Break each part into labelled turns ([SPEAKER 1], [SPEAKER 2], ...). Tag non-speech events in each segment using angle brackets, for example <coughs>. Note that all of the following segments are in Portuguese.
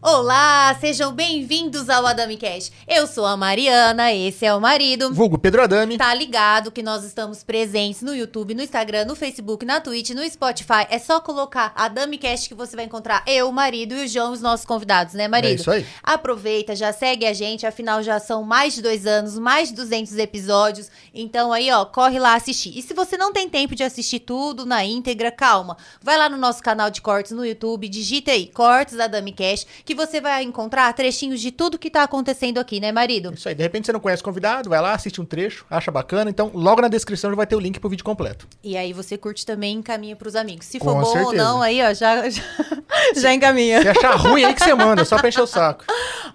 [SPEAKER 1] Olá, sejam bem-vindos ao Adami Cash. Eu sou a Mariana, esse é o marido.
[SPEAKER 2] Vulgo Pedro Adame.
[SPEAKER 1] Tá ligado que nós estamos presentes no YouTube, no Instagram, no Facebook, na Twitch, no Spotify. É só colocar Adami Cash que você vai encontrar eu, o marido e o João, os nossos convidados, né, marido?
[SPEAKER 2] É isso aí.
[SPEAKER 1] Aproveita, já segue a gente, afinal já são mais de dois anos, mais de 200 episódios. Então aí, ó, corre lá assistir. E se você não tem tempo de assistir tudo na íntegra, calma. Vai lá no nosso canal de cortes no YouTube, digita aí Cortes da Dami Cash, que você vai encontrar trechinhos de tudo que tá acontecendo aqui, né, marido?
[SPEAKER 2] É Isso aí. De repente você não conhece o convidado, vai lá, assiste um trecho, acha bacana. Então, logo na descrição já vai ter o link pro vídeo completo.
[SPEAKER 1] E aí você curte também e encaminha pros amigos. Se for
[SPEAKER 2] Com
[SPEAKER 1] bom ou
[SPEAKER 2] certeza.
[SPEAKER 1] não, aí, ó, já, <laughs> já, já encaminha. <laughs>
[SPEAKER 2] Se achar ruim aí que você manda, só pra encher o saco.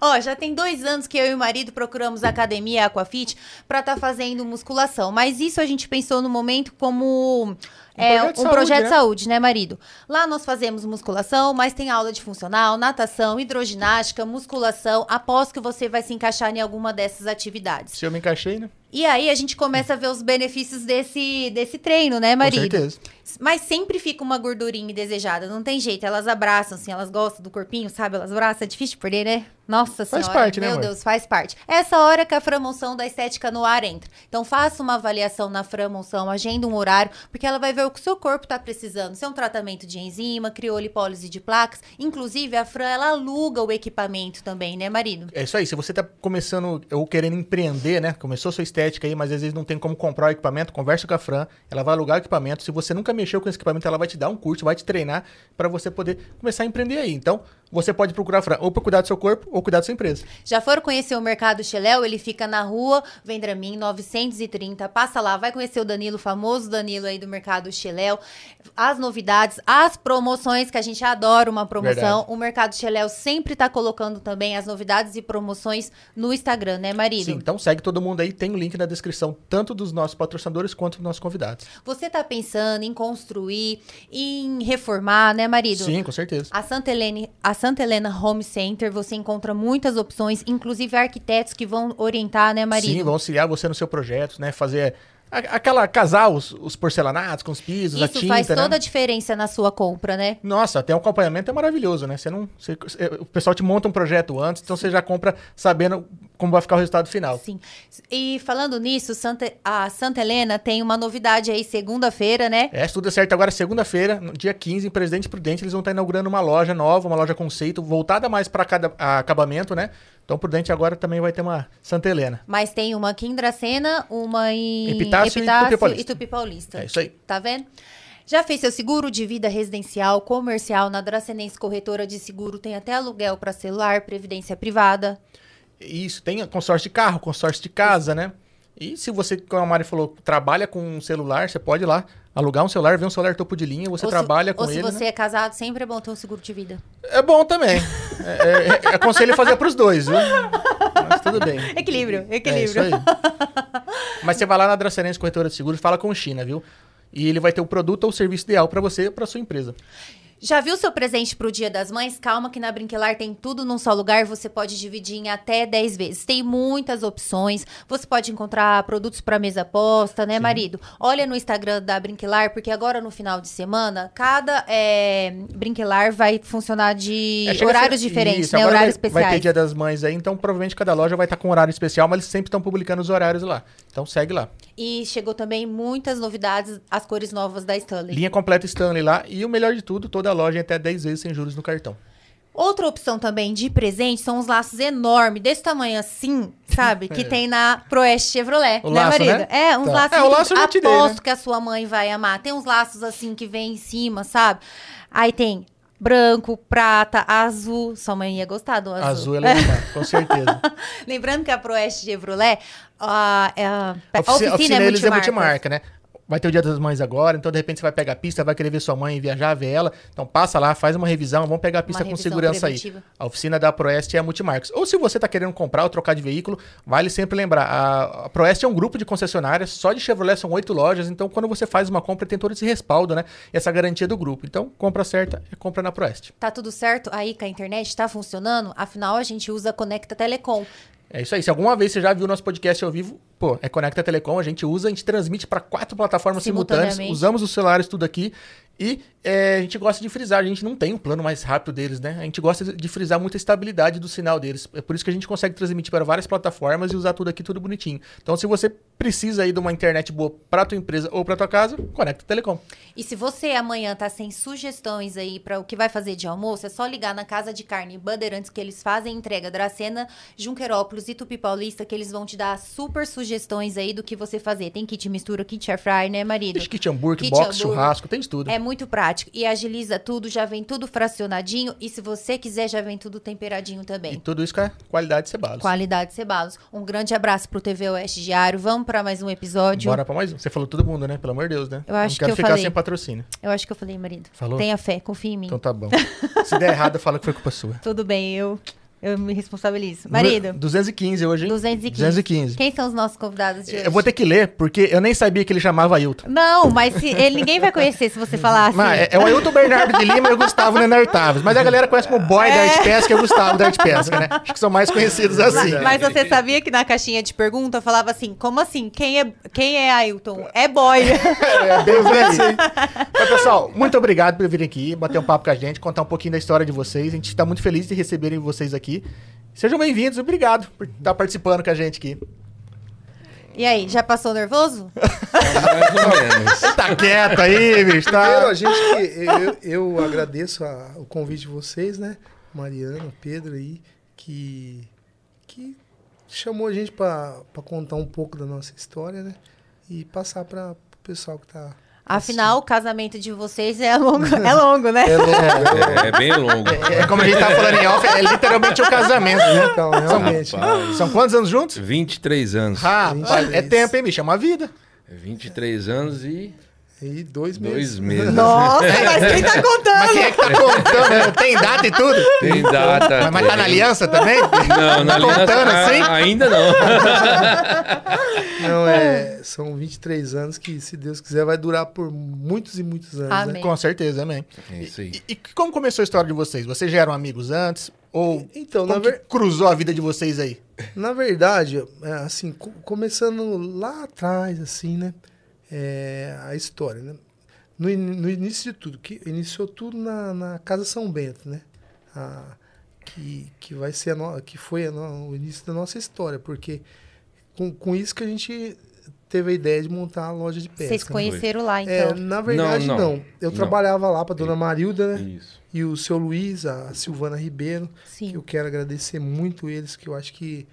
[SPEAKER 1] Ó, já tem dois anos que eu e o marido procuramos a academia Aquafit pra estar fazendo musculação. Mas isso a gente pensou no momento como é, um
[SPEAKER 2] projeto de saúde,
[SPEAKER 1] projeto de
[SPEAKER 2] né?
[SPEAKER 1] saúde, né, marido? Lá nós fazemos musculação, mas tem aula de funcional, natação, hidroginástica, musculação. Após que você vai se encaixar em alguma dessas atividades.
[SPEAKER 2] Se eu me encaixei, né?
[SPEAKER 1] E aí a gente começa a ver os benefícios desse, desse treino, né,
[SPEAKER 2] Com
[SPEAKER 1] marido?
[SPEAKER 2] certeza.
[SPEAKER 1] Mas sempre fica uma gordurinha indesejada, não tem jeito. Elas abraçam, assim, elas gostam do corpinho, sabe? Elas abraçam, é difícil de perder, né? Nossa
[SPEAKER 2] Faz
[SPEAKER 1] Senhora.
[SPEAKER 2] parte, né,
[SPEAKER 1] Meu
[SPEAKER 2] amor?
[SPEAKER 1] Deus, faz parte. É Essa hora que a framonção da estética no ar entra. Então faça uma avaliação na framonção, agenda um horário, porque ela vai ver o que o seu corpo tá precisando. Se é um tratamento de enzima, criolipólise de placas. Inclusive, a Fran, ela aluga o equipamento também, né, marido?
[SPEAKER 2] É isso aí. Se você tá começando ou querendo empreender, né? Começou sua estética aí, mas às vezes não tem como comprar o equipamento, conversa com a Fran, ela vai alugar o equipamento. Se você nunca mexeu com esse equipamento, ela vai te dar um curso, vai te treinar pra você poder começar a empreender aí. Então, você pode procurar a Fran ou pra cuidar do seu corpo ou cuidar da sua empresa.
[SPEAKER 1] Já foram conhecer o Mercado Cheléu? Ele fica na rua Vendramin 930. Passa lá, vai conhecer o Danilo, o famoso Danilo aí do Mercado Cheléu. As novidades, as promoções, que a gente adora uma promoção.
[SPEAKER 2] Verdade.
[SPEAKER 1] O Mercado Cheléu sempre tá colocando também as novidades e promoções no Instagram, né, marido?
[SPEAKER 2] Sim, então segue todo mundo aí, tem o link na descrição, tanto dos nossos patrocinadores quanto dos nossos convidados.
[SPEAKER 1] Você tá pensando em construir, em reformar, né, marido?
[SPEAKER 2] Sim, com certeza.
[SPEAKER 1] A Santa, Helene, a Santa Helena Home Center, você encontra muitas opções, inclusive arquitetos que vão orientar, né, marido?
[SPEAKER 2] Sim, vão auxiliar você no seu projeto, né? Fazer a- aquela casar os, os porcelanatos com os pisos, a
[SPEAKER 1] Isso
[SPEAKER 2] tinta,
[SPEAKER 1] faz
[SPEAKER 2] né?
[SPEAKER 1] toda a diferença na sua compra, né?
[SPEAKER 2] Nossa, até o acompanhamento é maravilhoso, né? Você não, você- o pessoal te monta um projeto antes, então você já compra sabendo como vai ficar o resultado final.
[SPEAKER 1] Sim. E falando nisso, Santa- a Santa Helena tem uma novidade aí segunda-feira, né?
[SPEAKER 2] É, se tudo der certo agora, segunda-feira, no dia 15, em Presidente Prudente, eles vão estar inaugurando uma loja nova, uma loja conceito, voltada mais para cada a acabamento, né? Então, Prudente agora também vai ter uma Santa Helena.
[SPEAKER 1] Mas tem uma aqui em Dracena, uma em
[SPEAKER 2] Epitácio e Tupi Paulista.
[SPEAKER 1] e Tupi Paulista.
[SPEAKER 2] É isso aí.
[SPEAKER 1] Tá vendo? Já fez seu seguro de vida residencial, comercial na Dracenense Corretora de Seguro? Tem até aluguel para celular, previdência privada.
[SPEAKER 2] Isso, tem consórcio de carro, consórcio de casa, né? E se você, como a Mari falou, trabalha com um celular, você pode ir lá alugar um celular, ver um celular topo de linha, você
[SPEAKER 1] Ou se-
[SPEAKER 2] trabalha com
[SPEAKER 1] Ou se
[SPEAKER 2] ele.
[SPEAKER 1] você
[SPEAKER 2] né?
[SPEAKER 1] é casado, sempre é bom ter um seguro de vida.
[SPEAKER 2] É bom também. É, é, é, aconselho fazer pros dois, viu? Mas tudo bem.
[SPEAKER 1] Equilíbrio,
[SPEAKER 2] É isso
[SPEAKER 1] equilíbrio.
[SPEAKER 2] aí. Mas você vai lá na Dracerense Corretora de Seguros, fala com o China, viu? E ele vai ter o produto ou serviço ideal para você, para sua empresa.
[SPEAKER 1] Já viu seu presente pro Dia das Mães? Calma que na Brinquelar tem tudo num só lugar, você pode dividir em até 10 vezes. Tem muitas opções. Você pode encontrar produtos para mesa posta, né, marido? Olha no Instagram da Brinquelar, porque agora no final de semana, cada é, Brinquelar vai funcionar de
[SPEAKER 2] É, chega a
[SPEAKER 1] horários
[SPEAKER 2] ser-
[SPEAKER 1] diferentes,
[SPEAKER 2] Isso,
[SPEAKER 1] né?
[SPEAKER 2] agora
[SPEAKER 1] Horários
[SPEAKER 2] vai,
[SPEAKER 1] especiais.
[SPEAKER 2] Vai ter Dia das Mães aí, então provavelmente cada loja vai estar com horário especial, mas eles sempre estão publicando os horários lá. Então segue lá.
[SPEAKER 1] E chegou também muitas novidades, as cores novas da Stanley.
[SPEAKER 2] Linha completa Stanley lá. E o melhor de tudo, toda a loja é até 10 vezes sem juros no cartão.
[SPEAKER 1] Outra opção também de presente são os laços enormes, desse tamanho assim, sabe?
[SPEAKER 2] <laughs>
[SPEAKER 1] Que tem na Proeste Chevrolet,
[SPEAKER 2] É. O
[SPEAKER 1] né,
[SPEAKER 2] laço,
[SPEAKER 1] marido?
[SPEAKER 2] né?
[SPEAKER 1] É, uns
[SPEAKER 2] Tá.
[SPEAKER 1] laços.
[SPEAKER 2] É, o
[SPEAKER 1] muito-
[SPEAKER 2] laço eu já te dei,
[SPEAKER 1] Aposto
[SPEAKER 2] né?
[SPEAKER 1] que a sua mãe vai amar. Tem uns laços assim que vem em cima, sabe? Aí tem branco, prata, azul. Sua mãe ia gostar do azul.
[SPEAKER 2] Azul,
[SPEAKER 1] <laughs>
[SPEAKER 2] ela é legal, com certeza.
[SPEAKER 1] Lembrando que a Proeste Chevrolet, a, é a, a
[SPEAKER 2] A ofici- a
[SPEAKER 1] oficina, é
[SPEAKER 2] deles
[SPEAKER 1] multimarca.
[SPEAKER 2] multimarca, né? vai ter o Dia das Mães agora, então de repente você vai pegar a pista, vai querer ver sua mãe viajar, ver ela. Então passa lá, faz uma revisão, vamos pegar a pista com
[SPEAKER 1] revisão
[SPEAKER 2] segurança aí.
[SPEAKER 1] preventiva.
[SPEAKER 2] A oficina da Proeste é a Multimarcas. Ou se você está querendo comprar ou trocar de veículo, vale sempre lembrar, a, a Proeste é um grupo de concessionárias, só de Chevrolet são oito lojas, então quando você faz uma compra tem todo esse respaldo, né? E essa garantia do grupo. Então, compra certa é compra na Proeste.
[SPEAKER 1] Tá tudo certo aí com a internet? Tá funcionando? Afinal, a gente usa a Conecta Telecom.
[SPEAKER 2] É isso aí. Se alguma vez você já viu nosso podcast ao vivo, pô, é Conecta Telecom, a gente usa, a gente transmite para quatro plataformas simultâneas,
[SPEAKER 1] Simultaneamente.
[SPEAKER 2] usamos os celulares tudo aqui e é, a gente gosta de frisar, a gente não tem um plano mais rápido deles, né? A gente gosta de frisar muito a estabilidade do sinal deles. É por isso que a gente consegue transmitir para várias plataformas e usar tudo aqui, tudo bonitinho. Então, se você precisa aí de uma internet boa para tua empresa ou para tua casa, Conecta Telecom.
[SPEAKER 1] E se você amanhã tá sem sugestões aí pra o que vai fazer de almoço, é só ligar na Casa de Carne Bandeirantes que eles fazem entrega Dracena, Junquerópolis e Tupi Paulista que eles vão te dar super sugestões aí do que você fazer. Tem kit mistura, kit air fry, né, marido?
[SPEAKER 2] Tem kit hambúrguer,
[SPEAKER 1] Kit
[SPEAKER 2] box,
[SPEAKER 1] hambúrguer.
[SPEAKER 2] churrasco, tem de tudo.
[SPEAKER 1] É muito prático e agiliza tudo, já vem tudo fracionadinho e se você quiser já vem tudo temperadinho também.
[SPEAKER 2] E tudo isso com a qualidade de cebalos.
[SPEAKER 1] Qualidade Cebalos. Um grande abraço pro TV Oeste Diário. Vamos pra mais um episódio.
[SPEAKER 2] Bora pra mais um. Você falou todo mundo, né? Pelo amor de Deus, né?
[SPEAKER 1] Eu acho
[SPEAKER 2] não quero
[SPEAKER 1] que eu
[SPEAKER 2] ficar
[SPEAKER 1] falei.
[SPEAKER 2] sem patrocínio.
[SPEAKER 1] Eu acho que eu falei, marido.
[SPEAKER 2] Falou?
[SPEAKER 1] Tenha fé, confia em mim.
[SPEAKER 2] Então tá bom. Se der errado, fala que foi culpa sua.
[SPEAKER 1] Tudo bem, eu, eu me responsabilizo. Marido,
[SPEAKER 2] Número 215 hoje, hein?
[SPEAKER 1] 215.
[SPEAKER 2] 215.
[SPEAKER 1] quem são os nossos convidados de hoje?
[SPEAKER 2] Eu vou ter que ler, porque eu nem sabia que ele chamava Ailton.
[SPEAKER 1] Não, mas se- ele, ninguém vai conhecer se você falar assim.
[SPEAKER 2] Mas é- é o Ailton Bernardo de Lima e o Gustavo Leonardo Taves. Mas a galera conhece como boy da Arte Pesca e o Gustavo da Arte Pesca, né? Acho que são mais conhecidos assim.
[SPEAKER 1] É. Mas você sabia que na caixinha de pergunta falava assim, como assim? Quem é, quem é Ailton? É boy. <laughs>
[SPEAKER 2] É, bem por aí. Mas, pessoal, muito obrigado por virem aqui, bater um papo com a gente, contar um pouquinho da história de vocês. A gente está muito feliz de receberem vocês aqui. Sejam bem-vindos, obrigado por estar participando com a gente aqui.
[SPEAKER 1] E aí, já passou nervoso?
[SPEAKER 3] Mais ou menos.
[SPEAKER 2] Tá quieto aí, bicho,
[SPEAKER 4] Primeiro, a
[SPEAKER 2] tá?
[SPEAKER 4] gente que eu, eu agradeço a- o convite de vocês, né? Mariana, Pedro aí, que, que chamou a gente pra pra contar um pouco da nossa história, né? E passar para o pessoal que tá.
[SPEAKER 1] Afinal, o casamento de vocês é
[SPEAKER 2] <laughs>
[SPEAKER 1] longo, é longo né?
[SPEAKER 4] É louco,
[SPEAKER 3] É, é bem longo.
[SPEAKER 2] É como a gente tava falando em off, é literalmente um casamento, né?
[SPEAKER 4] então, realmente.
[SPEAKER 3] Rapaz,
[SPEAKER 2] São quantos anos juntos?
[SPEAKER 3] 23 anos.
[SPEAKER 2] Rapaz, é
[SPEAKER 4] Isso.
[SPEAKER 2] tempo, hein, bicho? É uma vida.
[SPEAKER 3] 23 anos e
[SPEAKER 4] E dois meses.
[SPEAKER 3] dois meses.
[SPEAKER 1] Nossa, mas quem tá contando?
[SPEAKER 2] É. Mas quem é
[SPEAKER 3] <laughs>
[SPEAKER 2] que tá contando? né? Tem data e tudo?
[SPEAKER 3] Tem data.
[SPEAKER 2] Mas, mas tá na
[SPEAKER 3] É, tem-
[SPEAKER 2] aliança também?
[SPEAKER 3] Não, na
[SPEAKER 2] tá
[SPEAKER 3] aliança.
[SPEAKER 2] contando
[SPEAKER 3] a-
[SPEAKER 2] assim?
[SPEAKER 3] Ainda não.
[SPEAKER 4] <laughs> <laughs> Não, é, são 23 anos que, se Deus quiser, vai durar por muitos e muitos anos.
[SPEAKER 1] Amém.
[SPEAKER 4] Né?
[SPEAKER 2] Com certeza, amém.
[SPEAKER 3] É isso aí.
[SPEAKER 2] E, e como começou a história de vocês? Vocês já eram amigos antes? Ou
[SPEAKER 4] Então,
[SPEAKER 2] como
[SPEAKER 4] na
[SPEAKER 2] que
[SPEAKER 4] ver-
[SPEAKER 2] cruzou a vida de vocês aí?
[SPEAKER 4] Na verdade, é, assim, co- começando lá atrás, assim, né? é, a história, né? No, in- no início de tudo, que iniciou tudo na, na Casa São Bento, né? A- que, que vai ser a no- que foi a no- o início da nossa história, porque com, com isso que a gente teve a ideia de montar a loja de pesca.
[SPEAKER 1] Vocês
[SPEAKER 4] né?
[SPEAKER 1] conheceram lá,
[SPEAKER 4] É,
[SPEAKER 2] né?
[SPEAKER 1] então.
[SPEAKER 4] na verdade,
[SPEAKER 3] não.
[SPEAKER 4] não. Eu
[SPEAKER 3] Não.
[SPEAKER 4] trabalhava lá para Dona Marilda, né?
[SPEAKER 3] Isso.
[SPEAKER 4] E o seu Luiz, a Silvana Ribeiro.
[SPEAKER 1] Sim.
[SPEAKER 4] Eu quero agradecer muito eles, que eu acho que,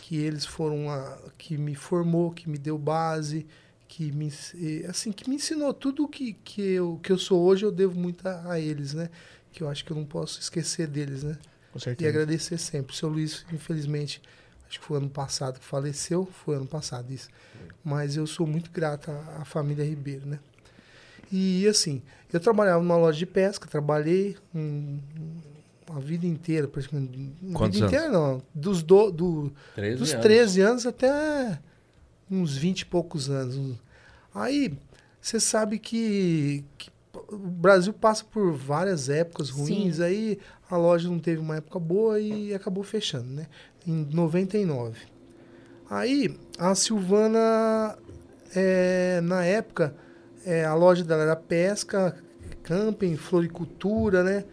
[SPEAKER 4] que eles foram a que me formou, que me deu base, que me ens- eh, assim que me ensinou tudo o que que eu que eu sou hoje, eu devo muito a, a eles, né? Que eu acho que eu não posso esquecer deles, né?
[SPEAKER 2] Com
[SPEAKER 4] E
[SPEAKER 2] certeza.
[SPEAKER 4] agradecer sempre. O seu Luiz, infelizmente, acho que foi ano passado que faleceu, foi ano passado isso.
[SPEAKER 3] É.
[SPEAKER 4] Mas eu sou muito grato à, à família Ribeiro, né? E assim, eu trabalhava numa loja de pesca, trabalhei um, uma vida inteira, praticamente. Uma
[SPEAKER 3] Quantos
[SPEAKER 4] vida
[SPEAKER 3] anos?
[SPEAKER 4] inteira não, dos, do, do,
[SPEAKER 3] 13
[SPEAKER 4] dos
[SPEAKER 3] anos.
[SPEAKER 4] 13 anos até uns 20 e poucos anos. Um- Aí, você sabe que, que o Brasil passa por várias épocas ruins, aí a loja não teve uma época boa e acabou fechando, né? Em 99. Aí, a Silvana, é, na época, é, a loja dela era pesca, camping, floricultura, né?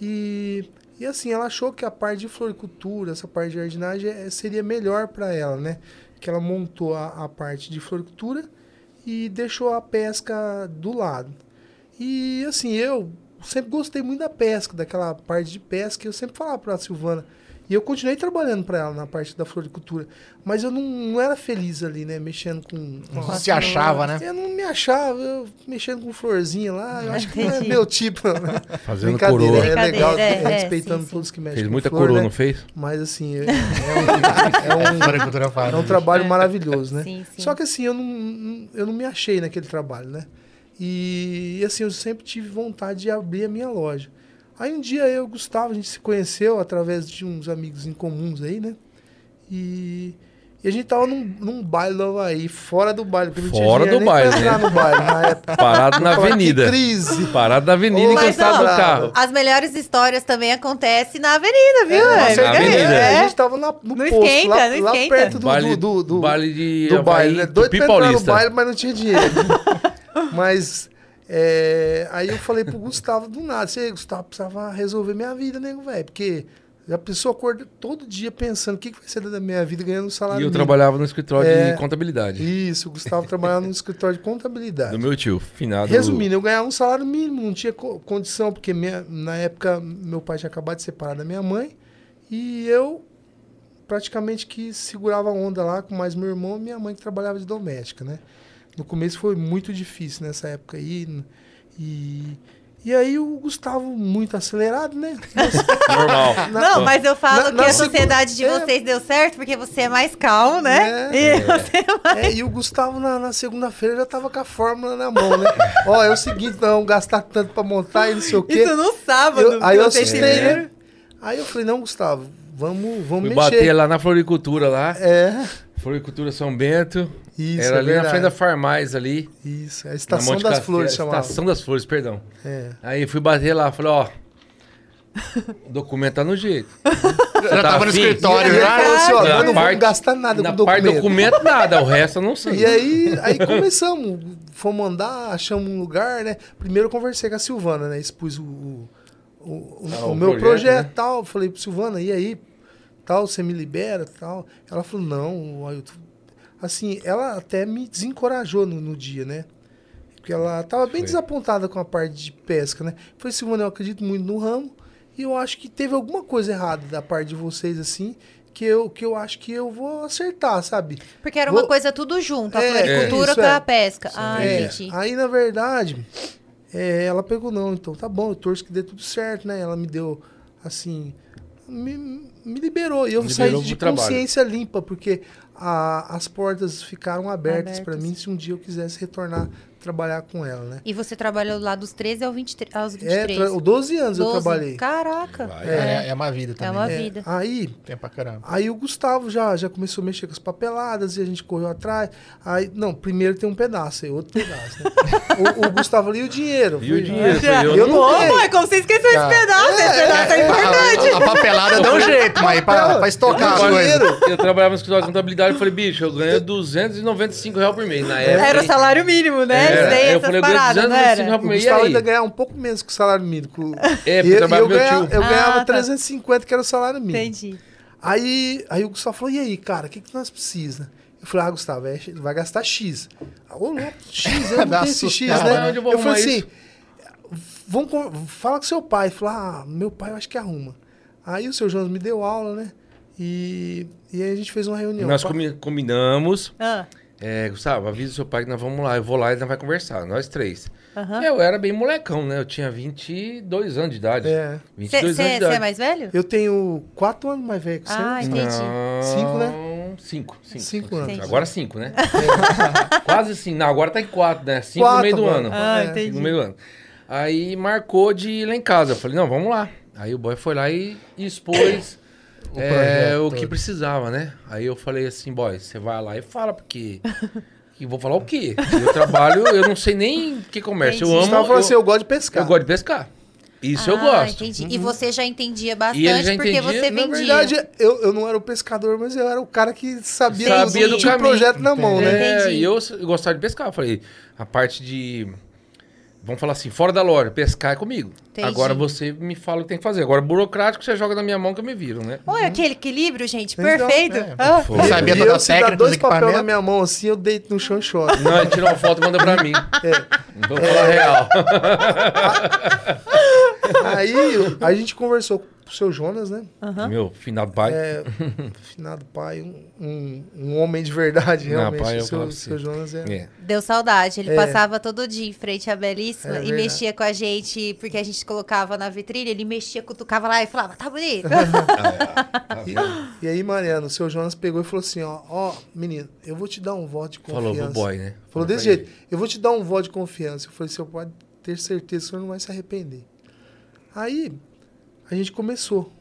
[SPEAKER 4] E, e assim, ela achou que a parte de floricultura, essa parte de jardinagem, eh, seria melhor para ela, né? Que ela montou a, a parte de floricultura e deixou a pesca do lado. E assim, eu sempre gostei muito da pesca, daquela parte de pesca, e eu sempre falava para a Silvana. E E eu continuei trabalhando para ela na parte da floricultura. Mas eu não, não era feliz ali, né? Mexendo com.
[SPEAKER 2] Não se achava, né?
[SPEAKER 4] Assim, Eu não me achava, eu mexendo com florzinha lá, eu acho que não é
[SPEAKER 5] Entendi.
[SPEAKER 4] meu tipo. Né?
[SPEAKER 3] Fazendo
[SPEAKER 4] Brincadeira,
[SPEAKER 3] coroa.
[SPEAKER 4] É legal,
[SPEAKER 5] Brincadeira, é,
[SPEAKER 4] é,
[SPEAKER 5] é,
[SPEAKER 4] respeitando
[SPEAKER 5] sim,
[SPEAKER 4] todos que mexem
[SPEAKER 3] Fez
[SPEAKER 4] com
[SPEAKER 3] muita
[SPEAKER 4] flor,
[SPEAKER 3] coroa,
[SPEAKER 4] né?
[SPEAKER 3] não fez?
[SPEAKER 4] Mas assim, é, é um- é um-
[SPEAKER 2] Floricultura faz,
[SPEAKER 4] é um
[SPEAKER 2] né?
[SPEAKER 4] trabalho maravilhoso, né?
[SPEAKER 1] Sim, sim.
[SPEAKER 4] Só que assim, eu não- não, eu não me achei naquele trabalho, né? E, e, assim, eu sempre tive vontade de abrir a minha loja. Aí um dia eu e o Gustavo, a gente se conheceu através de uns amigos em comuns aí, né? E, e a gente tava num, num baile do Havaí, fora do baile. porque não tinha
[SPEAKER 3] Fora do
[SPEAKER 4] dinheiro nem pra
[SPEAKER 3] baile,
[SPEAKER 4] entrar
[SPEAKER 3] né?
[SPEAKER 4] no baile na época.
[SPEAKER 3] Parado <laughs>
[SPEAKER 4] <laughs>
[SPEAKER 3] na
[SPEAKER 4] Fala, que
[SPEAKER 3] avenida.
[SPEAKER 4] crise.
[SPEAKER 3] Parado na avenida
[SPEAKER 4] Ô,
[SPEAKER 3] e
[SPEAKER 1] Mas,
[SPEAKER 3] encostado no
[SPEAKER 1] ó,
[SPEAKER 3] carro.
[SPEAKER 1] As melhores histórias também acontecem na avenida, viu?
[SPEAKER 4] É,
[SPEAKER 1] É,
[SPEAKER 3] na
[SPEAKER 1] verdade.
[SPEAKER 3] avenida.
[SPEAKER 1] É.
[SPEAKER 4] A gente tava na, no
[SPEAKER 1] Não
[SPEAKER 4] posto,
[SPEAKER 1] esquenta,
[SPEAKER 4] lá,
[SPEAKER 1] não
[SPEAKER 4] lá
[SPEAKER 1] esquenta.
[SPEAKER 4] perto do,
[SPEAKER 3] Baile-
[SPEAKER 4] do, do, do,
[SPEAKER 3] baile de
[SPEAKER 4] do
[SPEAKER 3] Havaí,
[SPEAKER 4] baile, né? Doido
[SPEAKER 3] Tupi
[SPEAKER 4] pra entrar no
[SPEAKER 3] Paulista.
[SPEAKER 4] baile, mas não tinha dinheiro. <laughs> mas é, aí eu falei pro Gustavo do nada, você, Gustavo, precisava resolver minha vida, nego, velho. Porque a pessoa acorda todo dia pensando o que, que vai ser da minha vida ganhando um salário.
[SPEAKER 3] E eu
[SPEAKER 4] mínimo."
[SPEAKER 3] trabalhava no escritório
[SPEAKER 4] É.
[SPEAKER 3] de contabilidade.
[SPEAKER 4] Isso, o Gustavo trabalhava no escritório de contabilidade.
[SPEAKER 3] Do meu tio, finado.
[SPEAKER 4] Resumindo, eu ganhava um salário mínimo, não tinha co- condição, porque minha- na época meu pai tinha acabado de separar da minha mãe e eu praticamente que segurava a onda lá com mais meu irmão e minha mãe que trabalhava de doméstica, né? No começo foi muito difícil nessa época aí n- e, e aí o Gustavo muito acelerado, né?
[SPEAKER 3] Normal.
[SPEAKER 4] Na-
[SPEAKER 1] Não, mas eu falo que
[SPEAKER 4] Na- na
[SPEAKER 1] a
[SPEAKER 4] segunda-
[SPEAKER 1] sociedade de
[SPEAKER 4] é.
[SPEAKER 1] vocês deu certo porque você é mais calmo, né?
[SPEAKER 4] É.
[SPEAKER 1] E você
[SPEAKER 4] <laughs> É, e o Gustavo na, na segunda-feira já tava com a fórmula na mão, né? Ó, é o seguinte, não, gastar tanto pra montar e
[SPEAKER 1] <laughs>
[SPEAKER 4] não sei o quê.
[SPEAKER 1] Isso no sábado.
[SPEAKER 4] Eu- aí eu
[SPEAKER 1] vocês se
[SPEAKER 4] assustei,
[SPEAKER 1] viram.
[SPEAKER 4] né? Aí eu falei, não, Gustavo, vamos, vamos
[SPEAKER 3] Fui
[SPEAKER 4] mexer.
[SPEAKER 3] bater lá na floricultura lá.
[SPEAKER 4] É,
[SPEAKER 3] Floricultura São Bento.
[SPEAKER 4] Isso,
[SPEAKER 3] Era
[SPEAKER 4] é
[SPEAKER 3] ali na
[SPEAKER 4] verdade.
[SPEAKER 3] frente da Farmais ali.
[SPEAKER 4] isso, é a
[SPEAKER 3] na
[SPEAKER 4] Estação
[SPEAKER 3] Monte
[SPEAKER 4] das
[SPEAKER 3] Castelo-
[SPEAKER 4] Flores chamava.
[SPEAKER 3] Estação das Flores, perdão.
[SPEAKER 4] É.
[SPEAKER 3] Aí fui bater lá, falei,
[SPEAKER 4] <laughs>
[SPEAKER 3] ó. O documento tá no jeito. tá
[SPEAKER 2] Já tava no
[SPEAKER 3] afim?
[SPEAKER 4] E
[SPEAKER 2] escritório,
[SPEAKER 4] ele
[SPEAKER 2] já.
[SPEAKER 4] falou assim, ó,
[SPEAKER 3] Na
[SPEAKER 4] eu não vou
[SPEAKER 3] parte-
[SPEAKER 4] gastar nada
[SPEAKER 3] Na
[SPEAKER 4] com
[SPEAKER 3] parte
[SPEAKER 4] documento.
[SPEAKER 3] documento nada, o resto eu não sei.
[SPEAKER 4] E aí, aí começamos, fomos andar, achamos um lugar, né? Primeiro eu conversei com a Silvana, né? Expus o, o, o-
[SPEAKER 3] Ah,
[SPEAKER 4] o
[SPEAKER 3] o
[SPEAKER 4] meu
[SPEAKER 3] projeto,
[SPEAKER 4] projeto
[SPEAKER 3] né?
[SPEAKER 4] e tal. Falei pro Silvana, e aí? Tal, você me libera tal. Ela falou, não, ó, eu tô- assim, ela até me desencorajou no, no dia, né? Porque ela tava bem
[SPEAKER 3] Foi.
[SPEAKER 4] desapontada com a parte de pesca, né? Falei, Silvana, eu acredito muito no ramo e eu acho que teve alguma coisa errada da parte de vocês, assim, que eu, que eu acho que eu vou acertar, sabe?
[SPEAKER 1] Porque era uma
[SPEAKER 4] Vou-
[SPEAKER 1] coisa tudo junto, a
[SPEAKER 4] É,
[SPEAKER 1] floricultura
[SPEAKER 4] isso,
[SPEAKER 1] com
[SPEAKER 4] é.
[SPEAKER 1] a pesca. Ah,
[SPEAKER 4] É,
[SPEAKER 1] entendi.
[SPEAKER 4] aí, na verdade, é, ela pegou, não, então tá bom, eu torço que dê tudo certo, né? Ela me deu, assim, me, me liberou. E eu
[SPEAKER 3] Liberou
[SPEAKER 4] saí
[SPEAKER 3] pro
[SPEAKER 4] de
[SPEAKER 3] trabalho.
[SPEAKER 4] consciência limpa, porque a- as portas ficaram abertas pra
[SPEAKER 1] Abertas.
[SPEAKER 4] mim se um dia eu quisesse retornar trabalhar com ela, né?
[SPEAKER 1] E você trabalhou lá dos 13 ao 23, aos
[SPEAKER 4] É,
[SPEAKER 1] 23.
[SPEAKER 4] tra 12 anos eu
[SPEAKER 1] 12.
[SPEAKER 4] trabalhei.
[SPEAKER 1] Caraca.
[SPEAKER 3] Vai.
[SPEAKER 2] É, é uma vida também.
[SPEAKER 1] uma
[SPEAKER 2] né?
[SPEAKER 4] É,
[SPEAKER 1] vida.
[SPEAKER 4] aí,
[SPEAKER 2] Tem pra caramba.
[SPEAKER 4] Aí o Gustavo já, já começou a mexer com as papeladas e a gente correu atrás. Aí, não, primeiro tem um pedaço, aí
[SPEAKER 3] <laughs>
[SPEAKER 4] outro pedaço, né? o, o Gustavo ali e o dinheiro.
[SPEAKER 3] E
[SPEAKER 4] Foi-
[SPEAKER 3] o dinheiro,
[SPEAKER 1] Já.
[SPEAKER 3] falei, eu,
[SPEAKER 4] Eu
[SPEAKER 3] não-
[SPEAKER 4] não-
[SPEAKER 1] Ô,
[SPEAKER 4] sei.
[SPEAKER 1] mãe, como você esqueceu esse pedaço? Esse pedaço é importante.
[SPEAKER 2] A, a papelada dá um jeito, mas pra, pra estocar as
[SPEAKER 3] eu,
[SPEAKER 2] coisas.
[SPEAKER 3] eu trabalhava no escritório de contabilidade e falei, bicho, eu ganho 295 reais por mês na época.
[SPEAKER 1] Era o
[SPEAKER 3] hein?
[SPEAKER 1] salário mínimo, né?
[SPEAKER 3] Era.
[SPEAKER 1] Eles têm
[SPEAKER 3] Aí É, eu
[SPEAKER 1] essas
[SPEAKER 3] falei, eu ganho
[SPEAKER 1] paradas, não era?
[SPEAKER 3] 295 reais
[SPEAKER 4] O
[SPEAKER 3] por mês. E
[SPEAKER 4] Gustavo ainda
[SPEAKER 3] aí?
[SPEAKER 4] ganhava um pouco menos que o salário mínimo.
[SPEAKER 3] É,
[SPEAKER 4] com-
[SPEAKER 3] porque
[SPEAKER 4] e, eu,
[SPEAKER 3] trabalhava
[SPEAKER 4] eu
[SPEAKER 3] com meu
[SPEAKER 4] ganhava,
[SPEAKER 3] tio.
[SPEAKER 4] eu
[SPEAKER 1] Ah,
[SPEAKER 4] ganhava
[SPEAKER 1] tá.
[SPEAKER 4] 350, que era o salário mínimo.
[SPEAKER 1] Entendi.
[SPEAKER 4] Aí, aí o Gustavo falou, e aí, cara, o que, que nós precisamos? Eu falei, ah, Gustavo, é, vai gastar X. Ah, Ô, louco, X,
[SPEAKER 3] <laughs>
[SPEAKER 4] eu não
[SPEAKER 2] Dá
[SPEAKER 4] tenho esse X,
[SPEAKER 2] assustado,
[SPEAKER 3] né?
[SPEAKER 4] né?
[SPEAKER 3] Onde eu vou
[SPEAKER 4] eu falei
[SPEAKER 3] arrumar
[SPEAKER 4] assim,
[SPEAKER 3] isso?
[SPEAKER 4] vamos, con- fala com seu pai. Fala, ah, meu pai eu acho que arruma. Aí o seu Jonas me deu aula, né? E, e aí a gente fez uma reunião.
[SPEAKER 3] Nós
[SPEAKER 4] Pa-
[SPEAKER 3] combi- combinamos.
[SPEAKER 1] Ah,
[SPEAKER 3] É, Gustavo, avisa o seu pai que nós vamos lá. Eu vou lá e nós vai conversar, nós três.
[SPEAKER 1] aham.
[SPEAKER 3] Eu era bem molecão, né? Eu tinha 22 anos de idade.
[SPEAKER 4] É,
[SPEAKER 3] 22 anos de
[SPEAKER 1] Você
[SPEAKER 3] idade.
[SPEAKER 1] é mais velho?
[SPEAKER 4] eu tenho quatro anos mais velho que você.
[SPEAKER 1] Ah, entendi.
[SPEAKER 3] Não,
[SPEAKER 4] Cinco,
[SPEAKER 3] Cinco. Cinco,
[SPEAKER 4] Cinco anos.
[SPEAKER 1] Entendi.
[SPEAKER 3] Agora cinco, né? <laughs> Quase cinco. Não, agora tá em quatro, né? Cinco no
[SPEAKER 4] Quatro,
[SPEAKER 3] meio do
[SPEAKER 4] mano.
[SPEAKER 3] ano.
[SPEAKER 1] Ah,
[SPEAKER 4] É.
[SPEAKER 3] Cinco
[SPEAKER 1] entendi.
[SPEAKER 3] no meio do ano. Aí marcou de ir lá em casa. Eu falei, não, vamos lá. Aí o boy foi lá e expôs
[SPEAKER 2] O
[SPEAKER 3] é,
[SPEAKER 2] projeto
[SPEAKER 3] o que
[SPEAKER 2] todo.
[SPEAKER 3] precisava, né? Aí eu falei assim, boy, você vai lá e fala, porque... E vou falar o quê? Eu trabalho, eu não sei nem o que comércio.
[SPEAKER 1] Entendi.
[SPEAKER 3] Eu
[SPEAKER 4] O Gustavo
[SPEAKER 3] amo...
[SPEAKER 4] falou
[SPEAKER 3] Eu,
[SPEAKER 4] assim, eu gosto de pescar.
[SPEAKER 3] eu gosto de pescar. Isso eu
[SPEAKER 1] Ah,
[SPEAKER 3] gosto. Uhum.
[SPEAKER 1] Entendi. E você já entendia bastante
[SPEAKER 3] E ele já
[SPEAKER 1] porque
[SPEAKER 3] entendia,
[SPEAKER 1] você
[SPEAKER 3] na é.
[SPEAKER 1] vendia.
[SPEAKER 4] Na verdade, eu, eu não era o pescador, mas eu era o cara que sabia,
[SPEAKER 3] Sabia
[SPEAKER 4] tudo,
[SPEAKER 3] do
[SPEAKER 4] tinha o
[SPEAKER 3] caminho.
[SPEAKER 4] projeto na mão, né?
[SPEAKER 3] É,
[SPEAKER 1] Entendi.
[SPEAKER 3] e eu s- gostava de pescar. Eu Falei, a parte de. Vamos falar assim, fora da loja, pescar é comigo.
[SPEAKER 1] Entendi.
[SPEAKER 3] Agora você me fala o que tem que fazer. Agora, burocrático, você joga na minha mão que eu me viro, né?
[SPEAKER 1] Olha aquele equilíbrio, gente.
[SPEAKER 4] Então,
[SPEAKER 1] Perfeito.
[SPEAKER 2] é.
[SPEAKER 1] Ah,
[SPEAKER 3] Foi.
[SPEAKER 2] Não sabia
[SPEAKER 4] E
[SPEAKER 2] toda
[SPEAKER 4] eu,
[SPEAKER 2] a
[SPEAKER 4] se dá
[SPEAKER 2] técnica
[SPEAKER 4] dois
[SPEAKER 2] dos
[SPEAKER 4] papéis na
[SPEAKER 2] equipamentos.
[SPEAKER 4] minha mão assim, eu deito no chão e choro.
[SPEAKER 3] <laughs>
[SPEAKER 4] né?
[SPEAKER 3] Não, ele tira uma foto e manda pra mim.
[SPEAKER 4] É.
[SPEAKER 3] Vou falar a real.
[SPEAKER 4] Aí eu- a gente conversou pro seu Jonas, né?
[SPEAKER 1] Aham.
[SPEAKER 3] Meu, finado pai.
[SPEAKER 4] É, finado pai, um, um, um homem de verdade,
[SPEAKER 3] Não,
[SPEAKER 4] realmente.
[SPEAKER 3] pai, eu
[SPEAKER 4] o seu,
[SPEAKER 3] falo pra
[SPEAKER 4] seu
[SPEAKER 3] você.
[SPEAKER 4] Jonas é.
[SPEAKER 3] É.
[SPEAKER 1] Deu saudade. Ele
[SPEAKER 4] É.
[SPEAKER 1] passava todo dia em frente à Belíssima
[SPEAKER 4] É
[SPEAKER 1] e
[SPEAKER 4] verdade.
[SPEAKER 1] mexia com a gente, porque a gente colocava na vitrine, ele mexia, cutucava lá e falava, tá bonito.
[SPEAKER 3] Ah, é. Tá
[SPEAKER 4] E aí, Mariano, o seu Jonas pegou e falou assim: ó, ó, menino, eu vou te dar um voto de confiança.
[SPEAKER 3] Falou pro boy, né?
[SPEAKER 4] Falou
[SPEAKER 3] Falou
[SPEAKER 4] desse
[SPEAKER 3] pra
[SPEAKER 4] jeito: eu vou te dar um voto de confiança. Eu falei: seu pode ter certeza que o senhor não vai se arrepender. Aí, a gente começou.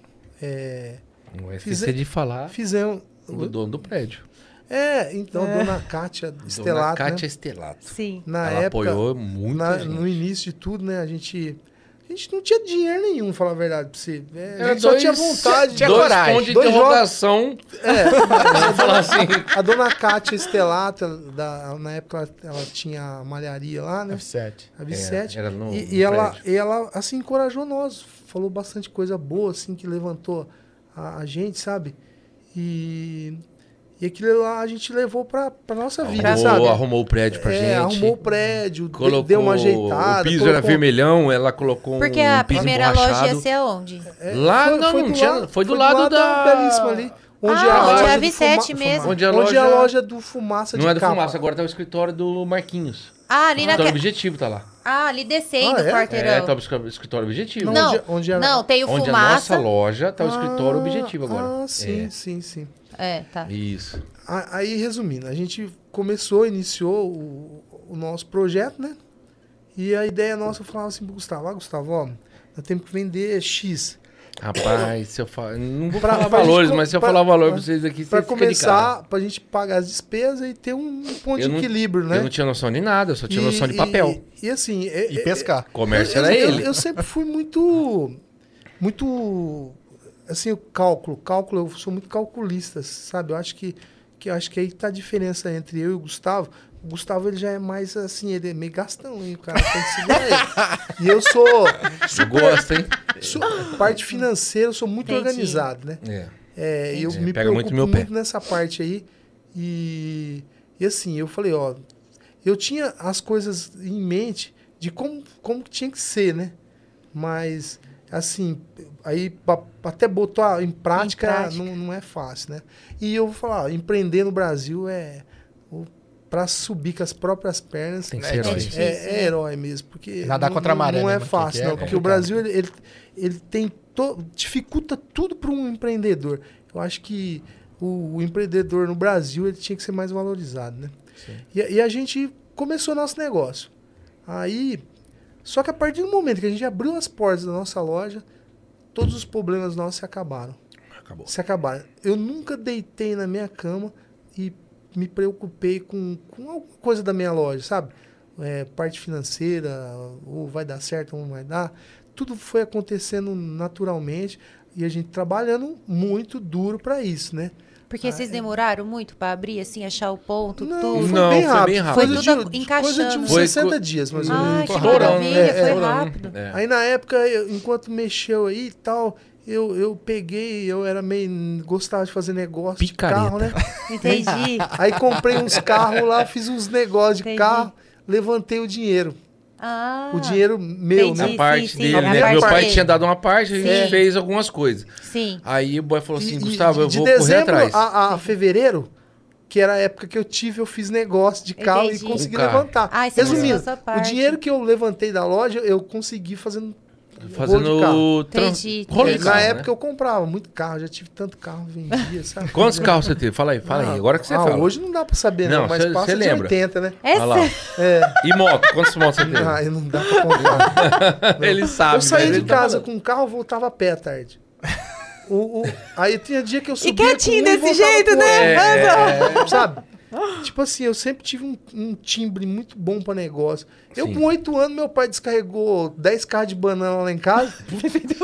[SPEAKER 4] É,
[SPEAKER 3] Não vai
[SPEAKER 4] Fiz-
[SPEAKER 3] Um esquecer de falar
[SPEAKER 4] fizemos.
[SPEAKER 3] o dono do prédio.
[SPEAKER 4] É, então, dona Kátia
[SPEAKER 3] Dona
[SPEAKER 4] Estelato.
[SPEAKER 3] Kátia
[SPEAKER 4] né?
[SPEAKER 3] Estelato.
[SPEAKER 1] <laughs> Sim.
[SPEAKER 4] Na
[SPEAKER 3] Ela
[SPEAKER 4] época,
[SPEAKER 3] apoiou muito
[SPEAKER 4] na-
[SPEAKER 3] gente.
[SPEAKER 4] no início de tudo, né? A gente. A gente não tinha dinheiro nenhum, falar a verdade pra você. É, a
[SPEAKER 3] Era
[SPEAKER 4] gente só tinha vontade,
[SPEAKER 3] dois pontos de
[SPEAKER 4] Dois jogos. É.
[SPEAKER 3] interrogação. <laughs> Vamos falar
[SPEAKER 4] <laughs>
[SPEAKER 3] assim.
[SPEAKER 4] A dona Kátia Estelato, ela- da- na época ela, ela tinha a malharia lá, né?
[SPEAKER 2] F7.
[SPEAKER 4] A Vicente.
[SPEAKER 3] É, era no-
[SPEAKER 4] e,
[SPEAKER 3] no
[SPEAKER 4] e ela,
[SPEAKER 3] prédio.
[SPEAKER 4] e ela, assim, encorajou nós. Falou bastante coisa boa, assim, que levantou a, a gente, sabe? E, e aquilo lá a gente levou pra, pra nossa vida, sabe?
[SPEAKER 3] Arrumou, arrumou o prédio pra
[SPEAKER 4] É,
[SPEAKER 3] gente.
[SPEAKER 4] arrumou o prédio, de-
[SPEAKER 3] colocou,
[SPEAKER 4] deu uma ajeitada.
[SPEAKER 3] O piso era
[SPEAKER 4] colocou- um
[SPEAKER 3] vermelhão, ela colocou
[SPEAKER 1] Porque
[SPEAKER 3] um
[SPEAKER 1] a
[SPEAKER 3] piso
[SPEAKER 1] primeira loja ia
[SPEAKER 3] emborrachado.
[SPEAKER 1] ser aonde?
[SPEAKER 4] É,
[SPEAKER 3] Lá não, não
[SPEAKER 4] do
[SPEAKER 3] tinha-
[SPEAKER 4] lado-
[SPEAKER 3] foi do lado da-
[SPEAKER 4] Belíssima ali.
[SPEAKER 1] Ah,
[SPEAKER 4] Onde é a
[SPEAKER 1] onde
[SPEAKER 4] loja
[SPEAKER 1] é a
[SPEAKER 4] do
[SPEAKER 1] Vicente
[SPEAKER 4] Fuma-
[SPEAKER 1] mesmo.
[SPEAKER 4] Fumaça.
[SPEAKER 3] Onde é a
[SPEAKER 4] Onde é a
[SPEAKER 3] loja-
[SPEAKER 4] loja do Fumaça de
[SPEAKER 3] Não é do
[SPEAKER 4] capa.
[SPEAKER 3] Fumaça, agora tá o escritório do Marquinhos.
[SPEAKER 1] Ah, ali
[SPEAKER 3] Escritório
[SPEAKER 1] naquela.
[SPEAKER 3] Objetivo tá lá.
[SPEAKER 1] Ah, ali descendo
[SPEAKER 4] Ah, é?
[SPEAKER 1] o quarteirão.
[SPEAKER 3] É, tá o escri- escritório Objetivo.
[SPEAKER 1] Não,
[SPEAKER 4] Onde- onde é-
[SPEAKER 1] não, tem o
[SPEAKER 3] Onde a
[SPEAKER 1] fumaça.
[SPEAKER 3] nossa loja tá o escritório
[SPEAKER 4] Ah,
[SPEAKER 3] Objetivo agora.
[SPEAKER 4] Ah, sim,
[SPEAKER 3] É.
[SPEAKER 4] sim, sim.
[SPEAKER 1] É, tá.
[SPEAKER 3] Isso.
[SPEAKER 4] A- Aí, resumindo, a gente começou, iniciou o, o nosso projeto, né? E a ideia nossa, eu falava assim pro Gustavo, ah, Gustavo, ó, nós temos que vender X.
[SPEAKER 3] Rapaz, se eu falar. Não vou
[SPEAKER 4] Pra-
[SPEAKER 3] falar
[SPEAKER 4] pra gente
[SPEAKER 3] valores,
[SPEAKER 4] co-
[SPEAKER 3] mas se eu
[SPEAKER 4] pra-
[SPEAKER 3] falar valor
[SPEAKER 4] pra-
[SPEAKER 3] pra vocês aqui, vocês
[SPEAKER 4] Pra
[SPEAKER 3] ficam de cara.
[SPEAKER 4] começar, pra gente pagar as despesas e ter um ponto
[SPEAKER 3] Eu
[SPEAKER 4] de
[SPEAKER 3] não-
[SPEAKER 4] equilíbrio, né?
[SPEAKER 3] Eu não tinha noção de nada, eu só tinha
[SPEAKER 4] E-
[SPEAKER 3] noção de papel.
[SPEAKER 4] E, e assim... é-
[SPEAKER 2] E
[SPEAKER 4] é-
[SPEAKER 2] pescar.
[SPEAKER 3] Comércio
[SPEAKER 4] eu,
[SPEAKER 3] era
[SPEAKER 4] eu-
[SPEAKER 3] ele.
[SPEAKER 4] Eu sempre fui muito... Muito... Assim, o cálculo. Cálculo, eu sou muito calculista, sabe? Eu acho que, que, eu acho que aí tá a diferença entre eu e o Gustavo. O Gustavo, ele já é mais assim, ele é meio gastão, hein? O cara tem que segurar ele. E eu sou...
[SPEAKER 3] Eu gosto, hein?
[SPEAKER 4] sou- parte financeira, eu sou muito
[SPEAKER 1] Entendi.
[SPEAKER 4] organizado, né?
[SPEAKER 3] É.
[SPEAKER 4] É, eu
[SPEAKER 3] Entendi.
[SPEAKER 4] me
[SPEAKER 3] Pega
[SPEAKER 4] preocupo
[SPEAKER 3] muito
[SPEAKER 4] muito,
[SPEAKER 3] no meu pé.
[SPEAKER 4] nessa parte aí. E, e assim, eu falei, ó, eu tinha as coisas em mente de como, como que tinha que ser, né? Mas, assim, aí pa- pa- até botar em prática,
[SPEAKER 1] prática.
[SPEAKER 4] Não, não é fácil, né? E eu vou falar, ó, empreender no Brasil é para subir com as próprias pernas.
[SPEAKER 3] Tem que
[SPEAKER 4] é
[SPEAKER 3] ser herói.
[SPEAKER 4] difícil, É, é herói mesmo, porque
[SPEAKER 2] Nadar
[SPEAKER 4] não-
[SPEAKER 2] contra a maré,
[SPEAKER 4] não
[SPEAKER 2] né,
[SPEAKER 4] é
[SPEAKER 2] mano?
[SPEAKER 4] fácil,
[SPEAKER 2] Que é
[SPEAKER 4] não, porque o
[SPEAKER 2] complicado.
[SPEAKER 4] Brasil ele, ele, ele tem to- dificulta tudo para um empreendedor. Eu acho que o, o empreendedor no Brasil ele tinha que ser mais valorizado, né? E, a- e a gente começou nosso negócio. Aí, só que a partir do momento que a gente abriu as portas da nossa loja, todos os problemas nossos se acabaram
[SPEAKER 3] Acabou.
[SPEAKER 4] se acabaram. Eu nunca deitei na minha cama e me preocupei com, com alguma coisa da minha loja, sabe? É, parte financeira, ou vai dar certo ou não vai dar. Tudo foi acontecendo naturalmente e a gente trabalhando muito duro para isso, né?
[SPEAKER 1] Porque vocês demoraram muito pra abrir, assim, achar o ponto,
[SPEAKER 4] Não, <laughs>
[SPEAKER 1] tudo.
[SPEAKER 4] foi
[SPEAKER 3] Não,
[SPEAKER 4] bem
[SPEAKER 3] foi
[SPEAKER 4] rápido.
[SPEAKER 3] bem rápido.
[SPEAKER 4] Coisa
[SPEAKER 1] Foi tudo
[SPEAKER 4] de, coisa de
[SPEAKER 1] encaixando.
[SPEAKER 4] uns
[SPEAKER 3] Foi co-
[SPEAKER 4] 60 dias, mais ou menos.
[SPEAKER 1] Ai, que
[SPEAKER 3] Estourando,
[SPEAKER 1] maravilha,
[SPEAKER 3] né?
[SPEAKER 1] foi
[SPEAKER 3] Estourando.
[SPEAKER 1] rápido.
[SPEAKER 3] É.
[SPEAKER 4] Aí na época, eu- enquanto mexeu aí e tal, eu, eu peguei, eu era meio. gostava de fazer negócio de carro, né?
[SPEAKER 3] Picareta.
[SPEAKER 1] Entendi.
[SPEAKER 4] Aí comprei uns carros lá, fiz uns negócios de
[SPEAKER 1] Entendi.
[SPEAKER 4] carro, levantei o dinheiro.
[SPEAKER 1] Ah,
[SPEAKER 4] O dinheiro meu,
[SPEAKER 3] A
[SPEAKER 1] Sim,
[SPEAKER 4] né?
[SPEAKER 3] parte
[SPEAKER 1] sim,
[SPEAKER 3] dele,
[SPEAKER 1] sim.
[SPEAKER 3] né?
[SPEAKER 4] A
[SPEAKER 3] Meu
[SPEAKER 4] parte
[SPEAKER 3] pai
[SPEAKER 1] dele.
[SPEAKER 3] tinha dado uma parte, a gente
[SPEAKER 1] Sim.
[SPEAKER 3] fez algumas coisas.
[SPEAKER 1] sim.
[SPEAKER 3] Aí o boy falou assim,
[SPEAKER 4] E- e
[SPEAKER 3] Gustavo, eu
[SPEAKER 4] de
[SPEAKER 3] vou correr
[SPEAKER 4] dezembro
[SPEAKER 3] atrás.
[SPEAKER 4] A, a fevereiro, que era a época que eu tive, eu fiz negócio de carro
[SPEAKER 1] Entendi.
[SPEAKER 4] e consegui
[SPEAKER 3] Um carro.
[SPEAKER 4] levantar.
[SPEAKER 1] Ah, você
[SPEAKER 4] Resumindo,
[SPEAKER 1] mostrou essa
[SPEAKER 4] o
[SPEAKER 1] parte.
[SPEAKER 4] dinheiro que eu levantei da loja, eu consegui fazendo. rolo de carro.
[SPEAKER 3] Fazendo... tran-
[SPEAKER 1] Entendi,
[SPEAKER 3] rolo de
[SPEAKER 1] entendi.
[SPEAKER 3] carro,
[SPEAKER 4] Na
[SPEAKER 3] né?
[SPEAKER 4] época eu comprava muito carro, já tive tanto carro, vendia, sabe?
[SPEAKER 3] <laughs> Quantos carros você teve? Fala aí, fala aí. Agora que você
[SPEAKER 4] ah,
[SPEAKER 3] fala.
[SPEAKER 4] Hoje não dá pra saber, não,
[SPEAKER 3] Não,
[SPEAKER 4] mas
[SPEAKER 3] cê- cê
[SPEAKER 4] passa de
[SPEAKER 3] lembra.
[SPEAKER 4] 80, né?
[SPEAKER 1] É
[SPEAKER 3] Olha lá.
[SPEAKER 1] sério?
[SPEAKER 3] E moto? Quantos motos
[SPEAKER 4] <laughs>
[SPEAKER 3] você teve?
[SPEAKER 4] Ah, É. não dá pra contar.
[SPEAKER 3] ele sabe.
[SPEAKER 4] Eu saía
[SPEAKER 3] mas
[SPEAKER 4] de
[SPEAKER 3] ele tá
[SPEAKER 4] casa
[SPEAKER 3] falando.
[SPEAKER 4] com o carro, voltava a pé à tarde. O, o- aí tinha dia que eu subia
[SPEAKER 1] quietinho
[SPEAKER 4] com um e
[SPEAKER 1] desse
[SPEAKER 4] voltava
[SPEAKER 1] jeito,
[SPEAKER 4] com o
[SPEAKER 1] né?
[SPEAKER 4] outro.
[SPEAKER 3] É,
[SPEAKER 4] Sabe? Tipo assim, eu sempre tive um, um timbre muito bom pra negócio. Eu
[SPEAKER 3] Sim.
[SPEAKER 4] com oito anos, meu pai descarregou 10 carros de banana lá em
[SPEAKER 1] <laughs>
[SPEAKER 4] casa.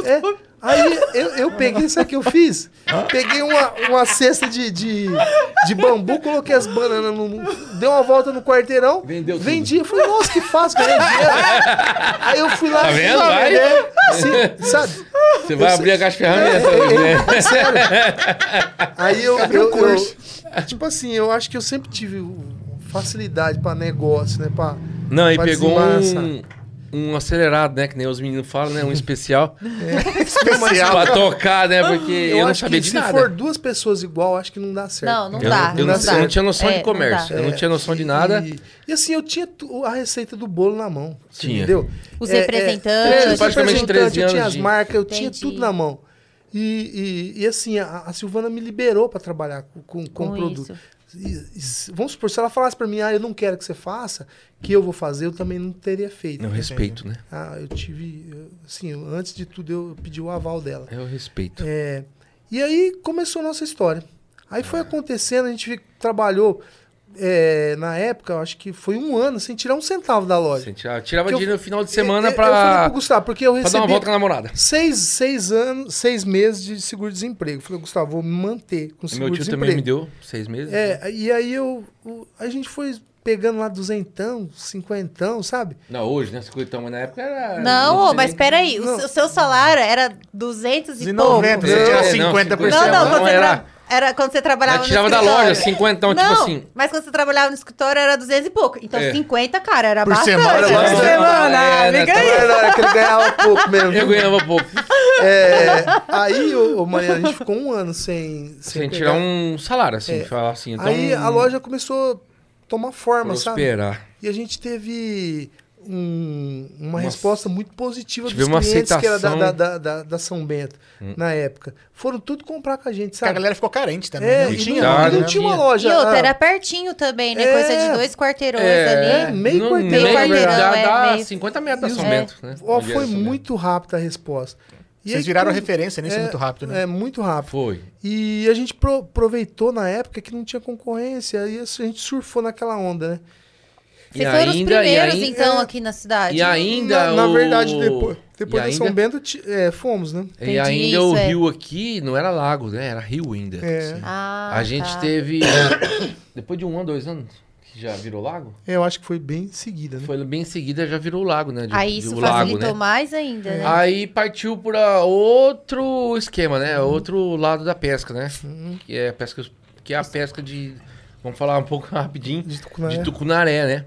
[SPEAKER 4] É, aí eu, eu peguei, sabe o que eu fiz? Peguei uma, uma cesta de, de, de bambu, coloquei as bananas, no, dei uma volta no quarteirão,
[SPEAKER 3] Vendeu tudo.
[SPEAKER 4] vendi. Eu falei, nossa, que fácil, ganhei dinheiro. Aí eu fui lá...
[SPEAKER 3] Tá vendo?
[SPEAKER 4] sabe,
[SPEAKER 3] Vai.
[SPEAKER 4] né? Assim, sabe?
[SPEAKER 3] Você vai abrir a caixa de ferramenta
[SPEAKER 4] É,
[SPEAKER 3] né?
[SPEAKER 4] Aí eu, eu, eu- tipo assim, eu acho que eu sempre tive o- facilidade pra negócio, né, para
[SPEAKER 3] Não, e
[SPEAKER 4] Pra
[SPEAKER 3] pegou
[SPEAKER 4] desembaçar.
[SPEAKER 3] um... um acelerado, né? Que nem os meninos falam, né? Um especial.
[SPEAKER 4] Especial.
[SPEAKER 3] <laughs> pra tocar, né? Porque eu, não sabia
[SPEAKER 4] É. que
[SPEAKER 3] de
[SPEAKER 4] se
[SPEAKER 3] nada.
[SPEAKER 4] for duas pessoas igual, acho que não dá certo.
[SPEAKER 1] Não, não
[SPEAKER 3] Eu,
[SPEAKER 1] dá.
[SPEAKER 3] eu
[SPEAKER 1] não
[SPEAKER 3] não,
[SPEAKER 1] dá.
[SPEAKER 3] eu não tinha noção
[SPEAKER 1] É,
[SPEAKER 3] de
[SPEAKER 1] não
[SPEAKER 3] comércio.
[SPEAKER 1] dá.
[SPEAKER 3] eu não tinha noção de nada.
[SPEAKER 4] E, e assim, eu tinha tu- a receita do bolo na mão.
[SPEAKER 3] Tinha.
[SPEAKER 4] Entendeu?
[SPEAKER 1] Os
[SPEAKER 4] É, é,
[SPEAKER 1] representantes.
[SPEAKER 4] é, os
[SPEAKER 3] Praticamente
[SPEAKER 4] representantes,
[SPEAKER 3] 13
[SPEAKER 4] Eu tinha
[SPEAKER 3] anos
[SPEAKER 4] as
[SPEAKER 3] de-
[SPEAKER 4] marcas, eu tinha
[SPEAKER 1] Entendi.
[SPEAKER 4] tudo na mão. E, e, e assim, a, a Silvana me liberou para trabalhar com, com, com,
[SPEAKER 1] Com
[SPEAKER 4] o produto.
[SPEAKER 1] isso.
[SPEAKER 4] E- e se- vamos supor, se ela falasse para mim, ah, eu não quero que você faça, que eu vou fazer, eu também não teria feito.
[SPEAKER 3] Eu respeito, né?
[SPEAKER 4] Ah, eu tive. eu- Assim, eu- antes de tudo, eu pedi o aval dela.
[SPEAKER 3] Eu respeito.
[SPEAKER 4] É, e aí começou a nossa história. Aí foi acontecendo, a gente fi- trabalhou. é, na época, eu acho que foi um ano sem tirar um centavo da loja.
[SPEAKER 3] Assim, tira- tirava
[SPEAKER 4] Que eu- É,
[SPEAKER 3] dinheiro no final de semana
[SPEAKER 4] eu,
[SPEAKER 3] pra,
[SPEAKER 4] Eu falei pro Gustavo, porque eu
[SPEAKER 3] pra dar uma
[SPEAKER 4] recebi
[SPEAKER 3] volta com a namorada.
[SPEAKER 4] seis, seis anos, seis meses de seguro-desemprego. Eu Falei, Gustavo, vou me manter com
[SPEAKER 3] Meu tio
[SPEAKER 4] seguro-desemprego.
[SPEAKER 3] também me deu seis meses. né?
[SPEAKER 4] É, e aí eu. o- a gente foi pegando lá duzentão, cinquentão, sabe?
[SPEAKER 3] Não, hoje, né? 50, mas na época era.
[SPEAKER 1] Não,
[SPEAKER 3] sei
[SPEAKER 1] mas
[SPEAKER 3] nem-
[SPEAKER 1] peraí. O
[SPEAKER 4] É, Não.
[SPEAKER 1] seu- seu salário era 200 e pouco.
[SPEAKER 2] 90, você
[SPEAKER 3] Não,
[SPEAKER 2] tira
[SPEAKER 3] não,
[SPEAKER 2] 50%.
[SPEAKER 3] por
[SPEAKER 1] Não,
[SPEAKER 3] cento.
[SPEAKER 1] não, quando
[SPEAKER 3] Não,
[SPEAKER 1] você
[SPEAKER 3] era-
[SPEAKER 1] tra- era quando você trabalhava
[SPEAKER 3] Ela
[SPEAKER 1] no
[SPEAKER 3] tirava da
[SPEAKER 1] escritório.
[SPEAKER 3] loja, 50, então, tipo
[SPEAKER 1] não,
[SPEAKER 3] assim.
[SPEAKER 1] mas quando você trabalhava no escritório era 200 e pouco. Então
[SPEAKER 3] É.
[SPEAKER 1] 50, cara, era
[SPEAKER 2] Por
[SPEAKER 1] bastante.
[SPEAKER 2] semana,
[SPEAKER 1] Por
[SPEAKER 2] bastante.
[SPEAKER 1] semana,
[SPEAKER 3] É, né,
[SPEAKER 1] amiga,
[SPEAKER 3] tá
[SPEAKER 1] aí.
[SPEAKER 3] vendo?
[SPEAKER 4] Então, Era que ele ganhava um pouco mesmo.
[SPEAKER 3] Eu um ganhava pouco.
[SPEAKER 4] <laughs> É, aí, ô, ô, Mariana, a gente ficou um ano sem.
[SPEAKER 3] Sem
[SPEAKER 4] pegar.
[SPEAKER 3] tirar um salário, assim.
[SPEAKER 4] É.
[SPEAKER 3] Falar assim. Então,
[SPEAKER 4] Aí a loja começou a tomar forma, sabe?
[SPEAKER 3] prosperar.
[SPEAKER 4] E a gente teve um- uma,
[SPEAKER 3] Uma-
[SPEAKER 4] resposta muito positiva
[SPEAKER 3] Tive
[SPEAKER 4] dos
[SPEAKER 3] uma
[SPEAKER 4] clientes que era da,
[SPEAKER 3] aceitação. Hum.
[SPEAKER 4] da- da- da- da São Bento na época. Foram tudo comprar com a gente,
[SPEAKER 2] A
[SPEAKER 4] sabe?
[SPEAKER 2] galera ficou carente também.
[SPEAKER 4] é,
[SPEAKER 2] né?
[SPEAKER 4] e não,
[SPEAKER 3] tinha,
[SPEAKER 4] e não
[SPEAKER 3] né?
[SPEAKER 4] tinha,
[SPEAKER 3] Não
[SPEAKER 2] tinha.
[SPEAKER 4] uma loja.
[SPEAKER 1] E outra,
[SPEAKER 4] ah,
[SPEAKER 1] era pertinho também, né?
[SPEAKER 4] É.
[SPEAKER 1] Coisa de dois quarteirões
[SPEAKER 4] É,
[SPEAKER 1] ali.
[SPEAKER 4] meio
[SPEAKER 3] não-
[SPEAKER 4] quarteirão, né?
[SPEAKER 1] na
[SPEAKER 3] meio quarteirão,
[SPEAKER 1] verdade.
[SPEAKER 3] dá
[SPEAKER 1] É, meio-
[SPEAKER 3] 50 metros da
[SPEAKER 4] Isso.
[SPEAKER 3] São
[SPEAKER 1] É.
[SPEAKER 3] Bento, né?
[SPEAKER 4] ó,
[SPEAKER 3] Onde era
[SPEAKER 4] foi
[SPEAKER 3] São Bento.
[SPEAKER 4] muito rápida a resposta. E
[SPEAKER 2] Vocês
[SPEAKER 4] aí,
[SPEAKER 2] viraram
[SPEAKER 4] quando-
[SPEAKER 2] referência nisso
[SPEAKER 4] é,
[SPEAKER 2] muito rápido, né?
[SPEAKER 4] É, muito rápido.
[SPEAKER 3] Foi.
[SPEAKER 4] E a gente pro- aproveitou na época que não tinha concorrência e a gente surfou naquela onda, né?
[SPEAKER 3] E
[SPEAKER 1] Vocês foram os
[SPEAKER 3] ainda- e
[SPEAKER 1] primeiros,
[SPEAKER 3] ainda-
[SPEAKER 1] então,
[SPEAKER 4] é.
[SPEAKER 1] aqui na cidade.
[SPEAKER 3] E ainda.
[SPEAKER 4] na, na
[SPEAKER 3] o-
[SPEAKER 4] verdade, depois,
[SPEAKER 3] e
[SPEAKER 4] depois da
[SPEAKER 3] ainda,
[SPEAKER 4] São Bento, ti- é, fomos, né?
[SPEAKER 3] E
[SPEAKER 1] Entendi,
[SPEAKER 3] ainda o
[SPEAKER 1] isso é.
[SPEAKER 3] rio aqui não era lago, né? Era rio ainda.
[SPEAKER 4] É.
[SPEAKER 3] assim.
[SPEAKER 1] Ah,
[SPEAKER 3] a gente
[SPEAKER 1] tá.
[SPEAKER 3] teve. <coughs> depois de um ano, dois anos, que já virou lago.
[SPEAKER 4] Eu acho que foi bem em seguida, né?
[SPEAKER 3] Foi bem em seguida, já virou lago, né? De-
[SPEAKER 1] Aí
[SPEAKER 3] de-
[SPEAKER 1] isso
[SPEAKER 3] o lago,
[SPEAKER 1] facilitou
[SPEAKER 3] né?
[SPEAKER 1] mais ainda, né?
[SPEAKER 3] Aí partiu para outro esquema, né? Outro lado da pesca, né? Que é a pesca, que é a pesca de, vamos falar um pouco <laughs> rapidinho,
[SPEAKER 4] De Tucunaré.
[SPEAKER 3] de tucunaré, né?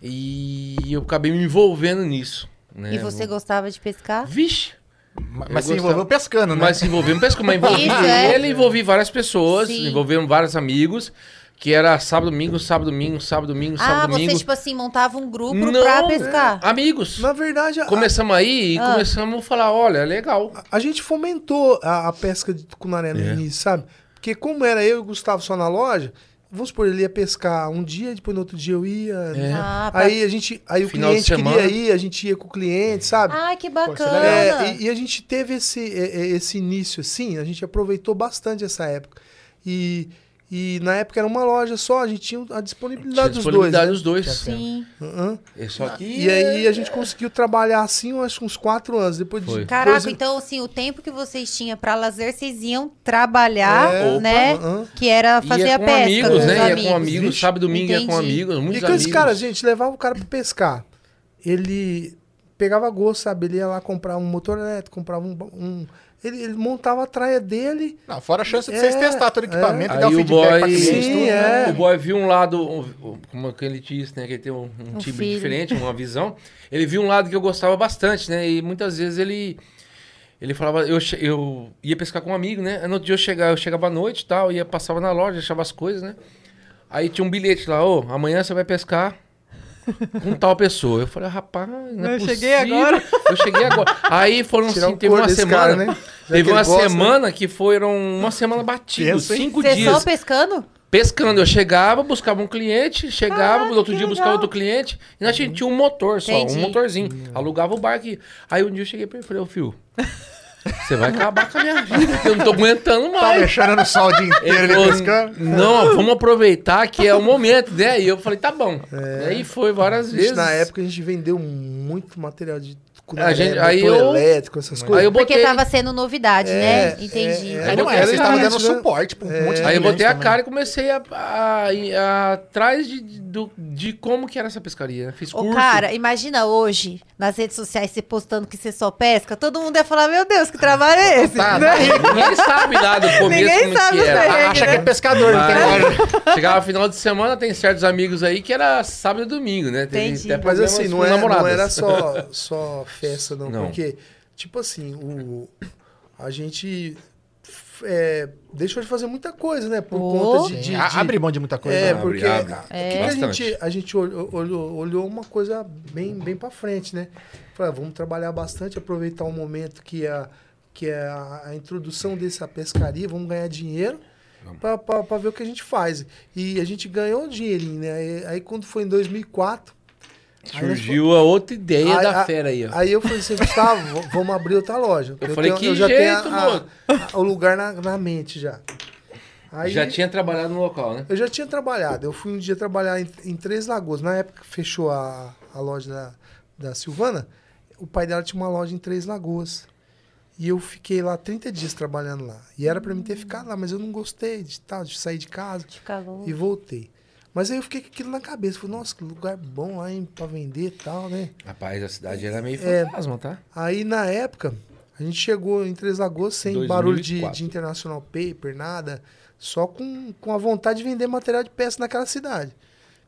[SPEAKER 3] E eu acabei me envolvendo nisso, né?
[SPEAKER 1] e você gostava de pescar?
[SPEAKER 3] Vixe,
[SPEAKER 2] Mas
[SPEAKER 3] eu
[SPEAKER 2] mas se
[SPEAKER 3] gostava-
[SPEAKER 2] envolveu pescando, né?
[SPEAKER 3] mas se envolvendo, pesca, mas
[SPEAKER 1] <laughs>
[SPEAKER 3] envolvi
[SPEAKER 1] Isso, é.
[SPEAKER 3] ele, envolvi várias pessoas,
[SPEAKER 1] Sim.
[SPEAKER 3] envolvendo vários amigos, que era sábado, domingo, sábado, domingo, sábado, domingo, sábado,
[SPEAKER 1] Ah,
[SPEAKER 3] domingo.
[SPEAKER 1] você, tipo assim, montava um grupo
[SPEAKER 3] Não,
[SPEAKER 1] pra pescar.
[SPEAKER 3] Amigos.
[SPEAKER 4] Na verdade, a,
[SPEAKER 3] Começamos aí e
[SPEAKER 1] Ah.
[SPEAKER 3] começamos a falar, olha, legal.
[SPEAKER 4] a gente fomentou a, a pesca de tucunaré no
[SPEAKER 3] É.
[SPEAKER 4] início, sabe? Porque como era eu e o Gustavo só na loja, vamos supor, ele ia pescar um dia, depois no outro dia eu ia. né?
[SPEAKER 3] é.
[SPEAKER 1] Ah, pra-
[SPEAKER 4] Aí a gente, aí o
[SPEAKER 3] Final de
[SPEAKER 4] cliente
[SPEAKER 3] semana.
[SPEAKER 4] queria ir, a gente ia com o cliente, sabe?
[SPEAKER 1] Ai, Ah, que
[SPEAKER 2] Pô,
[SPEAKER 1] bacana.
[SPEAKER 2] isso
[SPEAKER 4] É, e, e a gente teve esse, é, é, esse início assim, a gente aproveitou bastante essa época. E, e na época era uma loja só, a gente tinha a disponibilidade,
[SPEAKER 3] disponibilidade
[SPEAKER 4] dos
[SPEAKER 3] dos dois.
[SPEAKER 1] Sim.
[SPEAKER 4] dois. né? Aham.
[SPEAKER 3] né? É só que.
[SPEAKER 4] E aí a gente conseguiu trabalhar assim, eu acho, uns quatro anos. Depois
[SPEAKER 3] Foi.
[SPEAKER 4] de.
[SPEAKER 1] Caraca,
[SPEAKER 4] depois-
[SPEAKER 1] então assim, o tempo que vocês tinham pra lazer, vocês iam trabalhar,
[SPEAKER 4] É, opa,
[SPEAKER 1] né?
[SPEAKER 4] aham.
[SPEAKER 1] Que era fazer
[SPEAKER 3] ia
[SPEAKER 1] a
[SPEAKER 3] é com
[SPEAKER 1] pesca
[SPEAKER 3] amigos,
[SPEAKER 1] com
[SPEAKER 3] né?
[SPEAKER 1] os
[SPEAKER 3] Ia
[SPEAKER 1] amigos.
[SPEAKER 3] com amigos, sábado domingo ia com
[SPEAKER 1] Entendi.
[SPEAKER 3] amigos,
[SPEAKER 4] E
[SPEAKER 3] muitos
[SPEAKER 4] com
[SPEAKER 3] amigos.
[SPEAKER 4] esse cara, gente, levava o cara pra pescar. Ele pegava gosto, sabe? Ele ia lá comprar um motor elétrico, comprava um. um- ele, ele montava a traia dele.
[SPEAKER 2] Não, fora a chance de vocês
[SPEAKER 4] É,
[SPEAKER 2] testar todo o equipamento e
[SPEAKER 3] Aí
[SPEAKER 2] dar o
[SPEAKER 3] o
[SPEAKER 2] feedback
[SPEAKER 3] boy,
[SPEAKER 2] pra cliente.
[SPEAKER 4] Sim,
[SPEAKER 2] tudo, né?
[SPEAKER 4] é.
[SPEAKER 3] o boy viu um lado, um- um- como que ele disse, né? Que ele tem um, um
[SPEAKER 1] Um
[SPEAKER 3] time
[SPEAKER 1] filho.
[SPEAKER 3] diferente, uma visão. Ele viu um lado que eu gostava bastante, né? E muitas vezes ele ele falava, eu, che- eu ia pescar com um amigo, né? Aí No outro dia eu chegava, eu chegava à noite e tal, ia passava na loja, achava as coisas, né? Aí tinha um bilhete lá, ô, amanhã você vai pescar com tal pessoa. Eu falei, rapaz, não é
[SPEAKER 1] Eu cheguei
[SPEAKER 3] possível.
[SPEAKER 1] agora.
[SPEAKER 3] Eu cheguei agora. Aí foram
[SPEAKER 4] Tirar
[SPEAKER 3] assim,
[SPEAKER 4] o
[SPEAKER 3] teve
[SPEAKER 4] couro
[SPEAKER 3] uma
[SPEAKER 4] desse
[SPEAKER 3] semana,
[SPEAKER 4] cara, né? Já que
[SPEAKER 3] Teve
[SPEAKER 4] ele
[SPEAKER 3] uma
[SPEAKER 4] gosta.
[SPEAKER 3] semana que foram uma semana batida,
[SPEAKER 2] Tenso, hein?
[SPEAKER 3] cinco
[SPEAKER 1] Você
[SPEAKER 3] dias.
[SPEAKER 1] só pescando?
[SPEAKER 3] Pescando, eu chegava, buscava um cliente, chegava,
[SPEAKER 1] Caraca,
[SPEAKER 3] no outro
[SPEAKER 1] Ah, que
[SPEAKER 3] dia buscava
[SPEAKER 1] legal.
[SPEAKER 3] outro cliente. E nós tinha um motor só,
[SPEAKER 1] Entendi.
[SPEAKER 3] um motorzinho.
[SPEAKER 2] Hum.
[SPEAKER 3] Alugava o barco. e- Aí um dia eu cheguei pra ele e falei, ô filho, você vai acabar com a minha vida, porque eu não tô aguentando
[SPEAKER 2] Tá
[SPEAKER 3] mais.
[SPEAKER 2] deixando no sol o dia inteiro
[SPEAKER 3] Ele
[SPEAKER 2] ele
[SPEAKER 3] falou,
[SPEAKER 2] pescando.
[SPEAKER 3] não, vamos aproveitar que é o momento,
[SPEAKER 2] É.
[SPEAKER 3] né? E eu falei, tá bom. E aí foi várias
[SPEAKER 4] A gente,
[SPEAKER 3] vezes.
[SPEAKER 4] na época a gente vendeu muito material de
[SPEAKER 3] A gente-
[SPEAKER 4] galera,
[SPEAKER 3] aí
[SPEAKER 4] motor
[SPEAKER 3] eu-
[SPEAKER 4] elétrico, essas coisas.
[SPEAKER 3] Aí eu
[SPEAKER 1] Porque
[SPEAKER 3] botei,
[SPEAKER 1] tava sendo novidade,
[SPEAKER 4] É,
[SPEAKER 1] né? Entendi.
[SPEAKER 4] é,
[SPEAKER 2] Aí não
[SPEAKER 3] porque
[SPEAKER 2] é,
[SPEAKER 3] ela
[SPEAKER 2] você
[SPEAKER 3] já-
[SPEAKER 2] tava dando
[SPEAKER 4] já-
[SPEAKER 2] suporte pra um monte de
[SPEAKER 3] aí eu
[SPEAKER 2] gente
[SPEAKER 3] botei a
[SPEAKER 2] também.
[SPEAKER 3] cara e comecei a, a, ir atrás de, de- do- de como que era essa pescaria. né? Fiz
[SPEAKER 1] Ô,
[SPEAKER 3] curso.
[SPEAKER 1] cara, imagina hoje, nas redes sociais, você postando que você só pesca, todo mundo ia falar, meu Deus, que trabalho é esse?
[SPEAKER 3] Tá,
[SPEAKER 1] né?
[SPEAKER 3] Ninguém sabe lá do começo
[SPEAKER 1] Ninguém
[SPEAKER 3] como
[SPEAKER 1] sabe
[SPEAKER 3] que
[SPEAKER 1] os
[SPEAKER 3] era.
[SPEAKER 1] perrengues.
[SPEAKER 2] Acha que é pescador, não tem
[SPEAKER 3] Mas-
[SPEAKER 2] loja.
[SPEAKER 3] Chegava final de semana, tem certos amigos aí que era sábado e domingo, né? Teve
[SPEAKER 1] Entendi.
[SPEAKER 3] até
[SPEAKER 4] Mas
[SPEAKER 3] problemas
[SPEAKER 4] assim, não,
[SPEAKER 3] com
[SPEAKER 4] é- não
[SPEAKER 3] namoradas. <laughs>
[SPEAKER 4] era só, só festa, não,
[SPEAKER 3] Não.
[SPEAKER 4] Porque, tipo assim, o, a gente f- é, deixou de fazer muita coisa, né? Por
[SPEAKER 1] Oh.
[SPEAKER 4] conta de.
[SPEAKER 2] Sim,
[SPEAKER 4] de-
[SPEAKER 2] a-
[SPEAKER 4] de-
[SPEAKER 2] Abre mão de muita coisa.
[SPEAKER 4] É,
[SPEAKER 3] Abre,
[SPEAKER 2] né?
[SPEAKER 4] porque
[SPEAKER 3] abre.
[SPEAKER 4] a- o que
[SPEAKER 3] É.
[SPEAKER 4] que a
[SPEAKER 3] Bastante.
[SPEAKER 4] gente, a gente olhou, olhou- olhou uma coisa bem, bem para frente, né? Falei, ah, vamos trabalhar bastante, aproveitar o momento que a que é a, a introdução dessa pescaria, vamos ganhar dinheiro para ver o que a gente faz. E a gente ganhou um dinheirinho, né? Aí, aí quando foi em 2004, aí nós
[SPEAKER 3] Surgiu a outra ideia
[SPEAKER 4] Aí-
[SPEAKER 3] da
[SPEAKER 4] a-
[SPEAKER 3] fera aí, ó.
[SPEAKER 4] Aí eu falei assim, Gustavo, v- vamos abrir outra loja.
[SPEAKER 3] Eu falei, que jeito, moço.
[SPEAKER 4] a- o lugar na, na mente já. Aí
[SPEAKER 3] Já tinha trabalhado no local, né?
[SPEAKER 4] Eu já tinha trabalhado. Eu fui um dia trabalhar em, em Três Lagoas. Na época que fechou a, a loja da, da Silvana, o pai dela tinha uma loja em Três Lagoas. E eu fiquei lá 30 dias trabalhando lá. E era pra mim ter ficado lá, mas eu não gostei de tal, de sair de casa
[SPEAKER 1] Fica louco.
[SPEAKER 4] e voltei. Mas aí eu fiquei com aquilo na cabeça. Falei, nossa, que lugar bom lá hein, pra vender e tal, né?
[SPEAKER 3] Rapaz, a cidade era meio
[SPEAKER 4] É.
[SPEAKER 3] fantasma, tá?
[SPEAKER 4] Aí na época, a gente chegou em Três Lagoas sem
[SPEAKER 3] 2004.
[SPEAKER 4] barulho de, de international paper, nada, só com, com a vontade de vender material de peça naquela cidade.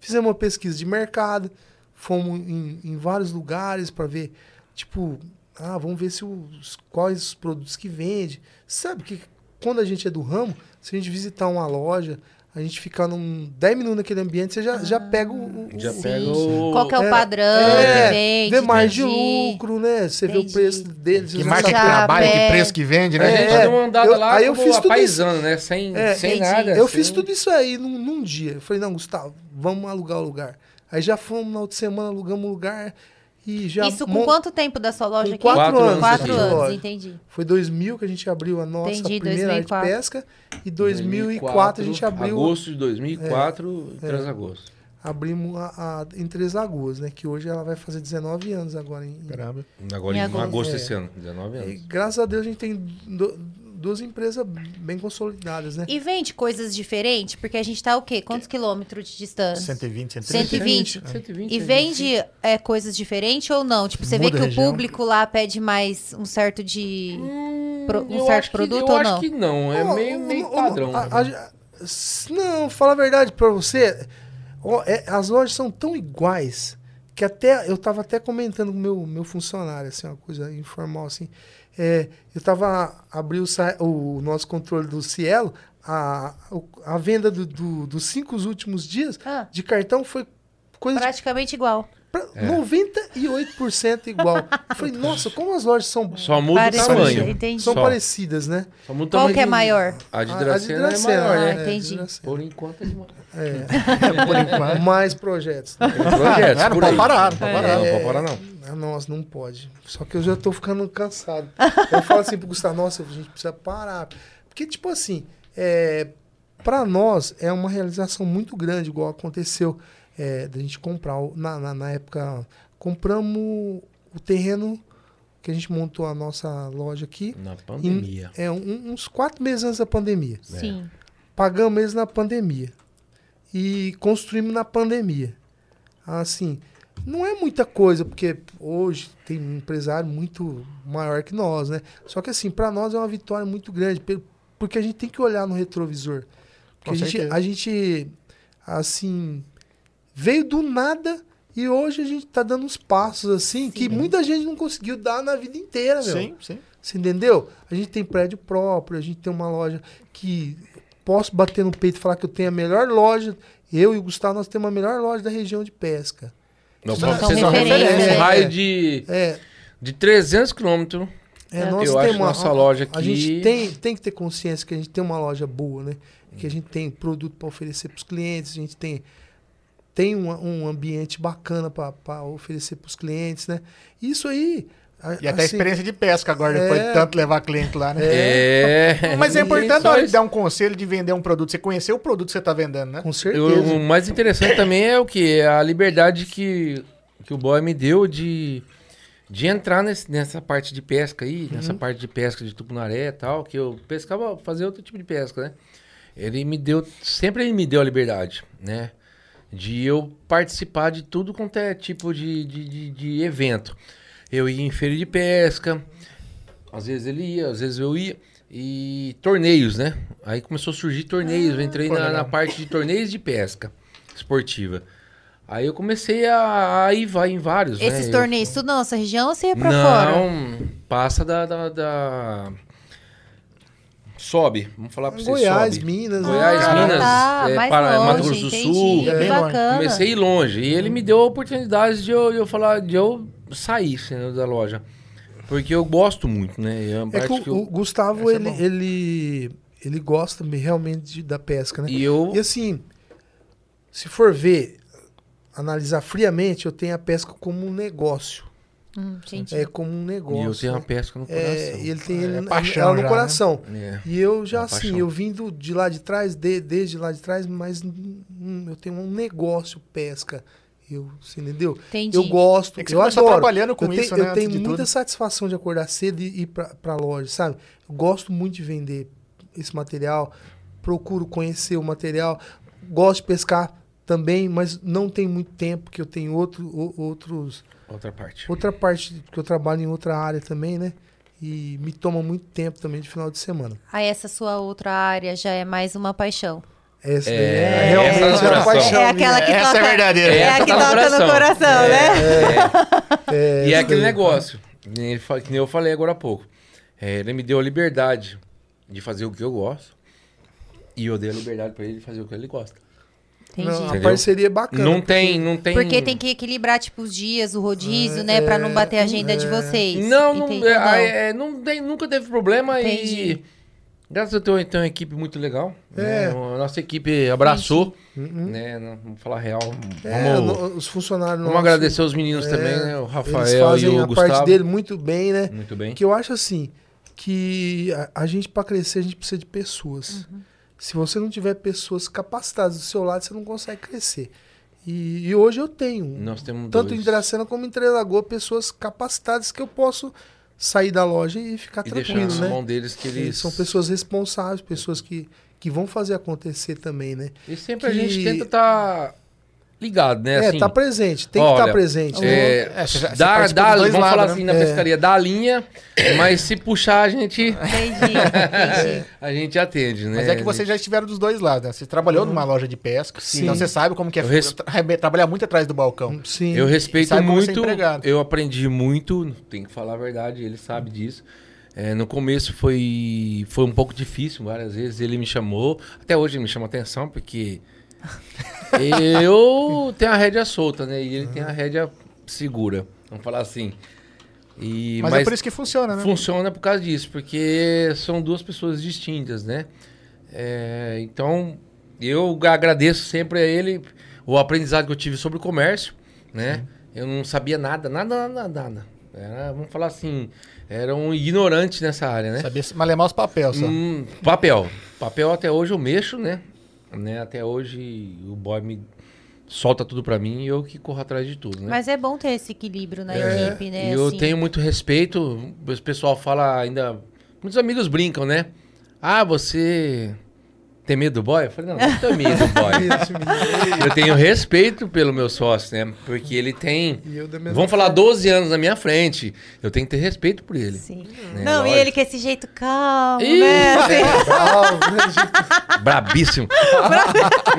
[SPEAKER 4] Fizemos uma pesquisa de mercado, fomos em, em vários lugares para ver, tipo, ah, vamos ver se os, quais os produtos que vende. Sabe que quando a gente é do ramo, se a gente visitar uma loja, a gente ficar num 10 minutos naquele ambiente, você já, já pega o, o-
[SPEAKER 3] Já
[SPEAKER 4] o-
[SPEAKER 3] pega o...
[SPEAKER 1] Qual que é o
[SPEAKER 4] É,
[SPEAKER 1] padrão
[SPEAKER 4] é,
[SPEAKER 1] que vende?
[SPEAKER 4] vê mais de
[SPEAKER 1] entendi.
[SPEAKER 4] lucro, né? Você vê
[SPEAKER 1] Entendi.
[SPEAKER 4] o preço deles.
[SPEAKER 2] Que
[SPEAKER 4] eles
[SPEAKER 2] marca que
[SPEAKER 4] sabem-
[SPEAKER 1] Já
[SPEAKER 2] trabalha,
[SPEAKER 1] pega.
[SPEAKER 2] que preço que vende,
[SPEAKER 3] A
[SPEAKER 2] né?
[SPEAKER 3] gente
[SPEAKER 4] É,
[SPEAKER 3] deu uma andada
[SPEAKER 4] eu-
[SPEAKER 3] lá
[SPEAKER 4] aí eu
[SPEAKER 3] como
[SPEAKER 4] fiz tudo
[SPEAKER 3] apaisando, né? Sem,
[SPEAKER 4] É,
[SPEAKER 3] sem
[SPEAKER 1] entendi.
[SPEAKER 3] nada.
[SPEAKER 4] Eu
[SPEAKER 3] sem-
[SPEAKER 4] fiz tudo isso aí num, num dia. Eu falei, não, Gustavo, vamos alugar o lugar. Aí já fomos na outra semana, alugamos o lugar e já...
[SPEAKER 1] Isso com
[SPEAKER 4] mon-
[SPEAKER 1] quanto tempo da sua loja
[SPEAKER 4] Com
[SPEAKER 1] aqui?
[SPEAKER 4] quatro,
[SPEAKER 3] Quatro
[SPEAKER 4] anos.
[SPEAKER 1] Quatro
[SPEAKER 3] anos,
[SPEAKER 4] essa
[SPEAKER 1] anos,
[SPEAKER 4] loja.
[SPEAKER 1] entendi.
[SPEAKER 4] Foi 2000 que a gente abriu a nossa
[SPEAKER 1] Entendi,
[SPEAKER 4] primeira
[SPEAKER 1] 2004.
[SPEAKER 4] área de pesca. E 2004, a gente abriu É,
[SPEAKER 3] Agosto de 2004, Transagosto.
[SPEAKER 4] abrimos a, a, em Três Lagoas, né? Que hoje ela vai fazer 19 anos agora. Em,
[SPEAKER 2] Caramba.
[SPEAKER 3] Agora
[SPEAKER 1] Em
[SPEAKER 3] em
[SPEAKER 1] agosto.
[SPEAKER 3] agosto,
[SPEAKER 4] É.
[SPEAKER 3] desse ano, 19
[SPEAKER 4] e
[SPEAKER 3] anos.
[SPEAKER 4] graças a Deus a gente tem du- duas empresas bem consolidadas, né?
[SPEAKER 1] E vende coisas diferentes? Porque a gente tá o quê? Quantos quilômetros de distância?
[SPEAKER 2] 120, 130.
[SPEAKER 1] 120.
[SPEAKER 3] 120.
[SPEAKER 1] E vende é, coisas diferentes ou não? Tipo, você vê
[SPEAKER 2] Muda
[SPEAKER 1] que
[SPEAKER 2] a
[SPEAKER 1] o
[SPEAKER 2] região.
[SPEAKER 1] público lá pede mais um certo de... pro- um
[SPEAKER 3] Hum, Eu
[SPEAKER 1] certo
[SPEAKER 3] acho que-
[SPEAKER 1] produto
[SPEAKER 3] Eu
[SPEAKER 1] ou
[SPEAKER 3] acho
[SPEAKER 1] não?
[SPEAKER 3] que não. É
[SPEAKER 4] Ó,
[SPEAKER 3] meio, meio
[SPEAKER 4] ó,
[SPEAKER 3] padrão.
[SPEAKER 4] um,
[SPEAKER 3] né?
[SPEAKER 4] a- a- s- não, fala a verdade pra você. ó, é- as lojas são tão iguais que até eu tava até comentando com o meu, meu funcionário, assim, uma coisa informal, assim. É, eu tava abriu o, sa- o nosso controle do Cielo, a, o- a venda do- do- dos cinco últimos dias
[SPEAKER 1] Ah.
[SPEAKER 4] de cartão foi coisa de
[SPEAKER 1] Praticamente igual.
[SPEAKER 4] pra-
[SPEAKER 3] É.
[SPEAKER 4] 98% igual.
[SPEAKER 3] <laughs>
[SPEAKER 4] Eu falei, nossa, como as lojas são,
[SPEAKER 3] Só muda
[SPEAKER 1] Parece-
[SPEAKER 3] o tamanho.
[SPEAKER 1] Entendi.
[SPEAKER 4] são
[SPEAKER 3] Só.
[SPEAKER 4] parecidas, né?
[SPEAKER 3] Só muda o
[SPEAKER 1] Qual
[SPEAKER 3] tamanho
[SPEAKER 1] que é
[SPEAKER 3] do-
[SPEAKER 1] maior?
[SPEAKER 3] A de
[SPEAKER 4] A- a
[SPEAKER 3] Dracena é
[SPEAKER 4] Dracena,
[SPEAKER 3] maior,
[SPEAKER 1] Ah,
[SPEAKER 3] né?
[SPEAKER 4] é,
[SPEAKER 1] entendi.
[SPEAKER 4] de Dracena.
[SPEAKER 3] Por enquanto é de maior.
[SPEAKER 4] <laughs>
[SPEAKER 2] Por enquanto.
[SPEAKER 4] mais projetos. né?
[SPEAKER 3] Projetos,
[SPEAKER 2] É, não
[SPEAKER 3] por
[SPEAKER 2] pode
[SPEAKER 3] aí.
[SPEAKER 2] parar, não pode
[SPEAKER 3] É.
[SPEAKER 2] parar.
[SPEAKER 3] Não, não pode parar não.
[SPEAKER 4] Ah, nossa, não pode. Só que eu já tô ficando cansado. Eu falo assim pro Gustavo, nossa, a gente precisa parar. Porque, tipo assim, é, para nós é uma realização muito grande, igual aconteceu é, da gente comprar, o- na, na, na época, compramos o terreno que a gente montou a nossa loja aqui.
[SPEAKER 3] Na
[SPEAKER 4] em-
[SPEAKER 3] pandemia.
[SPEAKER 4] é, um- uns quatro meses antes da pandemia.
[SPEAKER 1] Sim.
[SPEAKER 4] pagamos eles na pandemia e construímos na pandemia. Assim, não é muita coisa, porque hoje tem um empresário muito maior que nós, né? Só que assim, para nós é uma vitória muito grande, pe- porque a gente tem que olhar no retrovisor.
[SPEAKER 2] Com
[SPEAKER 4] Porque a gente,
[SPEAKER 2] certeza.
[SPEAKER 4] a gente, assim, veio do nada e hoje a gente tá dando uns passos, assim, que muita gente não conseguiu dar na vida inteira, meu.
[SPEAKER 2] Sim, sim.
[SPEAKER 4] Você entendeu? A gente tem prédio próprio, a gente tem uma loja que posso bater no peito e falar que eu tenho a melhor loja. Eu e o Gustavo, nós temos a melhor loja da região de pesca.
[SPEAKER 3] Não,
[SPEAKER 1] São
[SPEAKER 3] vocês estão
[SPEAKER 1] referência,
[SPEAKER 3] referência.
[SPEAKER 1] né?
[SPEAKER 3] Um raio de,
[SPEAKER 4] É,
[SPEAKER 3] de 300 quilômetros.
[SPEAKER 4] é,
[SPEAKER 1] Eu
[SPEAKER 4] nós
[SPEAKER 3] acho
[SPEAKER 4] temos uma,
[SPEAKER 3] nossa loja
[SPEAKER 4] A
[SPEAKER 3] aqui-
[SPEAKER 4] gente tem, tem que ter consciência que a gente tem uma loja boa, né? Que a gente tem produto para oferecer para os clientes, a gente tem, tem um, um ambiente bacana para oferecer para os clientes, né? Isso aí. a-
[SPEAKER 2] E até a
[SPEAKER 4] assim,
[SPEAKER 2] experiência de pesca agora, depois
[SPEAKER 4] É.
[SPEAKER 2] de tanto levar cliente lá, né?
[SPEAKER 3] É.
[SPEAKER 2] Mas é
[SPEAKER 3] E
[SPEAKER 2] importante
[SPEAKER 3] só
[SPEAKER 2] a hora de
[SPEAKER 3] isso.
[SPEAKER 2] dar um conselho de vender um produto, você conhecer o produto que você tá vendendo, né?
[SPEAKER 4] Com
[SPEAKER 3] Eu-
[SPEAKER 4] certeza.
[SPEAKER 3] o mais É interessante também é o que? A liberdade que, que o boy me deu de, de entrar nesse- nessa parte de pesca aí, nessa parte de pesca de tucunaré e tal, que eu pescava, fazia outro tipo de pesca, né? Ele me deu, sempre ele me deu a liberdade, né? De eu participar de tudo quanto é tipo de, de, de- de evento. Eu ia em feira de pesca, às vezes ele ia, às vezes eu ia, e torneios, né? Aí começou a surgir torneios, eu entrei
[SPEAKER 2] pô,
[SPEAKER 3] na,
[SPEAKER 2] legal.
[SPEAKER 3] na parte de torneios de pesca esportiva. Aí eu comecei a, a ir vai em vários, né?
[SPEAKER 1] Esses
[SPEAKER 3] Eu-
[SPEAKER 1] torneios, tudo na nossa região ou você ia pra
[SPEAKER 3] não,
[SPEAKER 1] fora?
[SPEAKER 3] passa da, da, da- Sobe, vamos falar pra você,
[SPEAKER 4] Goiás,
[SPEAKER 3] sobe.
[SPEAKER 4] Minas. né?
[SPEAKER 3] Goiás,
[SPEAKER 1] ah,
[SPEAKER 3] Minas,
[SPEAKER 1] tá,
[SPEAKER 3] é,
[SPEAKER 1] mais
[SPEAKER 3] para-
[SPEAKER 1] longe,
[SPEAKER 3] Mato Grosso do
[SPEAKER 1] entendi.
[SPEAKER 3] Sul,
[SPEAKER 1] Que
[SPEAKER 4] é bem longe.
[SPEAKER 1] bacana.
[SPEAKER 3] Comecei a ir longe. E ele me deu a oportunidade de eu, de eu falar, de eu sair sendo da loja. Porque eu gosto muito, né? E É, uma
[SPEAKER 4] É que
[SPEAKER 3] parte
[SPEAKER 4] o,
[SPEAKER 3] que eu-
[SPEAKER 4] o Gustavo,
[SPEAKER 3] Essa é
[SPEAKER 4] ele,
[SPEAKER 3] bom.
[SPEAKER 4] ele, ele gosta realmente de- da pesca, né?
[SPEAKER 3] E eu.
[SPEAKER 4] E assim, se for ver, analisar friamente, eu tenho a pesca como um negócio.
[SPEAKER 1] Hum, entendi.
[SPEAKER 4] É como
[SPEAKER 3] e
[SPEAKER 4] um
[SPEAKER 3] eu
[SPEAKER 4] negócio.
[SPEAKER 3] tenho a
[SPEAKER 4] né?
[SPEAKER 3] pesca no coração.
[SPEAKER 4] É, e ele tem
[SPEAKER 2] É
[SPEAKER 4] ele,
[SPEAKER 2] paixão
[SPEAKER 4] ela no
[SPEAKER 2] já,
[SPEAKER 4] coração.
[SPEAKER 3] É.
[SPEAKER 4] E eu já
[SPEAKER 3] né? É
[SPEAKER 4] assim,
[SPEAKER 3] paixão.
[SPEAKER 4] eu vim do- de lá de trás, de- desde lá de trás, mas hum, hum, eu tenho um negócio pesca. Eu, você entendeu?
[SPEAKER 1] Entendi.
[SPEAKER 4] Eu gosto,
[SPEAKER 2] É que você
[SPEAKER 4] eu
[SPEAKER 2] começou
[SPEAKER 4] adoro.
[SPEAKER 2] trabalhando com
[SPEAKER 4] eu tenho,
[SPEAKER 2] isso,
[SPEAKER 4] eu
[SPEAKER 2] né,
[SPEAKER 4] tenho
[SPEAKER 2] antes de
[SPEAKER 4] muita
[SPEAKER 2] tudo.
[SPEAKER 4] satisfação de acordar cedo e ir pra, pra loja, sabe? Eu gosto muito de vender esse material, procuro conhecer o material, gosto de pescar também, mas não tem muito tempo que eu tenho outro, o- outros
[SPEAKER 3] Outra parte.
[SPEAKER 4] Outra parte que eu trabalho em outra área também, né? E me toma muito tempo também de final de semana.
[SPEAKER 1] Ah, essa sua outra área já é mais uma paixão.
[SPEAKER 4] Essa
[SPEAKER 3] É,
[SPEAKER 4] daí é,
[SPEAKER 3] essa é
[SPEAKER 4] realmente
[SPEAKER 3] a
[SPEAKER 4] outra
[SPEAKER 3] coração.
[SPEAKER 4] paixão. né?
[SPEAKER 1] é aquela que
[SPEAKER 2] Essa
[SPEAKER 1] toca,
[SPEAKER 2] é verdadeira.
[SPEAKER 1] É,
[SPEAKER 3] Essa
[SPEAKER 1] a que
[SPEAKER 3] tá no
[SPEAKER 1] toca
[SPEAKER 3] coração.
[SPEAKER 1] no coração, né?
[SPEAKER 4] É,
[SPEAKER 3] E é
[SPEAKER 4] essa
[SPEAKER 3] aquele
[SPEAKER 4] daí.
[SPEAKER 3] negócio, que nem, ele fa- que nem eu falei agora há pouco. É, ele me deu a liberdade de fazer o que eu gosto. E eu dei a liberdade pra ele de fazer o que ele gosta.
[SPEAKER 1] Entendi.
[SPEAKER 4] Não, a
[SPEAKER 3] Entendeu?
[SPEAKER 4] parceria é bacana.
[SPEAKER 3] não tem, não tem. É,
[SPEAKER 1] Porque tem que equilibrar, tipo, os dias, o rodízio, né? Pra não bater a agenda de vocês.
[SPEAKER 3] Não, não,
[SPEAKER 1] Entendi,
[SPEAKER 3] é, é, não tem, nunca teve problema
[SPEAKER 1] Entendi.
[SPEAKER 3] e. Graças a Deus tem uma equipe muito legal. né?
[SPEAKER 4] É.
[SPEAKER 3] A nossa equipe abraçou, né? Não- Vamos falar real.
[SPEAKER 4] É,
[SPEAKER 3] vamos
[SPEAKER 4] no- os funcionários
[SPEAKER 3] vamos
[SPEAKER 4] nossos,
[SPEAKER 3] agradecer os meninos
[SPEAKER 4] é,
[SPEAKER 3] também, né? O
[SPEAKER 4] eles
[SPEAKER 3] Rafael e
[SPEAKER 4] fazem
[SPEAKER 3] o
[SPEAKER 4] a
[SPEAKER 3] Gustavo.
[SPEAKER 4] parte dele muito bem, né?
[SPEAKER 3] Muito bem.
[SPEAKER 4] Que eu acho assim, que a, a gente, para crescer, a gente precisa de pessoas.
[SPEAKER 3] Uhum.
[SPEAKER 4] Se você não tiver pessoas capacitadas do seu lado, você não consegue crescer. E, e hoje eu tenho. um,
[SPEAKER 3] Nós temos
[SPEAKER 4] tanto
[SPEAKER 3] dois.
[SPEAKER 4] em Dracena como em Três Lagoas, pessoas capacitadas que eu posso sair da loja e ficar
[SPEAKER 3] e deixar
[SPEAKER 4] tranquilo,
[SPEAKER 3] na
[SPEAKER 4] né?
[SPEAKER 3] mão deles que eles.
[SPEAKER 4] Eles são pessoas responsáveis, pessoas que, que vão fazer acontecer também, né?
[SPEAKER 3] E sempre a
[SPEAKER 4] que-
[SPEAKER 3] gente tenta estar ligado, né?
[SPEAKER 4] É,
[SPEAKER 3] assim,
[SPEAKER 4] tá presente, tem que
[SPEAKER 3] olha,
[SPEAKER 4] estar presente. né?
[SPEAKER 3] É,
[SPEAKER 2] É, você já- você
[SPEAKER 3] dá,
[SPEAKER 2] participa
[SPEAKER 3] dá,
[SPEAKER 2] dos dois
[SPEAKER 3] vamos
[SPEAKER 2] lados,
[SPEAKER 3] falar
[SPEAKER 2] né?
[SPEAKER 3] assim na
[SPEAKER 4] É.
[SPEAKER 3] pescaria, dá a linha, mas se puxar a
[SPEAKER 4] <laughs>
[SPEAKER 3] gente,
[SPEAKER 1] Entendi,
[SPEAKER 3] <laughs>
[SPEAKER 4] É.
[SPEAKER 1] entendi.
[SPEAKER 3] a gente atende, né?
[SPEAKER 2] Mas é que vocês já estiveram dos dois lados, né? Você trabalhou numa loja de pesca,
[SPEAKER 4] Uhum. Sim.
[SPEAKER 2] então você sabe como que é
[SPEAKER 3] Eu res- Hum.
[SPEAKER 2] tra- trabalhar muito atrás do balcão.
[SPEAKER 4] Então, Sim. <laughs>
[SPEAKER 3] Eu respeito
[SPEAKER 2] sabe como ser
[SPEAKER 3] muito,
[SPEAKER 2] empregado.
[SPEAKER 3] eu aprendi muito, tem que falar a verdade, ele sabe disso. É, no começo foi, foi um pouco difícil, várias vezes ele me chamou, até hoje ele me chama
[SPEAKER 2] <laughs>
[SPEAKER 3] atenção, porque eu tenho a rédea solta, né? E ele tem a rédea segura, vamos falar assim. E,
[SPEAKER 2] Mas, é por isso que funciona, né?
[SPEAKER 3] Funciona por causa disso, porque são duas pessoas distintas, né? É, então, eu ga- agradeço sempre a ele o aprendizado que eu tive sobre o comércio, né? Eu não sabia nada, nada, nada, nada. Era, vamos falar assim, era um ignorante nessa área, né?
[SPEAKER 2] Sabia malemar os papéis, só.
[SPEAKER 3] Hum, papel. Papel até hoje eu mexo, né? né? Até hoje o boy me solta tudo pra mim e eu que corro atrás de tudo, né?
[SPEAKER 1] Mas é bom ter esse equilíbrio na equipe, né?
[SPEAKER 3] É, E eu
[SPEAKER 1] assim.
[SPEAKER 3] tenho muito respeito. O pessoal fala ainda. Muitos amigos brincam, né? Ah, você tem medo do boy? Eu falei, não, não tenho medo do
[SPEAKER 4] <laughs>
[SPEAKER 3] boy.
[SPEAKER 4] Isso, menino.
[SPEAKER 3] eu tenho respeito pelo meu sócio, né? Porque ele tem.
[SPEAKER 4] E eu da mesma <laughs>
[SPEAKER 3] Vão falar 12 anos na minha frente. Eu tenho que ter respeito por ele.
[SPEAKER 1] Sim.
[SPEAKER 3] né?
[SPEAKER 1] Não, e
[SPEAKER 3] Lógico.
[SPEAKER 1] ele com esse jeito calmo,
[SPEAKER 3] Ih,
[SPEAKER 1] né?
[SPEAKER 3] é,
[SPEAKER 4] forma, né, gente?
[SPEAKER 1] <laughs>
[SPEAKER 3] <laughs> brabíssimo.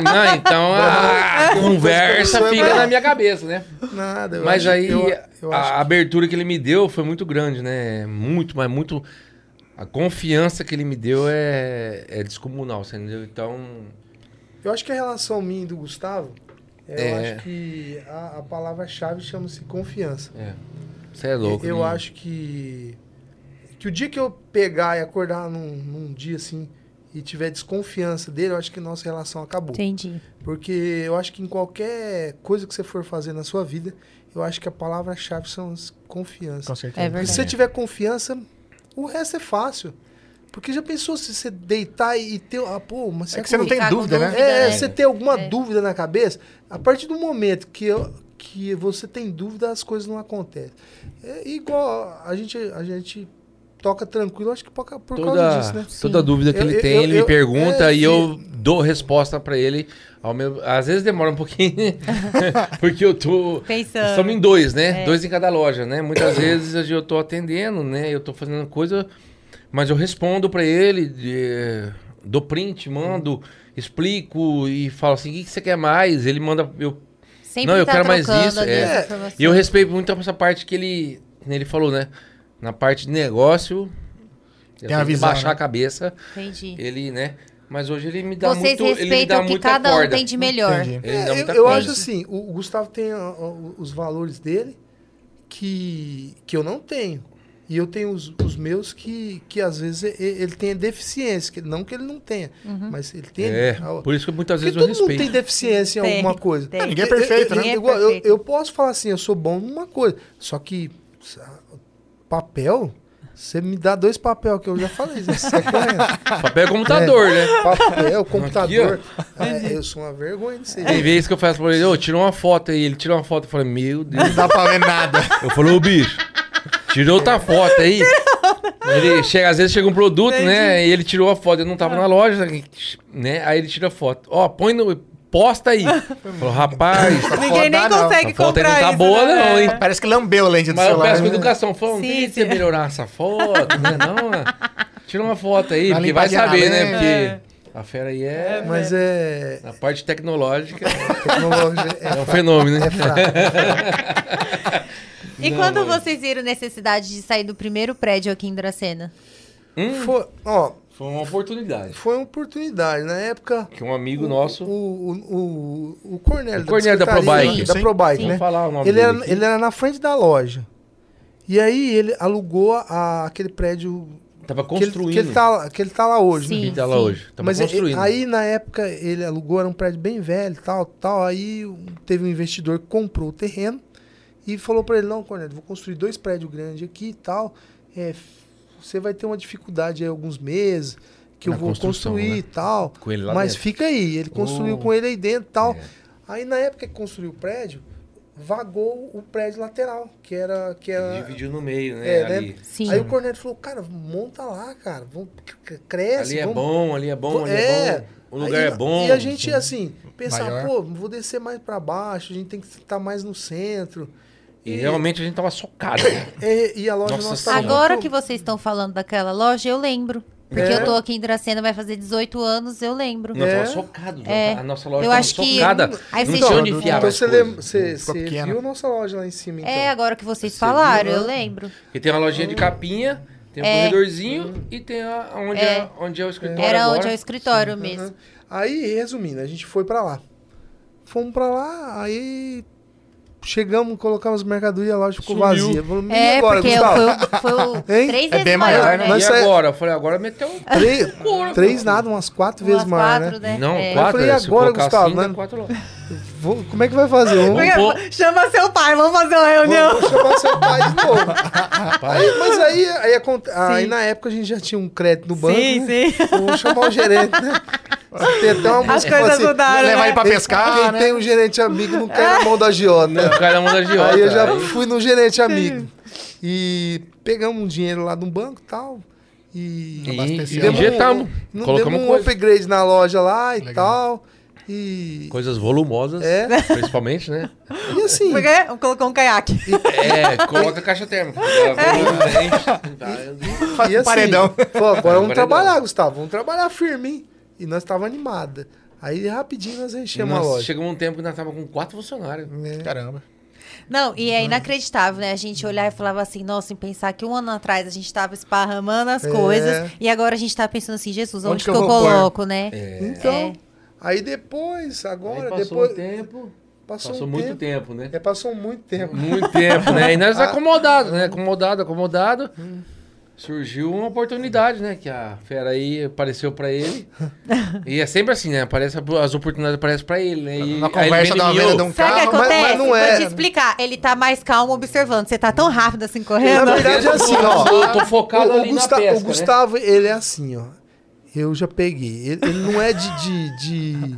[SPEAKER 3] não, então a conversa fica na minha cabeça, né?
[SPEAKER 4] é Nada. eu
[SPEAKER 3] Mas
[SPEAKER 4] acho-
[SPEAKER 3] aí
[SPEAKER 4] eu- eu
[SPEAKER 3] a
[SPEAKER 4] acho
[SPEAKER 3] abertura que ele me deu foi muito grande, né? Muito, mas muito. A confiança que ele me deu é, é descomunal, você entendeu? Então.
[SPEAKER 4] Eu acho que a relação minha e do Gustavo, eu
[SPEAKER 3] É.
[SPEAKER 4] acho que a, a palavra-chave chama-se confiança.
[SPEAKER 3] É. Você é louco.
[SPEAKER 4] eu
[SPEAKER 3] né?
[SPEAKER 4] acho que. Que o dia que eu pegar e acordar num, num dia assim e tiver desconfiança dele, eu acho que nossa relação acabou.
[SPEAKER 1] Entendi.
[SPEAKER 4] Porque eu acho que em qualquer coisa que você for fazer na sua vida, eu acho que a palavra-chave são as confiança.
[SPEAKER 2] Com certeza.
[SPEAKER 1] É verdade.
[SPEAKER 4] Porque se você tiver confiança, o resto é fácil. Porque já pensou se você deitar e ter. Ah, pô, mas será
[SPEAKER 2] que você não tem
[SPEAKER 3] É,
[SPEAKER 1] Ficar com
[SPEAKER 2] dúvida, né?
[SPEAKER 1] dúvida,
[SPEAKER 4] é,
[SPEAKER 1] né?
[SPEAKER 4] você tem alguma
[SPEAKER 1] É.
[SPEAKER 4] dúvida na cabeça, a partir do momento que eu, que você tem dúvida, as coisas não acontecem. É igual a gente, a gente toca tranquilo, acho que por, ca- por causa
[SPEAKER 3] Toda,
[SPEAKER 4] disso, né?
[SPEAKER 3] toda dúvida que
[SPEAKER 4] Eu-
[SPEAKER 3] ele
[SPEAKER 4] eu-
[SPEAKER 3] tem,
[SPEAKER 4] eu-
[SPEAKER 3] ele
[SPEAKER 4] eu-
[SPEAKER 3] me pergunta
[SPEAKER 4] é,
[SPEAKER 3] e eu dou resposta pra ele. Ao mesmo... Às vezes demora um pouquinho, <laughs> porque eu tô...
[SPEAKER 1] Pensando.
[SPEAKER 3] Somos em dois,
[SPEAKER 1] É.
[SPEAKER 3] né? Dois em cada loja, né?
[SPEAKER 1] <coughs>
[SPEAKER 3] Muitas vezes eu tô atendendo, né? Eu tô fazendo coisa, mas eu respondo pra ele, de- eh, dou print, mando, explico e falo assim, o que que você quer mais? Ele manda, eu
[SPEAKER 1] Sempre
[SPEAKER 3] Não, eu
[SPEAKER 1] tá
[SPEAKER 3] quero mais
[SPEAKER 1] trocando
[SPEAKER 3] isso,
[SPEAKER 1] ali
[SPEAKER 3] é.
[SPEAKER 1] as informações.
[SPEAKER 3] E eu respeito muito essa parte que ele, que ele falou, né? Na parte de negócio, eu
[SPEAKER 2] Tem a
[SPEAKER 3] tenho que
[SPEAKER 2] visão,
[SPEAKER 3] baixar
[SPEAKER 2] né?
[SPEAKER 3] a cabeça,
[SPEAKER 1] Entendi.
[SPEAKER 3] ele, né? Mas hoje ele me dá
[SPEAKER 1] Vocês
[SPEAKER 3] muito, ele me dá
[SPEAKER 1] respeitam o que
[SPEAKER 3] muita
[SPEAKER 1] cada
[SPEAKER 3] corda.
[SPEAKER 1] um tem de melhor.
[SPEAKER 2] Entendi.
[SPEAKER 3] Ele me
[SPEAKER 4] É,
[SPEAKER 3] dá
[SPEAKER 4] eu
[SPEAKER 3] muita
[SPEAKER 4] eu
[SPEAKER 3] corda.
[SPEAKER 4] acho assim, o, o Gustavo tem ó, ó, os valores dele que, que eu não tenho. E eu tenho os, os meus que, que às vezes e- e- ele tem deficiência, que não que ele não tenha, mas ele tem.
[SPEAKER 3] É,
[SPEAKER 4] a-
[SPEAKER 3] por isso que muitas
[SPEAKER 4] Porque
[SPEAKER 3] vezes eu
[SPEAKER 4] todo mundo
[SPEAKER 3] respeito.
[SPEAKER 4] tem deficiência em
[SPEAKER 1] Tem,
[SPEAKER 4] alguma coisa.
[SPEAKER 1] tem. Ah,
[SPEAKER 2] ninguém é perfeito,
[SPEAKER 4] eu,
[SPEAKER 1] né?
[SPEAKER 4] eu-
[SPEAKER 1] Ninguém é
[SPEAKER 4] eu-
[SPEAKER 1] perfeito.
[SPEAKER 4] eu posso falar assim, eu sou bom numa coisa, só que sa- papel, você me dá dois papel que eu já falei, você conhece.
[SPEAKER 3] Papel é <laughs>
[SPEAKER 4] <laughs>
[SPEAKER 3] computador, né?
[SPEAKER 4] Papel, computador. É, eu sou uma vergonha disso aí.
[SPEAKER 3] Tem vezes que eu faço pra ele, ô, tira uma foto aí. Ele tira uma foto, eu falo, meu Deus.
[SPEAKER 2] Não dá pra ver
[SPEAKER 3] <laughs>
[SPEAKER 2] nada.
[SPEAKER 3] Eu falo, ô bicho, né? tirou outra foto aí. Ele chega, às vezes chega um produto, né? E ele tirou a foto. Eu não tava na loja, né? Aí ele tira a foto. Ó, põe no. Posta aí. Falou, rapaz,
[SPEAKER 2] Não
[SPEAKER 5] Ninguém nem
[SPEAKER 2] dá, não.
[SPEAKER 5] consegue
[SPEAKER 3] A foto aí não
[SPEAKER 5] comprar
[SPEAKER 3] tá
[SPEAKER 5] isso,
[SPEAKER 3] boa,
[SPEAKER 5] né?
[SPEAKER 3] não, hein?
[SPEAKER 5] É.
[SPEAKER 2] Parece que lambeu a lente do
[SPEAKER 3] Mas eu
[SPEAKER 2] celular. né?
[SPEAKER 3] peço com educação. Falou, não
[SPEAKER 5] Sim,
[SPEAKER 3] tem que
[SPEAKER 5] sim.
[SPEAKER 3] você melhorar essa foto, né? Não, mano. Tira uma foto aí,
[SPEAKER 2] Dá
[SPEAKER 3] porque vai
[SPEAKER 2] limpadinha na
[SPEAKER 3] saber,
[SPEAKER 2] lente.
[SPEAKER 3] né? Porque a fera aí é.
[SPEAKER 4] Mas é.
[SPEAKER 3] Na parte tecnológica,
[SPEAKER 4] Tecnologia
[SPEAKER 3] é um
[SPEAKER 4] é,
[SPEAKER 3] fenômeno, né?
[SPEAKER 4] é
[SPEAKER 3] <laughs>
[SPEAKER 4] fraco.
[SPEAKER 1] E quando vocês viram necessidade de sair do primeiro prédio aqui em Dracena?
[SPEAKER 4] Foi, ó,
[SPEAKER 3] Foi uma oportunidade.
[SPEAKER 4] foi uma oportunidade. Na época,
[SPEAKER 3] Que um amigo
[SPEAKER 4] o-
[SPEAKER 3] nosso.
[SPEAKER 4] O, o, o, o Cornélio
[SPEAKER 3] O Cornélio da
[SPEAKER 4] Secretaria,
[SPEAKER 3] Probike.
[SPEAKER 4] Da
[SPEAKER 2] Sim.
[SPEAKER 4] Probike,
[SPEAKER 3] Vamos
[SPEAKER 4] né?
[SPEAKER 3] falar o nome
[SPEAKER 4] Ele
[SPEAKER 3] dele.
[SPEAKER 4] era,
[SPEAKER 3] aqui.
[SPEAKER 4] ele era na frente da loja. E aí ele alugou a- aquele prédio
[SPEAKER 3] Tava
[SPEAKER 4] que ele,
[SPEAKER 3] construindo.
[SPEAKER 4] que ele tá, lá- que ele tá lá hoje. né?
[SPEAKER 1] Sim.
[SPEAKER 3] Ele tá lá hoje. Tava
[SPEAKER 4] Mas e-
[SPEAKER 3] construindo.
[SPEAKER 4] aí na época ele alugou, era um prédio bem velho, tal, tal. Aí um- teve um investidor que comprou o terreno e falou pra ele, não, Cornélio, vou construir dois prédios grandes aqui e tal. É, f- você vai ter uma dificuldade aí alguns meses que
[SPEAKER 3] Na
[SPEAKER 4] eu vou
[SPEAKER 3] construção,
[SPEAKER 4] construir
[SPEAKER 3] né?
[SPEAKER 4] e tal.
[SPEAKER 3] Com ele lá
[SPEAKER 4] mas
[SPEAKER 3] dentro.
[SPEAKER 4] fica aí, ele construiu
[SPEAKER 3] Oh.
[SPEAKER 4] com ele aí dentro e tal.
[SPEAKER 3] É.
[SPEAKER 4] Aí na época que construiu o prédio, vagou o prédio lateral, que era que era
[SPEAKER 3] Ele dividiu no meio, né?
[SPEAKER 4] É, né?
[SPEAKER 3] ali.
[SPEAKER 1] Sim.
[SPEAKER 4] Aí o Cornélio falou, cara, monta lá, cara, vamos, c- cresce,
[SPEAKER 3] ali é
[SPEAKER 4] vamos
[SPEAKER 3] bom, ali é bom, ali é,
[SPEAKER 4] é.
[SPEAKER 3] bom. O lugar
[SPEAKER 4] Aí-
[SPEAKER 3] é bom.
[SPEAKER 4] E a gente, assim, pensar,
[SPEAKER 2] Maior.
[SPEAKER 4] pô, vou descer mais pra baixo, a gente tem que estar mais no centro.
[SPEAKER 3] E realmente a gente tava socado, né?
[SPEAKER 4] É, e a loja
[SPEAKER 3] Nossa
[SPEAKER 4] nossa Então,
[SPEAKER 3] Senhora.
[SPEAKER 1] Agora que vocês estão falando daquela loja, eu lembro. Porque
[SPEAKER 4] É.
[SPEAKER 1] eu tô aqui em Dracena, vai fazer 18 anos, eu lembro.
[SPEAKER 3] Nós
[SPEAKER 4] É.
[SPEAKER 3] tava socado.
[SPEAKER 1] É.
[SPEAKER 3] A nossa loja
[SPEAKER 1] Eu
[SPEAKER 3] tava
[SPEAKER 1] acho que-
[SPEAKER 3] socada.
[SPEAKER 1] Aí
[SPEAKER 3] não
[SPEAKER 1] vocês-
[SPEAKER 3] tinha
[SPEAKER 1] Então,
[SPEAKER 3] onde enfiar
[SPEAKER 4] Então
[SPEAKER 3] mais
[SPEAKER 4] você
[SPEAKER 3] coisa.
[SPEAKER 4] lembra, você,
[SPEAKER 2] Ficou
[SPEAKER 4] você
[SPEAKER 2] pequeno.
[SPEAKER 4] viu a nossa loja lá em cima, então?
[SPEAKER 1] É, agora que vocês
[SPEAKER 3] Você
[SPEAKER 1] falaram,
[SPEAKER 3] viu,
[SPEAKER 1] eu
[SPEAKER 3] né?
[SPEAKER 1] lembro.
[SPEAKER 3] Porque tem uma lojinha de capinha, tem um
[SPEAKER 1] É.
[SPEAKER 3] corredorzinho e tem a, onde, é.
[SPEAKER 1] É.
[SPEAKER 3] onde é o escritório
[SPEAKER 1] Era
[SPEAKER 3] agora.
[SPEAKER 1] onde é o escritório
[SPEAKER 4] Aham.
[SPEAKER 1] mesmo.
[SPEAKER 4] Aí, resumindo, a gente foi pra lá. Fomos pra lá, aí chegamos, colocamos mercadoria, a loja ficou
[SPEAKER 3] Sumiu.
[SPEAKER 4] vazia. Falei, Uhum. "E
[SPEAKER 1] É,
[SPEAKER 4] agora,
[SPEAKER 1] porque eu-
[SPEAKER 4] Gustavo?"
[SPEAKER 1] foi, o- foi o
[SPEAKER 4] Hein?
[SPEAKER 1] três
[SPEAKER 2] É
[SPEAKER 1] vezes
[SPEAKER 2] bem
[SPEAKER 1] maior,
[SPEAKER 2] maior,
[SPEAKER 1] né?
[SPEAKER 4] né?
[SPEAKER 3] Ah, E
[SPEAKER 4] Mas é-
[SPEAKER 3] agora? Eu falei, agora meteu um...
[SPEAKER 1] <laughs>
[SPEAKER 4] Três,
[SPEAKER 3] Porra,
[SPEAKER 4] três nada, umas quatro vezes
[SPEAKER 1] Umas
[SPEAKER 4] mais,
[SPEAKER 1] quatro,
[SPEAKER 4] né?
[SPEAKER 1] né?
[SPEAKER 3] Não,
[SPEAKER 1] É.
[SPEAKER 3] quatro.
[SPEAKER 4] Eu falei,
[SPEAKER 3] se
[SPEAKER 4] agora,
[SPEAKER 3] colocar
[SPEAKER 4] Gustavo,
[SPEAKER 3] assim, dá
[SPEAKER 4] né?
[SPEAKER 3] quatro lojas.
[SPEAKER 4] Vou- como é que vai fazer? Vamos,
[SPEAKER 5] Porque-
[SPEAKER 3] Vou-
[SPEAKER 5] Chama seu pai, vamos fazer uma reunião.
[SPEAKER 4] vamos chamar seu pai de novo.
[SPEAKER 3] <laughs> Rapaz,
[SPEAKER 4] Aí, mas aí, aí, aconte- aí
[SPEAKER 5] Sim.
[SPEAKER 4] na época a gente já tinha um crédito no banco.
[SPEAKER 5] sim,
[SPEAKER 4] né?
[SPEAKER 5] sim.
[SPEAKER 4] Vou chamar o gerente, né? Tem até uma música
[SPEAKER 5] As
[SPEAKER 4] que fala
[SPEAKER 5] coisas
[SPEAKER 4] assim,
[SPEAKER 5] mudaram.
[SPEAKER 2] Levar
[SPEAKER 5] né?
[SPEAKER 2] ele pra pescar,
[SPEAKER 4] Quem
[SPEAKER 2] né?
[SPEAKER 4] tem um gerente amigo não quer a mão da
[SPEAKER 3] <laughs>
[SPEAKER 4] Giota, né?
[SPEAKER 3] o cara manda de
[SPEAKER 4] Aí eu já fui no gerente amigo. E pegamos um dinheiro lá no banco e tal. E,
[SPEAKER 3] E,
[SPEAKER 2] Abasteceu.
[SPEAKER 3] e
[SPEAKER 4] demos um-
[SPEAKER 3] injetamos.
[SPEAKER 4] não
[SPEAKER 3] Colocamos
[SPEAKER 4] demos um
[SPEAKER 3] coisa.
[SPEAKER 4] upgrade na loja lá e
[SPEAKER 2] Legal.
[SPEAKER 4] tal. E,
[SPEAKER 3] coisas volumosas,
[SPEAKER 4] É.
[SPEAKER 3] principalmente, né?
[SPEAKER 4] e assim,
[SPEAKER 5] Porque colocou um caiaque.
[SPEAKER 3] É, coloca a caixa térmica.
[SPEAKER 4] É. E assim,
[SPEAKER 2] Paredão.
[SPEAKER 4] Pô, agora vamos
[SPEAKER 3] Paredão.
[SPEAKER 4] trabalhar, Gustavo. Vamos trabalhar firme, hein? E nós tava animada. Aí rapidinho nós enchemos a
[SPEAKER 3] Nós
[SPEAKER 4] loja.
[SPEAKER 3] chegamos um tempo que nós tava com quatro funcionários.
[SPEAKER 4] né?
[SPEAKER 2] Caramba.
[SPEAKER 1] Não, e é inacreditável, né? A gente olhar e falava assim, nossa, em pensar que um ano atrás a gente tava esparramando as
[SPEAKER 4] É.
[SPEAKER 1] coisas e agora a gente tá pensando assim, Jesus, onde,
[SPEAKER 2] Onde
[SPEAKER 1] que
[SPEAKER 2] que
[SPEAKER 1] eu,
[SPEAKER 2] eu vou pôr?
[SPEAKER 1] coloco, né?
[SPEAKER 4] Então,
[SPEAKER 1] É.
[SPEAKER 4] aí depois, agora,
[SPEAKER 3] Aí
[SPEAKER 4] depois.
[SPEAKER 3] um tempo.
[SPEAKER 4] Passou,
[SPEAKER 3] Passou
[SPEAKER 4] um
[SPEAKER 3] muito
[SPEAKER 4] tempo.
[SPEAKER 3] tempo, né?
[SPEAKER 4] É, passou muito tempo.
[SPEAKER 3] Muito tempo, né? E nós acomodados, né? Acomodado, acomodado. Surgiu uma oportunidade, né? Que a fera aí apareceu pra ele. E é sempre assim, né? Aparece, as oportunidades aparecem pra ele, né? E
[SPEAKER 2] Na
[SPEAKER 3] aí ele
[SPEAKER 2] conversa
[SPEAKER 3] vem
[SPEAKER 2] da
[SPEAKER 3] em mim,
[SPEAKER 2] venda
[SPEAKER 3] ô,
[SPEAKER 2] de um
[SPEAKER 1] Sabe o que
[SPEAKER 2] carro, mas-
[SPEAKER 1] acontece?
[SPEAKER 2] mas não é.
[SPEAKER 1] Vou te explicar. Ele tá mais calmo observando. Você tá tão rápido assim
[SPEAKER 4] Na
[SPEAKER 1] correndo.
[SPEAKER 4] verdade é assim,
[SPEAKER 3] Eu tô-
[SPEAKER 4] ó.
[SPEAKER 3] eu tô focado
[SPEAKER 4] o, o
[SPEAKER 3] ali
[SPEAKER 4] Gusta-
[SPEAKER 3] na pesca,
[SPEAKER 4] o
[SPEAKER 3] né?
[SPEAKER 4] Gustavo, ele é assim, ó. Eu já peguei. Ele, ele não é de. de, de,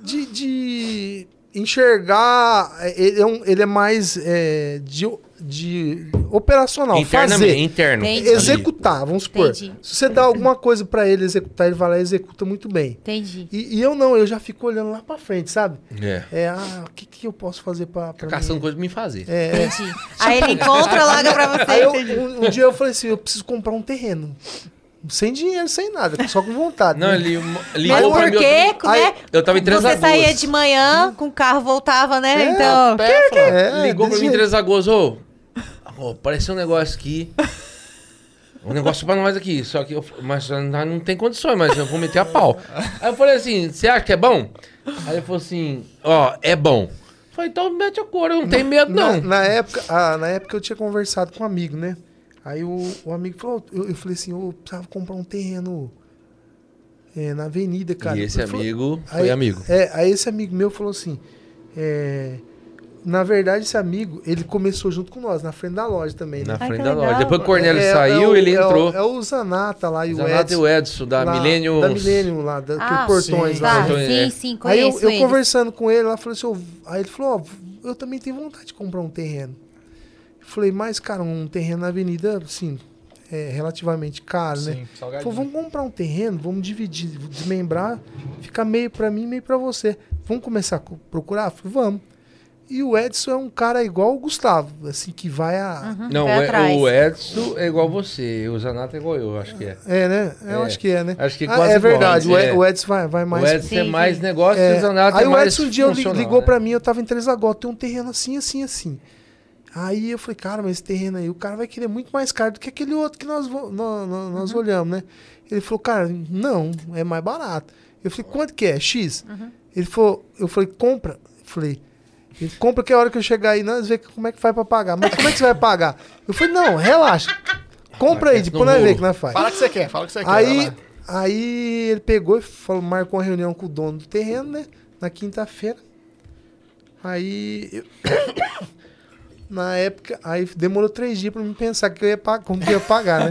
[SPEAKER 4] de, de- enxergar. é, Ele é, um- ele é mais é, de, de operacional.
[SPEAKER 3] Internamente,
[SPEAKER 4] Fazer.
[SPEAKER 3] interno.
[SPEAKER 1] Entendi.
[SPEAKER 3] ali.
[SPEAKER 4] Executar, vamos supor.
[SPEAKER 1] Entendi.
[SPEAKER 4] Se você dá alguma coisa pra ele executar, ele vai lá e executa muito bem.
[SPEAKER 1] Entendi.
[SPEAKER 4] E, e eu não, eu já fico olhando lá pra frente, sabe?
[SPEAKER 3] É.
[SPEAKER 4] É, ah, o que, que eu posso fazer pra. pra
[SPEAKER 3] Fica
[SPEAKER 4] mim?
[SPEAKER 3] caçando coisa pra me fazer.
[SPEAKER 4] É, é.
[SPEAKER 1] Entendi.
[SPEAKER 5] Aí ele encontra, larga pra você.
[SPEAKER 4] Aí eu-
[SPEAKER 5] entendi.
[SPEAKER 4] um, um dia eu falei assim: eu preciso comprar um terreno. Sem dinheiro, sem nada, só com vontade.
[SPEAKER 3] Não,
[SPEAKER 4] né?
[SPEAKER 3] ele ligou
[SPEAKER 5] Mesmo
[SPEAKER 3] pra mim.
[SPEAKER 5] porque,
[SPEAKER 3] outro-
[SPEAKER 5] como
[SPEAKER 4] Aí-
[SPEAKER 5] é?
[SPEAKER 3] Eu tava em Três É,
[SPEAKER 5] Você
[SPEAKER 3] Lagoas.
[SPEAKER 5] saía de manhã, com o carro voltava,
[SPEAKER 1] É,
[SPEAKER 5] né? então.
[SPEAKER 3] Pé, falou,
[SPEAKER 4] É,
[SPEAKER 3] ligou pra
[SPEAKER 4] desse
[SPEAKER 3] mim em
[SPEAKER 4] jeito.
[SPEAKER 3] Três Lagoas, ô. Ó, apareceu um negócio aqui. Um negócio pra nós aqui, só que eu, f- mas nós não tem condições, mas eu vou meter a pau. Aí eu falei assim, você acha que é bom? Aí ele falou assim, ó, é bom. Eu falei, então mete a cor, eu não tenho medo
[SPEAKER 4] Na,
[SPEAKER 3] não.
[SPEAKER 4] na época, ah, na época eu tinha conversado com um amigo, né? Aí o, o amigo falou, eu, eu falei assim, eu precisava comprar um terreno é, na avenida, cara.
[SPEAKER 3] e esse
[SPEAKER 4] Ele falou-
[SPEAKER 3] amigo
[SPEAKER 4] aí-
[SPEAKER 3] foi amigo.
[SPEAKER 4] É, aí esse amigo meu falou assim, é, na verdade esse amigo, ele começou junto com nós, na frente da loja também, né?
[SPEAKER 3] Na
[SPEAKER 5] Ai,
[SPEAKER 3] frente
[SPEAKER 5] que
[SPEAKER 3] da loja.
[SPEAKER 5] legal.
[SPEAKER 3] Depois que o Cornélio
[SPEAKER 4] É- é
[SPEAKER 3] saiu,
[SPEAKER 4] o-
[SPEAKER 3] ele
[SPEAKER 4] é o-
[SPEAKER 3] entrou.
[SPEAKER 4] É o Zanata lá e o
[SPEAKER 3] Zanata
[SPEAKER 4] Edson.
[SPEAKER 3] e o Edson, da
[SPEAKER 4] lá-
[SPEAKER 3] Millennium.
[SPEAKER 4] Da Millennium lá, da,
[SPEAKER 1] Ah,
[SPEAKER 4] que Portões
[SPEAKER 2] sim.
[SPEAKER 4] lá.
[SPEAKER 1] Tá,
[SPEAKER 3] Então, é.
[SPEAKER 1] sim, sim,
[SPEAKER 4] Aí eu,
[SPEAKER 1] conheço
[SPEAKER 4] eu
[SPEAKER 1] eles.
[SPEAKER 4] conversando com ele, ela falou assim, "Ô, aí ele falou, ó, eu também tenho vontade de comprar um terreno. Eu falei, mas, cara, um terreno na avenida, assim, é relativamente caro, né?
[SPEAKER 2] Sim,
[SPEAKER 4] Ele
[SPEAKER 2] salgadinho.
[SPEAKER 4] Falou, vamos comprar um terreno, vamos dividir, desmembrar, fica meio pra mim, meio pra você. Vamos começar a co- procurar? Eu falei, vamos. E o Edson é um cara igual o Gustavo, assim, que vai a...
[SPEAKER 1] Uhum,
[SPEAKER 3] Não,
[SPEAKER 1] vai atrás.
[SPEAKER 3] é- o Edson é igual você, o Zanata é igual eu, acho que é.
[SPEAKER 4] É, né? Eu
[SPEAKER 3] É.
[SPEAKER 4] acho que é, né?
[SPEAKER 3] Acho que
[SPEAKER 4] Ah,
[SPEAKER 3] quase
[SPEAKER 4] É verdade,
[SPEAKER 3] igual,
[SPEAKER 4] o
[SPEAKER 3] né?
[SPEAKER 4] Ed- o Edson vai, vai mais...
[SPEAKER 3] o Edson é
[SPEAKER 1] Sim,
[SPEAKER 3] mais
[SPEAKER 1] sim.
[SPEAKER 3] negócio e
[SPEAKER 4] É,
[SPEAKER 3] o Zanata
[SPEAKER 4] aí
[SPEAKER 3] é
[SPEAKER 4] o
[SPEAKER 3] mais
[SPEAKER 4] Edson um dia li-
[SPEAKER 3] funcional,
[SPEAKER 4] ligou
[SPEAKER 3] né?
[SPEAKER 4] pra mim, eu tava em Três Lagoas, tem um terreno assim, assim, assim. Aí eu falei, cara, mas esse terreno aí, o cara vai querer muito mais caro do que aquele outro que nós, vo- nó- nó- nós
[SPEAKER 3] Uhum.
[SPEAKER 4] olhamos, né? Ele falou, cara, não, é mais barato. Eu falei, quanto que é? X?
[SPEAKER 3] Uhum.
[SPEAKER 4] Ele falou, eu falei, compra. Eu falei, ele, compra que é a hora que eu chegar aí, nós vê como é que faz pra pagar. Mas como é que você vai pagar? Eu falei, não, relaxa. Compra aí,
[SPEAKER 3] Aquece
[SPEAKER 4] depois
[SPEAKER 3] no
[SPEAKER 4] nós vê
[SPEAKER 3] rolo.
[SPEAKER 4] que nós faz.
[SPEAKER 2] Fala o que você quer, fala o É que você quer. vai
[SPEAKER 4] Aí,
[SPEAKER 2] lá.
[SPEAKER 4] aí ele pegou e falou, marcou uma reunião com o dono do terreno, né? Na quinta-feira. Aí. eu- <coughs> na época, aí demorou três dias pra me pensar que eu ia pagar, como que eu ia pagar,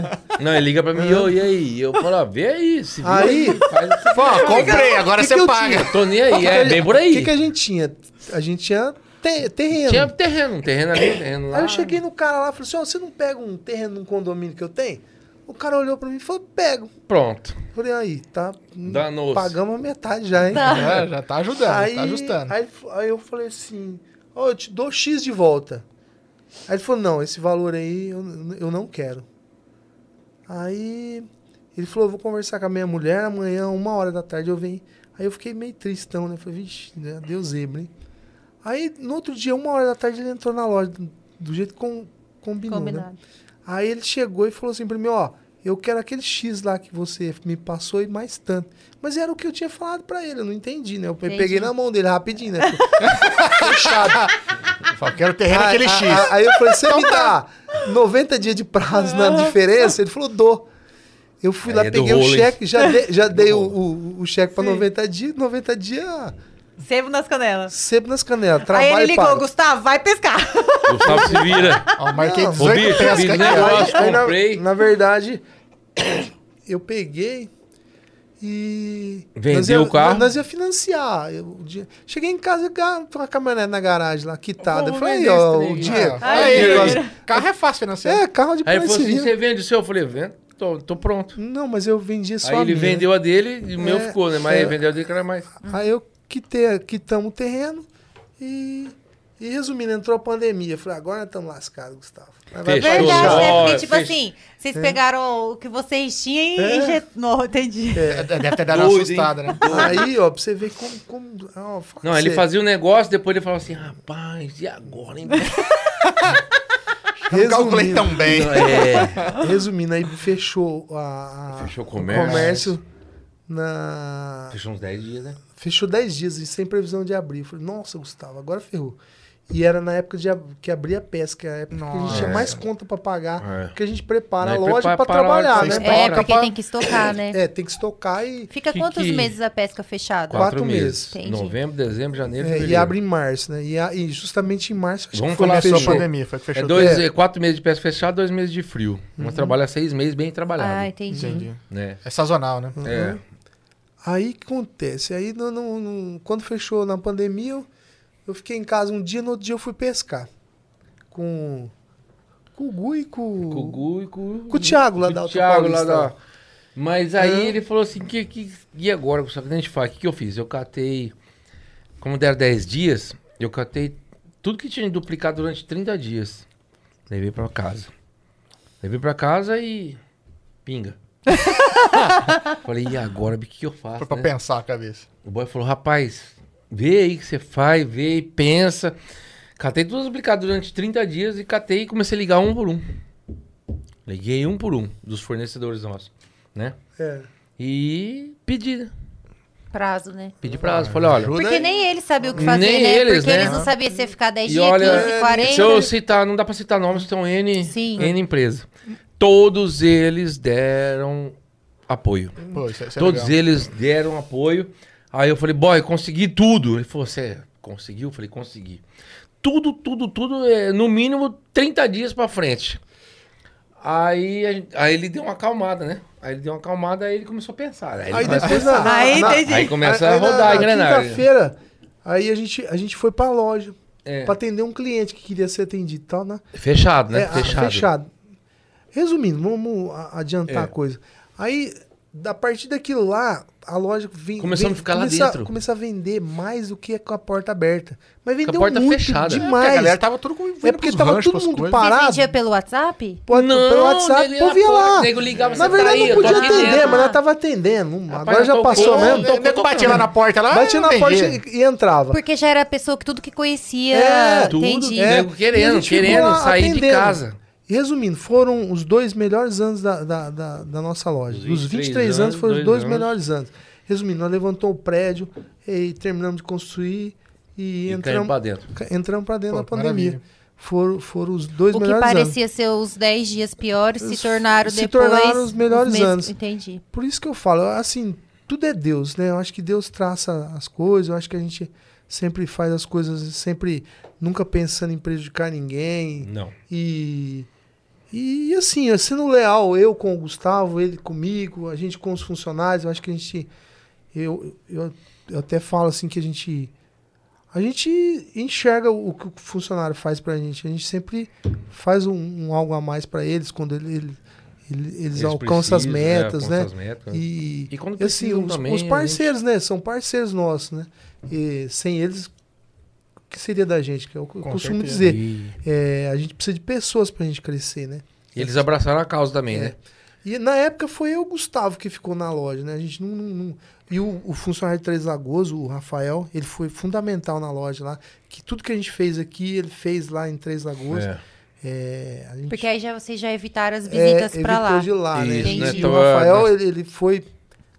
[SPEAKER 3] <laughs>
[SPEAKER 4] né?
[SPEAKER 3] Não, ele liga pra mim, ô, e aí? Eu falo, ah, vê aí, se vira
[SPEAKER 4] Aí-
[SPEAKER 3] faz o que você
[SPEAKER 1] Tá
[SPEAKER 2] Fala, comprei, agora
[SPEAKER 4] que
[SPEAKER 2] você
[SPEAKER 4] que eu
[SPEAKER 2] paga.
[SPEAKER 3] quer. Tô nem aí, é bem por
[SPEAKER 4] O que,
[SPEAKER 3] aí.
[SPEAKER 4] que a gente tinha? A gente tinha te- terreno.
[SPEAKER 3] Tinha terreno, um terreno ali, um terreno lá.
[SPEAKER 4] Aí eu cheguei no cara lá e falei assim: ó, você não pega um terreno num condomínio que eu tenho? O cara olhou pra mim e falou: pego.
[SPEAKER 3] Pronto.
[SPEAKER 4] Eu Falei, aí, tá.
[SPEAKER 3] Danou-se.
[SPEAKER 4] Pagamos a metade
[SPEAKER 3] <laughs>
[SPEAKER 4] já, hein?
[SPEAKER 2] É, já tá ajudando,
[SPEAKER 4] aí,
[SPEAKER 2] tá ajustando.
[SPEAKER 4] Aí, ele fa- aí eu falei assim: Ó, eu te dou X de volta. Aí ele falou: Não, esse valor aí eu, eu não quero. Aí ele falou: eu Vou conversar com a minha mulher amanhã, uma hora da tarde eu venho. Aí eu fiquei meio tristão, né? Falei: Vixe, né? deu zebra, hein? Aí no outro dia, uma hora da tarde, ele entrou na loja, do, do jeito que com- combinou, né?
[SPEAKER 1] Combinado.
[SPEAKER 4] Aí ele chegou e falou assim pra mim, ó, eu quero aquele X lá que você me passou e mais tanto. Mas era o que eu tinha falado pra ele, eu não entendi, né? Eu pe-
[SPEAKER 1] Entendi.
[SPEAKER 4] peguei na mão dele
[SPEAKER 3] <laughs>
[SPEAKER 4] rapidinho, né? Fechado.
[SPEAKER 2] Fala, quero terreno
[SPEAKER 4] Aí- Ah,
[SPEAKER 2] aquele X.
[SPEAKER 4] a- a- Aí eu falei, você me dá 90 dias de prazo
[SPEAKER 5] <laughs>
[SPEAKER 4] na diferença? Ele falou, dou. Eu fui
[SPEAKER 3] Aí
[SPEAKER 4] lá,
[SPEAKER 3] é do
[SPEAKER 4] peguei o
[SPEAKER 3] rolo, hein?
[SPEAKER 4] cheque, já, dei- já dei o, o- o cheque pra 90 dias, 90 dias,
[SPEAKER 5] Sebo nas canelas.
[SPEAKER 4] sempre nas canelas,
[SPEAKER 5] Aí
[SPEAKER 4] trabalho
[SPEAKER 5] ele ligou,
[SPEAKER 4] pago.
[SPEAKER 5] Gustavo, vai pescar.
[SPEAKER 3] Gustavo se
[SPEAKER 4] <laughs>
[SPEAKER 3] vira.
[SPEAKER 2] Ó, marquei
[SPEAKER 4] Não.
[SPEAKER 2] 18
[SPEAKER 3] Ô, bicho,
[SPEAKER 2] pesca
[SPEAKER 3] fiz
[SPEAKER 2] aqui, ó.
[SPEAKER 3] negócio,
[SPEAKER 4] Aí, na-
[SPEAKER 3] comprei.
[SPEAKER 4] Na, verdade, <coughs> eu peguei e.
[SPEAKER 3] Vendeu
[SPEAKER 4] nós ia-
[SPEAKER 3] o carro?
[SPEAKER 4] Nós ia financiar. Eu- o dia- cheguei em casa, ga- com a caminhonete na garagem lá, quitada.
[SPEAKER 3] Vou-
[SPEAKER 4] Eu
[SPEAKER 3] vou
[SPEAKER 4] falei,
[SPEAKER 3] vender
[SPEAKER 4] ó,
[SPEAKER 3] esse
[SPEAKER 4] o
[SPEAKER 3] trem.
[SPEAKER 4] Diego.
[SPEAKER 2] Ah,
[SPEAKER 3] Aí,
[SPEAKER 2] aí,
[SPEAKER 3] negócio.
[SPEAKER 2] negócio. Carro é fácil financiar.
[SPEAKER 4] É, carro de
[SPEAKER 3] Aí ele
[SPEAKER 4] polícia
[SPEAKER 3] falou assim,
[SPEAKER 4] civil.
[SPEAKER 3] você vende o seu? Eu falei, vendo, tô, tô pronto.
[SPEAKER 4] Não, mas eu vendi só
[SPEAKER 3] Aí
[SPEAKER 4] a
[SPEAKER 3] ele
[SPEAKER 4] minha.
[SPEAKER 3] vendeu a dele e o meu
[SPEAKER 4] É,
[SPEAKER 3] ficou, né? Mas
[SPEAKER 4] é.
[SPEAKER 3] ele vendeu a dele que era mais...
[SPEAKER 4] Aí eu quitei, quitamos o terreno e. E resumindo, entrou a pandemia. Eu Falei, agora nós estamos lascados, Gustavo. Mas
[SPEAKER 3] <laughs>
[SPEAKER 4] vai
[SPEAKER 3] Fechou.
[SPEAKER 4] fechar.
[SPEAKER 5] Verdade, né? Porque,
[SPEAKER 3] Ó,
[SPEAKER 5] tipo
[SPEAKER 3] fez-
[SPEAKER 5] assim, vocês pegaram o que vocês tinham e
[SPEAKER 4] É.
[SPEAKER 5] injetou. Entendi.
[SPEAKER 2] É, Deve ter dado uma
[SPEAKER 3] Doido, hein?
[SPEAKER 2] assustada, né?
[SPEAKER 4] Aí, ó, pra você ver como. como ó, fala
[SPEAKER 3] Não, ele
[SPEAKER 4] sério.
[SPEAKER 3] fazia o negócio, depois ele falava assim, rapaz, e agora,
[SPEAKER 4] <laughs>
[SPEAKER 3] hein? bicho?"
[SPEAKER 2] Não calculei tá
[SPEAKER 4] Resumindo.
[SPEAKER 2] tão bem.
[SPEAKER 3] é,
[SPEAKER 4] Resumindo, aí fechou a, a-
[SPEAKER 3] Fechou o
[SPEAKER 4] o
[SPEAKER 3] comércio.
[SPEAKER 4] comércio na...
[SPEAKER 3] fechou uns 10 dias, né?
[SPEAKER 4] Fechou 10 dias e sem previsão de abrir. Eu Falei, nossa, Gustavo, agora ferrou. E era na época de ab- que abria a pesca, a época que a gente tinha
[SPEAKER 3] Nossa.
[SPEAKER 4] mais conta pra pagar,
[SPEAKER 3] É.
[SPEAKER 4] porque a gente prepara
[SPEAKER 3] Aí
[SPEAKER 4] a
[SPEAKER 3] prepara-
[SPEAKER 4] loja pra
[SPEAKER 3] para a hora que
[SPEAKER 4] trabalhar,
[SPEAKER 3] você
[SPEAKER 4] né?
[SPEAKER 2] estoca.
[SPEAKER 1] É,
[SPEAKER 4] Pra-
[SPEAKER 1] porque
[SPEAKER 4] pra-
[SPEAKER 1] tem que estocar, né?
[SPEAKER 4] É, tem que estocar e,
[SPEAKER 1] Fica
[SPEAKER 3] Que-
[SPEAKER 1] quantos
[SPEAKER 3] que-
[SPEAKER 1] meses a pesca fechada?
[SPEAKER 4] Quatro meses.
[SPEAKER 1] Entendi.
[SPEAKER 3] Novembro, dezembro, janeiro,
[SPEAKER 4] é, e
[SPEAKER 3] fevereiro.
[SPEAKER 4] abre em março, né? E, a- e justamente em março acho
[SPEAKER 3] Vamos
[SPEAKER 4] que foi
[SPEAKER 3] falar
[SPEAKER 4] que
[SPEAKER 2] Começou a
[SPEAKER 3] sobre-
[SPEAKER 4] fechou.
[SPEAKER 2] pandemia, foi que
[SPEAKER 3] É,
[SPEAKER 2] fechou tudo.
[SPEAKER 3] dois, é, quatro meses de pesca fechada, dois meses de frio.
[SPEAKER 4] Uhum.
[SPEAKER 3] Mas trabalha seis meses bem trabalhado.
[SPEAKER 1] Ah, entendi.
[SPEAKER 2] Entendi.
[SPEAKER 3] né?
[SPEAKER 2] É sazonal, né?
[SPEAKER 4] Uhum.
[SPEAKER 3] É.
[SPEAKER 4] Aí o que acontece? Aí não- não- não- quando fechou na pandemia, eu Eu fiquei em casa um dia, no outro dia eu fui pescar. Com, com o Gu e com,
[SPEAKER 3] Com o Gu e com,
[SPEAKER 4] com o Thiago lá
[SPEAKER 3] com o
[SPEAKER 4] da Auto
[SPEAKER 3] Thiago lá
[SPEAKER 4] Paulista,
[SPEAKER 3] da-
[SPEAKER 4] lá.
[SPEAKER 3] Mas aí
[SPEAKER 4] Hã?
[SPEAKER 3] ele falou assim, que, que, e agora? Só que a gente fala, o que, que eu fiz? Eu catei, como deram 10 dias, eu catei tudo que tinha duplicado durante 30 dias. Levei pra casa. Levei pra casa e...
[SPEAKER 2] <laughs>
[SPEAKER 3] Pinga. Falei, e agora? O que, que eu faço,
[SPEAKER 2] Foi pra
[SPEAKER 3] né?
[SPEAKER 2] pensar a cabeça.
[SPEAKER 3] O boy falou, rapaz, vê aí o que você faz, vê aí, pensa. Catei todos os duplicados durante 30 dias e catei e comecei a ligar um por um. Liguei um por um dos fornecedores nossos, né?
[SPEAKER 4] É.
[SPEAKER 3] E pedi, né?
[SPEAKER 1] Prazo, né?
[SPEAKER 3] Pedi prazo. Falei, olha,
[SPEAKER 2] Ajuda
[SPEAKER 1] Porque
[SPEAKER 2] aí.
[SPEAKER 1] nem eles sabiam o que fazer,
[SPEAKER 3] Nem
[SPEAKER 1] né?
[SPEAKER 3] eles,
[SPEAKER 1] Porque
[SPEAKER 3] né?
[SPEAKER 1] eles não sabiam se ia ficar 10
[SPEAKER 3] e
[SPEAKER 1] dias,
[SPEAKER 3] olha,
[SPEAKER 1] 15, 40.
[SPEAKER 3] se eu citar, não dá pra citar nomes, estão N,
[SPEAKER 1] Sim.
[SPEAKER 3] N empresa. Todos eles deram apoio.
[SPEAKER 2] Pô, isso, isso é
[SPEAKER 3] Todos
[SPEAKER 2] legal.
[SPEAKER 3] eles deram apoio. Aí eu falei, boy, consegui tudo. Ele falou, você conseguiu? Eu falei, consegui. Tudo, tudo, tudo, é, no mínimo 30 dias pra frente. Aí, a gente- aí ele deu uma acalmada, né? Aí ele deu uma acalmada, aí ele começou a pensar. Aí, ele
[SPEAKER 4] Aí
[SPEAKER 3] começa-
[SPEAKER 4] depois na, na,
[SPEAKER 5] Aí
[SPEAKER 4] na-
[SPEAKER 5] entendi.
[SPEAKER 3] aí começa a
[SPEAKER 4] aí na-
[SPEAKER 3] rodar a
[SPEAKER 4] na
[SPEAKER 3] engrenagem.
[SPEAKER 4] quinta-feira, aí a gente, a gente foi pra loja
[SPEAKER 3] É.
[SPEAKER 4] pra atender um cliente que queria ser atendido e tal, né?
[SPEAKER 3] Fechado, né?
[SPEAKER 4] É, a-
[SPEAKER 3] fechado.
[SPEAKER 4] fechado. Resumindo, vamos a- adiantar
[SPEAKER 3] É.
[SPEAKER 4] a coisa. Aí, da partir daquilo lá, a loja vem,
[SPEAKER 3] Começamos a
[SPEAKER 4] vem-
[SPEAKER 3] ficar lá
[SPEAKER 4] começa-
[SPEAKER 3] dentro.
[SPEAKER 4] Começa a vender mais do que com a porta aberta. Mas vendeu
[SPEAKER 3] porta
[SPEAKER 4] muito
[SPEAKER 3] fechada. É, porque tá
[SPEAKER 2] Porque
[SPEAKER 4] demais.
[SPEAKER 2] a galera tava tudo com
[SPEAKER 4] É porque tava todo mundo
[SPEAKER 1] Você
[SPEAKER 4] parado.
[SPEAKER 1] vendia pelo WhatsApp?
[SPEAKER 4] Pô, pelo
[SPEAKER 3] ele
[SPEAKER 4] WhatsApp,
[SPEAKER 3] era
[SPEAKER 4] pô, via
[SPEAKER 3] porta,
[SPEAKER 4] lá.
[SPEAKER 3] nego ligava,
[SPEAKER 4] Na
[SPEAKER 3] "Você tá
[SPEAKER 4] verdade,
[SPEAKER 3] aí,
[SPEAKER 4] não
[SPEAKER 3] eu tô
[SPEAKER 4] podia
[SPEAKER 3] aqui
[SPEAKER 4] atender,
[SPEAKER 3] dentro."
[SPEAKER 4] mas ela tava atendendo. Agora
[SPEAKER 3] eu
[SPEAKER 4] já
[SPEAKER 3] tô
[SPEAKER 4] passou
[SPEAKER 3] com-
[SPEAKER 4] mesmo.
[SPEAKER 3] eu
[SPEAKER 2] O nego batia lá na porta lá.
[SPEAKER 4] Batia na
[SPEAKER 2] não
[SPEAKER 4] porta
[SPEAKER 2] entendia.
[SPEAKER 4] e, e entrava.
[SPEAKER 1] Porque já era a pessoa que tudo que conhecia.
[SPEAKER 4] É,
[SPEAKER 3] Tudo,
[SPEAKER 1] entendi.
[SPEAKER 3] né? Nego
[SPEAKER 4] E a
[SPEAKER 3] querendo,
[SPEAKER 4] gente ficou
[SPEAKER 3] querendo
[SPEAKER 4] lá
[SPEAKER 3] sair de
[SPEAKER 4] atendendo.
[SPEAKER 3] casa.
[SPEAKER 4] Resumindo, foram os dois melhores anos da, da, da, da nossa loja.
[SPEAKER 3] Dos
[SPEAKER 4] Dos
[SPEAKER 3] 23
[SPEAKER 4] 23, anos, foram os
[SPEAKER 3] anos,
[SPEAKER 4] dois
[SPEAKER 3] dois
[SPEAKER 4] melhores anos. Resumindo, nós levantou o prédio e terminamos de construir
[SPEAKER 3] E
[SPEAKER 4] e,
[SPEAKER 3] caindo
[SPEAKER 4] entramos
[SPEAKER 3] pra dentro.
[SPEAKER 4] ca- entramos para dentro
[SPEAKER 2] Pô,
[SPEAKER 4] da pandemia.
[SPEAKER 2] maravilha.
[SPEAKER 4] Foram, foram os dois
[SPEAKER 1] O que
[SPEAKER 4] melhores anos.
[SPEAKER 1] parecia ser os 10 dias piores se
[SPEAKER 4] Os-
[SPEAKER 1] tornaram
[SPEAKER 4] se
[SPEAKER 1] depois.
[SPEAKER 4] tornaram os melhores
[SPEAKER 1] mesmos-
[SPEAKER 4] anos.
[SPEAKER 1] Entendi.
[SPEAKER 4] Por isso que eu falo, assim, tudo é Deus, né? Eu acho que Deus traça as coisas, eu acho que a gente sempre faz as coisas, sempre nunca pensando em prejudicar ninguém.
[SPEAKER 3] Não.
[SPEAKER 4] E, e assim, eu sendo leal, eu com o Gustavo, ele comigo, a gente com os funcionários, eu acho que a gente. Eu, eu, eu até falo assim que a gente. A gente enxerga o que o funcionário faz pra gente. A gente sempre faz um, um algo a mais pra eles quando ele, ele- ele- eles, alcançam as
[SPEAKER 3] precisam, é,
[SPEAKER 4] metas,
[SPEAKER 3] alcançam
[SPEAKER 4] né?
[SPEAKER 3] as metas.
[SPEAKER 4] E,
[SPEAKER 3] E quando
[SPEAKER 4] e assim,
[SPEAKER 3] precisam
[SPEAKER 4] os,
[SPEAKER 3] também,
[SPEAKER 4] os
[SPEAKER 3] a
[SPEAKER 4] parceiros, né? São parceiros nossos, né? E sem eles, o que seria da gente? Que eu, eu
[SPEAKER 2] Com
[SPEAKER 4] costumo
[SPEAKER 2] certeza.
[SPEAKER 4] dizer.
[SPEAKER 3] E-
[SPEAKER 4] É, a gente precisa de pessoas pra gente crescer, né?
[SPEAKER 3] E eles abraçaram a causa também,
[SPEAKER 4] É.
[SPEAKER 3] né?
[SPEAKER 4] E na época foi eu e o Gustavo que ficou na loja, né? A gente não. não- não- E o, o funcionário de Três Lagoas, o Rafael, ele foi fundamental na loja lá. Que tudo que a gente fez aqui, ele fez lá em Três Lagoas.
[SPEAKER 3] É.
[SPEAKER 4] É, a gente-
[SPEAKER 1] Porque aí já, vocês já evitaram as
[SPEAKER 4] é,
[SPEAKER 1] visitas pra
[SPEAKER 4] evitou
[SPEAKER 1] lá.
[SPEAKER 4] de lá, né?
[SPEAKER 3] Isso,
[SPEAKER 1] né?
[SPEAKER 4] E
[SPEAKER 3] Então,
[SPEAKER 4] o Rafael,
[SPEAKER 3] nós-
[SPEAKER 4] ele, ele foi.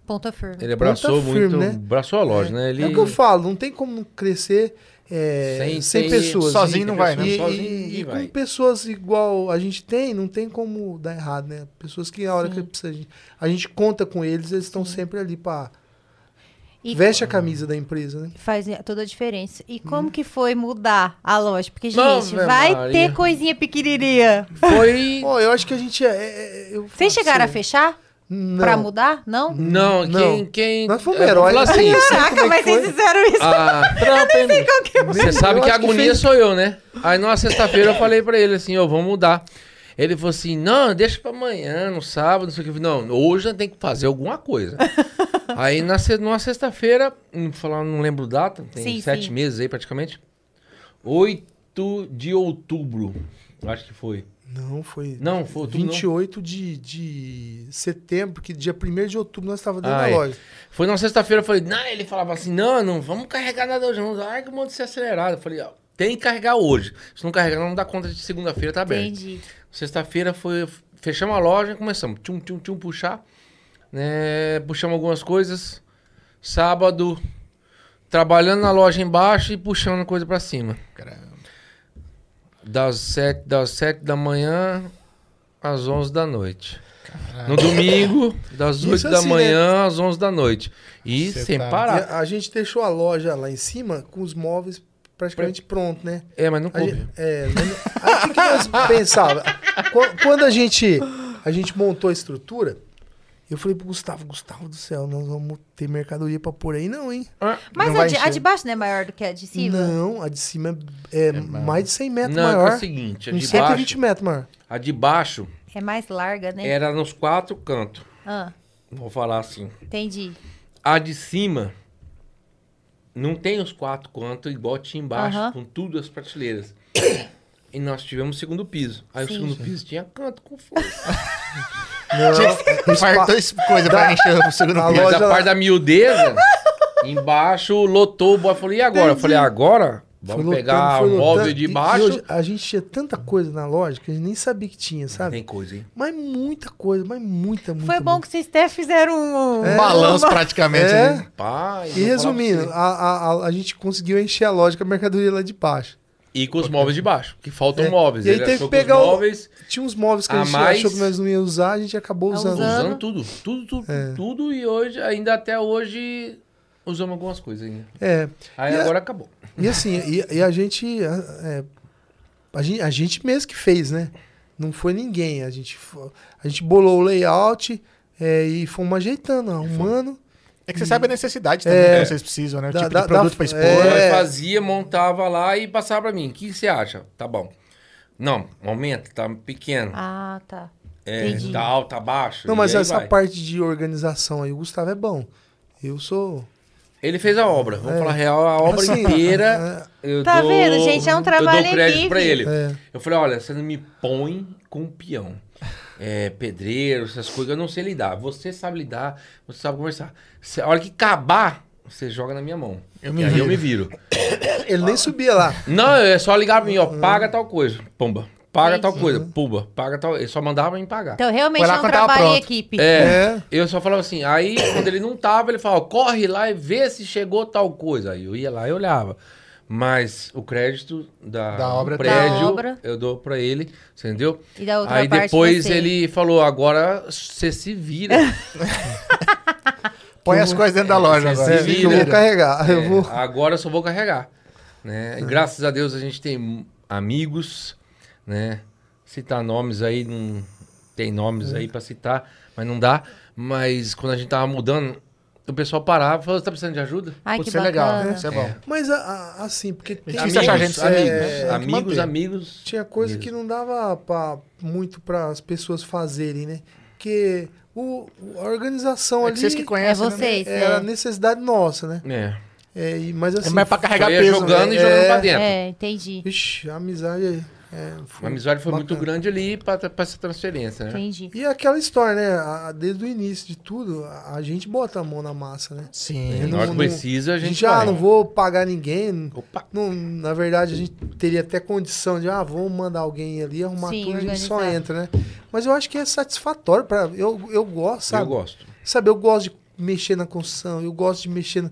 [SPEAKER 1] Ponta firme.
[SPEAKER 3] Ele abraçou
[SPEAKER 4] Ponta firme,
[SPEAKER 3] muito,
[SPEAKER 4] né?
[SPEAKER 3] abraçou a loja, né? Ele
[SPEAKER 4] É o que eu falo, não tem como crescer é, sem,
[SPEAKER 3] Sem- sem-
[SPEAKER 4] pessoas.
[SPEAKER 2] sozinho não vai, né?
[SPEAKER 4] E,
[SPEAKER 3] Sozinho
[SPEAKER 4] e-
[SPEAKER 3] ninguém
[SPEAKER 4] e com
[SPEAKER 3] vai.
[SPEAKER 4] pessoas igual a gente tem, não tem como dar errado, né? Pessoas que a hora que precisa, a gente, a gente conta com eles, eles estão sempre ali pra.
[SPEAKER 1] E
[SPEAKER 4] Veste Hum. a camisa da empresa, né?
[SPEAKER 1] Faz toda a diferença. E como que foi mudar a loja? Porque,
[SPEAKER 3] Não,
[SPEAKER 1] gente,
[SPEAKER 3] Ave
[SPEAKER 1] vai
[SPEAKER 3] Maria.
[SPEAKER 1] ter coisinha pequenininha.
[SPEAKER 3] foi.
[SPEAKER 4] Pô, eu acho que a gente é. é- é- eu
[SPEAKER 1] Vocês
[SPEAKER 4] falo
[SPEAKER 1] chegaram a
[SPEAKER 4] assim,
[SPEAKER 1] fechar
[SPEAKER 4] Não. Hum.
[SPEAKER 1] pra mudar? Não?
[SPEAKER 3] Não,
[SPEAKER 4] Não.
[SPEAKER 3] quem. quem...
[SPEAKER 4] Nós fomos
[SPEAKER 3] eu vou
[SPEAKER 4] heróis.
[SPEAKER 3] falar assim,
[SPEAKER 5] Caraca,
[SPEAKER 4] é
[SPEAKER 5] mas vocês fizeram isso.
[SPEAKER 3] a- Ah. Você sabe
[SPEAKER 4] eu
[SPEAKER 3] que a
[SPEAKER 4] acho que
[SPEAKER 3] agonia
[SPEAKER 4] fez-
[SPEAKER 3] sou eu, né? Aí numa sexta-feira eu falei pra ele assim, ó, vamos mudar. Ele falou assim, não, deixa pra amanhã, no sábado, não sei o que. Eu falei, Não, hoje nós tem que fazer alguma coisa. aí na, se- numa sexta-feira, hum, falar, não lembro data, tem
[SPEAKER 1] Sim,
[SPEAKER 3] sete
[SPEAKER 1] sim.
[SPEAKER 3] meses aí praticamente. 8 de outubro, eu acho que foi.
[SPEAKER 4] Não, foi.
[SPEAKER 3] Não, foi outubro não.
[SPEAKER 4] 28 De, de setembro, que dia 1 de outubro nós estávamos dentro
[SPEAKER 3] Ah, é.
[SPEAKER 4] da loja.
[SPEAKER 3] Foi na sexta-feira, eu falei, não, ele falava assim, não, não vamos carregar nada hoje, não, larga o monte de ser acelerado. Eu falei, ó, tem que carregar hoje. Se não carregar, não dá conta de segunda-feira, tá aberto.
[SPEAKER 1] Entendi.
[SPEAKER 3] Sexta-feira foi. Fechamos a loja e começamos. Tchum, tchum, tchum, puxar. né? Puxamos algumas coisas. Sábado, trabalhando na loja embaixo e puxando coisa pra cima.
[SPEAKER 2] Caramba.
[SPEAKER 3] Das sete, das sete da manhã às 11 da noite. No domingo, das
[SPEAKER 4] Isso
[SPEAKER 3] 8 da
[SPEAKER 4] assim, né?
[SPEAKER 3] manhã às 11 da noite. E
[SPEAKER 2] Cê
[SPEAKER 3] sem
[SPEAKER 2] tá-
[SPEAKER 4] E
[SPEAKER 3] parar.
[SPEAKER 4] a, a gente deixou a loja lá em cima com os móveis praticamente prontos, né?
[SPEAKER 3] É, mas não
[SPEAKER 4] A
[SPEAKER 3] coube.
[SPEAKER 4] gente- é, mas- aí o que, que nós pensávamos? Qu- Quando a gente, a gente montou a estrutura, Eu falei pro Gustavo, Gustavo do céu, nós vamos ter mercadoria pra pôr aí não, hein?
[SPEAKER 1] Mas
[SPEAKER 4] Não
[SPEAKER 1] a
[SPEAKER 4] vai
[SPEAKER 1] de, a
[SPEAKER 4] encher.
[SPEAKER 1] de baixo não é maior do que a de cima?
[SPEAKER 4] Não, a de cima é, é mais de 100 metros
[SPEAKER 3] Não, é que é
[SPEAKER 4] maior. Um
[SPEAKER 3] o seguinte, a
[SPEAKER 4] Uns
[SPEAKER 3] de baixo,
[SPEAKER 4] 120 metros maior.
[SPEAKER 3] a de baixo
[SPEAKER 1] É mais larga, né?
[SPEAKER 3] era nos quatro cantos.
[SPEAKER 1] Ah,
[SPEAKER 3] Vou falar assim.
[SPEAKER 1] entendi.
[SPEAKER 3] A de cima não tem os quatro cantos igual tinha embaixo,
[SPEAKER 1] Aham.
[SPEAKER 3] com tudo as prateleiras. E nós tivemos o segundo piso. Aí
[SPEAKER 1] Sim.
[SPEAKER 3] o segundo piso tinha canto com força.
[SPEAKER 4] Não, o spa-
[SPEAKER 2] Fartou coisa pra encher o segundo
[SPEAKER 4] Da
[SPEAKER 2] piso.
[SPEAKER 3] Mas
[SPEAKER 4] <laughs> loja
[SPEAKER 3] a
[SPEAKER 4] lá.
[SPEAKER 3] parte da miudeza,
[SPEAKER 1] <laughs>
[SPEAKER 3] embaixo lotou o boy. Falei, e agora? Eu Falei, agora?
[SPEAKER 4] foi
[SPEAKER 3] <laughs> Vamos
[SPEAKER 4] lotando,
[SPEAKER 3] pegar
[SPEAKER 4] foi
[SPEAKER 3] o móvel
[SPEAKER 4] lotando. E-
[SPEAKER 3] de
[SPEAKER 4] e
[SPEAKER 3] baixo.
[SPEAKER 4] hoje a gente tinha tanta coisa na loja que a gente nem sabia que tinha, sabe?
[SPEAKER 3] Tem coisa, hein?
[SPEAKER 4] Mas muita coisa, mas muita, muita.
[SPEAKER 5] Foi bom
[SPEAKER 4] muita.
[SPEAKER 5] que vocês até fizeram um.
[SPEAKER 2] Um balanço praticamente. né?
[SPEAKER 4] É.
[SPEAKER 2] ali.
[SPEAKER 3] Pai,
[SPEAKER 4] E
[SPEAKER 3] vou
[SPEAKER 4] resumindo,
[SPEAKER 3] falar pra
[SPEAKER 4] a, a, a, a gente conseguiu encher a loja com a mercadoria lá de baixo.
[SPEAKER 3] você. E com os móveis de baixo, que faltam
[SPEAKER 4] É.
[SPEAKER 3] móveis.
[SPEAKER 4] E aí
[SPEAKER 3] Ele
[SPEAKER 4] teve
[SPEAKER 3] achou
[SPEAKER 4] que pegar
[SPEAKER 3] os
[SPEAKER 4] o-
[SPEAKER 3] móveis,
[SPEAKER 4] Tinha uns móveis que a,
[SPEAKER 3] A
[SPEAKER 4] gente
[SPEAKER 3] mais-
[SPEAKER 4] achou que nós não ia usar, a gente acabou
[SPEAKER 1] Tá
[SPEAKER 4] usando. É.
[SPEAKER 1] usando.
[SPEAKER 3] usando tudo. Tudo, tudo, tudo. E hoje, ainda até hoje, usamos algumas coisas ainda.
[SPEAKER 4] É.
[SPEAKER 3] Aí
[SPEAKER 4] E a-
[SPEAKER 3] agora acabou.
[SPEAKER 4] E assim, e, e a gente. é, a gente. A gente mesmo que fez, né? Não foi ninguém. A gente, fo- a gente bolou o layout é, e fomos ajeitando, arrumando.
[SPEAKER 2] É que você sabe a necessidade também
[SPEAKER 4] É.
[SPEAKER 2] que vocês precisam, né? O
[SPEAKER 4] Da-
[SPEAKER 2] tipo
[SPEAKER 4] da-
[SPEAKER 2] de produto
[SPEAKER 4] da-
[SPEAKER 2] pra expor.
[SPEAKER 4] é.
[SPEAKER 3] Nós fazia, montava lá e passava pra mim. O que você acha? Tá bom. Não, aumenta, tá pequeno.
[SPEAKER 1] Ah, tá.
[SPEAKER 3] é,
[SPEAKER 1] entendi.
[SPEAKER 3] tá alto, tá baixo.
[SPEAKER 4] Não,
[SPEAKER 3] e
[SPEAKER 4] mas
[SPEAKER 3] aí
[SPEAKER 4] essa
[SPEAKER 3] vai.
[SPEAKER 4] parte de organização aí, o Gustavo é bom. Eu sou.
[SPEAKER 3] Ele fez a obra.
[SPEAKER 2] É.
[SPEAKER 3] Vamos falar a real, a obra
[SPEAKER 4] Assim,
[SPEAKER 3] inteira. Eu
[SPEAKER 5] Tá
[SPEAKER 3] dou-
[SPEAKER 5] vendo, gente? É um
[SPEAKER 3] Eu
[SPEAKER 5] trabalho
[SPEAKER 3] dou
[SPEAKER 5] em
[SPEAKER 3] crédito pra
[SPEAKER 5] equipe.
[SPEAKER 3] ele.
[SPEAKER 4] É.
[SPEAKER 3] Eu falei, olha, você não me põe com um peão. É, pedreiro, essas coisas, eu não sei lidar. Você sabe lidar, você sabe conversar. Cê- a hora que acabar, você joga na minha mão.
[SPEAKER 2] Eu
[SPEAKER 3] e
[SPEAKER 2] me
[SPEAKER 3] aí
[SPEAKER 2] viro.
[SPEAKER 3] eu me viro.
[SPEAKER 4] Ele nem subia lá.
[SPEAKER 3] Não, é só ligar pra mim,
[SPEAKER 2] Uhum.
[SPEAKER 3] ó, paga tal coisa. Pomba. Paga tal
[SPEAKER 1] Entendi.
[SPEAKER 3] coisa. Pumba. Paga tal... Ele só mandava me pagar.
[SPEAKER 1] Então, realmente
[SPEAKER 2] Foi
[SPEAKER 1] é
[SPEAKER 2] lá
[SPEAKER 1] um
[SPEAKER 2] quando tava
[SPEAKER 1] trabalho em
[SPEAKER 2] pronto.
[SPEAKER 1] equipe.
[SPEAKER 3] É,
[SPEAKER 4] É.
[SPEAKER 3] Eu só falava assim, aí <coughs> quando ele não tava, ele falava, corre lá e vê se chegou tal coisa. Aí eu ia lá e olhava. Mas o crédito da,
[SPEAKER 2] Da obra
[SPEAKER 3] do
[SPEAKER 2] dele.
[SPEAKER 3] prédio,
[SPEAKER 1] Da obra.
[SPEAKER 3] eu dou pra ele, entendeu?
[SPEAKER 1] E da outra
[SPEAKER 3] aí
[SPEAKER 1] parte
[SPEAKER 3] depois
[SPEAKER 1] você.
[SPEAKER 3] ele falou, agora você se vira.
[SPEAKER 2] Põe as coisas
[SPEAKER 4] É.
[SPEAKER 2] dentro da loja
[SPEAKER 3] Vocês
[SPEAKER 2] agora.
[SPEAKER 3] se
[SPEAKER 4] que eu vou
[SPEAKER 3] viram.
[SPEAKER 4] carregar.
[SPEAKER 3] É,
[SPEAKER 4] Eu vou.
[SPEAKER 3] Agora eu só vou carregar. Né? E Graças a Deus a gente tem amigos, né? Citar nomes aí, não tem nomes aí pra citar, mas não dá. Mas quando a gente tava mudando, o pessoal parava e falou: você tá precisando de ajuda?
[SPEAKER 1] Ai,
[SPEAKER 2] Putz,
[SPEAKER 1] que
[SPEAKER 2] isso é legal.
[SPEAKER 1] bacana.
[SPEAKER 2] Isso é bom.
[SPEAKER 4] Mas a- a- assim, porque tem.
[SPEAKER 2] Difícil achar gente séria,
[SPEAKER 3] amigos,
[SPEAKER 2] né? Tem que
[SPEAKER 3] amigos,
[SPEAKER 2] manter.
[SPEAKER 3] amigos.
[SPEAKER 4] Tinha coisa que não dava pra, muito para as pessoas fazerem, né? Porque o, a organização
[SPEAKER 2] É que
[SPEAKER 4] ali
[SPEAKER 2] vocês que
[SPEAKER 1] É
[SPEAKER 2] conhecem, né?
[SPEAKER 1] vocês,
[SPEAKER 4] era
[SPEAKER 1] é.
[SPEAKER 4] a necessidade nossa, né?
[SPEAKER 3] É.
[SPEAKER 4] É, e, mas assim.
[SPEAKER 2] É mais pra carregar
[SPEAKER 3] Só ia
[SPEAKER 2] peso.
[SPEAKER 3] jogando
[SPEAKER 2] né?
[SPEAKER 3] e jogando pra dentro.
[SPEAKER 1] É, entendi.
[SPEAKER 4] Ixi, a amizade é,
[SPEAKER 3] A
[SPEAKER 4] foi
[SPEAKER 3] amizade foi muito
[SPEAKER 4] bacana.
[SPEAKER 3] grande ali pra, pra essa transferência, né?
[SPEAKER 1] Entendi.
[SPEAKER 4] E aquela história, né? A- desde o início de tudo, a, a gente bota a mão na massa, né?
[SPEAKER 2] Sim.
[SPEAKER 4] Eu
[SPEAKER 3] Na hora que
[SPEAKER 4] não-
[SPEAKER 3] precisa, a
[SPEAKER 4] A
[SPEAKER 3] gente.
[SPEAKER 4] gente, ah,
[SPEAKER 3] vai.
[SPEAKER 4] não vou pagar ninguém.
[SPEAKER 3] Opa!
[SPEAKER 4] Não, na verdade, a gente teria até condição de, ah, vamos mandar alguém ali arrumar
[SPEAKER 1] Sim,
[SPEAKER 4] tudo, a gente só
[SPEAKER 1] organizar.
[SPEAKER 4] entra, né? Mas eu acho que é satisfatório para eu, eu gosto, sabe?
[SPEAKER 3] Eu gosto.
[SPEAKER 4] Sabe, eu gosto de mexer na construção, eu gosto de mexer na-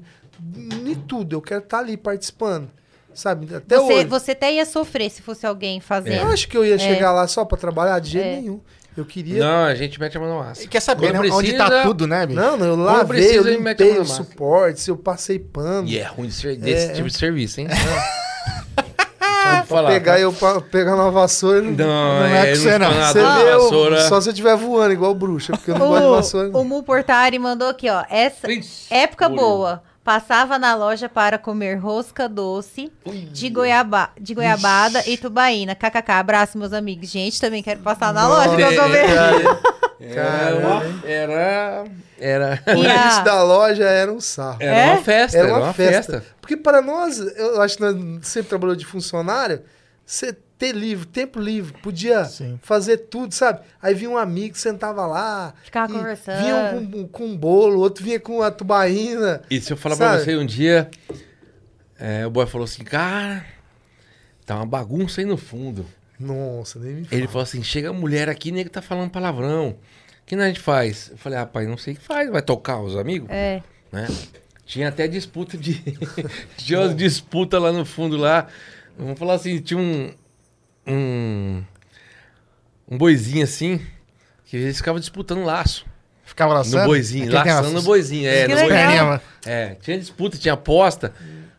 [SPEAKER 4] em tudo, eu quero estar ali participando, sabe? Até
[SPEAKER 1] Você,
[SPEAKER 4] hoje. É.
[SPEAKER 1] você até ia sofrer se fosse alguém
[SPEAKER 4] Eu
[SPEAKER 1] fazendo.
[SPEAKER 4] acho que eu ia chegar lá só pra trabalhar de jeito
[SPEAKER 1] É.
[SPEAKER 4] nenhum. Eu queria.
[SPEAKER 3] Não, a gente mete a mão na massa.
[SPEAKER 2] E Quer saber,
[SPEAKER 3] Quando
[SPEAKER 2] né? Onde tá
[SPEAKER 3] precisa-
[SPEAKER 2] tudo, né, bicho?
[SPEAKER 4] Não, não, eu
[SPEAKER 3] Quando
[SPEAKER 4] lavei,
[SPEAKER 3] precisa,
[SPEAKER 4] eu
[SPEAKER 3] ele mete a mão
[SPEAKER 4] limpei
[SPEAKER 3] na
[SPEAKER 4] os
[SPEAKER 3] massa.
[SPEAKER 4] suportes, eu passei pano.
[SPEAKER 3] E é ruim de ser- desse
[SPEAKER 4] É.
[SPEAKER 3] tipo de serviço, hein? Só vou falar.
[SPEAKER 4] Pegar eu pa- pegar uma vassoura.
[SPEAKER 3] Não,
[SPEAKER 2] é com
[SPEAKER 3] é,
[SPEAKER 2] você, não.
[SPEAKER 3] não.
[SPEAKER 4] Você
[SPEAKER 3] Você
[SPEAKER 4] vê, eu-
[SPEAKER 3] vassoura.
[SPEAKER 4] só se eu estiver voando igual bruxa, porque eu não gosto de vassoura.
[SPEAKER 1] O,
[SPEAKER 4] não.
[SPEAKER 1] o Mu Portari mandou aqui, ó. Essa
[SPEAKER 3] Ixi,
[SPEAKER 1] época
[SPEAKER 3] olho.
[SPEAKER 1] boa. Passava na loja para comer rosca doce de, goiaba, de goiabada e tubaína. KKK, abraço, meus amigos. Gente, também quero passar na loja pra comer.
[SPEAKER 3] É, é,
[SPEAKER 4] Caralho.
[SPEAKER 3] Era. Era.
[SPEAKER 4] O
[SPEAKER 1] <laughs> E a-
[SPEAKER 4] início da loja era um sarro.
[SPEAKER 3] Era
[SPEAKER 1] É?
[SPEAKER 3] uma festa. Era uma festa.
[SPEAKER 4] Porque para nós, eu acho que nós sempre trabalhou de funcionário, você ter livre, tempo livre, podia
[SPEAKER 2] Sim.
[SPEAKER 4] fazer tudo, sabe? Aí vinha um amigo, sentava lá.
[SPEAKER 1] Ficava
[SPEAKER 4] e
[SPEAKER 1] conversando.
[SPEAKER 4] Vinha um com, com um bolo, outro vinha com a tubaína.
[SPEAKER 3] E se eu falar pra
[SPEAKER 4] Sabe?
[SPEAKER 3] você um dia, é, o boy falou assim, cara, tá uma bagunça aí no fundo.
[SPEAKER 4] Nossa, nem me
[SPEAKER 3] Ele falou assim, chega a mulher aqui, nego tá falando palavrão. O que a gente faz? Eu falei, rapaz, não sei o que faz, vai tocar os amigos?
[SPEAKER 1] É.
[SPEAKER 3] né? Tinha até disputa de. <laughs> tinha umas disputas lá no fundo lá. Vamos falar assim, tinha um. Um. Um boizinho assim. Que eles ficavam disputando laço.
[SPEAKER 2] Ficava laçando.
[SPEAKER 3] No boizinho,
[SPEAKER 2] Aquele tem
[SPEAKER 3] laçando
[SPEAKER 2] umas-
[SPEAKER 3] no boizinho. É,
[SPEAKER 1] Que
[SPEAKER 3] no
[SPEAKER 1] legal.
[SPEAKER 3] boizinho.
[SPEAKER 4] Ah,
[SPEAKER 2] perninha, mano.
[SPEAKER 3] É, tinha disputa, tinha aposta.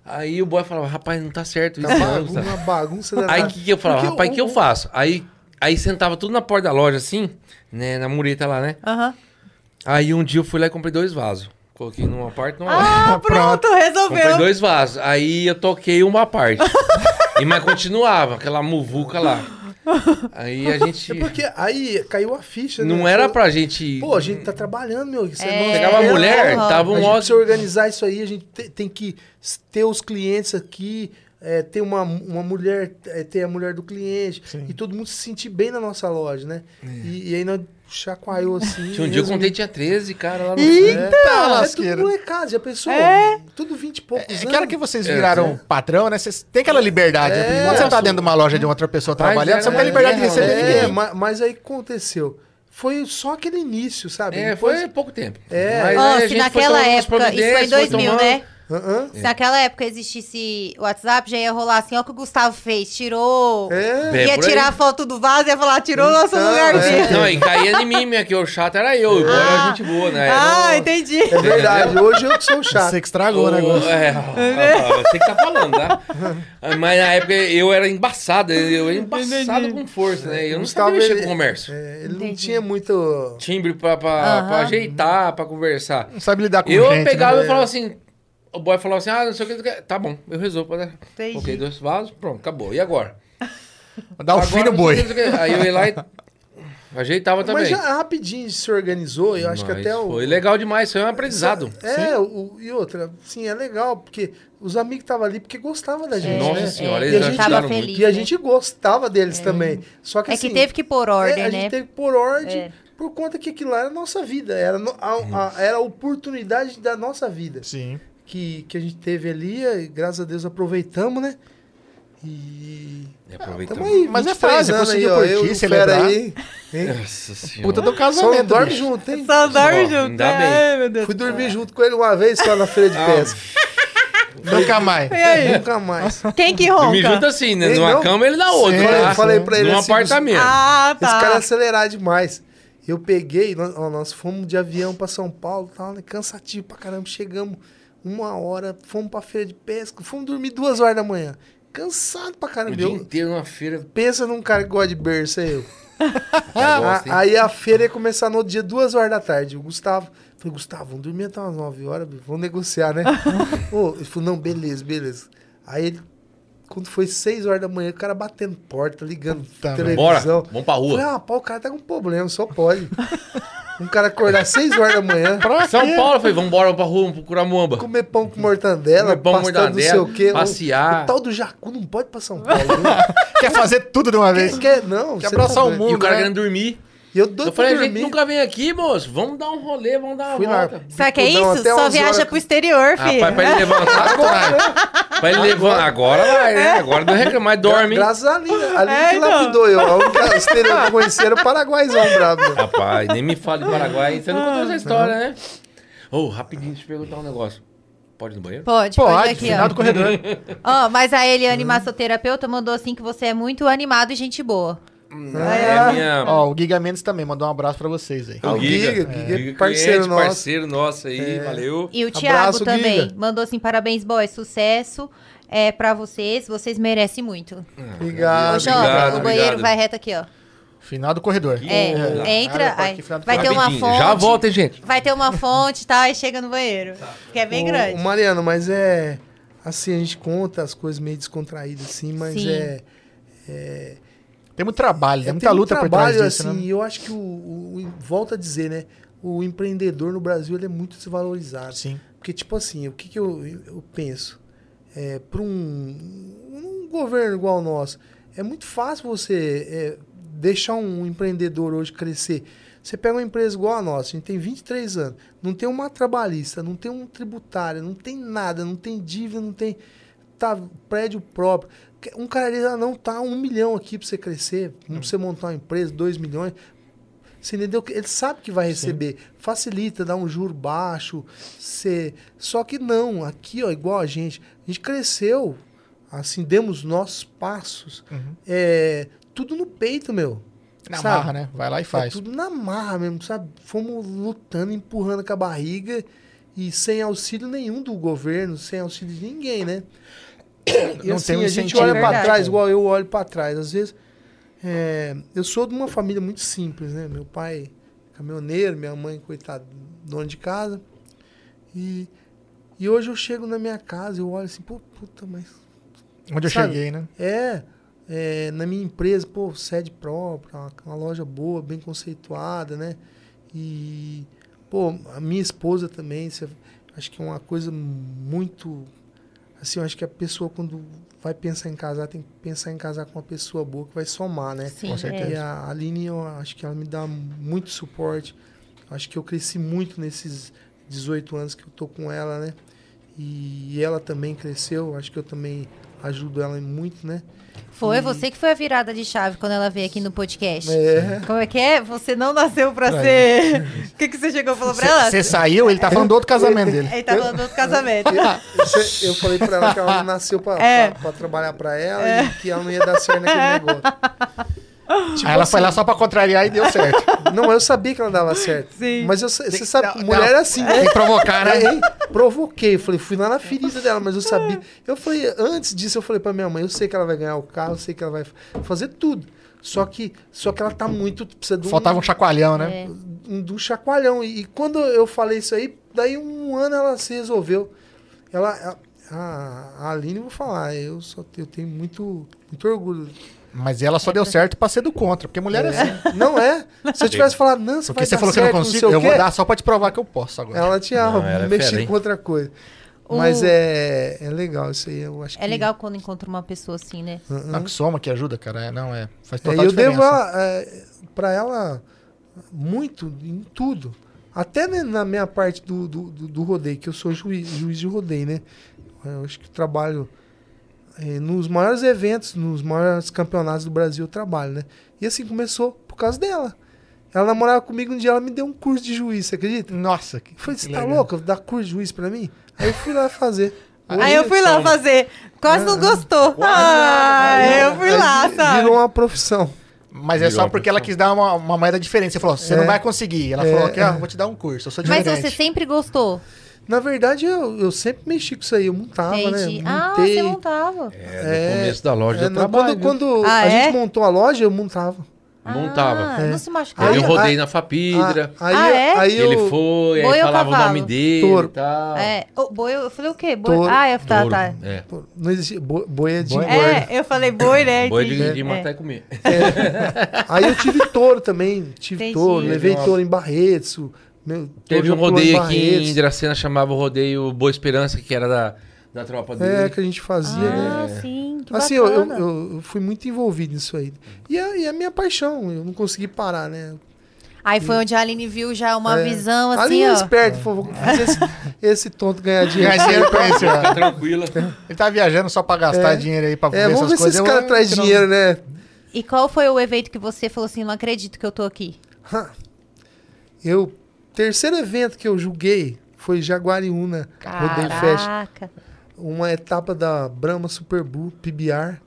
[SPEAKER 3] Aí o boy falava, rapaz, não tá certo isso,
[SPEAKER 4] Uma
[SPEAKER 3] não.
[SPEAKER 4] bagunça,
[SPEAKER 3] sabe?
[SPEAKER 4] uma bagunça
[SPEAKER 3] Aí o
[SPEAKER 4] danada.
[SPEAKER 3] que, que eu falava,
[SPEAKER 4] Porque
[SPEAKER 3] rapaz, o
[SPEAKER 4] o-
[SPEAKER 3] que eu faço? Aí, aí sentava tudo na porta da loja, assim, né? Na mureta lá, né?
[SPEAKER 1] Aham.
[SPEAKER 3] Aí um dia eu fui lá e comprei dois vasos. Coloquei numa parte e numa outra.
[SPEAKER 5] Ah, pronto,
[SPEAKER 3] Comprei
[SPEAKER 5] resolveu.
[SPEAKER 3] dois vasos. Aí eu toquei uma
[SPEAKER 4] <laughs>
[SPEAKER 3] parte. e mas continuava, aquela muvuca lá. Aí a gente.
[SPEAKER 4] É porque aí caiu a ficha, né?
[SPEAKER 3] Não era pra gente.
[SPEAKER 4] Pô, a gente tá trabalhando, meu. Você
[SPEAKER 1] É.
[SPEAKER 4] não-
[SPEAKER 3] Pegava a
[SPEAKER 1] É,
[SPEAKER 3] mulher,
[SPEAKER 1] porra.
[SPEAKER 3] tava
[SPEAKER 4] a
[SPEAKER 3] um
[SPEAKER 4] gente precisa
[SPEAKER 3] ótimo.
[SPEAKER 4] organizar isso aí, a gente te- tem que s- ter os clientes aqui, é, ter uma, uma mulher, é, ter a mulher do cliente, e todo mundo se sentir bem na nossa loja, né? E, e aí nós chacoalhou assim.
[SPEAKER 3] É. Tinha um dia que eu
[SPEAKER 4] resumindo.
[SPEAKER 3] contei tinha 13, cara, lá no.
[SPEAKER 1] Tá,
[SPEAKER 4] É,
[SPEAKER 2] Eita,
[SPEAKER 4] é tudo
[SPEAKER 2] tá lasqueira.
[SPEAKER 4] molecada, já pensou? Tudo 20 e poucos
[SPEAKER 2] É
[SPEAKER 4] anos.
[SPEAKER 2] aquela que vocês viraram patrão, né? Vocês têm aquela liberdade.
[SPEAKER 4] É,
[SPEAKER 2] né? Quando você tá dentro de uma loja de outra pessoa
[SPEAKER 3] Mas
[SPEAKER 2] trabalhando,
[SPEAKER 3] era-
[SPEAKER 2] você não tem liberdade de
[SPEAKER 3] é,
[SPEAKER 2] receber
[SPEAKER 3] é,
[SPEAKER 2] ninguém.
[SPEAKER 4] ma- mas, aí o que aconteceu? Foi só aquele início, sabe?
[SPEAKER 3] É,
[SPEAKER 4] Depois-
[SPEAKER 3] foi pouco tempo.
[SPEAKER 4] É.
[SPEAKER 3] Mas aí
[SPEAKER 1] Ó,
[SPEAKER 3] a
[SPEAKER 1] se
[SPEAKER 3] gente foi
[SPEAKER 1] naquela
[SPEAKER 3] tomando umas
[SPEAKER 1] época, isso foi em
[SPEAKER 3] providências,
[SPEAKER 1] 2000,
[SPEAKER 3] tomando-
[SPEAKER 1] né?
[SPEAKER 4] Aham.
[SPEAKER 1] Se naquela época existisse WhatsApp, já ia rolar assim, ó o que o Gustavo fez, tirou...
[SPEAKER 4] É.
[SPEAKER 3] Bem
[SPEAKER 1] ia
[SPEAKER 3] por aí. é.
[SPEAKER 1] tirar a foto do vaso e ia falar, tirou nosso lugarzinho.
[SPEAKER 3] Não, e caía em mim, minha, que o chato era eu, embora a gente boa, né?
[SPEAKER 5] Ah, entendi.
[SPEAKER 4] É verdade, hoje eu que sou o chato.
[SPEAKER 2] Você que estragou o
[SPEAKER 1] <laughs>
[SPEAKER 2] negócio.
[SPEAKER 3] É, rapaz, você que tá falando, tá? Mas na época eu era embaçado, eu era embaçado com força, né? Eu não
[SPEAKER 4] Gustavo,
[SPEAKER 3] sabia mexer
[SPEAKER 4] ele-
[SPEAKER 3] com comércio.
[SPEAKER 4] É, ele não
[SPEAKER 1] Entendi.
[SPEAKER 4] tinha muito.
[SPEAKER 3] Timbre pra, pra-
[SPEAKER 1] Aham.
[SPEAKER 3] pra ajeitar, pra conversar.
[SPEAKER 2] Não sabe lidar com
[SPEAKER 3] eu
[SPEAKER 2] gente.
[SPEAKER 3] pegava
[SPEAKER 2] né?
[SPEAKER 4] É.
[SPEAKER 3] e falava assim... O boy falava assim, ah, não sei o que, não sei o que. Tá bom, eu resolvo. Né?
[SPEAKER 1] Entendi.
[SPEAKER 3] Coloquei dois vasos, pronto, acabou. E agora?
[SPEAKER 4] É
[SPEAKER 2] Dá o
[SPEAKER 3] Agora,
[SPEAKER 2] fim no
[SPEAKER 3] não sei o que,
[SPEAKER 2] boi.
[SPEAKER 3] não sei o que. Aí eu ia lá e ajeitava também.
[SPEAKER 4] Mas já rapidinho se organizou, eu acho que
[SPEAKER 3] Mas
[SPEAKER 4] até o.
[SPEAKER 3] Foi legal demais, foi um aprendizado.
[SPEAKER 4] É, o, e outra, sim, é legal, porque os amigos que estavam ali porque gostavam da gente.
[SPEAKER 3] Nossa
[SPEAKER 4] né?
[SPEAKER 3] senhora,
[SPEAKER 1] é,
[SPEAKER 4] e a
[SPEAKER 3] eles
[SPEAKER 4] gente-
[SPEAKER 3] ajudaram
[SPEAKER 1] tava
[SPEAKER 3] muito.
[SPEAKER 1] feliz.
[SPEAKER 4] E a gente gostava deles também. Só que
[SPEAKER 1] É
[SPEAKER 4] assim,
[SPEAKER 1] que teve que pôr
[SPEAKER 4] é,
[SPEAKER 1] ordem,
[SPEAKER 4] a
[SPEAKER 1] né?
[SPEAKER 4] gente teve que pôr ordem
[SPEAKER 1] É.
[SPEAKER 4] por conta que aquilo lá era a nossa vida. Era no- a, a- era a oportunidade da nossa vida.
[SPEAKER 2] Sim.
[SPEAKER 4] Que, que a gente teve ali, e graças a Deus aproveitamos, né? E.
[SPEAKER 3] E aproveitamos.
[SPEAKER 4] Tamo aí,
[SPEAKER 2] Mas é
[SPEAKER 4] 23
[SPEAKER 2] fácil,
[SPEAKER 4] anos
[SPEAKER 2] conseguiu
[SPEAKER 4] aí, ó,
[SPEAKER 2] curtir,
[SPEAKER 4] eu e o
[SPEAKER 2] celebrar.
[SPEAKER 4] fera aí, hein?
[SPEAKER 3] Nossa senhora.
[SPEAKER 2] Puta do
[SPEAKER 4] Só não
[SPEAKER 2] casamento. Tá
[SPEAKER 4] dorme
[SPEAKER 2] bicho. Tá
[SPEAKER 4] junto, hein?
[SPEAKER 5] Só dorme
[SPEAKER 3] Ó,
[SPEAKER 5] junto.
[SPEAKER 3] ainda bem.
[SPEAKER 5] Ai, meu Deus.
[SPEAKER 4] Fui dormir junto com ele uma vez só na feira de
[SPEAKER 3] Ah,
[SPEAKER 4] pesca.
[SPEAKER 2] Nunca
[SPEAKER 4] <laughs>
[SPEAKER 2] mais.
[SPEAKER 5] E aí?
[SPEAKER 2] <laughs>
[SPEAKER 4] Nunca mais.
[SPEAKER 2] É,
[SPEAKER 5] Quem que
[SPEAKER 3] Me junta
[SPEAKER 5] ronca?
[SPEAKER 3] assim, né?
[SPEAKER 4] Ei,
[SPEAKER 3] Numa
[SPEAKER 4] não.
[SPEAKER 3] cama ele na outra.
[SPEAKER 2] Sim,
[SPEAKER 3] tá?
[SPEAKER 2] eu falei
[SPEAKER 4] pra ele
[SPEAKER 3] Num
[SPEAKER 4] assim,
[SPEAKER 3] apartamento.
[SPEAKER 5] Ah,
[SPEAKER 4] Esse cara é
[SPEAKER 5] tá.
[SPEAKER 4] acelerar demais. Eu peguei, nós, ó, nós fomos de avião pra São Paulo, tal, né? Cansativo pra caramba. Chegamos uma hora, fomos pra feira de pesca, fomos dormir duas horas da manhã. Cansado pra
[SPEAKER 3] o
[SPEAKER 4] caramba.
[SPEAKER 3] dia
[SPEAKER 4] Eu-
[SPEAKER 3] inteiro numa feira.
[SPEAKER 4] pensa num cara que gosta de berço, é eu.
[SPEAKER 3] Ah,
[SPEAKER 4] A- aí a feira ia começar no outro dia, duas horas da tarde. O Gustavo. Falei, Gustavo, vamos dormir até umas 9 horas, bicho, vamos negociar, né? Ô, ele falou, não, beleza, beleza. Aí ele, quando foi 6 horas da manhã, o cara batendo porta, ligando
[SPEAKER 2] Puta,
[SPEAKER 3] Bora,
[SPEAKER 4] televisão.
[SPEAKER 3] vamos pra
[SPEAKER 4] Falei,
[SPEAKER 3] rua.
[SPEAKER 4] ah, pô, o cara tá com problema, só
[SPEAKER 3] <laughs>
[SPEAKER 4] pode. um cara acordar 6 horas da manhã,
[SPEAKER 3] São Paulo, eu falei, vamos embora pra rua, vamos procurar muamba.
[SPEAKER 4] comer pão com mortandela,
[SPEAKER 3] Comer pão com
[SPEAKER 4] pastando não sei
[SPEAKER 3] mortadela,
[SPEAKER 4] o quê. O-
[SPEAKER 3] passear.
[SPEAKER 4] O tal do Jacu não pode pra São Paulo.
[SPEAKER 3] <laughs>
[SPEAKER 4] Né?
[SPEAKER 2] Quer fazer tudo de uma vez.
[SPEAKER 4] Quem quer, não.
[SPEAKER 2] Quer
[SPEAKER 4] você tá
[SPEAKER 2] abraçar o
[SPEAKER 4] doido.
[SPEAKER 3] E
[SPEAKER 2] mundo.
[SPEAKER 3] o cara
[SPEAKER 2] né?
[SPEAKER 3] querendo dormir.
[SPEAKER 4] E eu doido
[SPEAKER 3] Eu falei,
[SPEAKER 4] pra
[SPEAKER 3] a gente
[SPEAKER 4] dormir.
[SPEAKER 3] nunca vem aqui, moço. Vamos dar um rolê, vamos dar uma
[SPEAKER 4] Fui lá.
[SPEAKER 3] volta.
[SPEAKER 5] Sabe o que é
[SPEAKER 4] Bicudão
[SPEAKER 5] isso?
[SPEAKER 4] até
[SPEAKER 5] Só
[SPEAKER 4] umas
[SPEAKER 5] viaja
[SPEAKER 4] horas-
[SPEAKER 5] pro exterior,
[SPEAKER 3] Ah,
[SPEAKER 5] filho.
[SPEAKER 3] pra, pra ele levantar agora. pra ele levantar agora vai, né? Agora não reclama, mas dorme. hein?
[SPEAKER 4] Gra- Graças a Aline. A Aline
[SPEAKER 5] É,
[SPEAKER 4] que
[SPEAKER 5] então.
[SPEAKER 4] lapidou eu. A única estrela que eu conheci era o paraguaizão
[SPEAKER 3] <laughs>
[SPEAKER 4] brabo. né?
[SPEAKER 3] Rapaz, nem me fala de Paraguai. Você não contou
[SPEAKER 4] Ah,
[SPEAKER 3] essa história, né? Ô, rapidinho, deixa eu perguntar um negócio. Pode ir no banheiro?
[SPEAKER 1] Pode, pode,
[SPEAKER 2] Pode,
[SPEAKER 1] aqui,
[SPEAKER 2] final
[SPEAKER 1] ó.
[SPEAKER 2] do corredor.
[SPEAKER 1] Ó, mas a Eliane, massoterapeuta, mandou assim que você é muito animado e gente boa.
[SPEAKER 3] É a minha.
[SPEAKER 2] Ó, o Giga Mendes também mandou um abraço pra vocês aí.
[SPEAKER 4] Ah, o Giga, Giga,
[SPEAKER 3] É,
[SPEAKER 4] parceiro
[SPEAKER 3] cliente,
[SPEAKER 4] nosso. É.
[SPEAKER 3] parceiro nosso aí, valeu.
[SPEAKER 1] E o
[SPEAKER 4] Abraço,
[SPEAKER 1] Thiago também
[SPEAKER 4] Guiga.
[SPEAKER 1] mandou assim, parabéns, boy, sucesso é pra vocês, vocês merecem muito. Ô,
[SPEAKER 4] Ah, Obrigado.
[SPEAKER 1] jovem,
[SPEAKER 3] obrigado,
[SPEAKER 1] o banheiro
[SPEAKER 3] obrigado.
[SPEAKER 1] vai reto aqui, ó.
[SPEAKER 2] Final do corredor.
[SPEAKER 1] É,
[SPEAKER 3] Olá.
[SPEAKER 1] entra,
[SPEAKER 2] Cara,
[SPEAKER 1] aí,
[SPEAKER 2] que final do
[SPEAKER 1] vai ter uma
[SPEAKER 3] Rapidinho,
[SPEAKER 1] fonte.
[SPEAKER 3] Já volta, hein, gente.
[SPEAKER 1] Vai ter uma fonte, tá? E chega no banheiro. Que é bem
[SPEAKER 4] Ô,
[SPEAKER 1] grande.
[SPEAKER 4] ô, Mariano, mas é. Assim, a gente conta as coisas meio descontraídas, assim, mas
[SPEAKER 1] Sim.
[SPEAKER 4] é.
[SPEAKER 2] Tem muito trabalho, tem
[SPEAKER 4] é,
[SPEAKER 2] muita
[SPEAKER 4] tem um
[SPEAKER 2] luta por
[SPEAKER 4] trabalho,
[SPEAKER 2] trás disso,
[SPEAKER 4] assim,
[SPEAKER 2] né?
[SPEAKER 4] Eu acho que o, o- o- Volto a dizer, né? O empreendedor no Brasil ele é muito desvalorizado.
[SPEAKER 2] Sim.
[SPEAKER 4] Porque, tipo assim, o que, que eu, eu penso? É, para um, um governo igual o nosso, é muito fácil você é, deixar um empreendedor hoje crescer. Você pega uma empresa igual a nossa, a gente tem 23 anos, não tem uma trabalhista, não tem um tributário, não tem nada, não tem dívida, não tem tá, prédio próprio. Um cara ali, ah, não, tá um milhão aqui para você crescer, pra você montar uma empresa, dois milhões. Você entendeu? Ele sabe que vai receber. Facilita, dá um juro baixo. Cê... Só que não, aqui, ó, igual a gente. A gente cresceu, assim, demos nossos passos. É, tudo no peito, meu.
[SPEAKER 2] Uhum. Na
[SPEAKER 4] Sabe?
[SPEAKER 2] marra, né? Vai lá e
[SPEAKER 4] É
[SPEAKER 2] faz.
[SPEAKER 4] tudo na marra mesmo, sabe? Fomos lutando, empurrando com a barriga e sem auxílio nenhum do governo, sem auxílio de
[SPEAKER 2] <coughs>
[SPEAKER 4] ninguém, né? E
[SPEAKER 2] Não
[SPEAKER 4] assim,
[SPEAKER 2] tem um
[SPEAKER 4] a gente
[SPEAKER 2] incentivo,
[SPEAKER 4] olha pra
[SPEAKER 1] verdade.
[SPEAKER 4] trás, igual eu olho pra trás. Às vezes, é, eu sou de uma família muito simples, né? Meu pai caminhoneiro, minha mãe, coitada, dona de casa. E, e hoje eu chego na minha casa e eu olho assim, pô, puta, mas.
[SPEAKER 2] Onde eu
[SPEAKER 4] Sabe?
[SPEAKER 2] cheguei, né?
[SPEAKER 4] É, é, na minha empresa, pô, sede própria, uma, uma loja boa, bem conceituada, né? E, pô, a minha esposa também, cê- acho que é uma coisa muito. Assim, eu acho que a pessoa, quando vai pensar em casar, tem que pensar em casar com uma pessoa boa que vai somar, né?
[SPEAKER 1] Sim,
[SPEAKER 2] Com certeza.
[SPEAKER 1] é.
[SPEAKER 4] E a Aline, eu acho que ela me dá muito suporte. Acho que eu cresci muito nesses 18 anos que eu tô com ela, né? E ela também cresceu. Acho que eu também ajudo ela
[SPEAKER 1] <laughs>
[SPEAKER 4] muito, né?
[SPEAKER 1] Foi você que foi a virada de chave quando ela veio aqui no podcast.
[SPEAKER 4] É.
[SPEAKER 1] Como é que é? Você não nasceu pra ser. <laughs> O que, que você chegou e falou pra ela?
[SPEAKER 2] Você saiu, ele tá falando do
[SPEAKER 4] É,
[SPEAKER 2] outro casamento dele.
[SPEAKER 1] Ele tá falando do outro casamento.
[SPEAKER 4] Cê- Eu falei pra ela que ela não nasceu pra,
[SPEAKER 1] Ah. É.
[SPEAKER 4] pra- pra trabalhar pra ela e que ela não ia dar certo
[SPEAKER 1] <laughs>
[SPEAKER 4] naquele negócio. tipo
[SPEAKER 2] Aí ela
[SPEAKER 4] assim.
[SPEAKER 2] foi lá só pra contrariar e
[SPEAKER 4] É.
[SPEAKER 2] deu certo.
[SPEAKER 4] Não, eu sabia que ela dava certo.
[SPEAKER 1] Sim.
[SPEAKER 4] Mas eu sa- você sabe, que
[SPEAKER 2] não,
[SPEAKER 4] mulher
[SPEAKER 1] um-
[SPEAKER 2] não.
[SPEAKER 4] é assim, né?
[SPEAKER 1] <laughs>
[SPEAKER 2] Tem que provocar, né?
[SPEAKER 4] Aí, provoquei, falei, fui lá na ferida dela, mas eu sabia. Eu falei, antes disso, eu falei pra minha mãe, eu sei que ela vai ganhar o carro, eu sei que ela vai fa- fazer tudo. Só que, só que ela tá muito. Precisa de um,
[SPEAKER 2] Faltava um chacoalhão, né?
[SPEAKER 4] um- de um chacoalhão. E, e quando eu falei isso aí, daí um ano ela se resolveu. Ela. a- a, a Aline, eu vou falar, eu só te- eu tenho muito, muito
[SPEAKER 2] <laughs>
[SPEAKER 4] orgulho.
[SPEAKER 2] Mas ela
[SPEAKER 4] É
[SPEAKER 2] só deu certo pra ser do contra, porque mulher é assim.
[SPEAKER 4] Não é? Se eu tivesse falado, não, você
[SPEAKER 2] Porque
[SPEAKER 4] vai
[SPEAKER 2] você
[SPEAKER 4] dar
[SPEAKER 2] falou que eu
[SPEAKER 4] certo,
[SPEAKER 2] não consigo,
[SPEAKER 4] sei o
[SPEAKER 2] eu vou
[SPEAKER 4] quê.
[SPEAKER 2] dar só pra te provar que eu posso agora.
[SPEAKER 4] Ela tinha
[SPEAKER 3] Não, ela é
[SPEAKER 4] mexido
[SPEAKER 3] fera, hein?
[SPEAKER 4] com outra coisa.
[SPEAKER 1] O-
[SPEAKER 4] Mas é, é legal isso aí, eu acho
[SPEAKER 1] É legal quando encontra uma pessoa assim, né?
[SPEAKER 2] Não, que soma, que ajuda, cara. É, não, é. Faz
[SPEAKER 4] Uhum. É,
[SPEAKER 2] total
[SPEAKER 4] eu
[SPEAKER 2] diferença.
[SPEAKER 4] devo a- é, pra ela muito em tudo. Até né, na minha parte do, do, do- do rodeio, que eu sou juiz, juiz de rodeio, né? Eu acho que eu trabalho é, nos maiores eventos, nos maiores campeonatos do Brasil, eu trabalho, né? E assim começou por causa dela. Ela namorava comigo um dia, ela me deu um curso de juiz, você acredita?
[SPEAKER 2] Nossa, que
[SPEAKER 4] Eu falei,
[SPEAKER 2] que
[SPEAKER 4] você tá
[SPEAKER 2] legal."
[SPEAKER 4] louco? Dá curso de juiz pra mim? Aí eu fui lá fazer.
[SPEAKER 1] Aí eu fui lá fazer. Quase não gostou. Ah, eu fui lá,
[SPEAKER 4] vi-
[SPEAKER 1] sabe?
[SPEAKER 4] Virou uma profissão.
[SPEAKER 2] Mas é
[SPEAKER 3] Virou
[SPEAKER 2] só
[SPEAKER 3] uma
[SPEAKER 2] porque ela
[SPEAKER 3] profissão.
[SPEAKER 2] quis dar uma, uma moeda diferente. Você falou, você
[SPEAKER 4] É.
[SPEAKER 2] não vai conseguir. Ela falou, que, ah, vou te dar um curso, eu sou
[SPEAKER 1] Mas
[SPEAKER 2] diferente.
[SPEAKER 1] você sempre gostou?
[SPEAKER 4] Na verdade, eu, eu sempre mexi com isso aí. Eu montava,
[SPEAKER 1] Entendi.
[SPEAKER 4] né?
[SPEAKER 1] Ah,
[SPEAKER 4] Montei.
[SPEAKER 1] você montava.
[SPEAKER 3] É,
[SPEAKER 4] É,
[SPEAKER 3] no começo da loja
[SPEAKER 4] É,
[SPEAKER 3] eu
[SPEAKER 4] não,
[SPEAKER 3] trabalho.
[SPEAKER 4] quando quando
[SPEAKER 1] Ah,
[SPEAKER 4] a
[SPEAKER 1] é?
[SPEAKER 4] gente montou a loja, eu montava.
[SPEAKER 3] Montava.
[SPEAKER 1] Ah, Não se machucava.
[SPEAKER 3] Aí eu
[SPEAKER 4] Aí-
[SPEAKER 3] rodei
[SPEAKER 4] aí-
[SPEAKER 3] na Fapidra.
[SPEAKER 4] Ah, aí
[SPEAKER 1] Ah, é?
[SPEAKER 4] aí eu,
[SPEAKER 3] ele foi,
[SPEAKER 1] Boi
[SPEAKER 3] aí
[SPEAKER 1] ou
[SPEAKER 3] falava o
[SPEAKER 1] cavalo?
[SPEAKER 3] nome dele
[SPEAKER 4] Touro.
[SPEAKER 3] e tal.
[SPEAKER 1] É, o boi, eu falei o quê? Boi?
[SPEAKER 4] Touro.
[SPEAKER 1] Ah, é, tá,
[SPEAKER 3] Touro,
[SPEAKER 1] tá.
[SPEAKER 3] é.
[SPEAKER 4] Pô, Não existia. bo- Boia de
[SPEAKER 2] Boi-
[SPEAKER 4] engorda.
[SPEAKER 1] É, eu falei boi, né?
[SPEAKER 3] Boi de,
[SPEAKER 1] Entendi.
[SPEAKER 4] É.
[SPEAKER 3] de matar e comer.
[SPEAKER 4] Aí eu tive touro também. Tive
[SPEAKER 1] Entendi.
[SPEAKER 4] touro. Levei
[SPEAKER 3] Legal.
[SPEAKER 4] touro em Barretos. Meu,
[SPEAKER 3] Teve um
[SPEAKER 4] touro já pulou em
[SPEAKER 3] rodeio aqui em
[SPEAKER 4] Barretos.
[SPEAKER 3] Dracena, chamava o rodeio Boa Esperança, que era da, da tropa dele.
[SPEAKER 4] É, que a gente fazia, né?
[SPEAKER 1] Ah, sim, que
[SPEAKER 4] assim, eu, eu,
[SPEAKER 1] bacana.
[SPEAKER 4] eu- eu fui muito envolvido nisso aí. E é, e é a minha paixão, eu não consegui parar, né?
[SPEAKER 1] Aí foi onde a Aline viu já uma
[SPEAKER 4] É.
[SPEAKER 1] visão
[SPEAKER 4] Ali
[SPEAKER 1] assim,
[SPEAKER 4] é
[SPEAKER 1] ó.
[SPEAKER 4] esperto, falou, vou fazer
[SPEAKER 1] <laughs>
[SPEAKER 4] esse, esse tonto ganhar dinheiro.
[SPEAKER 2] Mas ele conheceu.
[SPEAKER 3] Fica tranquila.
[SPEAKER 2] Ele tá viajando só pra gastar
[SPEAKER 4] É.
[SPEAKER 2] dinheiro aí pra ver
[SPEAKER 4] É, vamos ver
[SPEAKER 2] essas
[SPEAKER 4] se
[SPEAKER 2] coisas.
[SPEAKER 4] esse
[SPEAKER 2] Eu- um
[SPEAKER 4] cara traz
[SPEAKER 2] não-
[SPEAKER 4] dinheiro, né?
[SPEAKER 1] E qual foi o evento que você falou assim, não acredito que eu tô aqui?
[SPEAKER 4] Ha. Eu. Terceiro evento que eu julguei foi Jaguariúna Rodeio Fest.
[SPEAKER 1] Caraca.
[SPEAKER 4] Uma etapa da Brahma Super Bull PBR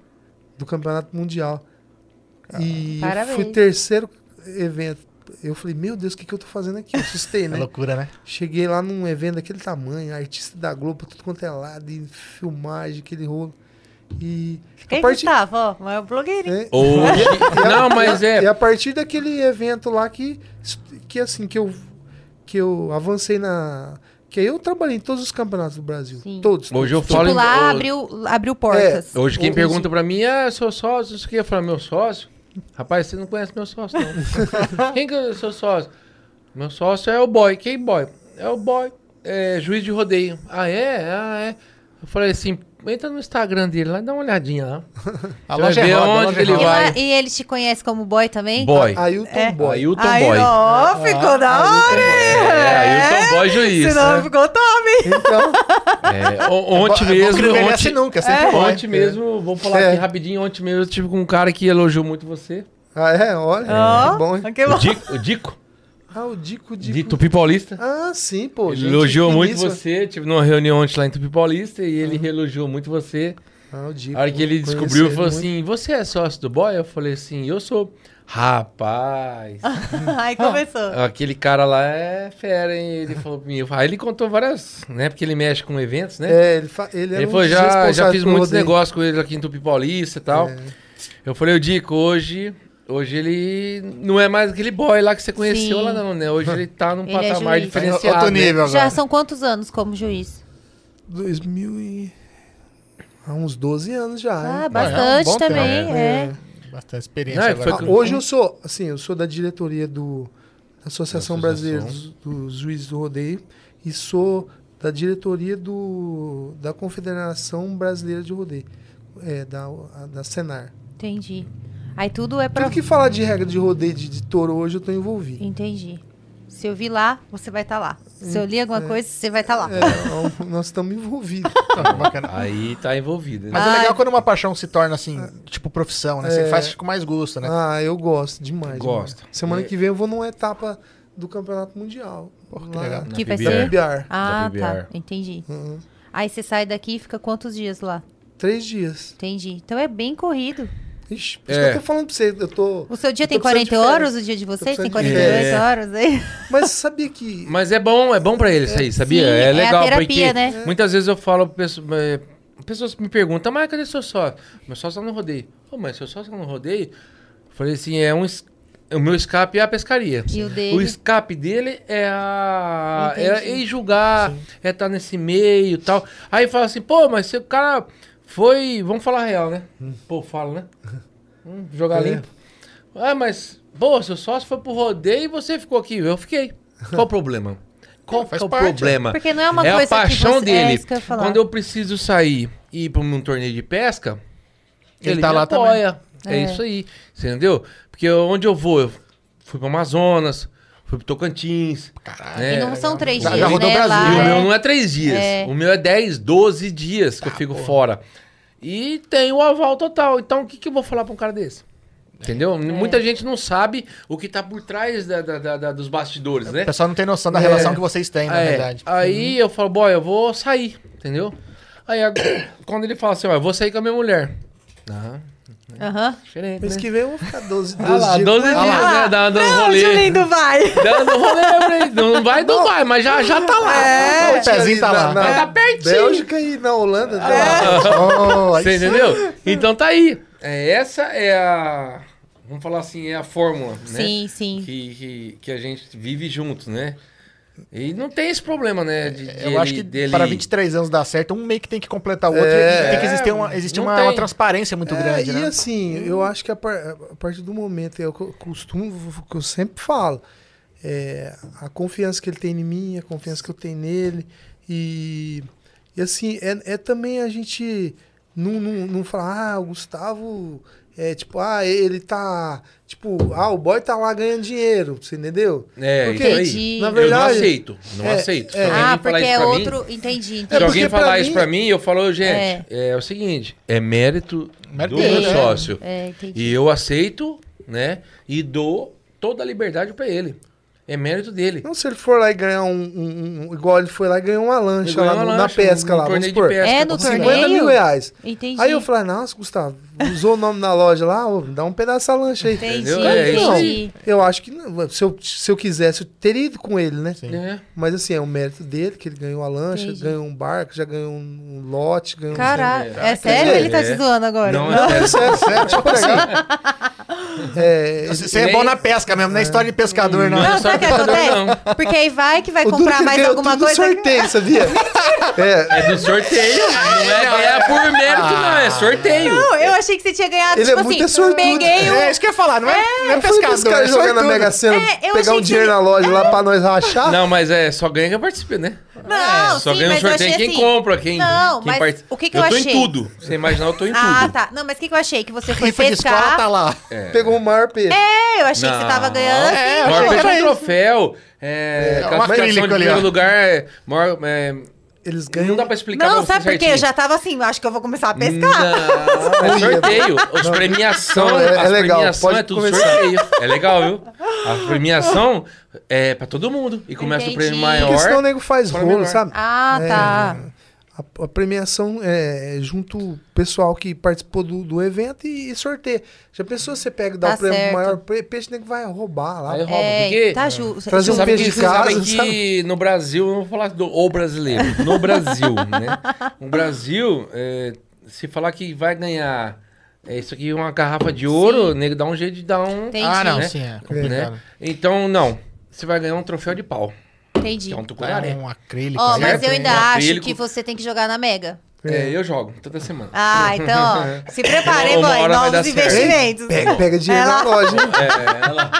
[SPEAKER 4] do Campeonato Mundial. E eu
[SPEAKER 1] Parabéns.
[SPEAKER 4] fui terceiro evento. Eu falei, meu Deus, o que, que eu tô fazendo aqui? Eu assustei,
[SPEAKER 2] É
[SPEAKER 4] né?
[SPEAKER 2] loucura, né?
[SPEAKER 4] Cheguei lá num evento daquele tamanho, artista da Globo, tudo quanto é lado, e filmagem, aquele rolo. E
[SPEAKER 1] Quem
[SPEAKER 4] a partir,
[SPEAKER 1] que tava, ó? Mas é o blogueirinho.
[SPEAKER 4] é, <laughs>
[SPEAKER 3] Hoje. Não, mas
[SPEAKER 4] e
[SPEAKER 3] é.
[SPEAKER 4] a partir daquele evento lá que, que assim, que eu, que eu avancei na. Que aí eu trabalhei em todos os campeonatos do Brasil.
[SPEAKER 1] Sim.
[SPEAKER 4] Todos.
[SPEAKER 3] Hoje eu
[SPEAKER 4] todos,
[SPEAKER 3] falo.
[SPEAKER 1] Tipo,
[SPEAKER 3] em-
[SPEAKER 1] lá
[SPEAKER 3] ho-
[SPEAKER 1] abriu, abriu portas.
[SPEAKER 3] Hoje quem
[SPEAKER 4] hoje-
[SPEAKER 3] pergunta pra mim é seu sócio, isso que eu ia falar, meu sócio? Rapaz, você não conhece meu sócio,
[SPEAKER 2] <laughs>
[SPEAKER 3] não. quem que é o seu sócio? Meu sócio é o boy. Quem boy? É o boy. É juiz de rodeio. Ah, é? Ah, é. Eu falei assim, entra no Instagram dele lá, dá uma olhadinha lá.
[SPEAKER 2] A
[SPEAKER 3] Você vai
[SPEAKER 2] loja é
[SPEAKER 3] ver
[SPEAKER 2] roda, a
[SPEAKER 3] onde
[SPEAKER 2] loja é
[SPEAKER 3] que ele
[SPEAKER 1] E,
[SPEAKER 2] roda.
[SPEAKER 1] lá-
[SPEAKER 3] vai.
[SPEAKER 1] e ele te conhece como boy também?
[SPEAKER 3] Boy. "Ah,
[SPEAKER 4] Ailton
[SPEAKER 1] É.
[SPEAKER 4] Boy. Ah,
[SPEAKER 3] Ailton
[SPEAKER 1] Aí,
[SPEAKER 3] Boy.
[SPEAKER 1] ó, ficou da hora, hein?
[SPEAKER 3] É, Ailton Boy juiz.
[SPEAKER 1] Senão
[SPEAKER 3] né?
[SPEAKER 1] ficou top, hein?
[SPEAKER 3] <laughs>
[SPEAKER 4] Então,
[SPEAKER 3] É, o-
[SPEAKER 2] É bom-
[SPEAKER 3] ontem
[SPEAKER 2] é bom que
[SPEAKER 3] mesmo.
[SPEAKER 2] não envelhece
[SPEAKER 3] ontem,
[SPEAKER 2] nunca, sempre
[SPEAKER 3] é,
[SPEAKER 2] vai.
[SPEAKER 3] ontem mesmo, vamos falar
[SPEAKER 4] É.
[SPEAKER 3] aqui rapidinho. Ontem mesmo eu tive com um cara que elogiou muito você.
[SPEAKER 4] ah, é, olha.
[SPEAKER 1] Ó,
[SPEAKER 4] que bom, hein?
[SPEAKER 1] que
[SPEAKER 3] O
[SPEAKER 1] <laughs> bom.
[SPEAKER 3] Dico, o Dico,
[SPEAKER 4] Ah, o Dico Dico.
[SPEAKER 3] de Tupi Paulista.
[SPEAKER 4] Ah, sim, pô.
[SPEAKER 3] Ele
[SPEAKER 4] gente
[SPEAKER 3] elogiou muito
[SPEAKER 4] finíssima.
[SPEAKER 3] você, tive numa reunião ontem lá em Tupi Paulista e ele elogiou muito você.
[SPEAKER 4] Ah, o Dico.
[SPEAKER 3] A hora que ele
[SPEAKER 4] conheci
[SPEAKER 3] descobriu, ele falou
[SPEAKER 4] muito.
[SPEAKER 3] assim: Você é sócio do boy? Eu falei assim: Eu sou.
[SPEAKER 4] <laughs>
[SPEAKER 3] Rapaz,
[SPEAKER 1] Aí começou.
[SPEAKER 3] aquele cara lá é fera, hein? Ele falou pra mim. Aí ele contou várias, né? Porque ele mexe com eventos, né?
[SPEAKER 4] É, ele, fa... ele, era
[SPEAKER 3] Ele
[SPEAKER 4] um
[SPEAKER 3] falou,
[SPEAKER 4] dos
[SPEAKER 3] já, já
[SPEAKER 4] responsáveis
[SPEAKER 3] fiz
[SPEAKER 4] pelo
[SPEAKER 3] muitos
[SPEAKER 4] rodeio. É.
[SPEAKER 3] negócios com ele aqui em Tupi Paulista e tal. Eu falei, eu digo, hoje Hoje ele não é mais aquele boy lá que você conheceu
[SPEAKER 1] Sim.
[SPEAKER 3] lá não, né? Hoje ele tá num
[SPEAKER 1] Ele é
[SPEAKER 3] patamar
[SPEAKER 1] juiz.
[SPEAKER 3] diferenciado.
[SPEAKER 2] Outro
[SPEAKER 3] né?
[SPEAKER 2] nível
[SPEAKER 1] Já
[SPEAKER 2] agora.
[SPEAKER 1] são quantos anos como juiz?
[SPEAKER 4] 2000 e... Há uns 12 anos já, né? hein?
[SPEAKER 1] Ah,
[SPEAKER 2] Ah, é um
[SPEAKER 1] bastante
[SPEAKER 2] bom tempo.
[SPEAKER 1] também,
[SPEAKER 4] né?
[SPEAKER 1] é.
[SPEAKER 2] Bastante experiência
[SPEAKER 3] Não,
[SPEAKER 2] agora.
[SPEAKER 3] foi
[SPEAKER 4] Ah, Hoje eu sou, assim, eu sou da diretoria do da Associação
[SPEAKER 2] Associação.
[SPEAKER 4] Brasileira dos, dos Juízes do Rodeio e sou da diretoria do, da Confederação Brasileira de Rodeio, é, da, a- da Senar.
[SPEAKER 1] Entendi. Aí tudo é pra...
[SPEAKER 4] Tudo que falar de regra de rodeio de, de touro hoje, eu estou envolvido.
[SPEAKER 1] Entendi. Se eu vi lá, você vai estar lá. Se eu li alguma coisa, você vai estar lá.
[SPEAKER 4] É, ó, nós estamos envolvidos.
[SPEAKER 2] Tá
[SPEAKER 4] né?
[SPEAKER 2] bacana.
[SPEAKER 3] Aí tá envolvido, né?
[SPEAKER 2] Mas é legal quando uma paixão se torna assim, tipo profissão, né?
[SPEAKER 4] É.
[SPEAKER 2] Você faz com mais gosto, né?
[SPEAKER 4] Ah, eu gosto demais.
[SPEAKER 3] Gosto.
[SPEAKER 4] mano. Semana
[SPEAKER 3] É.
[SPEAKER 4] que vem eu vou numa etapa do Campeonato Mundial.
[SPEAKER 2] Porra, que
[SPEAKER 4] lá
[SPEAKER 2] legal.
[SPEAKER 1] Que vai
[SPEAKER 3] PBR.
[SPEAKER 1] ser?
[SPEAKER 4] na Biar.
[SPEAKER 1] Ah,
[SPEAKER 3] PBR.
[SPEAKER 1] tá. Entendi.
[SPEAKER 4] Uhum.
[SPEAKER 1] Aí você sai daqui e fica quantos dias lá?
[SPEAKER 4] Três dias.
[SPEAKER 1] Entendi. Então é bem corrido.
[SPEAKER 4] Ixi, por isso
[SPEAKER 3] É.
[SPEAKER 4] que eu tô falando pra você. Eu tô...
[SPEAKER 1] O seu dia
[SPEAKER 4] Eu tô
[SPEAKER 1] tem
[SPEAKER 4] precisando de
[SPEAKER 1] 40 horas,
[SPEAKER 4] férias.
[SPEAKER 1] o dia de vocês
[SPEAKER 4] precisando
[SPEAKER 1] tem
[SPEAKER 4] de
[SPEAKER 1] 48
[SPEAKER 3] férias.
[SPEAKER 1] horas é? aí?
[SPEAKER 4] Mas sabia que
[SPEAKER 3] Mas é bom, é bom pra ele isso aí, sabia?
[SPEAKER 1] Sim, é
[SPEAKER 3] é
[SPEAKER 1] a
[SPEAKER 3] legal,
[SPEAKER 1] terapia,
[SPEAKER 3] porque
[SPEAKER 1] né?
[SPEAKER 3] muitas vezes eu falo pra pessoa- é, pessoas me perguntam, mas cadê seu sócio? Meu sócio tá no rodeio. Ô, mas seu sócio tá no rodeio? Eu falei assim, é um... es- O meu escape é a pescaria.
[SPEAKER 1] E o dele?
[SPEAKER 3] O escape dele é a... É,
[SPEAKER 1] Entendi.
[SPEAKER 3] é ir julgar, é estar nesse meio e tal. Aí fala assim, pô, mas se o cara foi... Vamos falar real, né? Pô, fala, né? Hum, jogar
[SPEAKER 4] É.
[SPEAKER 3] limpo. Ah, mas, pô, seu sócio foi pro rodeio e você ficou aqui. Eu fiquei. <laughs> Qual o problema? Qual
[SPEAKER 2] Faz
[SPEAKER 3] que é o
[SPEAKER 2] parte,
[SPEAKER 3] problema?
[SPEAKER 1] Porque não é uma
[SPEAKER 3] é
[SPEAKER 1] coisa
[SPEAKER 3] a paixão
[SPEAKER 1] que você...
[SPEAKER 3] dele.
[SPEAKER 1] É isso que eu ia falar.
[SPEAKER 3] Quando eu preciso sair e ir para um torneio de pesca,
[SPEAKER 2] Ele
[SPEAKER 3] ele,
[SPEAKER 2] tá
[SPEAKER 3] me
[SPEAKER 2] lá
[SPEAKER 3] apoia. É.
[SPEAKER 1] É.
[SPEAKER 3] isso aí, você entendeu? Porque eu- onde eu vou, eu fui para Amazonas, fui para Tocantins.
[SPEAKER 4] Ah.
[SPEAKER 3] né? Caralho.
[SPEAKER 4] É, né?
[SPEAKER 1] E não são três
[SPEAKER 2] Já- já
[SPEAKER 1] dias,
[SPEAKER 2] rodou
[SPEAKER 1] né?
[SPEAKER 2] o Brasil,
[SPEAKER 1] lá,
[SPEAKER 3] E o
[SPEAKER 1] é-
[SPEAKER 3] meu não é três dias.
[SPEAKER 1] É.
[SPEAKER 3] O meu é 10, 12 dias
[SPEAKER 2] Ah,
[SPEAKER 3] que eu fico fora. E tem o aval total. Então, o que, que eu vou falar pra um cara desse? Entendeu?
[SPEAKER 1] É.
[SPEAKER 3] Muita gente não sabe o que tá por trás da- da- da- da- dos bastidores, né?
[SPEAKER 2] O pessoal não tem noção
[SPEAKER 4] É.
[SPEAKER 2] da relação que vocês têm, É
[SPEAKER 4] Ah,
[SPEAKER 2] na
[SPEAKER 3] É,
[SPEAKER 2] verdade. Uhum.
[SPEAKER 3] Aí eu falo, boy, eu vou sair, entendeu? Aí ag- <coughs> quando ele fala assim, ó, eu vou sair com a minha mulher. Ah,
[SPEAKER 1] Aham.
[SPEAKER 3] diferente,
[SPEAKER 4] Mês
[SPEAKER 3] né?
[SPEAKER 4] que vem eu vou ficar 12, 12
[SPEAKER 3] Ah lá, 12
[SPEAKER 4] com
[SPEAKER 3] dias,
[SPEAKER 4] ela.
[SPEAKER 3] né? Dando um
[SPEAKER 5] Onde o
[SPEAKER 3] rolê.
[SPEAKER 5] lindo vai?
[SPEAKER 3] Dando um rolê, eu falei, não vai, não vai, mas já, já tá
[SPEAKER 2] É.
[SPEAKER 3] lá.
[SPEAKER 4] É.
[SPEAKER 2] o pezinho tá lá. <laughs>
[SPEAKER 4] Na, na
[SPEAKER 3] Tá pertinho. Ah,
[SPEAKER 4] Bélgica e na Holanda. tá lá.
[SPEAKER 2] Oh, aí
[SPEAKER 3] Você
[SPEAKER 2] sim.
[SPEAKER 3] entendeu? Então tá aí. É, essa é a. Vamos falar assim, é a fórmula, né?
[SPEAKER 1] Sim, sim.
[SPEAKER 3] Que, que, que a gente vive junto, né? E não tem esse problema, né? De, de
[SPEAKER 2] Eu acho que
[SPEAKER 3] ele- dele-
[SPEAKER 2] para 23 anos dar certo, um meio que tem que completar o outro. e tem que existir uma, existe
[SPEAKER 3] não
[SPEAKER 2] uma,
[SPEAKER 3] tem.
[SPEAKER 2] uma transparência muito
[SPEAKER 4] É,
[SPEAKER 2] grande,
[SPEAKER 4] e
[SPEAKER 2] né?
[SPEAKER 4] assim, eu acho que a, par- a partir do momento, é o que eu costumo, o que eu sempre falo, é, a confiança que ele tem em mim, a confiança que eu tenho nele, e, e assim, é, é também a gente não, não, não falar, ah, o Gustavo, é tipo, ah, ele tá, tipo, ah, o boy tá lá ganhando dinheiro, você entendeu?
[SPEAKER 3] É,
[SPEAKER 4] Porque,
[SPEAKER 3] isso aí.
[SPEAKER 1] Entendi.
[SPEAKER 4] na
[SPEAKER 3] Eu não
[SPEAKER 4] verdade...
[SPEAKER 3] aceito. Não
[SPEAKER 4] É,
[SPEAKER 3] aceito. Se
[SPEAKER 4] é.
[SPEAKER 3] alguém
[SPEAKER 1] Ah,
[SPEAKER 3] falar
[SPEAKER 1] porque
[SPEAKER 3] isso
[SPEAKER 1] é
[SPEAKER 3] pra mim-
[SPEAKER 1] outro... Entendi,
[SPEAKER 3] Se
[SPEAKER 4] É
[SPEAKER 1] entendi.
[SPEAKER 4] porque
[SPEAKER 3] alguém
[SPEAKER 4] pra
[SPEAKER 3] falar
[SPEAKER 4] mim-
[SPEAKER 3] isso pra mim, eu falo, gente, é, o seguinte, é mérito,
[SPEAKER 2] Mérito
[SPEAKER 3] do
[SPEAKER 2] dele,
[SPEAKER 3] meu
[SPEAKER 2] né?
[SPEAKER 3] sócio.
[SPEAKER 1] É, entendi.
[SPEAKER 3] E eu aceito, né? E dou toda a liberdade pra ele. É mérito dele.
[SPEAKER 4] Não se ele for lá e ganhar um, um- um- igual ele foi lá e ganhou uma
[SPEAKER 3] Ele
[SPEAKER 4] lancha
[SPEAKER 3] ganhou
[SPEAKER 4] lá
[SPEAKER 3] uma
[SPEAKER 4] no- na
[SPEAKER 3] lancha,
[SPEAKER 4] pesca
[SPEAKER 3] um
[SPEAKER 4] lá, vamos
[SPEAKER 3] torneio de
[SPEAKER 4] supor.
[SPEAKER 3] pesca.
[SPEAKER 1] É, no
[SPEAKER 3] Você ganha-
[SPEAKER 1] torneio?
[SPEAKER 4] 50 mil reais.
[SPEAKER 1] Entendi.
[SPEAKER 4] Aí eu falei, nossa, Gustavo, usou o nome na loja lá, ô, dá um pedaço dessa lancha aí.
[SPEAKER 1] <laughs> Entendi,
[SPEAKER 3] Entendeu? É isso aí.
[SPEAKER 1] entendi.
[SPEAKER 4] Eu acho que não. se eu, se eu quisesse, eu teria ido com ele, né?
[SPEAKER 2] Sim.
[SPEAKER 3] É.
[SPEAKER 4] Mas assim, é um mérito dele, que ele ganhou a lancha,
[SPEAKER 1] Entendi.
[SPEAKER 4] ganhou um barco, já ganhou um, um lote, ganhou
[SPEAKER 1] Caraca, é
[SPEAKER 3] Caraca,
[SPEAKER 1] sério?
[SPEAKER 3] é.
[SPEAKER 1] Ele tá te zoando agora?
[SPEAKER 3] Não, é
[SPEAKER 4] um... Sério, sério, tipo assim.
[SPEAKER 1] assim.
[SPEAKER 4] é,
[SPEAKER 2] Você é bom na pesca mesmo, na história de pescador, né? não.
[SPEAKER 3] Não, é
[SPEAKER 1] Não, sabe o que
[SPEAKER 3] Não.
[SPEAKER 1] acontece? Porque aí vai que vai
[SPEAKER 4] o duro que
[SPEAKER 1] comprar
[SPEAKER 4] ele
[SPEAKER 1] mais
[SPEAKER 4] ganhou
[SPEAKER 1] alguma
[SPEAKER 4] tudo
[SPEAKER 1] coisa. Tipo <laughs>
[SPEAKER 4] sorteio, sabia? é,
[SPEAKER 3] É do sorteio. Não é ganhar por mérito, não.
[SPEAKER 1] Ah.
[SPEAKER 3] É sorteio.
[SPEAKER 1] Não, eu achei que você tinha ganhado,
[SPEAKER 4] Ele é
[SPEAKER 1] tipo
[SPEAKER 4] muito
[SPEAKER 1] assim,
[SPEAKER 4] sortudo.
[SPEAKER 1] peguei um...
[SPEAKER 2] É isso que eu ia falar, não é, não é
[SPEAKER 4] eu fui pros
[SPEAKER 2] pescador, é
[SPEAKER 4] caras jogando na
[SPEAKER 2] sortudo.
[SPEAKER 4] Mega Sena,
[SPEAKER 1] É, eu
[SPEAKER 4] pegar um
[SPEAKER 1] achei que
[SPEAKER 4] dinheiro
[SPEAKER 1] ele- É.
[SPEAKER 4] na loja lá pra nós rachar.
[SPEAKER 3] Não, mas é só ganha quem participa, né?
[SPEAKER 1] Não,
[SPEAKER 3] Só
[SPEAKER 1] sim,
[SPEAKER 3] ganha no
[SPEAKER 1] mas eu
[SPEAKER 3] sorteio
[SPEAKER 1] achei
[SPEAKER 3] quem
[SPEAKER 1] assim...
[SPEAKER 3] compra, quem.
[SPEAKER 1] Não,
[SPEAKER 3] quem
[SPEAKER 1] mas
[SPEAKER 3] part-
[SPEAKER 1] o que que
[SPEAKER 3] eu
[SPEAKER 1] eu
[SPEAKER 3] tô
[SPEAKER 1] achei?
[SPEAKER 3] em tudo. Você imaginar, eu tô em
[SPEAKER 1] Ah,
[SPEAKER 3] tudo.
[SPEAKER 1] tá. Não, mas o que, que eu achei? Que você foi
[SPEAKER 2] Rifa de escola tá
[SPEAKER 1] pescar...
[SPEAKER 2] lá.
[SPEAKER 4] Pegou o maior peixe.
[SPEAKER 1] É, eu achei que você
[SPEAKER 3] Não.
[SPEAKER 1] tava ganhando.
[SPEAKER 2] É, eu
[SPEAKER 3] maior
[SPEAKER 2] achei que
[SPEAKER 3] peixe
[SPEAKER 2] era
[SPEAKER 3] é um
[SPEAKER 2] isso.
[SPEAKER 3] troféu. É,
[SPEAKER 2] É, um
[SPEAKER 3] classificação de
[SPEAKER 2] acrílico ali,
[SPEAKER 3] primeiro
[SPEAKER 2] ó.
[SPEAKER 3] lugar. É, maior, é,
[SPEAKER 4] Eles ganham.
[SPEAKER 3] não dá pra explicar pra
[SPEAKER 1] Não,
[SPEAKER 3] você Hum.
[SPEAKER 1] sabe por quê?
[SPEAKER 3] certinho.
[SPEAKER 1] Eu já tava assim, eu acho que eu vou começar a pescar.
[SPEAKER 3] Não, é sorteio. Os premiação,
[SPEAKER 4] Não, é-
[SPEAKER 3] as
[SPEAKER 4] é legal,
[SPEAKER 3] premiação
[SPEAKER 4] pode
[SPEAKER 3] é tudo
[SPEAKER 4] começar.
[SPEAKER 3] sorteio. É legal, viu? A premiação é pra todo mundo. E começa
[SPEAKER 1] Entendi.
[SPEAKER 3] o prêmio
[SPEAKER 4] Porque senão o
[SPEAKER 3] maior.
[SPEAKER 4] nego faz
[SPEAKER 3] Fala
[SPEAKER 4] rolo,
[SPEAKER 3] menor.
[SPEAKER 4] sabe?
[SPEAKER 1] Ah,
[SPEAKER 4] É,
[SPEAKER 1] tá.
[SPEAKER 4] A, a premiação é junto o pessoal que participou do, do evento e, e sorteio. Já pensou você pega e dá
[SPEAKER 1] Tá
[SPEAKER 4] o prêmio pro
[SPEAKER 1] certo.
[SPEAKER 4] maior pre- peixe, nego vai roubar lá.
[SPEAKER 3] Aí rouba,
[SPEAKER 1] É,
[SPEAKER 3] porque...
[SPEAKER 1] tá justo.
[SPEAKER 4] Trazer
[SPEAKER 3] Você
[SPEAKER 4] um
[SPEAKER 3] sabe
[SPEAKER 4] peixe
[SPEAKER 3] que,
[SPEAKER 4] de
[SPEAKER 3] vocês sabem
[SPEAKER 4] casa,
[SPEAKER 3] que
[SPEAKER 4] sabe?
[SPEAKER 3] no Brasil, eu vou falar do o brasileiro, no Brasil, né? No Brasil, é, se falar que vai ganhar É isso aqui, uma garrafa de ouro, o nego dá um jeito de dar um.
[SPEAKER 1] Entendi.
[SPEAKER 2] Ah, não,
[SPEAKER 3] né?
[SPEAKER 2] sim, é complicado.
[SPEAKER 3] Né? Então, não. Você vai ganhar um troféu de pau, que
[SPEAKER 1] Entendi.
[SPEAKER 3] é um
[SPEAKER 1] Ó,
[SPEAKER 3] tucunaré.
[SPEAKER 2] É um acrílico.
[SPEAKER 1] oh,
[SPEAKER 2] né?
[SPEAKER 1] mas eu
[SPEAKER 3] Certo,
[SPEAKER 1] ainda
[SPEAKER 3] hein? É um
[SPEAKER 1] acho
[SPEAKER 3] Acrílico.
[SPEAKER 1] que você tem que jogar na Mega.
[SPEAKER 3] É, eu jogo toda semana.
[SPEAKER 1] <laughs> Ah, então,
[SPEAKER 3] <laughs>
[SPEAKER 1] ó, se prepare, hein,
[SPEAKER 3] Uma
[SPEAKER 1] boy.
[SPEAKER 3] hora vai
[SPEAKER 1] Novos
[SPEAKER 3] dar certo.
[SPEAKER 1] investimentos.
[SPEAKER 4] Pega, pega dinheiro na loja, hein?
[SPEAKER 3] É, ela...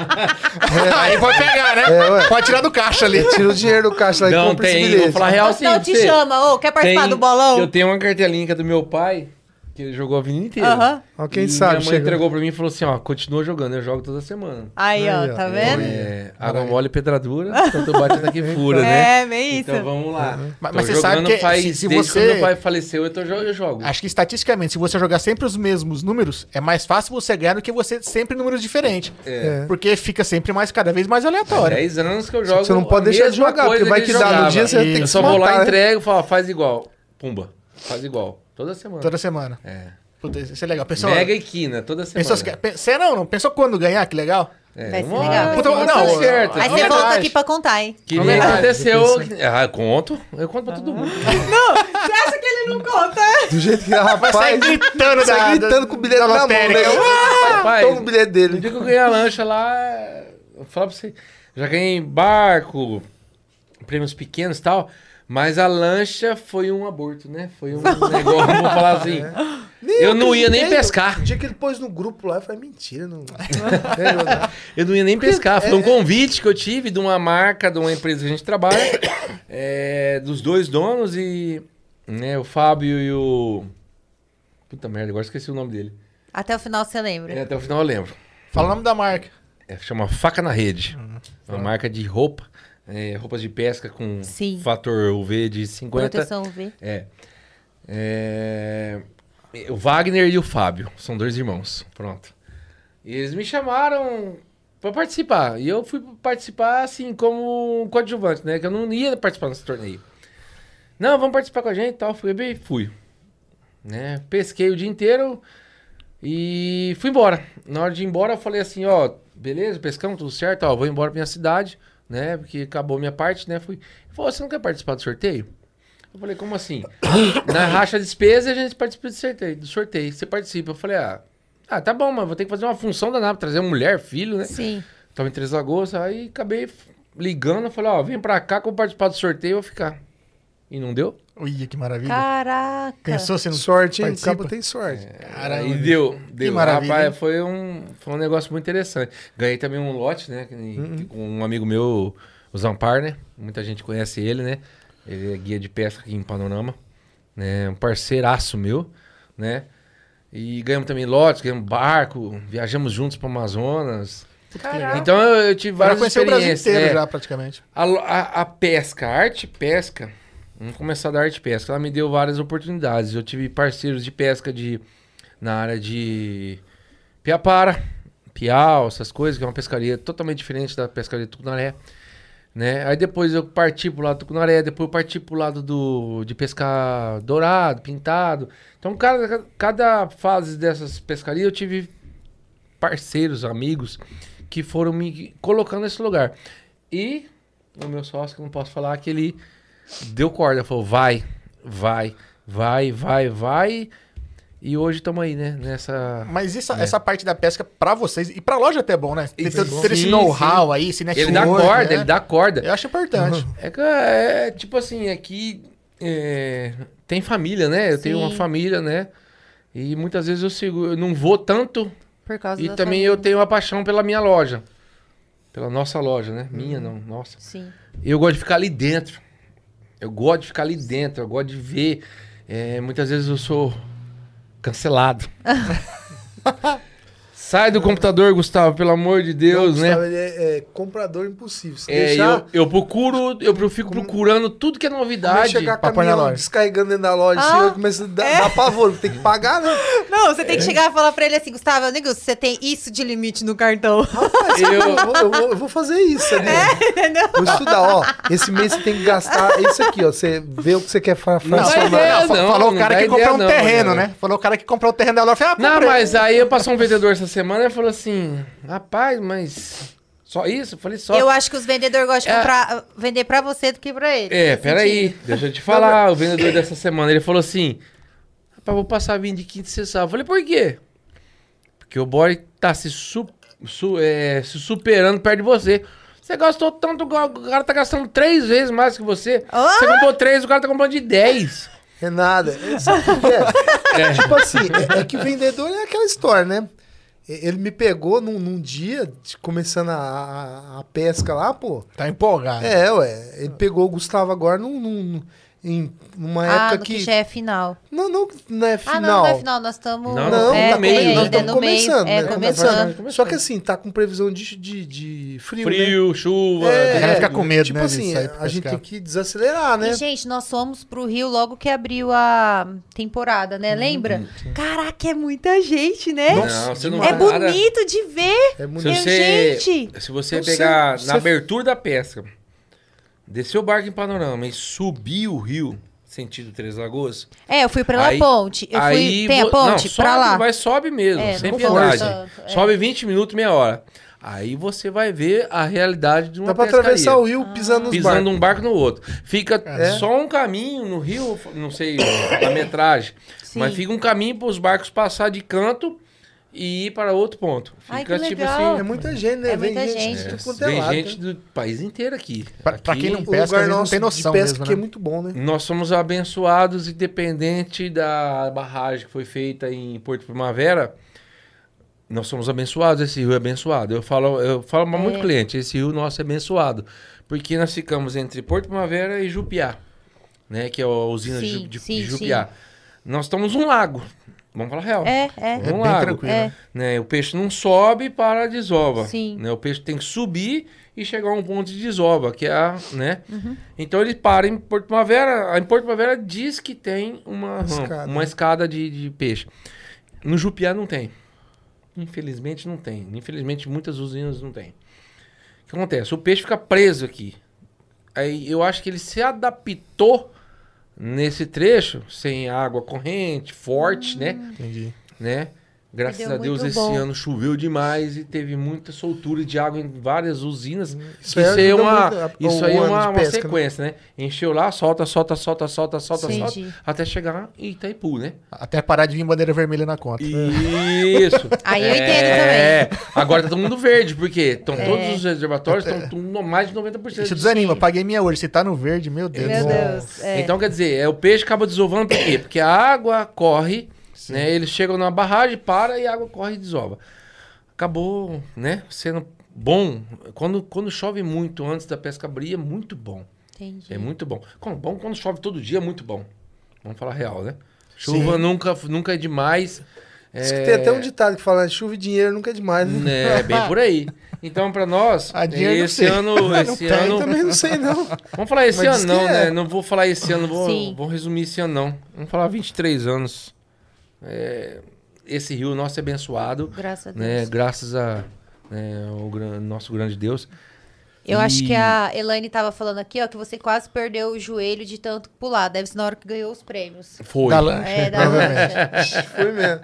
[SPEAKER 2] Aí vai pegar, né?
[SPEAKER 4] É, ué.
[SPEAKER 2] Pode tirar do caixa ali.
[SPEAKER 4] Tira o dinheiro do caixa lá e
[SPEAKER 3] Não,
[SPEAKER 4] compra Então, esse
[SPEAKER 3] tem.
[SPEAKER 4] bilhete.
[SPEAKER 3] Vou falar real
[SPEAKER 1] Ou
[SPEAKER 3] sim.
[SPEAKER 1] senão
[SPEAKER 3] pra
[SPEAKER 1] te
[SPEAKER 3] você.
[SPEAKER 1] chama, ô, quer participar
[SPEAKER 3] Tem-
[SPEAKER 1] do bolão?
[SPEAKER 3] Eu tenho uma cartelinha que é do meu pai, que ele jogou a vida inteira.
[SPEAKER 1] Aham.
[SPEAKER 4] Ó, quem
[SPEAKER 3] E
[SPEAKER 4] sabe
[SPEAKER 3] Minha mãe
[SPEAKER 4] chega.
[SPEAKER 3] entregou pra mim e falou assim: ó, continua jogando, eu jogo toda semana.
[SPEAKER 1] Aí,
[SPEAKER 4] Aí,
[SPEAKER 1] ó,
[SPEAKER 4] ó.
[SPEAKER 1] tá vendo? É,
[SPEAKER 3] É, água mole e pedradura, tanto bate daqui fura, né?
[SPEAKER 1] <laughs> É, bem isso.
[SPEAKER 3] Então vamos lá.
[SPEAKER 2] Mas-
[SPEAKER 3] Tô
[SPEAKER 2] mas você sabe
[SPEAKER 3] jogando
[SPEAKER 2] que
[SPEAKER 3] faz-
[SPEAKER 2] se- se
[SPEAKER 3] desde
[SPEAKER 2] você- Ah,
[SPEAKER 3] quando meu pai faleceu, eu, tô, jo- eu jogo.
[SPEAKER 2] Acho que estatisticamente, se você jogar sempre os mesmos números, é mais fácil você ganhar do que você sempre números diferentes.
[SPEAKER 4] É.
[SPEAKER 2] Porque fica sempre mais, cada vez mais aleatório.
[SPEAKER 3] 10 anos que eu jogo.
[SPEAKER 4] Você não pode
[SPEAKER 3] a
[SPEAKER 4] deixar de
[SPEAKER 3] mesma
[SPEAKER 4] jogar, porque
[SPEAKER 3] coisa
[SPEAKER 4] vai
[SPEAKER 3] ele
[SPEAKER 4] que dá no
[SPEAKER 3] jogava.
[SPEAKER 4] dia, você
[SPEAKER 3] eu
[SPEAKER 2] tem que se
[SPEAKER 3] só vou
[SPEAKER 4] matar,
[SPEAKER 3] lá,
[SPEAKER 4] né?
[SPEAKER 3] entrego, falo, faz igual. Pumba, faz igual. Toda semana.
[SPEAKER 2] Toda semana.
[SPEAKER 3] É.
[SPEAKER 2] Puta, isso é legal. Pensou,
[SPEAKER 3] Mega e quina, toda semana.
[SPEAKER 2] pensou, pensou, não, não. Pensou quando ganhar? Que legal.
[SPEAKER 3] É,
[SPEAKER 1] Vai ser
[SPEAKER 3] uma
[SPEAKER 1] legal.
[SPEAKER 3] hora-
[SPEAKER 2] Puta,
[SPEAKER 3] uma hora
[SPEAKER 2] não,
[SPEAKER 3] tá certo.
[SPEAKER 1] Aí
[SPEAKER 2] Não
[SPEAKER 1] você
[SPEAKER 2] é
[SPEAKER 1] volta
[SPEAKER 2] verdade.
[SPEAKER 1] aqui pra contar, hein?
[SPEAKER 3] Que
[SPEAKER 2] Não
[SPEAKER 3] nem
[SPEAKER 2] é verdade,
[SPEAKER 3] aconteceu.
[SPEAKER 2] isso
[SPEAKER 3] Ah, eu conto. Eu conto pra
[SPEAKER 1] Ah.
[SPEAKER 3] todo mundo.
[SPEAKER 5] Você acha que ele não conta?
[SPEAKER 4] Do jeito que a
[SPEAKER 2] Vai
[SPEAKER 4] rapaz...
[SPEAKER 2] sair gritando, da-
[SPEAKER 4] sai gritando com o bilhete na mão, né?
[SPEAKER 2] lotérica.
[SPEAKER 3] Rapaz,
[SPEAKER 4] Toma o bilhete
[SPEAKER 3] No dia
[SPEAKER 4] dele.
[SPEAKER 3] que eu ganhei a lancha lá, eu falo pra você, já ganhei barco, prêmios pequenos e tal, mas a lancha foi um aborto, né? Foi um negócio, vou falar assim. Eu não ia nem
[SPEAKER 4] acreditei,
[SPEAKER 3] pescar.
[SPEAKER 4] O dia que ele pôs no grupo lá, eu falei, mentira, não... <laughs> É, eu-
[SPEAKER 3] Eu não ia nem pescar. Foi um convite que eu tive de uma marca, de uma empresa que a gente trabalha, <coughs> é, dos dois donos e. Né, o Fábio e o. Puta merda, agora esqueci o nome dele.
[SPEAKER 1] Até o final você
[SPEAKER 3] É,
[SPEAKER 1] lembra.
[SPEAKER 3] até o final eu lembro.
[SPEAKER 2] Fala o nome da marca.
[SPEAKER 3] É, chama Faca na Rede. uma marca de roupa, é, roupas de pesca com
[SPEAKER 1] Sim.
[SPEAKER 3] fator UV de 50.
[SPEAKER 1] Proteção UV.
[SPEAKER 3] É. É, O Wagner e o Fábio, são dois irmãos, pronto. E eles me chamaram pra participar. E eu fui participar, assim, como um coadjuvante, né? Que eu não ia participar desse torneio. Não, vamos participar com a gente e tal. Fui bem, fui. Né? Pesquei o dia inteiro e fui embora. Na hora de ir embora, eu falei assim, ó, beleza, pescamos, tudo certo, ó, vou embora pra minha cidade, né? Porque acabou minha parte, né? Fui. Ele falou, você não quer participar do sorteio? Eu falei, como assim? <coughs> Na racha despesa a gente participa do sorteio, do sorteio. Você participa. Eu falei, ah, ah, tá bom, mas vou ter que fazer uma função danada, trazer mulher, filho, né?
[SPEAKER 1] Sim.
[SPEAKER 3] Tava em Três Lagoas, aí acabei f- ligando, falei, ó, vem pra cá que eu vou participar do sorteio e vou ficar. E não deu?
[SPEAKER 2] Ui, que maravilha.
[SPEAKER 1] Caraca.
[SPEAKER 2] Uhum. Pensou se não
[SPEAKER 4] Sorte, hein? O
[SPEAKER 2] participa?
[SPEAKER 4] cabo tem sorte.
[SPEAKER 2] Caramba. né?
[SPEAKER 3] Aí deu, deu.
[SPEAKER 2] maravilha, hein?
[SPEAKER 3] Rapaz, foi um, foi um negócio muito interessante. Ganhei também um lote, né? que-
[SPEAKER 2] Uhum.
[SPEAKER 3] Com um amigo meu, o Zampar, né? Muita gente conhece ele, né? Ele é guia de pesca aqui em Panorama. Né? Um parceiraço meu, né? E ganhamos também lotes, ganhamos barco, viajamos juntos para Amazonas. Então eu, eu tive
[SPEAKER 2] Agora
[SPEAKER 3] várias
[SPEAKER 2] conheceu o Brasil
[SPEAKER 3] experiências.
[SPEAKER 2] inteiro
[SPEAKER 3] é.
[SPEAKER 2] já, praticamente.
[SPEAKER 3] A, lo- a- a pesca, a arte pesca, vamos começar da arte pesca, ela me deu várias oportunidades. Eu tive parceiros de pesca de, na área de Piapara, Piau, essas coisas, que é uma pescaria totalmente diferente da pescaria de Tucunaré. Né? Aí depois eu parti pro lado do Tucunaré, depois eu parti pro lado do, de pescar dourado, pintado. Então, cada, cada fase dessas pescarias eu tive parceiros, amigos, que foram me colocando nesse lugar. E o meu sócio, que eu não posso falar, que ele deu corda, falou, vai, vai, vai, vai, vai. E hoje estamos aí, né? Nessa.
[SPEAKER 2] Mas isso,
[SPEAKER 3] É.
[SPEAKER 2] essa parte da pesca, pra vocês, e pra loja até é bom, né? Ter,
[SPEAKER 3] Isso é
[SPEAKER 2] ter
[SPEAKER 3] bom.
[SPEAKER 2] esse
[SPEAKER 3] Sim,
[SPEAKER 2] know-how aí, esse network.
[SPEAKER 3] Ele dá corda,
[SPEAKER 2] né?
[SPEAKER 3] ele dá corda.
[SPEAKER 2] Eu acho importante.
[SPEAKER 3] É, que, é, tipo assim, aqui é, tem família, né? Eu tenho uma
[SPEAKER 1] Sim.
[SPEAKER 3] família, né? E muitas vezes eu sigo, eu não vou tanto.
[SPEAKER 1] Por causa
[SPEAKER 3] E
[SPEAKER 1] da
[SPEAKER 3] também
[SPEAKER 1] família.
[SPEAKER 3] eu tenho uma paixão pela minha loja. Pela nossa loja, né? Minha não, nossa.
[SPEAKER 1] Sim.
[SPEAKER 3] E eu gosto de ficar ali dentro. Eu gosto de ficar ali dentro, eu gosto de ver. É, muitas vezes eu sou <laughs> cancelado. Sai do computador, Gustavo, pelo amor de Deus,
[SPEAKER 4] Não,
[SPEAKER 3] né?
[SPEAKER 4] Gustavo, ele é, é comprador impossível. Se
[SPEAKER 3] É,
[SPEAKER 4] deixar,
[SPEAKER 3] eu, eu procuro, eu pro- fico procurando tudo que é
[SPEAKER 4] Vai
[SPEAKER 3] novidade.
[SPEAKER 4] chegar
[SPEAKER 2] pra pôr na
[SPEAKER 4] caminhão
[SPEAKER 2] loja.
[SPEAKER 4] descarregando dentro da loja,
[SPEAKER 1] Ah,
[SPEAKER 4] assim, eu começo a dar, dar pavor, tem que pagar, né?
[SPEAKER 5] Não, você tem que chegar e falar pra ele assim, Gustavo, nego, você tem isso de limite no cartão.
[SPEAKER 4] Assim, <laughs> Eu, vou- eu vou, eu vou fazer isso, né? Vou estudar, ó. Esse mês você tem que gastar isso aqui, ó. Você vê o que você quer fa-
[SPEAKER 2] Mas
[SPEAKER 3] Não, dá
[SPEAKER 2] foi-
[SPEAKER 4] fracionar.
[SPEAKER 3] ideia,
[SPEAKER 2] fa-
[SPEAKER 3] não,
[SPEAKER 2] falou o
[SPEAKER 3] não
[SPEAKER 2] cara
[SPEAKER 3] dá
[SPEAKER 2] que
[SPEAKER 3] ideia,
[SPEAKER 2] comprou um
[SPEAKER 3] não,
[SPEAKER 2] terreno,
[SPEAKER 3] Mariana.
[SPEAKER 2] né? Falou o cara que comprou o terreno da loja. eu Falei, ah,
[SPEAKER 3] Não,
[SPEAKER 2] comprei.
[SPEAKER 3] mas aí passou um vendedor essa semana e falou assim: rapaz, mas só isso? Eu falei
[SPEAKER 1] <laughs>
[SPEAKER 3] só.
[SPEAKER 1] Eu acho que os vendedores gostam de
[SPEAKER 3] É.
[SPEAKER 1] comprar, vender pra você do que pra ele.
[SPEAKER 3] É,
[SPEAKER 1] Faz
[SPEAKER 3] peraí, deixa eu te falar. O
[SPEAKER 4] <clears throat>
[SPEAKER 3] vendedor dessa semana, ele falou assim: Rapaz, vou passar a vir de quinta e sexta. Eu falei, por quê? Porque o boy tá se, su- su- é, se superando perto de você. Você gastou tanto, o cara tá gastando três vezes mais que você. Você comprou três, o cara tá comprando de dez.
[SPEAKER 4] É nada. É, sabe o que é? É Tipo assim, é, é que vendedor é aquela história, né? E- Ele me pegou num, num dia, de- começando a, a- a pesca lá, pô.
[SPEAKER 2] Tá empolgado.
[SPEAKER 4] É, ué. Ele pegou o Gustavo agora num, num- em, numa
[SPEAKER 1] Ah,
[SPEAKER 4] época
[SPEAKER 1] no
[SPEAKER 4] que.
[SPEAKER 1] que já é final.
[SPEAKER 4] Não, não, não é final.
[SPEAKER 1] Ah, não, não é final, nós estamos.
[SPEAKER 3] Não,
[SPEAKER 4] Não,
[SPEAKER 3] É,
[SPEAKER 4] tá
[SPEAKER 3] no meio,
[SPEAKER 4] come-
[SPEAKER 3] né?
[SPEAKER 4] nós
[SPEAKER 3] ainda
[SPEAKER 4] estamos
[SPEAKER 1] no meio,
[SPEAKER 4] começando,
[SPEAKER 1] é,
[SPEAKER 4] né?
[SPEAKER 1] começando.
[SPEAKER 4] Só que assim, tá com previsão de, de, de frio, né?
[SPEAKER 3] Frio, chuva.
[SPEAKER 2] O cara
[SPEAKER 4] É,
[SPEAKER 2] fica com medo,
[SPEAKER 4] tipo
[SPEAKER 2] né? de
[SPEAKER 4] assim,
[SPEAKER 2] sair pra
[SPEAKER 4] a gente
[SPEAKER 2] pescar.
[SPEAKER 4] tem que desacelerar, né?
[SPEAKER 1] E, gente, nós fomos pro Rio logo que abriu a temporada, né? Lembra? Caraca, é muita gente, né?
[SPEAKER 3] Não, você não
[SPEAKER 1] é
[SPEAKER 3] vai nada.
[SPEAKER 1] bonito de ver.
[SPEAKER 4] É muito
[SPEAKER 3] Se
[SPEAKER 1] Meu,
[SPEAKER 3] Então você,
[SPEAKER 1] gente!
[SPEAKER 3] se você
[SPEAKER 4] Não sei,
[SPEAKER 3] pegar
[SPEAKER 4] Então você-
[SPEAKER 3] na abertura da pesca, descer o barco em panorama e subir o rio, sentido Três Lagoas.
[SPEAKER 1] É, eu fui pra lá
[SPEAKER 3] Aí-
[SPEAKER 1] ponte. Eu fui. Tem a
[SPEAKER 3] vo-
[SPEAKER 1] ponte?
[SPEAKER 3] não,
[SPEAKER 1] pra
[SPEAKER 3] sobe,
[SPEAKER 1] lá.
[SPEAKER 3] Mas sobe mesmo,
[SPEAKER 1] É,
[SPEAKER 3] sem
[SPEAKER 1] não
[SPEAKER 3] piedade.
[SPEAKER 1] força, é.
[SPEAKER 3] Sobe 20 minutos, meia hora. Aí você vai ver a realidade de uma
[SPEAKER 4] Dá pra
[SPEAKER 3] pescaria.
[SPEAKER 4] atravessar o rio pisando nos
[SPEAKER 3] Pisando
[SPEAKER 4] barcos. É.
[SPEAKER 3] um barco no outro. Fica só um caminho no rio, não sei a metragem,
[SPEAKER 1] Sim.
[SPEAKER 3] mas fica um caminho para os barcos passar de canto e ir para outro ponto. Fica
[SPEAKER 1] Ai, que
[SPEAKER 3] tipo
[SPEAKER 1] legal.
[SPEAKER 3] assim,
[SPEAKER 4] É muita gente, né?
[SPEAKER 1] É
[SPEAKER 4] Vem
[SPEAKER 1] muita
[SPEAKER 4] gente.
[SPEAKER 1] gente.
[SPEAKER 4] de
[SPEAKER 3] é,
[SPEAKER 4] tudo quanto é
[SPEAKER 3] vem
[SPEAKER 4] lado,
[SPEAKER 3] gente
[SPEAKER 4] né?
[SPEAKER 3] do país inteiro aqui.
[SPEAKER 2] Pra- pra
[SPEAKER 3] Aqui,
[SPEAKER 2] quem não
[SPEAKER 4] O
[SPEAKER 2] Pesca, às
[SPEAKER 4] lugar
[SPEAKER 2] vezes, não
[SPEAKER 4] nosso
[SPEAKER 2] tem
[SPEAKER 4] de
[SPEAKER 2] noção
[SPEAKER 4] pesca
[SPEAKER 2] mesmo,
[SPEAKER 4] que é
[SPEAKER 2] né?
[SPEAKER 4] muito bom, né?
[SPEAKER 3] Nós somos abençoados, independente da barragem que foi feita em Porto Primavera. Nós somos abençoados, esse rio é abençoado. Eu falo, eu falo para muito cliente, esse rio nosso é abençoado. Porque nós ficamos entre Porto Primavera e Jupiá, né? Que é a usina de,
[SPEAKER 1] Sim,
[SPEAKER 3] Ju- de-
[SPEAKER 1] sim,
[SPEAKER 3] de Jupiá. Nós estamos um lago. Vamos falar a real.
[SPEAKER 1] É, é.
[SPEAKER 3] Um
[SPEAKER 2] bem
[SPEAKER 3] lago.
[SPEAKER 2] tranquilo.
[SPEAKER 1] É.
[SPEAKER 3] Né? O peixe não sobe para a desova.
[SPEAKER 1] Sim.
[SPEAKER 3] Né? O peixe tem que subir e chegar a um ponto de desova, que é a. Né? Então ele para em Porto Primavera. A- Em Porto Primavera diz que tem uma rampa,
[SPEAKER 4] Escada.
[SPEAKER 3] uma escada de, de peixe. No Jupiá não tem. Infelizmente não tem. Infelizmente muitas usinas não tem. O que acontece? O peixe fica preso aqui. Aí eu acho que ele se adaptou nesse trecho, sem água corrente, forte, né?
[SPEAKER 2] Entendi.
[SPEAKER 3] né? Graças
[SPEAKER 1] deu
[SPEAKER 3] a Deus
[SPEAKER 1] muito
[SPEAKER 3] esse
[SPEAKER 1] bom.
[SPEAKER 3] ano choveu demais e teve muita soltura de água em várias usinas. Isso,
[SPEAKER 4] Hum,
[SPEAKER 3] aí
[SPEAKER 4] aí
[SPEAKER 3] é
[SPEAKER 4] ajuda
[SPEAKER 3] uma,
[SPEAKER 4] muito a-
[SPEAKER 3] isso
[SPEAKER 4] o
[SPEAKER 3] aí é
[SPEAKER 4] ano
[SPEAKER 3] uma,
[SPEAKER 4] de
[SPEAKER 3] uma
[SPEAKER 4] pesca, né?
[SPEAKER 3] sequência, né? Encheu lá, solta, solta, solta, solta, solta,
[SPEAKER 1] Sim.
[SPEAKER 3] solta, até chegar em Itaipu, né?
[SPEAKER 2] Até parar de vir bandeira vermelha na conta.
[SPEAKER 4] <laughs>
[SPEAKER 3] Isso.
[SPEAKER 1] Aí eu
[SPEAKER 3] É. Agora tá todo mundo verde, porque estão
[SPEAKER 4] É.
[SPEAKER 3] todos os reservatórios estão tudo no- mais de 90%.
[SPEAKER 2] Isso
[SPEAKER 3] de-
[SPEAKER 2] desanima. Paguei minha hoje. Se tá no verde, meu Deus.
[SPEAKER 1] Meu
[SPEAKER 2] do céu.
[SPEAKER 1] Deus. é.
[SPEAKER 3] Então, quer dizer, é, o peixe acaba desovando por quê? Porque a água corre, né? Eles chegam na barragem, para e a água corre e desova. Acabou, né? Sendo bom. Quando, quando chove muito antes da pesca abrir, é muito bom.
[SPEAKER 1] Entendi.
[SPEAKER 3] É muito bom. Como bom quando chove todo dia, é muito bom. Vamos falar real, né? Chuva nunca, nunca é demais.
[SPEAKER 4] Diz que
[SPEAKER 3] É,
[SPEAKER 4] tem até um ditado que fala, chuva e dinheiro nunca é demais, né?
[SPEAKER 3] né, é bem por aí.
[SPEAKER 2] <laughs>
[SPEAKER 3] Então, para nós,
[SPEAKER 2] A dinheiro <laughs> não
[SPEAKER 3] esse
[SPEAKER 2] sei.
[SPEAKER 3] ano, esse
[SPEAKER 4] Eu
[SPEAKER 3] ano,
[SPEAKER 4] também não
[SPEAKER 3] <laughs>
[SPEAKER 4] sei, não.
[SPEAKER 3] Vamos falar esse
[SPEAKER 4] Mas
[SPEAKER 3] ano,
[SPEAKER 4] diz
[SPEAKER 3] não,
[SPEAKER 4] que
[SPEAKER 3] né?
[SPEAKER 4] é.
[SPEAKER 3] Não vou falar esse ano, vou,
[SPEAKER 1] Sim.
[SPEAKER 3] vou resumir esse ano, não. Vamos falar 23 anos. É, esse rio nosso é abençoado,
[SPEAKER 1] Graças a Deus.
[SPEAKER 3] né? Graças a né, o gran- nosso grande Deus.
[SPEAKER 1] Eu acho que
[SPEAKER 3] E-
[SPEAKER 1] a Elaine tava falando aqui, ó, que você quase perdeu o joelho de tanto pular. Deve ser na hora que ganhou os prêmios.
[SPEAKER 3] Foi.
[SPEAKER 2] Da lancha,
[SPEAKER 1] É, da
[SPEAKER 2] provavelmente.
[SPEAKER 1] lancha.
[SPEAKER 4] Foi mesmo.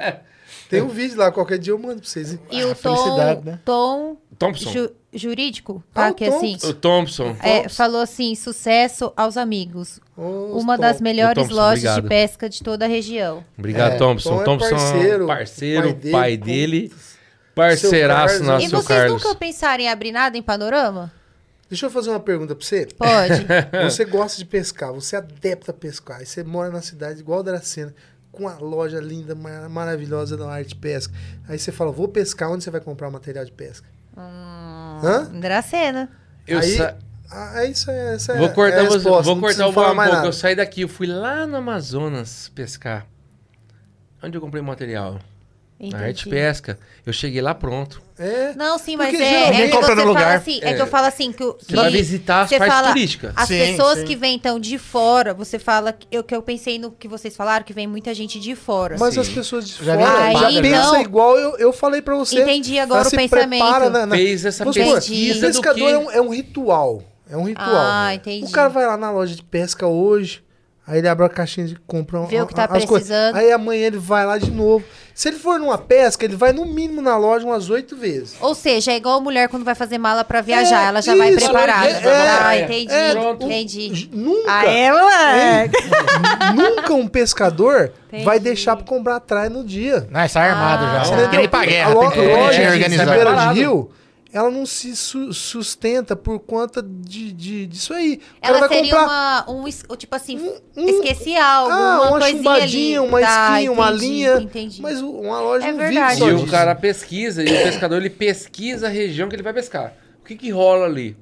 [SPEAKER 4] Tem um vídeo lá, qualquer dia eu mando pra vocês. hein? Ah,
[SPEAKER 1] E o Tom,
[SPEAKER 2] felicidade, né?
[SPEAKER 1] Tom
[SPEAKER 3] Thompson.
[SPEAKER 1] ju- jurídico, tá?
[SPEAKER 4] Ah, o
[SPEAKER 1] que
[SPEAKER 4] Tom.
[SPEAKER 1] assim,
[SPEAKER 3] O Thompson.
[SPEAKER 1] é, falou assim, sucesso aos amigos.
[SPEAKER 4] Ô,
[SPEAKER 1] Uma
[SPEAKER 4] Tom.
[SPEAKER 1] das melhores
[SPEAKER 3] Thompson,
[SPEAKER 1] lojas
[SPEAKER 3] obrigado.
[SPEAKER 1] de pesca de toda a região.
[SPEAKER 3] Obrigado,
[SPEAKER 2] É,
[SPEAKER 3] Thompson.
[SPEAKER 4] Tom é
[SPEAKER 3] Thompson um
[SPEAKER 4] parceiro,
[SPEAKER 3] parceiro,
[SPEAKER 4] pai dele,
[SPEAKER 3] pai
[SPEAKER 4] com-
[SPEAKER 3] dele. Parceiraço
[SPEAKER 4] Seu Carlos,
[SPEAKER 3] nosso,
[SPEAKER 4] né?
[SPEAKER 1] e
[SPEAKER 3] Ah, seu
[SPEAKER 1] vocês
[SPEAKER 3] Carlos.
[SPEAKER 1] nunca pensaram em abrir nada em panorama?
[SPEAKER 4] Deixa eu fazer uma pergunta pra você.
[SPEAKER 3] <laughs>
[SPEAKER 1] Pode.
[SPEAKER 3] É.
[SPEAKER 4] Você gosta de pescar, você é adepto a pescar, e você mora na cidade igual a Dracena, com a loja linda, mar- maravilhosa da arte de pesca. Aí você fala, vou pescar, onde você vai comprar o material de pesca?
[SPEAKER 1] Hum.
[SPEAKER 4] Hã?
[SPEAKER 1] Dracena.
[SPEAKER 3] Eu
[SPEAKER 4] aí,
[SPEAKER 3] sa-
[SPEAKER 4] ah, é isso, é, essa é-
[SPEAKER 3] Vou
[SPEAKER 4] é
[SPEAKER 3] cortar,
[SPEAKER 4] a
[SPEAKER 3] você-
[SPEAKER 4] resposta,
[SPEAKER 3] vou
[SPEAKER 4] não
[SPEAKER 3] cortar
[SPEAKER 4] preciso
[SPEAKER 3] o bolo
[SPEAKER 4] falar
[SPEAKER 3] um
[SPEAKER 4] mais
[SPEAKER 3] pouco.
[SPEAKER 4] nada.
[SPEAKER 3] Eu saí daqui, eu fui lá no Amazonas pescar. Onde eu comprei o material? Na arte
[SPEAKER 1] Entendi.
[SPEAKER 3] pesca. Eu cheguei lá pronto.
[SPEAKER 4] É,
[SPEAKER 1] Não, sim, mas
[SPEAKER 4] Porque
[SPEAKER 1] é,
[SPEAKER 4] geralmente
[SPEAKER 1] é que
[SPEAKER 2] compra
[SPEAKER 1] você
[SPEAKER 2] no
[SPEAKER 1] fala
[SPEAKER 2] lugar.
[SPEAKER 1] assim, é,
[SPEAKER 3] É.
[SPEAKER 1] que eu falo assim que,
[SPEAKER 3] Você vai visitar as
[SPEAKER 1] você
[SPEAKER 3] partes
[SPEAKER 1] fala,
[SPEAKER 3] turísticas.
[SPEAKER 1] As
[SPEAKER 2] Sim,
[SPEAKER 1] pessoas
[SPEAKER 2] sim.
[SPEAKER 1] que vêm então de fora, você fala que eu que eu pensei no que vocês falaram que vem muita gente de fora.
[SPEAKER 4] mas
[SPEAKER 3] Sim.
[SPEAKER 4] as pessoas de
[SPEAKER 2] Já
[SPEAKER 4] fora
[SPEAKER 2] vem
[SPEAKER 4] já
[SPEAKER 1] Aí,
[SPEAKER 4] pensa
[SPEAKER 1] então-
[SPEAKER 4] igual eu, eu falei pra você.
[SPEAKER 1] Entendi agora
[SPEAKER 4] Ela
[SPEAKER 1] o
[SPEAKER 4] se
[SPEAKER 1] pensamento.
[SPEAKER 4] prepara né? na- na-
[SPEAKER 3] Fez essa
[SPEAKER 4] Ah, Vamos supor,
[SPEAKER 3] pesquisa
[SPEAKER 4] O
[SPEAKER 3] do
[SPEAKER 4] pescador
[SPEAKER 3] que-
[SPEAKER 4] é um, é um ritual. É um ritual.
[SPEAKER 1] Ah, entendi.
[SPEAKER 4] O cara vai lá na loja de pesca hoje, Aí ele abre a caixinha de compra
[SPEAKER 1] Vê o que tá precisando.
[SPEAKER 4] Aí amanhã ele vai lá de novo. Se ele for numa pesca, ele vai no mínimo na loja umas oito vezes.
[SPEAKER 1] Ou seja, é igual a mulher quando vai fazer mala pra viajar,
[SPEAKER 4] É,
[SPEAKER 1] ela já vai
[SPEAKER 4] isso.
[SPEAKER 1] preparada.
[SPEAKER 4] É, é,
[SPEAKER 1] ah,
[SPEAKER 3] é,
[SPEAKER 1] entendi,
[SPEAKER 3] é, pronto.
[SPEAKER 1] entendi. Ah,
[SPEAKER 4] Nunca,
[SPEAKER 1] é?
[SPEAKER 5] Aê, moleque!
[SPEAKER 4] <laughs> nunca um pescador vai
[SPEAKER 1] Entendi.
[SPEAKER 4] deixar pra comprar atrás no dia.
[SPEAKER 2] Não, isso é armado
[SPEAKER 1] Ah,
[SPEAKER 2] já.
[SPEAKER 1] tá.
[SPEAKER 2] Que nem pra guerra,
[SPEAKER 4] lo-
[SPEAKER 2] tem tudo bonitinho
[SPEAKER 4] de
[SPEAKER 2] organizado.
[SPEAKER 4] Ribeira
[SPEAKER 3] Preparado.
[SPEAKER 4] de Rio, ela não se su- sustenta por conta de, de- disso aí. O cara
[SPEAKER 1] Ela
[SPEAKER 4] vai
[SPEAKER 1] seria
[SPEAKER 4] comprar
[SPEAKER 1] uma, um, es- o tipo assim,
[SPEAKER 4] um-
[SPEAKER 1] esqueci algo,
[SPEAKER 4] ah,
[SPEAKER 1] uma,
[SPEAKER 4] uma
[SPEAKER 1] coisinha ali.
[SPEAKER 4] chumbadinha, uma
[SPEAKER 1] Tá,
[SPEAKER 4] esquinha, uma
[SPEAKER 1] entendi,
[SPEAKER 4] linha.
[SPEAKER 1] Entendi.
[SPEAKER 4] Mas o- uma loja
[SPEAKER 1] É
[SPEAKER 4] não
[SPEAKER 1] verdade.
[SPEAKER 4] vive só
[SPEAKER 3] E
[SPEAKER 4] disso.
[SPEAKER 3] o cara pesquisa, e o pescador ele pesquisa a região que ele vai pescar. O que que rola ali?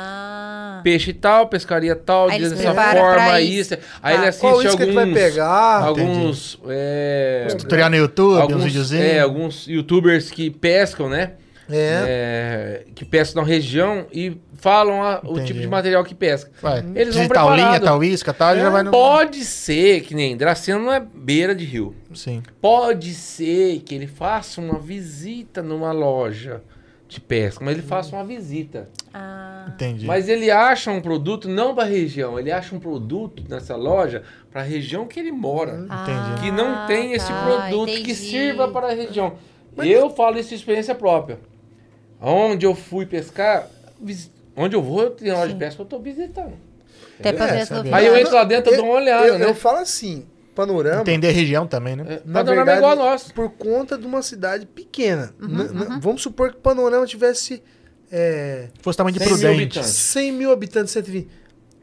[SPEAKER 1] Ah,
[SPEAKER 3] Peixe tal, pescaria tal,
[SPEAKER 1] Aí
[SPEAKER 3] dia
[SPEAKER 1] eles
[SPEAKER 3] dessa
[SPEAKER 1] preparam pra
[SPEAKER 3] forma,
[SPEAKER 1] isso.
[SPEAKER 3] isso. Aí ele
[SPEAKER 1] Tá.
[SPEAKER 3] assiste
[SPEAKER 4] Ah, Qual
[SPEAKER 3] alguns...
[SPEAKER 4] isso que ele vai pegar? Ah,
[SPEAKER 3] Alguns... É,
[SPEAKER 2] Tutorial no YouTube, uns
[SPEAKER 3] alguns,
[SPEAKER 2] videozinhos.
[SPEAKER 3] é, alguns youtubers que pescam, né?
[SPEAKER 4] É.
[SPEAKER 3] É, que pescam na região e falam a- o
[SPEAKER 2] Entendi.
[SPEAKER 3] tipo de material que pesca.
[SPEAKER 2] Vai,
[SPEAKER 3] Eles
[SPEAKER 2] precisa
[SPEAKER 3] vão
[SPEAKER 2] de tal linha,
[SPEAKER 3] preparado.
[SPEAKER 2] tal isca, tal,
[SPEAKER 1] É.
[SPEAKER 2] já vai no...
[SPEAKER 3] Pode ser que nem Dracena não é beira de rio.
[SPEAKER 2] Sim.
[SPEAKER 3] Pode ser que ele faça uma visita numa loja de pesca, mas ele
[SPEAKER 1] Hum.
[SPEAKER 3] faça uma visita.
[SPEAKER 1] ah.
[SPEAKER 2] Entendi.
[SPEAKER 3] Mas ele acha um produto não para região, ele acha um produto nessa loja para a região que ele mora,
[SPEAKER 2] Entendi.
[SPEAKER 3] que não tem esse
[SPEAKER 1] Ah, tá,
[SPEAKER 3] produto que
[SPEAKER 1] entendi.
[SPEAKER 3] sirva para a região. eu falo isso de experiência própria. Onde eu fui pescar, vis- onde eu vou, eu tenho loja de pesca, eu estou visitando.
[SPEAKER 1] Até pra
[SPEAKER 4] É,
[SPEAKER 1] ver as
[SPEAKER 2] sabe?
[SPEAKER 3] Aí eu
[SPEAKER 1] novidades.
[SPEAKER 3] entro lá dentro, eu dou uma olhada,
[SPEAKER 4] eu,
[SPEAKER 3] né?
[SPEAKER 4] eu falo assim, panorama.
[SPEAKER 2] Entender a região também, né?
[SPEAKER 3] É,
[SPEAKER 4] Na
[SPEAKER 3] Panorama é
[SPEAKER 4] verdade,
[SPEAKER 3] igual ao nosso.
[SPEAKER 4] por conta de uma cidade pequena. N- n- Vamos supor que Panorama tivesse é,
[SPEAKER 2] Se fosse tamanho de
[SPEAKER 3] 100 mil
[SPEAKER 2] prudente.
[SPEAKER 3] habitantes.
[SPEAKER 4] 100 mil habitantes, 120.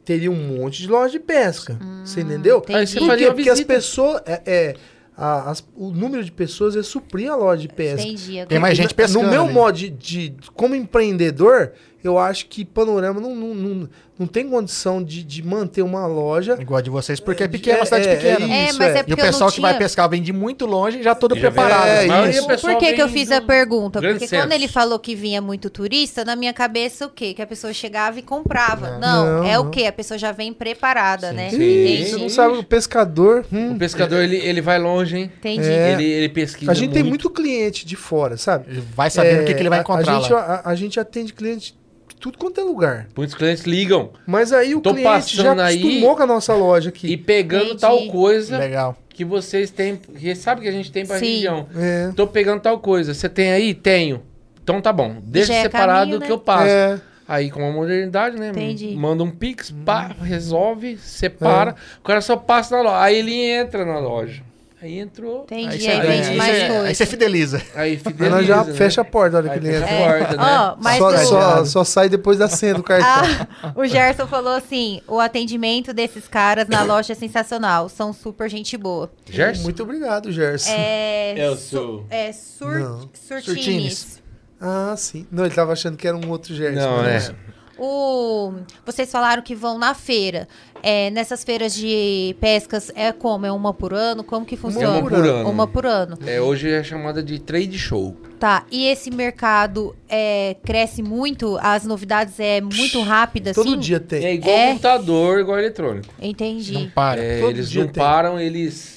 [SPEAKER 4] Teria um monte de loja de pesca. você entendeu?
[SPEAKER 1] entendi. Aí você
[SPEAKER 4] Por
[SPEAKER 3] faria
[SPEAKER 4] quê?
[SPEAKER 3] uma
[SPEAKER 4] Porque as
[SPEAKER 3] visita.
[SPEAKER 4] pessoas. É, é, a- as- o número de pessoas ia suprir a loja de pesca.
[SPEAKER 1] Entendi. agora.
[SPEAKER 2] Tem mais gente pescando.
[SPEAKER 4] No meu
[SPEAKER 2] ali.
[SPEAKER 4] modo de, de- como empreendedor, eu acho que Panorama não, não, não, não tem condição de, de manter uma loja.
[SPEAKER 2] Igual a de vocês, porque é pequena, uma cidade
[SPEAKER 4] é,
[SPEAKER 2] pequena.
[SPEAKER 1] É,
[SPEAKER 4] isso,
[SPEAKER 1] mas é,
[SPEAKER 4] é. E o
[SPEAKER 1] porque
[SPEAKER 2] E o pessoal
[SPEAKER 1] eu não
[SPEAKER 2] que
[SPEAKER 1] tinha...
[SPEAKER 2] vai pescar vem de muito longe já todo
[SPEAKER 3] Já vem-
[SPEAKER 2] preparado.
[SPEAKER 4] É,
[SPEAKER 3] a maioria
[SPEAKER 4] isso.
[SPEAKER 3] do pessoal
[SPEAKER 1] Por que, que eu
[SPEAKER 3] vem
[SPEAKER 1] fiz
[SPEAKER 3] do-
[SPEAKER 1] a pergunta?
[SPEAKER 3] grandes
[SPEAKER 1] Porque
[SPEAKER 3] centros.
[SPEAKER 1] quando ele falou que vinha muito turista, na minha cabeça o quê? Que a pessoa chegava e comprava. Não,
[SPEAKER 4] Não,
[SPEAKER 1] é
[SPEAKER 4] não.
[SPEAKER 1] o quê? A pessoa já vem preparada, né?
[SPEAKER 3] sim.
[SPEAKER 4] Ih,
[SPEAKER 3] Sim.
[SPEAKER 4] Você não sabe o pescador. hum.
[SPEAKER 3] O pescador, ele, ele vai longe, hein?
[SPEAKER 1] Entendi.
[SPEAKER 4] É.
[SPEAKER 3] Ele, ele pesquisa
[SPEAKER 4] a gente tem muito cliente de fora, sabe?
[SPEAKER 2] Ele Vai sabendo o que, que ele vai
[SPEAKER 4] É, a-
[SPEAKER 2] encontrar
[SPEAKER 4] A gente,
[SPEAKER 2] lá.
[SPEAKER 4] a- a gente atende cliente de tudo quanto é lugar.
[SPEAKER 3] Muitos clientes ligam
[SPEAKER 4] Mas aí o
[SPEAKER 3] Tô
[SPEAKER 4] cliente já
[SPEAKER 3] passando aí
[SPEAKER 4] acostumou com a nossa loja
[SPEAKER 3] e
[SPEAKER 4] aqui.
[SPEAKER 3] pegando
[SPEAKER 1] Entendi.
[SPEAKER 3] tal coisa
[SPEAKER 2] Legal.
[SPEAKER 3] que vocês têm, que sabe que a gente tem pra
[SPEAKER 1] Sim.
[SPEAKER 3] região.
[SPEAKER 4] É.
[SPEAKER 3] Tô pegando tal coisa, você tem aí? Tenho. Então tá bom, deixa
[SPEAKER 1] Já é
[SPEAKER 3] separado
[SPEAKER 1] caminho, né?
[SPEAKER 3] que eu passo.
[SPEAKER 4] É.
[SPEAKER 3] Aí com a modernidade, né?
[SPEAKER 1] Entendi. Hum.
[SPEAKER 3] Manda um pix, pá, resolve, separa.
[SPEAKER 4] É.
[SPEAKER 3] O cara só passa na loja. Aí ele entra na loja. Aí entrou,
[SPEAKER 1] Entendi.
[SPEAKER 2] você
[SPEAKER 1] Aí,
[SPEAKER 3] ganha,
[SPEAKER 1] vende
[SPEAKER 3] aí
[SPEAKER 1] mais
[SPEAKER 2] você- aí você
[SPEAKER 1] coisa.
[SPEAKER 2] fideliza.
[SPEAKER 3] aí
[SPEAKER 4] Aí
[SPEAKER 3] fideliza,
[SPEAKER 4] nós já
[SPEAKER 3] né?
[SPEAKER 4] fecha a porta, olha
[SPEAKER 3] Aí
[SPEAKER 4] que
[SPEAKER 3] fecha
[SPEAKER 4] cliente.
[SPEAKER 3] a porta, né?
[SPEAKER 1] É. Ó, mas
[SPEAKER 4] Só,
[SPEAKER 1] o-
[SPEAKER 4] só, só sai depois da senha do cartão.
[SPEAKER 1] Ah, o Gerson falou assim: o atendimento desses caras na loja é sensacional. São super gente boa.
[SPEAKER 3] Gerson?
[SPEAKER 4] Muito obrigado, Gerson.
[SPEAKER 3] <laughs>
[SPEAKER 1] É.
[SPEAKER 3] Eu
[SPEAKER 1] su-
[SPEAKER 3] sou.
[SPEAKER 1] É sur,
[SPEAKER 4] Não.
[SPEAKER 1] surtines.
[SPEAKER 4] Ah, sim. Não, ele tava achando que era um outro Gerson.
[SPEAKER 3] Não,
[SPEAKER 4] né?
[SPEAKER 3] é.
[SPEAKER 1] O, vocês falaram que vão na feira. É, nessas feiras de pescas é como? É uma por ano? Como que
[SPEAKER 3] É
[SPEAKER 1] funciona?
[SPEAKER 3] uma por ano.
[SPEAKER 1] Uma por ano.
[SPEAKER 3] É, hoje é chamada de trade show.
[SPEAKER 1] Tá. E esse mercado é, cresce muito? As novidades é muito rápida,
[SPEAKER 4] Todo
[SPEAKER 1] assim?
[SPEAKER 4] dia tem.
[SPEAKER 3] É igual
[SPEAKER 1] É.
[SPEAKER 3] computador, igual eletrônico.
[SPEAKER 2] Não
[SPEAKER 1] Entendi.
[SPEAKER 2] para.
[SPEAKER 3] É,
[SPEAKER 4] Todo
[SPEAKER 3] eles
[SPEAKER 4] dia
[SPEAKER 3] não
[SPEAKER 4] tem.
[SPEAKER 3] param, eles.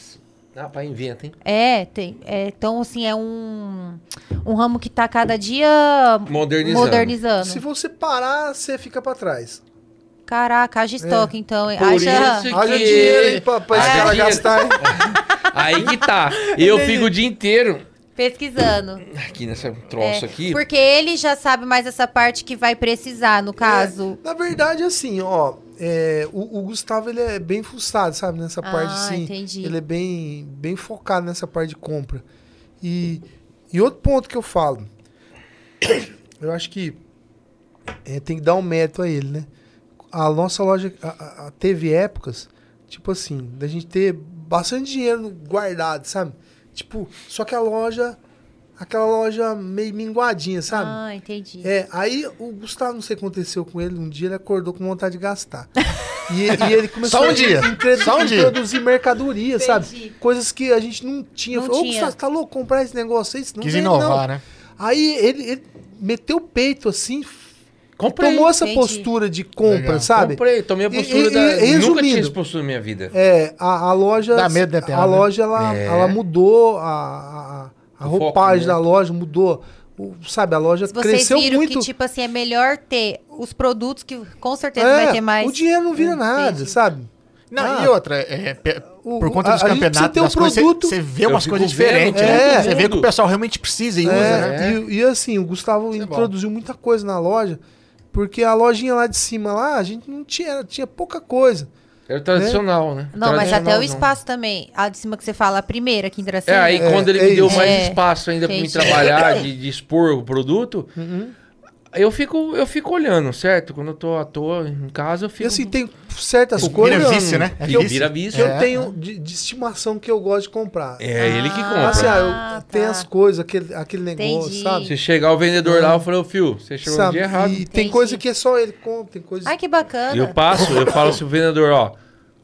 [SPEAKER 3] Ah, pá, inventa, hein?
[SPEAKER 1] É, tem. é, então, assim, é um, um ramo que tá cada dia
[SPEAKER 3] Modernizando.
[SPEAKER 1] modernizando.
[SPEAKER 4] Se você parar, você fica pra trás.
[SPEAKER 1] Caraca, haja estoque, então. hein?
[SPEAKER 3] Por
[SPEAKER 1] Haja...
[SPEAKER 3] isso- Que
[SPEAKER 4] Haja
[SPEAKER 3] que-
[SPEAKER 4] dinheiro aí pra, pra esse
[SPEAKER 3] Haja
[SPEAKER 4] cara
[SPEAKER 3] dinheiro.
[SPEAKER 4] gastar, hein?
[SPEAKER 3] Aí que
[SPEAKER 4] <laughs>
[SPEAKER 3] tá. Eu fico o dia inteiro
[SPEAKER 1] Pesquisando.
[SPEAKER 3] aqui nessa
[SPEAKER 1] É,
[SPEAKER 3] troço aqui.
[SPEAKER 1] Porque ele já sabe mais essa parte que vai precisar, no caso.
[SPEAKER 4] Na verdade, assim, ó, é, o, o Gustavo ele é bem fuçado, sabe? Nessa
[SPEAKER 1] Ah,
[SPEAKER 4] parte, assim.
[SPEAKER 1] entendi.
[SPEAKER 4] Ele é bem, bem focado nessa parte de compra. E, e outro ponto que eu falo, <coughs> eu acho que é, tem que dar um mérito a ele, né? A nossa loja a- a- a- teve épocas, tipo assim, da gente ter bastante dinheiro guardado, sabe? Tipo, só que a loja, aquela loja meio minguadinha, sabe?
[SPEAKER 1] Ah, entendi.
[SPEAKER 4] É, aí o Gustavo, não sei o que aconteceu com ele, um dia ele acordou com vontade de gastar. E,
[SPEAKER 2] <laughs>
[SPEAKER 4] e ele começou
[SPEAKER 2] Só um
[SPEAKER 4] a
[SPEAKER 2] dia.
[SPEAKER 4] introdu-
[SPEAKER 2] Só um dia.
[SPEAKER 4] introduzir mercadoria,
[SPEAKER 1] Entendi.
[SPEAKER 4] sabe? Coisas que a gente não tinha.
[SPEAKER 1] Não
[SPEAKER 4] Eu falei, Ô,
[SPEAKER 1] tinha.
[SPEAKER 4] Gustavo, tá louco comprar esse negócio aí? Isso não
[SPEAKER 2] Quis
[SPEAKER 4] vende,
[SPEAKER 2] inovar,
[SPEAKER 4] não.
[SPEAKER 2] né?
[SPEAKER 4] Aí ele, ele meteu o peito assim,
[SPEAKER 3] Comprei.
[SPEAKER 4] tomou essa
[SPEAKER 1] entendi.
[SPEAKER 4] postura de compra,
[SPEAKER 2] Legal.
[SPEAKER 4] sabe?
[SPEAKER 3] Comprei, tomei a
[SPEAKER 4] E-
[SPEAKER 3] postura
[SPEAKER 4] e-
[SPEAKER 3] da.
[SPEAKER 4] e-
[SPEAKER 3] Nunca tinha
[SPEAKER 4] resumindo.
[SPEAKER 3] essa postura na minha vida.
[SPEAKER 4] É, a, a loja.
[SPEAKER 2] Dá medo, né,
[SPEAKER 4] A
[SPEAKER 2] Piara, né?
[SPEAKER 4] loja, ela,
[SPEAKER 3] É.
[SPEAKER 4] ela mudou a, a, a
[SPEAKER 3] O foco,
[SPEAKER 4] roupagem
[SPEAKER 3] né?
[SPEAKER 4] da loja, mudou. O- sabe, a loja
[SPEAKER 1] Vocês
[SPEAKER 4] cresceu
[SPEAKER 1] viram
[SPEAKER 4] muito.
[SPEAKER 1] que, tipo assim, é melhor ter os produtos que com certeza
[SPEAKER 4] É,
[SPEAKER 1] vai ter mais.
[SPEAKER 4] O dinheiro não vira
[SPEAKER 1] Hum,
[SPEAKER 4] nada,
[SPEAKER 1] entendi.
[SPEAKER 4] sabe?
[SPEAKER 2] Não,
[SPEAKER 4] Ah.
[SPEAKER 2] e outra, é, pe-
[SPEAKER 4] O-
[SPEAKER 2] por conta
[SPEAKER 4] a-
[SPEAKER 2] dos
[SPEAKER 4] a gente precisa
[SPEAKER 2] campeonatos,
[SPEAKER 4] ter um
[SPEAKER 2] das coisas, você-
[SPEAKER 4] produto.
[SPEAKER 2] você vê
[SPEAKER 3] Eu
[SPEAKER 2] umas
[SPEAKER 3] fico
[SPEAKER 2] coisas
[SPEAKER 3] vendo,
[SPEAKER 2] diferentes,
[SPEAKER 3] né?
[SPEAKER 2] né?
[SPEAKER 3] Todo
[SPEAKER 2] Você vê que o
[SPEAKER 3] mundo.
[SPEAKER 2] pessoal realmente precisa e usa, né?
[SPEAKER 4] É,
[SPEAKER 3] né?
[SPEAKER 4] e, e assim, o Gustavo
[SPEAKER 3] é bom.
[SPEAKER 4] introduziu muita coisa na loja, porque a lojinha lá de cima lá, a gente não tinha, tinha pouca coisa.
[SPEAKER 3] Era tradicional, né?
[SPEAKER 1] Não, mas até
[SPEAKER 3] Tradicional,
[SPEAKER 1] o
[SPEAKER 3] não.
[SPEAKER 1] espaço também. A de cima que você fala, a primeira aqui em
[SPEAKER 3] É,
[SPEAKER 1] Dracena.
[SPEAKER 3] aí
[SPEAKER 4] É,
[SPEAKER 3] quando ele
[SPEAKER 4] é
[SPEAKER 3] me deu
[SPEAKER 4] isso.
[SPEAKER 3] mais
[SPEAKER 1] É,
[SPEAKER 3] espaço ainda pra mim
[SPEAKER 1] entendi.
[SPEAKER 4] <laughs>
[SPEAKER 3] trabalhar, de, de expor o produto,
[SPEAKER 4] Uhum.
[SPEAKER 3] eu, fico, eu fico olhando, certo? Quando eu tô à toa em casa, eu fico.
[SPEAKER 4] E assim, tem certas
[SPEAKER 2] Vira
[SPEAKER 4] coisas
[SPEAKER 2] vício, né?
[SPEAKER 3] É
[SPEAKER 2] É vício.
[SPEAKER 3] vira vício.
[SPEAKER 4] que eu
[SPEAKER 2] É.
[SPEAKER 4] tenho de, de estimação que eu gosto de comprar.
[SPEAKER 3] É ele que
[SPEAKER 1] Ah,
[SPEAKER 3] compra.
[SPEAKER 4] Assim, ah, eu,
[SPEAKER 1] tá.
[SPEAKER 4] tem as coisas, aquele, aquele negócio,
[SPEAKER 1] Entendi.
[SPEAKER 4] sabe?
[SPEAKER 3] Se chegar o vendedor lá, eu falei, ô Fio, você chegou no
[SPEAKER 4] Sabe?
[SPEAKER 3] dia errado.
[SPEAKER 4] E tem
[SPEAKER 1] Entendi.
[SPEAKER 4] coisa que é só ele que compra, tem coisa.
[SPEAKER 1] Ai, que bacana.
[SPEAKER 3] Eu passo, eu falo assim, o vendedor, ó,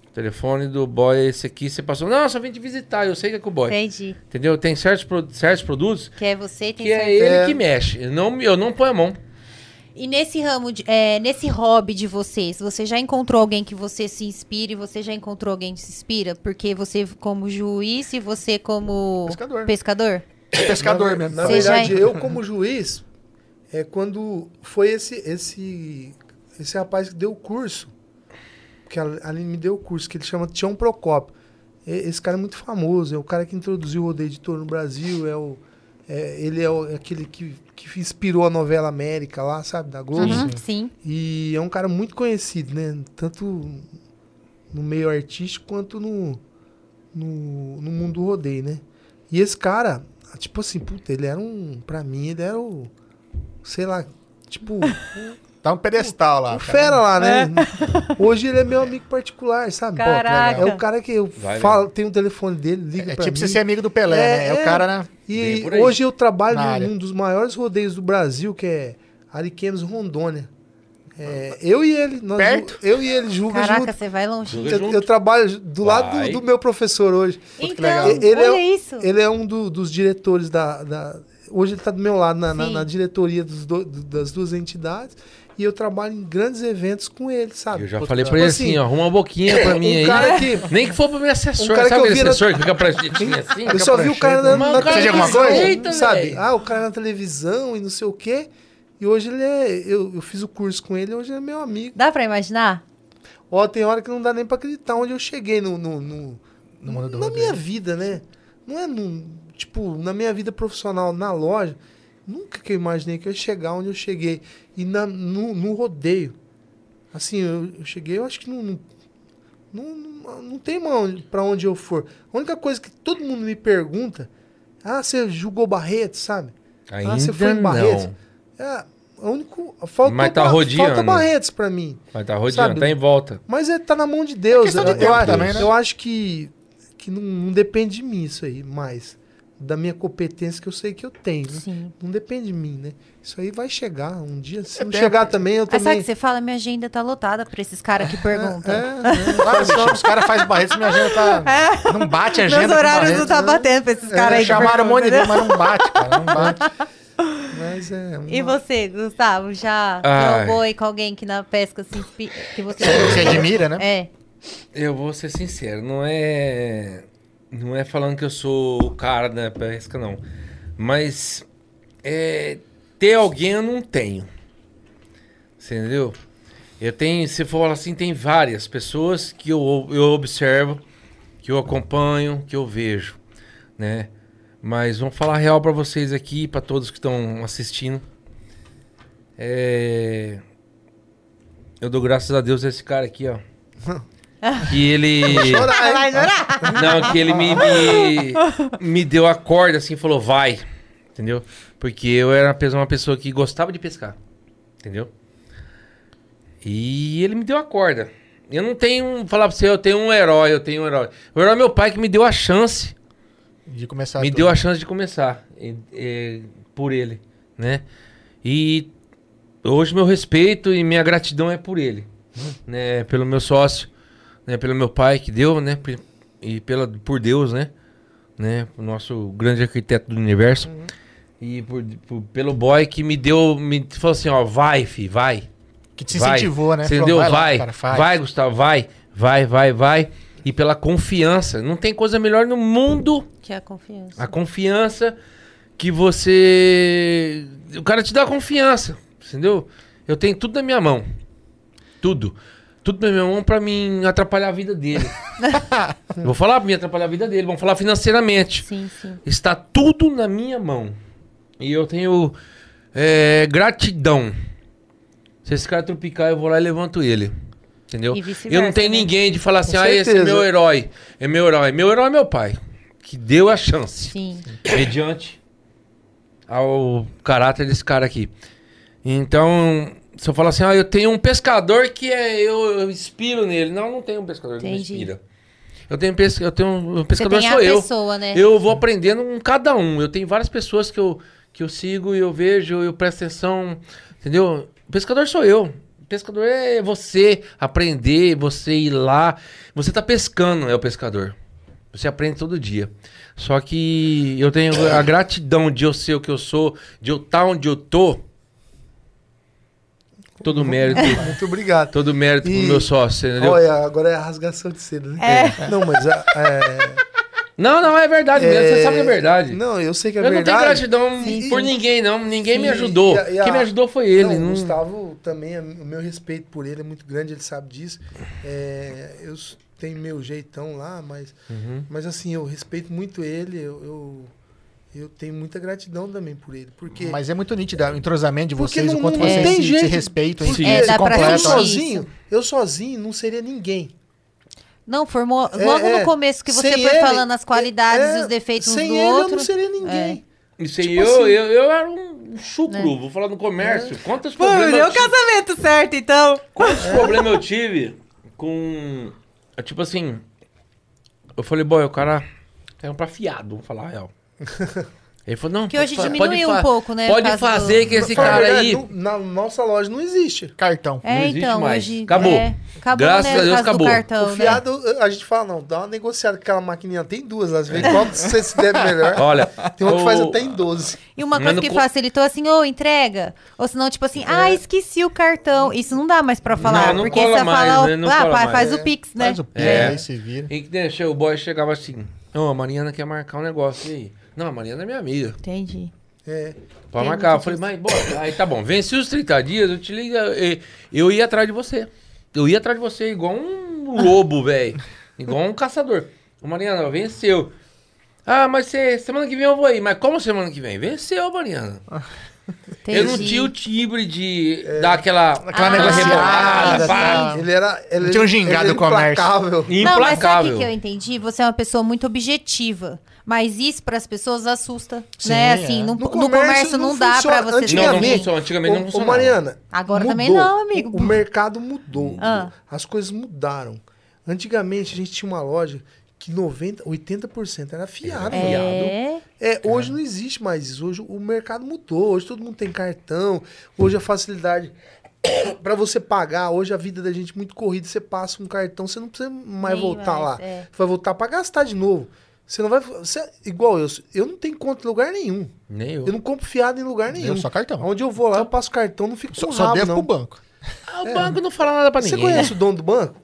[SPEAKER 3] o telefone do boy é esse aqui, você passou. Não, só vim te visitar, eu sei que é com o boy.
[SPEAKER 1] Entendi.
[SPEAKER 3] Entendeu? Tem certos, pro- certos produtos
[SPEAKER 1] Que é você, tem
[SPEAKER 3] que é
[SPEAKER 1] certeza.
[SPEAKER 3] ele que mexe. Eu não, eu não ponho a mão.
[SPEAKER 1] E nesse ramo, de- é, nesse hobby de vocês, você já encontrou alguém que você se inspire? Você já encontrou alguém que se inspira? Porque você como juiz e você como
[SPEAKER 2] Pescador.
[SPEAKER 1] pescador?
[SPEAKER 2] É Pescador
[SPEAKER 4] na,
[SPEAKER 2] mesmo.
[SPEAKER 4] Na
[SPEAKER 1] Você já é.
[SPEAKER 4] verdade,
[SPEAKER 1] en-
[SPEAKER 4] eu como juiz, é quando foi esse esse esse rapaz que deu o curso, que a Aline me deu o curso, que ele chama Tião Procópio. E- Esse cara é muito famoso, é o cara que introduziu o rodeio de touro no Brasil, é o é- ele é o- aquele que, que inspirou a novela América lá, sabe, da Globo.
[SPEAKER 1] Uhum, sim.
[SPEAKER 4] E é um cara muito conhecido, né? Tanto no meio artístico quanto no, no, no mundo do rodeio, né? E esse cara, tipo assim, puta, ele era um. Pra mim, ele era o. Sei lá,
[SPEAKER 2] <laughs>
[SPEAKER 4] tipo,
[SPEAKER 2] Tá um pedestal lá.
[SPEAKER 4] um
[SPEAKER 2] cara.
[SPEAKER 4] fera lá, né? <laughs> Hoje ele é meu amigo particular, sabe?
[SPEAKER 2] Pô, que legal.
[SPEAKER 1] Caraca.
[SPEAKER 4] É o cara que eu
[SPEAKER 3] Vai
[SPEAKER 4] falo, tem o telefone dele, liga
[SPEAKER 2] É
[SPEAKER 4] pra
[SPEAKER 2] tipo
[SPEAKER 4] mim.
[SPEAKER 2] você ser amigo do Pelé,
[SPEAKER 4] É,
[SPEAKER 2] né? É,
[SPEAKER 4] é.
[SPEAKER 2] o cara, né?
[SPEAKER 4] E
[SPEAKER 3] Bem por aí.
[SPEAKER 4] hoje eu trabalho
[SPEAKER 2] Na
[SPEAKER 4] num
[SPEAKER 2] área.
[SPEAKER 4] num dos maiores rodeios do Brasil, que é Ariquemes Rondônia.
[SPEAKER 3] Ah,
[SPEAKER 4] É, eu e ele, nós,
[SPEAKER 2] Perto?
[SPEAKER 4] eu e ele, Juva junto.
[SPEAKER 1] Caraca, você vai longe.
[SPEAKER 3] Tudo
[SPEAKER 4] Eu,
[SPEAKER 3] junto.
[SPEAKER 4] eu trabalho do lado
[SPEAKER 3] Vai.
[SPEAKER 4] do, do meu professor hoje.
[SPEAKER 1] Então,
[SPEAKER 4] legal. Ele é
[SPEAKER 1] olha
[SPEAKER 4] o-
[SPEAKER 1] isso.
[SPEAKER 4] Ele é um do- dos diretores da, da- Hoje ele está do meu lado, na, na-
[SPEAKER 1] Sim.
[SPEAKER 4] na diretoria dos do- do- das duas entidades. E eu trabalho em grandes eventos com ele, sabe?
[SPEAKER 3] Eu já
[SPEAKER 4] Tipo
[SPEAKER 3] falei pra ele assim, ó, arruma uma boquinha pra mim
[SPEAKER 4] um
[SPEAKER 3] aí.
[SPEAKER 4] cara que-
[SPEAKER 3] Nem que for pro meu
[SPEAKER 4] um
[SPEAKER 3] assessor.
[SPEAKER 4] cara que
[SPEAKER 3] Sabe
[SPEAKER 4] eu
[SPEAKER 3] aquele
[SPEAKER 4] vi na-
[SPEAKER 3] assessor que fica pra gente assim?
[SPEAKER 4] <laughs> Eu só vi o cara na,
[SPEAKER 3] Mas
[SPEAKER 4] na
[SPEAKER 3] o cara
[SPEAKER 2] Você já viu alguma
[SPEAKER 4] televisão,
[SPEAKER 2] coisa?
[SPEAKER 3] Eita,
[SPEAKER 4] sabe?
[SPEAKER 3] velho.
[SPEAKER 4] Ah, o cara na televisão e não sei o quê. E hoje ele é... Eu, eu fiz o curso com ele, hoje ele é meu amigo.
[SPEAKER 1] Dá pra imaginar?
[SPEAKER 4] Ó, tem hora que não dá nem pra acreditar onde eu cheguei no... no- no-
[SPEAKER 2] No mundo do
[SPEAKER 4] na
[SPEAKER 2] rodeio.
[SPEAKER 4] minha vida, né? Não é num... Tipo, na minha vida profissional, na loja, nunca que eu imaginei que eu ia chegar onde eu cheguei. E na, no, no rodeio. Assim, eu, eu cheguei, eu acho que não... não não, não, não tem mão pra onde eu for. A única coisa que todo mundo me pergunta... Ah, você julgou Barreto, sabe?
[SPEAKER 3] Ainda
[SPEAKER 4] Ah, você foi em Barretos?
[SPEAKER 3] não.
[SPEAKER 4] É, o único. Faltou,
[SPEAKER 3] Mas tá
[SPEAKER 4] Ba-
[SPEAKER 3] rodeando.
[SPEAKER 4] falta Barretos pra mim.
[SPEAKER 3] Mas tá rodeando,
[SPEAKER 4] Sabe?
[SPEAKER 3] tá em volta.
[SPEAKER 4] Mas é, tá na mão de Deus.
[SPEAKER 2] questão de
[SPEAKER 4] eu,
[SPEAKER 2] tempo
[SPEAKER 4] eu-
[SPEAKER 2] também, né?
[SPEAKER 4] eu acho que, que não, não depende de mim isso aí, mais. Da minha competência que eu sei que eu tenho. né?
[SPEAKER 1] Sim.
[SPEAKER 4] Não depende de mim, né? Isso aí vai chegar um dia. Se
[SPEAKER 2] É
[SPEAKER 4] não
[SPEAKER 2] tempo.
[SPEAKER 4] chegar também, eu
[SPEAKER 1] Aí sabe o
[SPEAKER 4] também. É,
[SPEAKER 1] que você fala? Minha agenda tá lotada pra esses caras que perguntam.
[SPEAKER 2] Ah, bicho, os caras fazem barretos, minha agenda tá. Não bate a agenda.
[SPEAKER 5] Meus
[SPEAKER 2] com
[SPEAKER 5] horários não
[SPEAKER 2] barretos.
[SPEAKER 5] tá batendo pra esses
[SPEAKER 4] É.
[SPEAKER 5] caras aí. que
[SPEAKER 2] Chamaram um monte de
[SPEAKER 5] perguntam,
[SPEAKER 2] vezes, mas não bate, cara. Não bate.
[SPEAKER 4] Mas é.
[SPEAKER 1] <laughs>
[SPEAKER 4] uma-
[SPEAKER 1] E você, Gustavo, já
[SPEAKER 3] Ai.
[SPEAKER 1] jogou aí com alguém que na pesca se inspira? Que você...
[SPEAKER 2] Você admira, né?
[SPEAKER 1] É.
[SPEAKER 3] Eu vou ser sincero, não é. Não é falando que eu sou o cara da pesca, não. Mas. é, ter alguém eu não tenho. Você Entendeu? Eu tenho, se for assim, tem várias pessoas que eu, eu observo, que eu acompanho, que eu vejo, né? Mas vamos falar real pra vocês aqui, pra todos que estão assistindo. É, Eu dou graças a Deus a esse cara aqui, ó. Que ele.
[SPEAKER 5] "Ah, vai chorar?"
[SPEAKER 3] Não, que ele me, me, me deu a corda assim, falou, vai. Entendeu? Porque eu era apenas uma pessoa que gostava de pescar. Entendeu? E ele me deu a corda. Eu não tenho, falar pra você, eu tenho um herói, eu tenho um herói. O herói é meu pai que me deu a chance
[SPEAKER 2] De começar
[SPEAKER 3] me
[SPEAKER 2] tudo.
[SPEAKER 3] deu a chance de começar e- e- por ele, né? E hoje meu respeito e minha gratidão é por ele, né? Pelo meu sócio, né? Pelo meu pai que deu, né? Pri- E pela por Deus, né? Né? O nosso grande arquiteto do universo
[SPEAKER 2] Uhum.
[SPEAKER 3] e por- por- pelo boy que me deu, me falou assim, ó, vai, fi, vai.
[SPEAKER 2] Que te
[SPEAKER 3] Vai.
[SPEAKER 2] incentivou, né?
[SPEAKER 3] Você
[SPEAKER 2] Falou,
[SPEAKER 3] entendeu?
[SPEAKER 2] "Vai
[SPEAKER 3] Vai,
[SPEAKER 2] lá,
[SPEAKER 3] vai,
[SPEAKER 2] cara, faz."
[SPEAKER 3] Gustavo, vai, vai, vai, vai. E pela confiança. Não tem coisa melhor no mundo
[SPEAKER 1] Que é a confiança.
[SPEAKER 3] a confiança que você. O cara te dá confiança, entendeu? Eu tenho tudo na minha mão. Tudo. tudo pra minha mão pra mim atrapalhar a vida dele. Vou falar pra mim atrapalhar a vida dele, vão falar financeiramente.
[SPEAKER 1] Sim, sim.
[SPEAKER 3] Está tudo na minha mão. E eu tenho é, gratidão. Se esse cara tropicar, eu vou lá e levanto ele. Entendeu?
[SPEAKER 1] E vice-versa,
[SPEAKER 3] Eu não tenho
[SPEAKER 1] né?
[SPEAKER 3] ninguém de falar assim, ah, esse é
[SPEAKER 4] certeza.
[SPEAKER 3] meu herói. É meu herói. Meu herói é meu pai. Que deu a chance
[SPEAKER 1] Sim.
[SPEAKER 3] mediante ao caráter desse cara aqui. Então, se eu falar assim, ah, eu tenho um pescador que é, eu, eu inspiro nele. Não, não tenho um pescador que me
[SPEAKER 1] Entendi.
[SPEAKER 3] inspira. Eu tenho, pes, eu tenho um um
[SPEAKER 1] Você
[SPEAKER 3] pescador
[SPEAKER 1] tem a
[SPEAKER 3] sou eu.
[SPEAKER 1] pessoa, né?
[SPEAKER 3] Eu vou aprendendo com cada um. Eu tenho várias pessoas que eu, que eu sigo e eu vejo, eu presto atenção, entendeu? O pescador sou eu. O pescador é você aprender, você ir lá. Você tá pescando, é o pescador. Você aprende todo dia. Só que eu tenho a gratidão de eu ser o que eu sou, de eu estar onde eu tô. Todo mérito,
[SPEAKER 4] Muito obrigado.
[SPEAKER 3] todo mérito pro
[SPEAKER 4] E-
[SPEAKER 3] meu sócio, entendeu?
[SPEAKER 4] Olha, agora é a rasgação de seda, né?
[SPEAKER 5] É.
[SPEAKER 4] Não, mas a- é,
[SPEAKER 3] Não, não, é verdade mesmo, você sabe que é verdade.
[SPEAKER 4] Não, eu sei que é
[SPEAKER 3] eu não tenho
[SPEAKER 4] verdade.
[SPEAKER 3] gratidão
[SPEAKER 4] Sim.
[SPEAKER 3] por ninguém, não. Ninguém me
[SPEAKER 4] Sim.
[SPEAKER 3] ajudou.
[SPEAKER 4] E a- e a-
[SPEAKER 3] Quem me ajudou foi ele.
[SPEAKER 4] Não,
[SPEAKER 3] não-
[SPEAKER 4] o Gustavo também, é, o meu respeito por ele é muito grande, ele sabe disso. É, eu s- tenho meu jeitão lá, mas,
[SPEAKER 3] Uhum.
[SPEAKER 4] mas assim, eu respeito muito ele, eu, eu, eu tenho muita gratidão também por ele. Porque
[SPEAKER 2] Mas é muito nítido o entrosamento de
[SPEAKER 4] Porque
[SPEAKER 2] vocês,
[SPEAKER 4] não-
[SPEAKER 2] o quanto
[SPEAKER 4] não
[SPEAKER 2] vocês
[SPEAKER 4] tem
[SPEAKER 2] se, se
[SPEAKER 4] jeito.
[SPEAKER 2] respeitam,
[SPEAKER 4] Porque
[SPEAKER 2] se,
[SPEAKER 1] É,
[SPEAKER 2] se
[SPEAKER 1] dá pra
[SPEAKER 4] eu
[SPEAKER 1] completo.
[SPEAKER 2] completam.
[SPEAKER 1] sentir.
[SPEAKER 4] sozinho, eu sozinho não seria ninguém.
[SPEAKER 1] Não, formou logo
[SPEAKER 4] É,
[SPEAKER 1] no
[SPEAKER 4] é.
[SPEAKER 1] começo que você
[SPEAKER 4] Sem
[SPEAKER 1] foi
[SPEAKER 4] ele,
[SPEAKER 1] falando as qualidades
[SPEAKER 4] é,
[SPEAKER 1] e os defeitos uns
[SPEAKER 4] sem
[SPEAKER 1] do
[SPEAKER 4] ele,
[SPEAKER 1] outro. É.
[SPEAKER 4] eu não seria ninguém.
[SPEAKER 3] E sem
[SPEAKER 4] Tipo
[SPEAKER 3] eu,
[SPEAKER 4] assim. É.
[SPEAKER 3] eu, eu era um chucro,
[SPEAKER 1] É.
[SPEAKER 3] vou falar no comércio. Quantos
[SPEAKER 5] Pô,
[SPEAKER 3] problemas,
[SPEAKER 5] deu
[SPEAKER 3] eu
[SPEAKER 5] o
[SPEAKER 3] tive,
[SPEAKER 5] casamento certo, então.
[SPEAKER 3] quantos problemas eu tive com. é, Tipo assim. Eu falei, boy, o cara é caiu pra fiado, vamos falar a
[SPEAKER 4] <laughs>
[SPEAKER 3] real. Ele falou, não.
[SPEAKER 1] Que
[SPEAKER 3] pode
[SPEAKER 1] hoje
[SPEAKER 3] fa-
[SPEAKER 1] diminuiu
[SPEAKER 3] pode
[SPEAKER 1] um
[SPEAKER 3] fa-
[SPEAKER 1] pouco, né, por
[SPEAKER 3] Pode
[SPEAKER 1] causa
[SPEAKER 3] fazer
[SPEAKER 1] do-
[SPEAKER 3] que esse
[SPEAKER 4] Fala a
[SPEAKER 3] cara
[SPEAKER 4] verdade,
[SPEAKER 3] aí.
[SPEAKER 4] não- na nossa loja não existe.
[SPEAKER 2] Cartão.
[SPEAKER 1] É,
[SPEAKER 3] Não existe
[SPEAKER 1] então,
[SPEAKER 3] mais.
[SPEAKER 1] hoje.
[SPEAKER 3] Acabou.
[SPEAKER 1] é, acabou,
[SPEAKER 3] Graças
[SPEAKER 1] né,
[SPEAKER 3] a Deus,
[SPEAKER 1] caso do
[SPEAKER 3] acabou.
[SPEAKER 1] cartão,
[SPEAKER 4] o
[SPEAKER 1] né?
[SPEAKER 4] fiado, a gente fala, não, dá uma negociada com aquela maquininha. Tem duas, às vezes. Qual que você se
[SPEAKER 3] <laughs>
[SPEAKER 4] der melhor?
[SPEAKER 3] Olha.
[SPEAKER 4] <laughs> Tem uma que faz
[SPEAKER 3] o-
[SPEAKER 4] até em 12.
[SPEAKER 1] E uma
[SPEAKER 3] Mas
[SPEAKER 1] coisa
[SPEAKER 3] no
[SPEAKER 1] que
[SPEAKER 3] co- É.
[SPEAKER 1] facilitou assim, ou entrega. Ou senão, tipo assim, ah, esqueci o cartão. Isso não dá mais pra falar.
[SPEAKER 3] Não, não
[SPEAKER 1] porque
[SPEAKER 3] cola
[SPEAKER 1] você
[SPEAKER 3] mais,
[SPEAKER 1] fala,
[SPEAKER 3] né, não
[SPEAKER 1] ah,
[SPEAKER 3] cola
[SPEAKER 1] pá,
[SPEAKER 3] mais.
[SPEAKER 1] faz
[SPEAKER 4] É,
[SPEAKER 1] o Pix, né?
[SPEAKER 2] Faz o pé,
[SPEAKER 3] É.
[SPEAKER 2] aí se vira.
[SPEAKER 3] E que deixa, o boy chegava assim. Não, a Mariana quer marcar um negócio. E aí? Não, a Mariana é minha amiga.
[SPEAKER 1] Entendi.
[SPEAKER 4] É.
[SPEAKER 3] Pode
[SPEAKER 1] Tem
[SPEAKER 3] marcar. Eu
[SPEAKER 1] muito
[SPEAKER 3] falei, mas bora. Aí tá bom, venci os 30 dias, eu te ligo. eh, Eu ia atrás de você. Eu ia atrás de você igual um lobo, velho. Igual um caçador. O Mariana, venceu. Ah, mas cê- semana que vem eu vou aí. Mas como semana que vem? Venceu, Mariana.
[SPEAKER 1] Entendi.
[SPEAKER 3] Eu não tinha o timbre de dar aquela, aquela
[SPEAKER 1] negociada,
[SPEAKER 3] rebolada. pá.
[SPEAKER 1] entendi.
[SPEAKER 4] Ele era. Ele,
[SPEAKER 2] Tinha um gingado
[SPEAKER 4] ele era
[SPEAKER 2] com a Márcia.
[SPEAKER 4] implacável.
[SPEAKER 1] Não, mas sabe
[SPEAKER 3] Implacável.
[SPEAKER 1] o que que eu entendi? Você é uma pessoa muito objetiva. Mas isso pras pessoas assusta,
[SPEAKER 2] Sim,
[SPEAKER 1] né?
[SPEAKER 2] é.
[SPEAKER 1] Assim, no,
[SPEAKER 4] No
[SPEAKER 1] no comércio,
[SPEAKER 4] comércio
[SPEAKER 1] não,
[SPEAKER 4] não
[SPEAKER 1] dá pra
[SPEAKER 4] funciona.
[SPEAKER 1] você
[SPEAKER 4] Antigamente-
[SPEAKER 3] Não, não
[SPEAKER 1] também.
[SPEAKER 3] funcionou. Antigamente não
[SPEAKER 4] Ô, ô,
[SPEAKER 3] funcionava.
[SPEAKER 4] Mariana.
[SPEAKER 1] Agora também não, amigo.
[SPEAKER 4] O, o mercado mudou.
[SPEAKER 1] Ah.
[SPEAKER 4] As coisas mudaram. Antigamente a gente tinha uma loja que 90, 80% era fiado.
[SPEAKER 1] É,
[SPEAKER 4] É, hoje não existe mais isso. Hoje o mercado mudou. Hoje todo mundo tem cartão. Hoje a facilidade <coughs> para você pagar. Hoje a vida da gente é muito corrida. Você passa um cartão, você não precisa mais
[SPEAKER 1] Nem
[SPEAKER 4] voltar
[SPEAKER 1] mais,
[SPEAKER 4] lá.
[SPEAKER 1] é.
[SPEAKER 4] Você vai voltar para gastar de novo. Você não vai. Você, igual eu. Eu não tenho conta em lugar nenhum.
[SPEAKER 3] Nem
[SPEAKER 4] Eu não compro fiado em lugar nenhum.
[SPEAKER 2] Eu só cartão.
[SPEAKER 4] Onde eu vou lá, eu passo cartão, não fico
[SPEAKER 2] Só,
[SPEAKER 4] com
[SPEAKER 2] só
[SPEAKER 4] rabo,
[SPEAKER 2] devo
[SPEAKER 4] não.
[SPEAKER 2] pro banco.
[SPEAKER 3] Ah, o banco não fala nada pra
[SPEAKER 4] É. Você
[SPEAKER 3] ninguém. né?
[SPEAKER 4] conhece o dono do banco?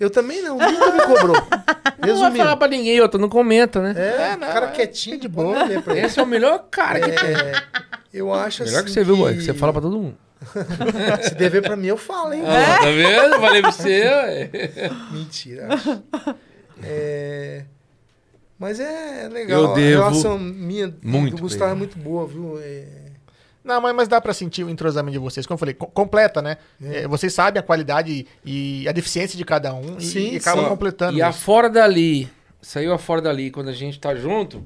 [SPEAKER 4] Eu também não, nunca me cobrou.
[SPEAKER 3] Não vai falar
[SPEAKER 4] Resumindo.
[SPEAKER 3] pra ninguém, outro não comenta, né?
[SPEAKER 4] É, cara quietinho de boa, né, pra ele.
[SPEAKER 3] Esse é o melhor cara que tem.
[SPEAKER 4] É, eu acho
[SPEAKER 3] Melhor
[SPEAKER 4] assim
[SPEAKER 3] que você viu, boy, que você fala pra todo mundo.
[SPEAKER 4] <laughs> Se dever pra mim, eu falo, hein?
[SPEAKER 3] Ah, tá vendo? Falei pra você. ué. Ah.
[SPEAKER 4] Mentira. acho. É... Mas é legal.
[SPEAKER 3] Eu devo
[SPEAKER 4] A relação minha
[SPEAKER 3] muito
[SPEAKER 4] do Gustavo
[SPEAKER 3] pra
[SPEAKER 4] é
[SPEAKER 3] ele.
[SPEAKER 4] muito boa, viu? É...
[SPEAKER 2] Não, mas, mas dá pra sentir o entrosamento de vocês. Como eu falei, co- completa, né? É, vocês sabem a qualidade e a deficiência de cada um e,
[SPEAKER 4] Sim,
[SPEAKER 2] e acabam
[SPEAKER 4] sim.
[SPEAKER 2] completando.
[SPEAKER 3] E
[SPEAKER 2] isso.
[SPEAKER 3] afora dali, saiu afora dali, quando a gente tá junto.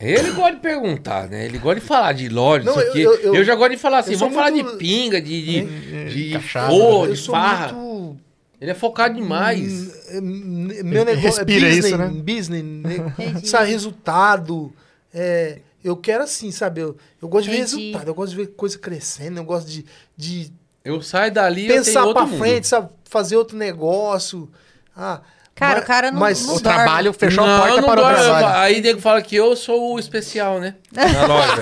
[SPEAKER 3] Ele gosta de perguntar, né? Ele gosta de falar de loja,
[SPEAKER 4] Não,
[SPEAKER 3] não, sei o
[SPEAKER 4] eu-
[SPEAKER 3] quê.
[SPEAKER 4] eu-
[SPEAKER 3] Eu,
[SPEAKER 4] eu-
[SPEAKER 3] já gosto de falar assim,
[SPEAKER 4] eu sou
[SPEAKER 3] vamos falar
[SPEAKER 4] muito-
[SPEAKER 3] de pinga, de, de, de,
[SPEAKER 2] Cachaça,
[SPEAKER 3] forro,
[SPEAKER 4] né? eu
[SPEAKER 3] de
[SPEAKER 4] sou
[SPEAKER 3] farra.
[SPEAKER 4] muito.
[SPEAKER 3] Ele é focado demais.
[SPEAKER 4] Hum, é, hum, Meu negócio
[SPEAKER 2] Respira
[SPEAKER 4] é
[SPEAKER 2] isso,
[SPEAKER 4] business,
[SPEAKER 2] né?
[SPEAKER 4] business, né?
[SPEAKER 1] Entendi.
[SPEAKER 4] sabe, resultado. É, eu quero assim, sabe? Eu, eu gosto de ver
[SPEAKER 1] Entendi.
[SPEAKER 4] resultado, eu gosto de ver coisa crescendo, eu gosto de, de
[SPEAKER 3] Eu saio dali e eu tenho
[SPEAKER 4] pensar
[SPEAKER 3] outro
[SPEAKER 4] pra
[SPEAKER 3] mundo.
[SPEAKER 4] frente, sabe? Fazer outro negócio. Ah,
[SPEAKER 1] Cara,
[SPEAKER 4] mas-
[SPEAKER 1] o cara não-
[SPEAKER 4] mas,
[SPEAKER 1] não
[SPEAKER 2] O trabalho
[SPEAKER 4] né?
[SPEAKER 2] fechou
[SPEAKER 3] Não,
[SPEAKER 2] a porta
[SPEAKER 3] não
[SPEAKER 2] para o
[SPEAKER 3] dou-
[SPEAKER 2] trabalho.
[SPEAKER 3] eu- Aí nego fala que eu sou o especial, né? Na loja.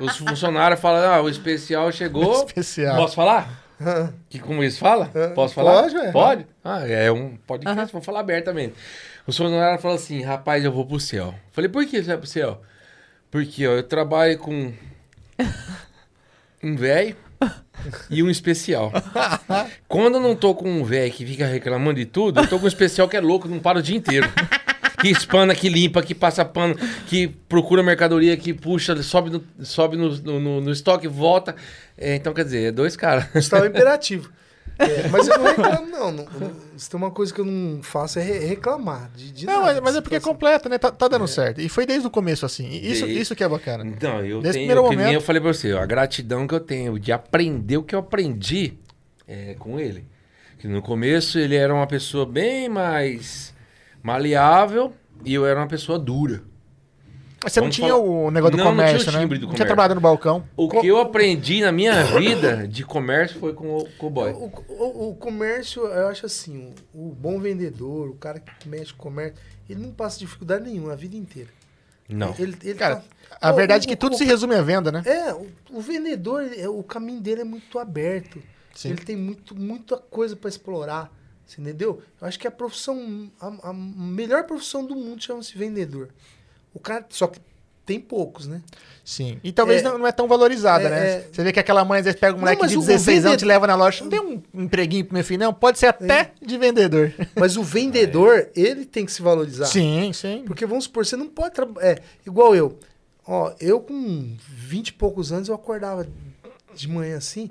[SPEAKER 3] Os funcionários falam, ah, o especial
[SPEAKER 4] <laughs>
[SPEAKER 3] chegou.
[SPEAKER 2] <laughs> Especial.
[SPEAKER 3] Posso falar? Que como eles falam? Posso falar?
[SPEAKER 4] pode, ué.
[SPEAKER 3] Pode? Ah, é um podcast, vou falar abertamente. Os funcionários falam assim, rapaz, eu vou pro céu. Falei, por que você vai pro céu? Porque ó, eu trabalho com <laughs> um velho e
[SPEAKER 2] <laughs>
[SPEAKER 3] um especial. Quando eu não tô com um velho que fica reclamando de tudo, eu tô com um especial que é louco, não para o dia
[SPEAKER 2] <laughs>
[SPEAKER 3] inteiro. Que espana, que limpa, que passa pano, que procura mercadoria, que puxa, sobe no, sobe no, no- no- no estoque, volta. É, então, quer dizer, é dois caras.
[SPEAKER 4] Estava imperativo. <laughs> É,
[SPEAKER 2] <laughs>
[SPEAKER 4] mas eu não reclamo, não. não, não- Se tem uma coisa que eu não faço é re- reclamar. De, de
[SPEAKER 2] Não,
[SPEAKER 4] nada
[SPEAKER 2] mas, mas é porque é
[SPEAKER 4] situação.
[SPEAKER 2] completa, né? Tá, tá dando certo. E foi desde o começo, assim. E Isso,
[SPEAKER 3] Desde-
[SPEAKER 2] isso que é bacana.
[SPEAKER 3] Então, eu
[SPEAKER 2] Nesse
[SPEAKER 3] tenho,
[SPEAKER 2] primeiro
[SPEAKER 3] eu, que nem
[SPEAKER 2] momento-
[SPEAKER 3] eu falei pra você, ó, a gratidão que eu tenho de aprender o que eu aprendi é, com ele. Que no começo ele era uma pessoa bem mais maleável e eu era uma pessoa dura.
[SPEAKER 2] Mas Você não
[SPEAKER 3] Vamos
[SPEAKER 2] tinha
[SPEAKER 3] falar-
[SPEAKER 2] o negócio do
[SPEAKER 3] Não, não tinha o
[SPEAKER 2] comércio, né?
[SPEAKER 3] timbre do
[SPEAKER 2] Não tinha
[SPEAKER 3] comércio.
[SPEAKER 2] trabalhado no balcão.
[SPEAKER 3] O
[SPEAKER 2] Co-
[SPEAKER 3] que eu aprendi na minha vida de comércio foi com o
[SPEAKER 2] é
[SPEAKER 3] cowboy.
[SPEAKER 4] O, o- o comércio, eu acho assim, o, o bom vendedor, o cara que mexe com o comércio, ele não passa dificuldade nenhuma a vida inteira.
[SPEAKER 3] Não.
[SPEAKER 4] Ele, ele
[SPEAKER 2] Cara,
[SPEAKER 4] tá-
[SPEAKER 2] A
[SPEAKER 4] o-
[SPEAKER 2] verdade é
[SPEAKER 4] o-
[SPEAKER 2] que tudo
[SPEAKER 4] o-
[SPEAKER 2] se resume à venda, né?
[SPEAKER 4] É, o, o vendedor, ele- é, o caminho dele é muito aberto.
[SPEAKER 2] Sim.
[SPEAKER 4] Ele tem muito, muita coisa para explorar. Você entendeu? Eu acho que a profissão, a, a melhor profissão do mundo chama-se vendedor. O cara, só que tem poucos, né?
[SPEAKER 2] Sim. E talvez
[SPEAKER 4] É.
[SPEAKER 2] não, não é tão valorizada,
[SPEAKER 4] É,
[SPEAKER 2] né?
[SPEAKER 4] é.
[SPEAKER 2] Você vê que aquela mãe às vezes pega um
[SPEAKER 4] Não,
[SPEAKER 2] moleque
[SPEAKER 4] mas
[SPEAKER 2] de
[SPEAKER 4] o- o
[SPEAKER 2] 16 anos
[SPEAKER 4] vendedor-
[SPEAKER 2] te leva na loja. Não tem um empreguinho pro meu filho, não. Pode ser até de vendedor.
[SPEAKER 4] Mas o vendedor, ele tem que se valorizar.
[SPEAKER 2] Sim, sim.
[SPEAKER 4] Porque vamos supor, você não pode trabalhar. É, igual eu. Ó, eu com 20 e poucos anos, eu acordava de manhã assim.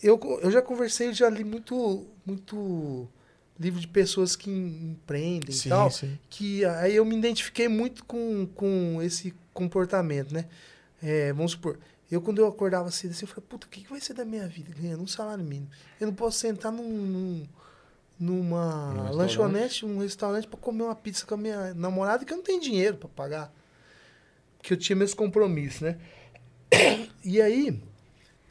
[SPEAKER 4] Eu, co- eu já conversei, eu já li muito, muito livro de pessoas que em- empreendem
[SPEAKER 2] Sim,
[SPEAKER 4] e tal.
[SPEAKER 2] sim.
[SPEAKER 4] Que aí eu me identifiquei muito com, com esse comportamento, né? É, vamos supor, eu quando eu acordava cedo assim, eu falei, puta, o que, que vai ser da minha vida ganhando um salário mínimo? Eu não posso sentar num- num- numa
[SPEAKER 3] Num restaurante.
[SPEAKER 4] lanchonete, um restaurante pra comer uma pizza com a minha namorada que eu não tenho dinheiro pra pagar. Que eu tinha meus compromissos, né? <coughs> E aí,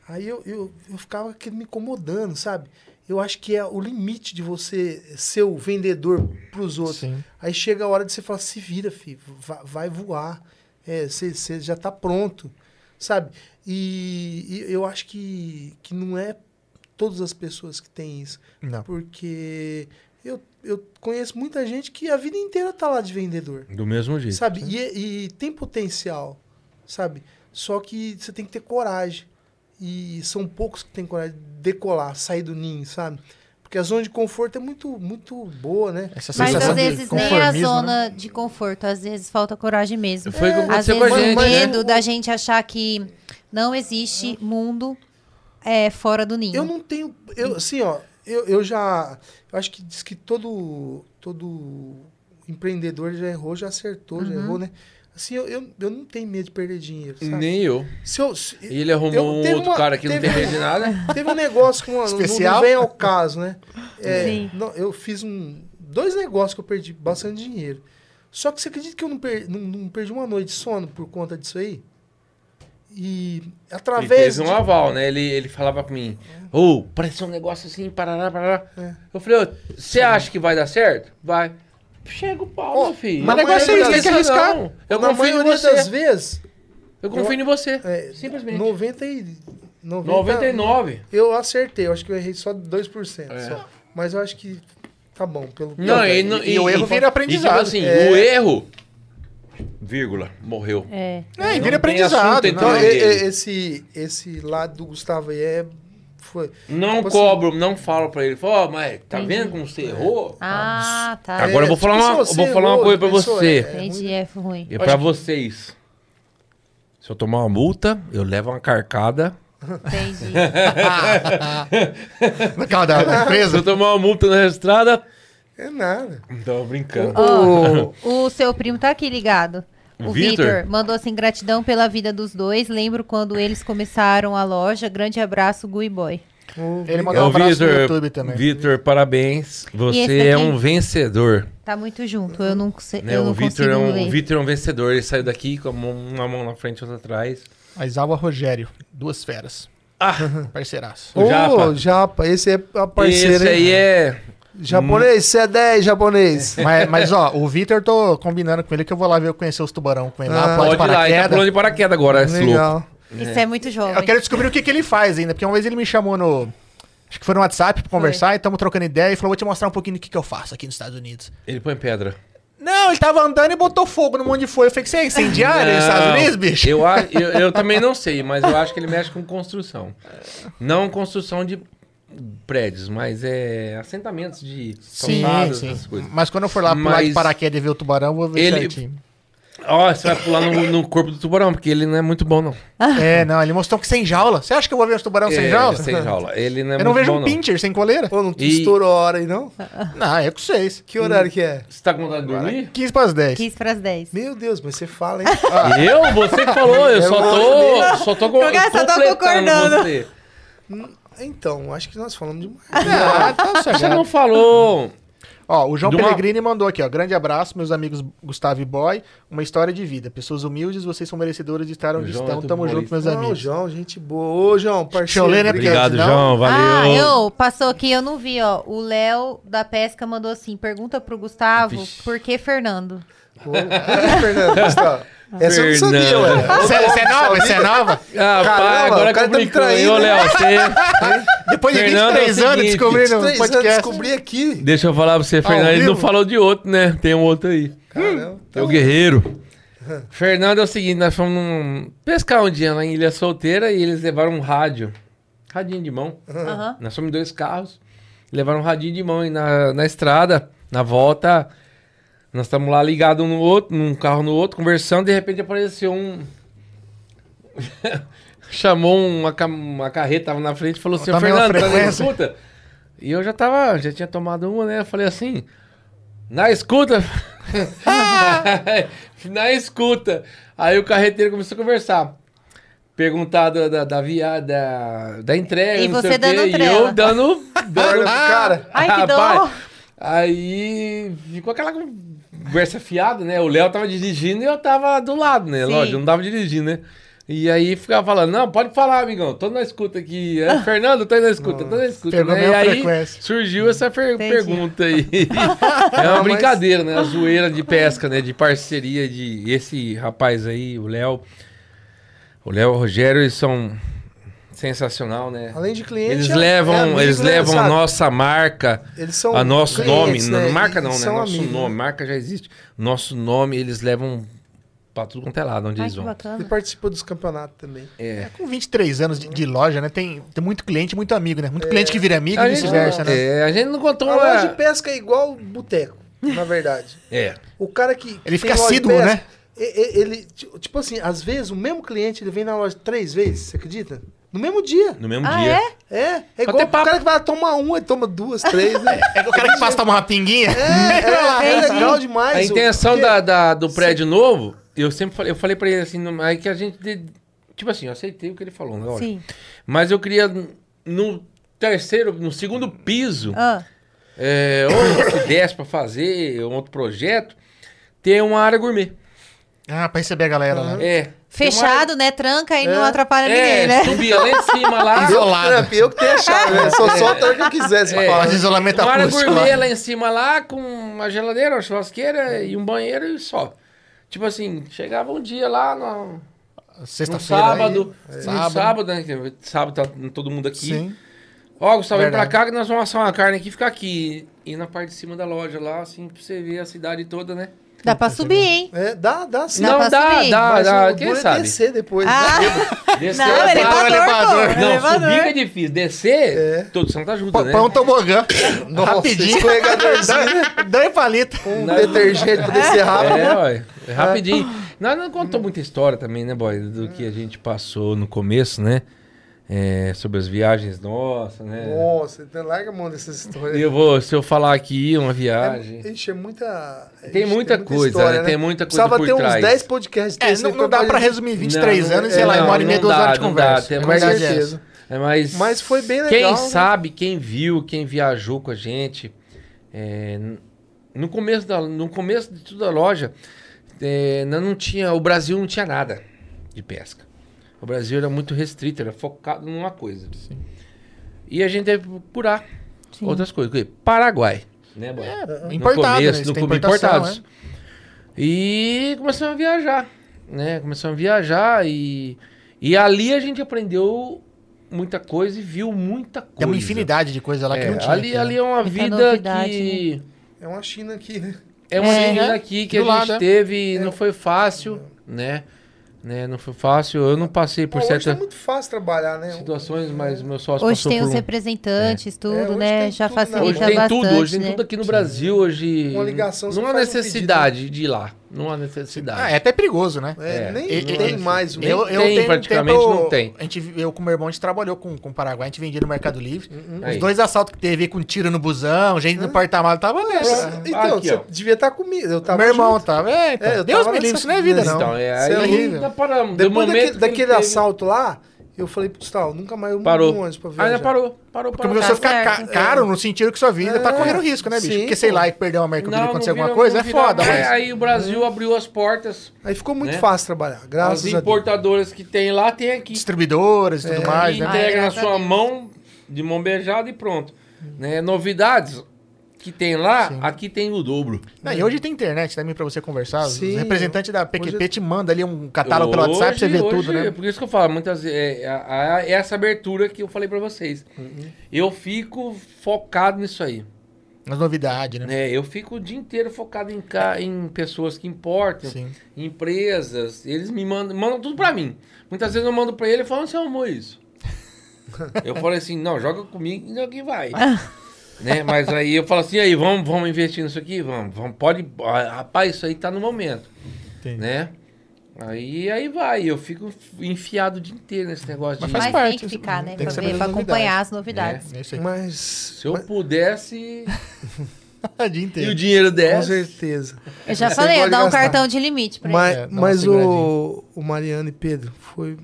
[SPEAKER 4] aí eu, eu, eu ficava aqui me incomodando, sabe? Eu acho que é o limite de você ser o vendedor pros outros.
[SPEAKER 2] Sim.
[SPEAKER 4] Aí chega a hora de você falar, se vira, filho, va- vai, voar. É, Você você já tá pronto, sabe? E, e eu acho que, que não é todas as pessoas que têm isso.
[SPEAKER 2] Não.
[SPEAKER 4] Porque eu, eu conheço muita gente que a vida inteira tá lá de vendedor,
[SPEAKER 3] Do mesmo jeito.
[SPEAKER 4] sabe?
[SPEAKER 2] é.
[SPEAKER 4] E, e tem potencial, sabe? Só que você tem que ter coragem. E são poucos que têm coragem de decolar, sair do ninho, sabe? Porque a zona de conforto é muito, muito boa, né?
[SPEAKER 2] Essa
[SPEAKER 1] Mas
[SPEAKER 2] sensação
[SPEAKER 1] às
[SPEAKER 2] de
[SPEAKER 1] vezes nem a
[SPEAKER 2] conformismo, né?
[SPEAKER 1] zona de conforto, às vezes falta coragem mesmo.
[SPEAKER 3] Foi o que
[SPEAKER 1] Às
[SPEAKER 3] aconteceu
[SPEAKER 1] vezes
[SPEAKER 3] com a
[SPEAKER 1] o
[SPEAKER 3] gente, né?
[SPEAKER 1] medo da gente achar que não existe mundo é, fora do ninho.
[SPEAKER 4] Eu não tenho. Eu, assim, ó, eu, eu já. Eu acho que diz que todo, todo empreendedor já errou, já acertou, já errou, né? Assim, eu, eu, eu não tenho medo de perder dinheiro, sabe?
[SPEAKER 3] Nem eu.
[SPEAKER 4] Se eu, se-
[SPEAKER 3] E ele arrumou
[SPEAKER 4] Eu-
[SPEAKER 3] um
[SPEAKER 4] teve
[SPEAKER 3] outro
[SPEAKER 4] uma-
[SPEAKER 3] cara que não
[SPEAKER 4] teve-
[SPEAKER 3] tem medo de nada.
[SPEAKER 4] <laughs> Teve um negócio que uma, não,
[SPEAKER 2] Especial?
[SPEAKER 4] não vem ao
[SPEAKER 3] <laughs>
[SPEAKER 4] caso, né? É,
[SPEAKER 1] Sim.
[SPEAKER 4] não, eu fiz um, dois negócios que eu perdi bastante dinheiro. Só que você acredita que eu não, per- não- não perdi uma noite de sono por conta disso aí? E
[SPEAKER 3] Ele
[SPEAKER 4] através.
[SPEAKER 3] teve um
[SPEAKER 4] de-
[SPEAKER 3] aval, né? Ele, ele falava pra mim, ô, parece um negócio assim, parará, parará.
[SPEAKER 4] É.
[SPEAKER 3] Eu falei, ô, você acha que vai dar certo? Vai. Chega o pau,
[SPEAKER 4] Ó,
[SPEAKER 3] meu filho.
[SPEAKER 4] mas
[SPEAKER 3] Não
[SPEAKER 4] negócio
[SPEAKER 3] vai
[SPEAKER 4] é isso, tem
[SPEAKER 3] acontecer,
[SPEAKER 4] que arriscar.
[SPEAKER 3] não. Eu
[SPEAKER 4] na
[SPEAKER 3] confio em
[SPEAKER 4] maioria
[SPEAKER 3] você.
[SPEAKER 4] das vezes,
[SPEAKER 3] Eu confio em você.
[SPEAKER 4] É,
[SPEAKER 3] Simplesmente.
[SPEAKER 4] 90 e, 90,
[SPEAKER 3] 99.
[SPEAKER 4] Eu acertei, eu acho que eu errei só 2%.
[SPEAKER 3] É.
[SPEAKER 4] Só. Mas eu acho que tá bom. Pelo,
[SPEAKER 3] Não,
[SPEAKER 4] pelo-
[SPEAKER 3] e,
[SPEAKER 2] e-
[SPEAKER 3] não-
[SPEAKER 2] e o erro
[SPEAKER 3] tipo
[SPEAKER 2] vira aprendizado.
[SPEAKER 3] assim,
[SPEAKER 4] É.
[SPEAKER 3] o erro, vírgula, morreu.
[SPEAKER 1] É.
[SPEAKER 2] É, e
[SPEAKER 3] Não
[SPEAKER 2] vira
[SPEAKER 3] tem
[SPEAKER 2] aprendizado.
[SPEAKER 3] assunto,
[SPEAKER 2] né?
[SPEAKER 3] então,
[SPEAKER 4] Então,
[SPEAKER 3] é
[SPEAKER 4] e- e-
[SPEAKER 3] dele.
[SPEAKER 4] esse, esse lado do Gustavo aí é. Foi.
[SPEAKER 3] Não
[SPEAKER 4] Tipo assim,
[SPEAKER 3] cobro, não falo pra ele. Fala, ó, mas tá vendo como você errou?
[SPEAKER 1] Ah, tá.
[SPEAKER 3] Agora eu vou
[SPEAKER 4] É,
[SPEAKER 3] falar uma-
[SPEAKER 4] pensou,
[SPEAKER 3] eu vou
[SPEAKER 4] você
[SPEAKER 3] falar uma
[SPEAKER 4] errou,
[SPEAKER 3] coisa pra
[SPEAKER 4] pensou,
[SPEAKER 3] você.
[SPEAKER 4] é, é
[SPEAKER 1] Entendi,
[SPEAKER 4] muito-
[SPEAKER 1] é ruim.
[SPEAKER 3] E pra vocês, se eu tomar uma multa, eu levo uma carcada.
[SPEAKER 1] Entendi.
[SPEAKER 2] No carro da, da
[SPEAKER 3] Se <laughs> eu
[SPEAKER 2] empresa.
[SPEAKER 3] tomar uma multa na estrada...
[SPEAKER 4] É nada.
[SPEAKER 3] Tô brincando.
[SPEAKER 1] Ó, o seu primo tá aqui ligado.
[SPEAKER 3] O
[SPEAKER 1] O
[SPEAKER 3] Vitor?
[SPEAKER 1] Vitor mandou assim: gratidão pela vida dos dois. Lembro quando eles começaram a loja. Grande abraço, Gui Boy.
[SPEAKER 2] Ele
[SPEAKER 3] Ô,
[SPEAKER 2] mandou um abraço no
[SPEAKER 3] Vitor,
[SPEAKER 2] YouTube também.
[SPEAKER 3] Vitor, parabéns.
[SPEAKER 1] esse
[SPEAKER 3] Você
[SPEAKER 1] aqui?
[SPEAKER 3] é um vencedor.
[SPEAKER 1] Tá muito junto. Eu não, sei-
[SPEAKER 3] Né?
[SPEAKER 1] eu não
[SPEAKER 3] O Vitor
[SPEAKER 1] consigo
[SPEAKER 3] é, um, o
[SPEAKER 1] ler.
[SPEAKER 3] Vitor é um vencedor. Ele saiu daqui com a mão- uma mão na frente e outra atrás.
[SPEAKER 2] A Isawa Rogério. Duas feras.
[SPEAKER 3] Ah,
[SPEAKER 2] <laughs> Parceiraço.
[SPEAKER 3] O
[SPEAKER 4] Ô,
[SPEAKER 3] Japa.
[SPEAKER 4] Japa. esse é a parceira.
[SPEAKER 3] esse aí
[SPEAKER 4] hein?
[SPEAKER 3] é...
[SPEAKER 4] Japonês, você é 10, japonês.
[SPEAKER 2] Mas, mas, ó, o Vitor, tô combinando com ele que eu vou lá ver eu conhecer os tubarão com ele lá.
[SPEAKER 4] Ah,
[SPEAKER 2] pular de
[SPEAKER 3] Pode ir lá, ele tá
[SPEAKER 2] paraquedas.
[SPEAKER 3] pulando de paraquedas agora, esse louco.
[SPEAKER 4] Legal.
[SPEAKER 1] Isso é muito jovem.
[SPEAKER 2] Eu quero descobrir o que, que ele faz ainda, porque uma vez ele me chamou no. Acho que foi no WhatsApp pra conversar e tamo trocando ideia e falou: vou te mostrar um pouquinho do que, que eu faço aqui nos Estados Unidos.
[SPEAKER 3] Ele põe pedra.
[SPEAKER 2] Não, ele tava andando e botou fogo no monte de folha. Eu falei, você é
[SPEAKER 4] <laughs>
[SPEAKER 2] incendiário nos Estados
[SPEAKER 3] Não,
[SPEAKER 2] Unidos, bicho?
[SPEAKER 3] Eu, a- eu, eu também não sei, mas eu acho que ele mexe com construção. Não construção de prédios, mas é assentamentos de soldados, essas coisas.
[SPEAKER 2] Mas quando eu for lá pular de
[SPEAKER 3] Mas-
[SPEAKER 2] paraquedas e ver o tubarão, eu vou ver
[SPEAKER 3] Ele-
[SPEAKER 2] certinho.
[SPEAKER 3] Ó, você vai pular no, no corpo do tubarão, porque ele não é muito bom, não.
[SPEAKER 2] É, não, ele mostrou que sem jaula. Você acha que eu vou ver os tubarão um sem
[SPEAKER 3] É,
[SPEAKER 2] jaula?
[SPEAKER 3] Sem jaula. Ele não
[SPEAKER 2] <laughs>
[SPEAKER 3] é
[SPEAKER 2] eu não
[SPEAKER 3] muito
[SPEAKER 2] vejo
[SPEAKER 3] bom,
[SPEAKER 2] um
[SPEAKER 3] não.
[SPEAKER 2] pincher sem coleira.
[SPEAKER 4] Pô, não tu
[SPEAKER 3] E- Hum.
[SPEAKER 4] estourou a hora aí, não?
[SPEAKER 2] Não, é com vocês.
[SPEAKER 4] Que horário que é?
[SPEAKER 3] Você tá com vontade de dormir?
[SPEAKER 2] 15 para as 10.
[SPEAKER 5] 15 para as 10.
[SPEAKER 4] Meu Deus, mas você fala, hein?
[SPEAKER 3] Eu? Você que falou, eu só tô. Só tô, co-
[SPEAKER 5] Eu só tô
[SPEAKER 3] completando
[SPEAKER 5] concordando.
[SPEAKER 3] Você.
[SPEAKER 4] então, acho que nós falamos demais.
[SPEAKER 2] Ah, tá
[SPEAKER 3] Você
[SPEAKER 2] sossegado.
[SPEAKER 3] não falou.
[SPEAKER 2] Ó, o João
[SPEAKER 3] De uma-
[SPEAKER 2] Pellegrini mandou aqui, ó. Grande abraço, meus amigos Gustavo e Boy. Uma história de vida. Pessoas humildes, vocês são merecedoras de estar
[SPEAKER 3] O
[SPEAKER 2] onde
[SPEAKER 3] João é
[SPEAKER 2] estão.
[SPEAKER 3] muito
[SPEAKER 2] Tamo junto,
[SPEAKER 3] humorista.
[SPEAKER 2] meus
[SPEAKER 4] não,
[SPEAKER 2] amigos.
[SPEAKER 4] João, gente boa. Ô, João, parceiro.
[SPEAKER 2] eu ler, né, porque-
[SPEAKER 4] obrigado.
[SPEAKER 2] Obrigado, João,
[SPEAKER 1] Ah, eu passou aqui, eu não vi, ó. O Léo da Pesca mandou assim: pergunta pro Gustavo
[SPEAKER 3] Vixe.
[SPEAKER 1] por que Fernando?
[SPEAKER 4] Ô, é, Fernando, Gustavo. Essa eu não sabia,
[SPEAKER 3] Fernando.
[SPEAKER 4] ué.
[SPEAKER 2] Você é nova? Você é nova?
[SPEAKER 3] Ah,
[SPEAKER 4] Caramba,
[SPEAKER 3] pá,
[SPEAKER 4] o
[SPEAKER 3] agora
[SPEAKER 4] cara tá me
[SPEAKER 3] complicou.
[SPEAKER 4] traindo,
[SPEAKER 3] hein, ô,
[SPEAKER 4] né?
[SPEAKER 3] Léo, você.
[SPEAKER 2] Depois de
[SPEAKER 3] Fernando,
[SPEAKER 2] 23
[SPEAKER 3] é o
[SPEAKER 2] anos
[SPEAKER 3] seguinte,
[SPEAKER 2] descobrindo o
[SPEAKER 4] Três anos
[SPEAKER 2] um podcast.
[SPEAKER 4] descobri aqui.
[SPEAKER 3] Deixa eu falar pra você, Fernando. Ele não
[SPEAKER 2] vivo?
[SPEAKER 3] falou de outro, né? Tem um outro aí.
[SPEAKER 4] Caramba.
[SPEAKER 3] É o guerreiro. Fernando é o seguinte, nós fomos num- pescar um dia lá em Ilha Solteira e eles levaram um rádio. Radinho de mão. <laughs>
[SPEAKER 1] Aham.
[SPEAKER 3] Nós fomos em dois carros, levaram um radinho de mão e na, na estrada, na volta, nós estamos lá ligados um no outro, num carro no outro, conversando, de repente apareceu um. <laughs> Chamou uma, ca- uma carreta, tava na frente e falou assim,
[SPEAKER 2] Tá
[SPEAKER 3] "Ô,
[SPEAKER 2] meio
[SPEAKER 3] Fernando, tá na
[SPEAKER 2] frequência."
[SPEAKER 3] escuta? E eu já tava, já tinha tomado uma, né? Eu falei assim, na escuta. <laughs> na escuta. Aí o carreteiro começou a conversar. Perguntar da, da, da viagem, da, da entrega,
[SPEAKER 1] E
[SPEAKER 3] não
[SPEAKER 1] você
[SPEAKER 3] sei o quê,
[SPEAKER 1] dando
[SPEAKER 3] E eu
[SPEAKER 1] trela.
[SPEAKER 3] dando... dando
[SPEAKER 4] cara.
[SPEAKER 1] Ai, que dó.
[SPEAKER 3] <laughs> Rapaz, Aí ficou aquela conversa fiada, né? O Léo tava dirigindo e eu tava do lado, né?
[SPEAKER 1] Sim.
[SPEAKER 3] Lógico, eu não tava dirigindo, né? E aí ficava falando, não, pode falar, amigão, tô na escuta aqui. É, Fernando, tô na escuta, tô na escuta.
[SPEAKER 2] Pegou
[SPEAKER 3] né?
[SPEAKER 2] meio
[SPEAKER 3] E
[SPEAKER 2] a
[SPEAKER 3] aí
[SPEAKER 2] frequência.
[SPEAKER 3] surgiu essa per-
[SPEAKER 5] Entendi.
[SPEAKER 3] pergunta aí. é uma brincadeira, né? A zoeira de pesca, né? De parceria de esse rapaz aí, o Léo. O Léo e o Rogério, eles são sensacional, né?
[SPEAKER 4] Além de cliente.
[SPEAKER 3] Eles
[SPEAKER 4] é-
[SPEAKER 3] levam,
[SPEAKER 4] é amigo,
[SPEAKER 3] eles
[SPEAKER 4] né,
[SPEAKER 3] levam
[SPEAKER 4] sabe?
[SPEAKER 3] nossa marca
[SPEAKER 4] Eles são
[SPEAKER 3] a Ah, nosso
[SPEAKER 4] clientes,
[SPEAKER 3] nome,
[SPEAKER 4] né,
[SPEAKER 3] não, marca
[SPEAKER 4] e
[SPEAKER 3] não, né?
[SPEAKER 4] são
[SPEAKER 3] Nosso
[SPEAKER 4] amigos, né?
[SPEAKER 3] nome, marca já existe. Nosso nome eles levam pra tudo quanto é lado, onde
[SPEAKER 1] Ai,
[SPEAKER 3] eles
[SPEAKER 1] que
[SPEAKER 3] vão.
[SPEAKER 4] Ele
[SPEAKER 1] bacana.
[SPEAKER 4] participa dos campeonatos também.
[SPEAKER 3] É.
[SPEAKER 2] Com 23 anos de, de loja, né? Tem, tem muito cliente, muito amigo, né? Muito cliente que vira amigo
[SPEAKER 3] É. A
[SPEAKER 2] e
[SPEAKER 3] gente,
[SPEAKER 2] vice-versa, né?
[SPEAKER 3] é, a gente não contou
[SPEAKER 4] A loja
[SPEAKER 3] uma...
[SPEAKER 4] de pesca é igual boteco, na verdade.
[SPEAKER 3] É.
[SPEAKER 4] O cara que. que
[SPEAKER 2] Ele fica
[SPEAKER 4] tem loja de
[SPEAKER 2] assíduo,
[SPEAKER 4] pesca,
[SPEAKER 2] né?
[SPEAKER 4] e- e- Ele, ti- tipo assim, às vezes o mesmo cliente ele vem na loja três vezes, você acredita? No mesmo dia.
[SPEAKER 3] No mesmo
[SPEAKER 1] Ah,
[SPEAKER 3] dia.
[SPEAKER 1] é?
[SPEAKER 4] É. É
[SPEAKER 3] Pra
[SPEAKER 4] igual
[SPEAKER 3] ter
[SPEAKER 4] o
[SPEAKER 3] papo.
[SPEAKER 4] cara que vai tomar uma, ele toma duas,
[SPEAKER 3] <laughs>
[SPEAKER 4] três, né?
[SPEAKER 2] É o cara que passa tomar uma pinguinha.
[SPEAKER 4] É, é, é legal demais.
[SPEAKER 3] A
[SPEAKER 4] o-
[SPEAKER 3] intenção
[SPEAKER 4] porque-
[SPEAKER 3] da, da- do prédio novo, eu sempre falei, eu falei pra ele assim, no- aí que a gente. de- tipo assim, eu aceitei o que ele falou, né? lógico.
[SPEAKER 1] Sim.
[SPEAKER 3] Mas eu queria no terceiro, no segundo piso,
[SPEAKER 1] Ah,
[SPEAKER 3] é, ou se desse pra fazer um outro projeto, ter uma área gourmet.
[SPEAKER 2] Ah, pra receber a galera lá.
[SPEAKER 3] É.
[SPEAKER 1] fechado, né? Tranca e não
[SPEAKER 3] Tem
[SPEAKER 1] atrapalha
[SPEAKER 3] uma área- É,
[SPEAKER 1] ninguém, né?
[SPEAKER 3] <laughs> subia lá em cima lá.
[SPEAKER 4] Eu,
[SPEAKER 2] isolado.
[SPEAKER 4] trampo, eu que tenho a chave, né? Sou só o tanto que eu quisesse.
[SPEAKER 3] É.
[SPEAKER 2] Fala de isolamento
[SPEAKER 3] Uma área
[SPEAKER 2] acústico.
[SPEAKER 3] gourmet
[SPEAKER 2] lá.
[SPEAKER 3] lá em cima lá, com uma geladeira, uma churrasqueira e um banheiro e só. Tipo assim, chegava um dia lá no, no
[SPEAKER 2] Sexta-feira. aí. é.
[SPEAKER 3] sábado. No
[SPEAKER 2] Sábado.
[SPEAKER 3] sábado, né? que Sábado tá todo mundo aqui.
[SPEAKER 2] Sim.
[SPEAKER 3] Ó, Gustavo, vem pra
[SPEAKER 2] Verdade.
[SPEAKER 3] cá que nós vamos assar uma carne aqui e ficar aqui. E na parte de cima da loja lá, assim, pra você ver a cidade toda, né?
[SPEAKER 1] Dá pra subir, hein?
[SPEAKER 4] É, dá, dá sim.
[SPEAKER 1] Dá
[SPEAKER 3] Não,
[SPEAKER 1] pra
[SPEAKER 3] dá,
[SPEAKER 1] subir?
[SPEAKER 3] dá,
[SPEAKER 4] Mas
[SPEAKER 3] dá.
[SPEAKER 4] o
[SPEAKER 3] Quem
[SPEAKER 4] duro é
[SPEAKER 3] sabe?
[SPEAKER 4] <laughs> descer depois. né?
[SPEAKER 1] Ah,
[SPEAKER 3] <laughs> Descer,
[SPEAKER 5] Não,
[SPEAKER 3] é
[SPEAKER 5] ele
[SPEAKER 3] fácil.
[SPEAKER 5] elevador,
[SPEAKER 2] elevador.
[SPEAKER 5] pô,
[SPEAKER 3] Não,
[SPEAKER 5] elevador.
[SPEAKER 3] subir que é difícil. Descer,
[SPEAKER 4] É.
[SPEAKER 3] todo santo ajuda,
[SPEAKER 2] Pô,
[SPEAKER 3] né?
[SPEAKER 2] Põe um tobogã.
[SPEAKER 4] Nossa,
[SPEAKER 2] Rapidinho.
[SPEAKER 4] <laughs> escorregadorzinho.
[SPEAKER 2] Dá- Dá em palito.
[SPEAKER 4] Um
[SPEAKER 3] Não.
[SPEAKER 4] detergente pra descer rápido.
[SPEAKER 3] É, ué, é rapidinho. Nós não contou muita história também, né, boy? Do que a gente passou no começo, né? É, sobre as viagens nossas, né?
[SPEAKER 4] Nossa, então larga a mão dessas histórias.
[SPEAKER 3] Eu vou, se eu falar aqui uma viagem.
[SPEAKER 4] É, Ixi, é muita.
[SPEAKER 3] Ah, Tem
[SPEAKER 4] ixi,
[SPEAKER 3] muita coisa,
[SPEAKER 4] história,
[SPEAKER 3] né? Tem muita coisa
[SPEAKER 4] Precisava
[SPEAKER 3] por
[SPEAKER 4] ter uns
[SPEAKER 3] trás.
[SPEAKER 4] 10 podcasts
[SPEAKER 2] É,
[SPEAKER 4] desses
[SPEAKER 2] não,
[SPEAKER 4] aí
[SPEAKER 2] não dá pra
[SPEAKER 4] gente-
[SPEAKER 2] resumir 23
[SPEAKER 3] Não, é,
[SPEAKER 2] anos e, sei lá,
[SPEAKER 3] não,
[SPEAKER 2] uma hora e meia,
[SPEAKER 3] não
[SPEAKER 2] duas
[SPEAKER 3] dá,
[SPEAKER 2] horas de
[SPEAKER 3] não
[SPEAKER 2] conversa.
[SPEAKER 3] dá, tem
[SPEAKER 2] É
[SPEAKER 3] mais
[SPEAKER 2] verdade
[SPEAKER 3] certeza.
[SPEAKER 2] essa.
[SPEAKER 3] É, mas,
[SPEAKER 4] Mas foi bem legal.
[SPEAKER 3] quem
[SPEAKER 4] né?
[SPEAKER 3] sabe, quem viu, quem viajou com a gente. é, n- no, começo da, no começo de tudo a loja, é, nós não tinha, o Brasil não tinha nada de pesca. O Brasil era muito restrito, era focado numa coisa. E a gente teve que procurar outras coisas. Paraguai. Né, boy?
[SPEAKER 2] É, importado,
[SPEAKER 3] começo, é
[SPEAKER 2] né?
[SPEAKER 3] no
[SPEAKER 2] Tem
[SPEAKER 3] come-
[SPEAKER 2] importação,
[SPEAKER 3] importados.
[SPEAKER 2] né?
[SPEAKER 3] E começamos a viajar, né? Começamos a viajar e, e ali a gente aprendeu muita coisa e viu muita coisa.
[SPEAKER 2] Tem uma infinidade de coisa lá que
[SPEAKER 3] É,
[SPEAKER 2] não tinha.
[SPEAKER 3] ali,
[SPEAKER 2] aqui, né?
[SPEAKER 3] ali é uma
[SPEAKER 1] Muita
[SPEAKER 3] vida
[SPEAKER 1] novidade,
[SPEAKER 3] que...
[SPEAKER 4] É uma China aqui, né?
[SPEAKER 3] é uma
[SPEAKER 1] É.
[SPEAKER 3] menina aqui que
[SPEAKER 2] Do
[SPEAKER 3] a gente
[SPEAKER 2] lado, é.
[SPEAKER 3] teve e não foi fácil, né? né? Não foi fácil. Eu não passei
[SPEAKER 4] Pô,
[SPEAKER 3] por
[SPEAKER 4] hoje é
[SPEAKER 3] certas
[SPEAKER 4] muito fácil trabalhar, né?
[SPEAKER 3] situações, mas meu sócio
[SPEAKER 1] Hoje
[SPEAKER 3] passou
[SPEAKER 1] tem
[SPEAKER 3] por
[SPEAKER 1] os
[SPEAKER 3] um-
[SPEAKER 1] representantes,
[SPEAKER 4] É,
[SPEAKER 1] tudo,
[SPEAKER 4] hoje
[SPEAKER 1] né?
[SPEAKER 4] tem
[SPEAKER 1] Já
[SPEAKER 4] tudo na
[SPEAKER 1] facilita
[SPEAKER 4] mão.
[SPEAKER 3] Hoje tem
[SPEAKER 1] bastante,
[SPEAKER 3] tudo, hoje tem
[SPEAKER 1] né?
[SPEAKER 3] tudo aqui no Brasil, hoje
[SPEAKER 4] Uma ligação, você
[SPEAKER 3] não há
[SPEAKER 4] faz um
[SPEAKER 3] necessidade de ir lá, não há
[SPEAKER 2] Ah,
[SPEAKER 3] necessidade.
[SPEAKER 2] é até perigoso, né?
[SPEAKER 4] É,
[SPEAKER 3] É.
[SPEAKER 4] nem
[SPEAKER 3] E-
[SPEAKER 2] e-
[SPEAKER 4] tem
[SPEAKER 2] e-
[SPEAKER 4] mais.
[SPEAKER 3] Nem
[SPEAKER 4] né?
[SPEAKER 2] eu, eu
[SPEAKER 3] tem,
[SPEAKER 2] tenho um
[SPEAKER 3] praticamente
[SPEAKER 2] tempo-
[SPEAKER 3] não tem.
[SPEAKER 2] A gente, eu com o meu irmão, a gente trabalhou com, com o Paraguai, a gente vendia no Mercado Livre.
[SPEAKER 3] Uhum. Aí. Uhum.
[SPEAKER 2] Os dois assaltos que teve com tiro no busão, gente no porta-malas,
[SPEAKER 3] É,
[SPEAKER 2] tava nessa.
[SPEAKER 4] Então,
[SPEAKER 3] Ah, Aqui,
[SPEAKER 4] você
[SPEAKER 3] ó.
[SPEAKER 4] devia estar comigo. Eu tava
[SPEAKER 2] Meu irmão
[SPEAKER 4] junto.
[SPEAKER 2] tava. É, então,
[SPEAKER 4] É, eu
[SPEAKER 2] Deus
[SPEAKER 4] tava
[SPEAKER 2] me livre,
[SPEAKER 4] nessa-
[SPEAKER 2] isso não é vida, não.
[SPEAKER 3] Então, é,
[SPEAKER 4] Isso é
[SPEAKER 3] aí
[SPEAKER 4] horrível.
[SPEAKER 3] dá para, do
[SPEAKER 4] Depois
[SPEAKER 3] momento
[SPEAKER 4] daquele,
[SPEAKER 3] que
[SPEAKER 4] daquele
[SPEAKER 3] ele teve,
[SPEAKER 4] assalto lá, eu falei pro Gustavo, nunca mais eu mudo
[SPEAKER 3] parou.
[SPEAKER 4] um ônibus pra viajar.
[SPEAKER 3] Ainda parou, parou,
[SPEAKER 2] Porque
[SPEAKER 3] parou.
[SPEAKER 2] começou a ficar
[SPEAKER 1] Tá
[SPEAKER 2] ca- caro no sentido que sua vida tá
[SPEAKER 4] É,
[SPEAKER 2] correndo risco, né, bicho?
[SPEAKER 4] sim,
[SPEAKER 2] Porque sei
[SPEAKER 4] pô.
[SPEAKER 2] lá, e perder uma mercadoria, acontecer alguma
[SPEAKER 3] virou-
[SPEAKER 2] coisa,
[SPEAKER 3] não
[SPEAKER 2] é
[SPEAKER 3] virou-
[SPEAKER 2] foda,
[SPEAKER 3] é,
[SPEAKER 2] mas. Hum.
[SPEAKER 3] Aí o Brasil abriu as portas.
[SPEAKER 4] Aí ficou muito
[SPEAKER 3] Né?
[SPEAKER 4] fácil trabalhar,
[SPEAKER 3] As
[SPEAKER 4] graças a Deus.
[SPEAKER 3] importadoras que tem lá, tem aqui.
[SPEAKER 2] Distribuidoras e tudo mais,
[SPEAKER 3] e
[SPEAKER 2] né?
[SPEAKER 1] Ai,
[SPEAKER 3] entrega na
[SPEAKER 1] graças a
[SPEAKER 3] sua
[SPEAKER 1] Deus.
[SPEAKER 3] mão, de mão beijada e pronto. Né? Novidades que tem lá, aqui tem o dobro.
[SPEAKER 2] Não, e hoje tem internet também pra você conversar.
[SPEAKER 4] Sim.
[SPEAKER 2] Os representantes da PQP
[SPEAKER 4] Hoje-
[SPEAKER 2] te mandam ali um catálogo pelo
[SPEAKER 3] Hoje-
[SPEAKER 2] WhatsApp, você vê tudo,
[SPEAKER 3] hoje, é
[SPEAKER 2] né?
[SPEAKER 3] Por isso que eu falo, muitas vezes, é, a- a- essa abertura que eu falei pra vocês.
[SPEAKER 2] Uhum.
[SPEAKER 3] Eu fico focado nisso aí.
[SPEAKER 2] Nas novidades, né?
[SPEAKER 3] Né? Eu fico o dia inteiro focado em, ca- em pessoas que importam,
[SPEAKER 2] Sim.
[SPEAKER 3] em empresas. Eles me mandam, mandam tudo pra mim. Muitas vezes eu mando pra ele e falo, "Onde você
[SPEAKER 2] <laughs>
[SPEAKER 3] arrumou isso? eu falo assim, não, joga comigo e que vai. né? Mas aí eu falo assim, e aí, vamos, vamos investir nisso aqui? Vamos, vamos, pode. ah, Rapaz, isso aí tá no momento.
[SPEAKER 2] Entendi.
[SPEAKER 3] Né? Aí, aí vai, eu fico enfiado o dia inteiro nesse negócio de.
[SPEAKER 2] faz
[SPEAKER 1] Mas
[SPEAKER 2] parte,
[SPEAKER 1] tem que ficar, né?
[SPEAKER 2] tem
[SPEAKER 1] Pra,
[SPEAKER 2] que
[SPEAKER 1] ver,
[SPEAKER 2] saber
[SPEAKER 1] pra
[SPEAKER 4] as
[SPEAKER 1] acompanhar as novidades.
[SPEAKER 2] É isso aí. <laughs>
[SPEAKER 4] Mas.
[SPEAKER 3] Se eu pudesse
[SPEAKER 2] O dia
[SPEAKER 3] e o
[SPEAKER 2] inteiro.
[SPEAKER 3] dinheiro
[SPEAKER 4] Com
[SPEAKER 3] desse.
[SPEAKER 4] certeza.
[SPEAKER 3] É.
[SPEAKER 1] Eu já
[SPEAKER 4] Você
[SPEAKER 1] falei, eu
[SPEAKER 4] pode
[SPEAKER 1] dou um
[SPEAKER 4] gastar.
[SPEAKER 1] cartão de limite pra ele.
[SPEAKER 4] Mas,
[SPEAKER 2] É, dá uma
[SPEAKER 4] mas o,
[SPEAKER 2] seguradinha.
[SPEAKER 4] o Mariano e Pedro, foi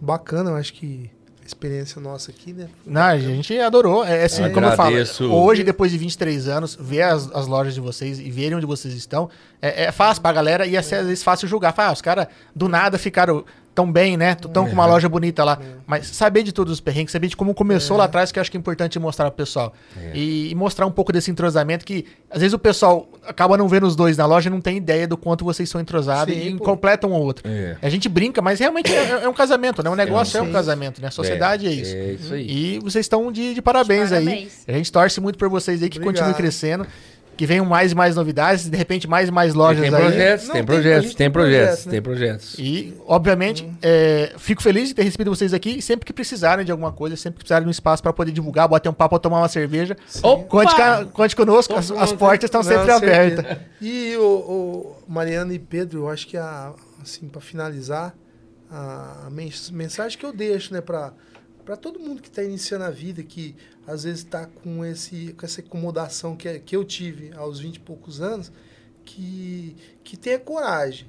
[SPEAKER 4] bacana, eu acho que a experiência nossa aqui, né?
[SPEAKER 2] Não, a gente adorou. É assim,
[SPEAKER 3] Eu
[SPEAKER 2] como
[SPEAKER 3] agradeço.
[SPEAKER 2] eu falo, hoje, depois de 23 anos, ver as, as lojas de vocês e verem onde vocês estão, é, é fácil pra galera e é, às vezes fácil julgar. Fala, ah, os caras do nada ficaram tão bem, né? Tão com uma loja bonita
[SPEAKER 4] É.
[SPEAKER 2] lá. Mas saber de todos os perrengues, saber de como começou lá atrás, que eu acho que é importante mostrar pro pessoal. E, e mostrar um pouco desse entrosamento que, às vezes, o pessoal acaba não vendo os dois na loja e não tem ideia do quanto vocês são entrosados
[SPEAKER 4] Sim,
[SPEAKER 2] e
[SPEAKER 4] pô.
[SPEAKER 2] completam um ao outro.
[SPEAKER 3] É.
[SPEAKER 2] A gente brinca, mas realmente é, é um casamento, né? Um negócio é um casamento, né? A sociedade é, isso.
[SPEAKER 3] É isso aí.
[SPEAKER 2] E vocês estão de, de parabéns,
[SPEAKER 1] De
[SPEAKER 2] aí.
[SPEAKER 1] parabéns.
[SPEAKER 2] A gente torce muito por vocês aí que
[SPEAKER 4] Obrigado.
[SPEAKER 2] continuem crescendo, que venham mais e mais novidades, de repente mais e mais lojas
[SPEAKER 3] tem
[SPEAKER 2] aí.
[SPEAKER 3] projetos,
[SPEAKER 4] Não,
[SPEAKER 3] tem
[SPEAKER 4] tem- a
[SPEAKER 3] projetos,
[SPEAKER 4] gente
[SPEAKER 3] tem
[SPEAKER 4] tem
[SPEAKER 3] projetos,
[SPEAKER 4] projeto, né?
[SPEAKER 3] tem projetos.
[SPEAKER 2] E, obviamente,
[SPEAKER 4] Uhum.
[SPEAKER 2] é, fico feliz de ter recebido vocês aqui. E sempre que precisarem de alguma coisa, sempre que precisarem de um espaço para poder divulgar, bater um papo ou tomar uma cerveja,
[SPEAKER 3] Opa!
[SPEAKER 2] conte, ca- conte conosco, as, as portas estão
[SPEAKER 4] Não,
[SPEAKER 2] sempre
[SPEAKER 4] certeza.
[SPEAKER 2] abertas.
[SPEAKER 4] E o, o Mariano e Pedro, eu acho que a, assim, para finalizar, a mens- mensagem que eu deixo, né, para para todo mundo que está iniciando a vida, que às vezes está com esse com essa incomodação que, é- que eu tive aos 20 e poucos anos, que que tenha coragem,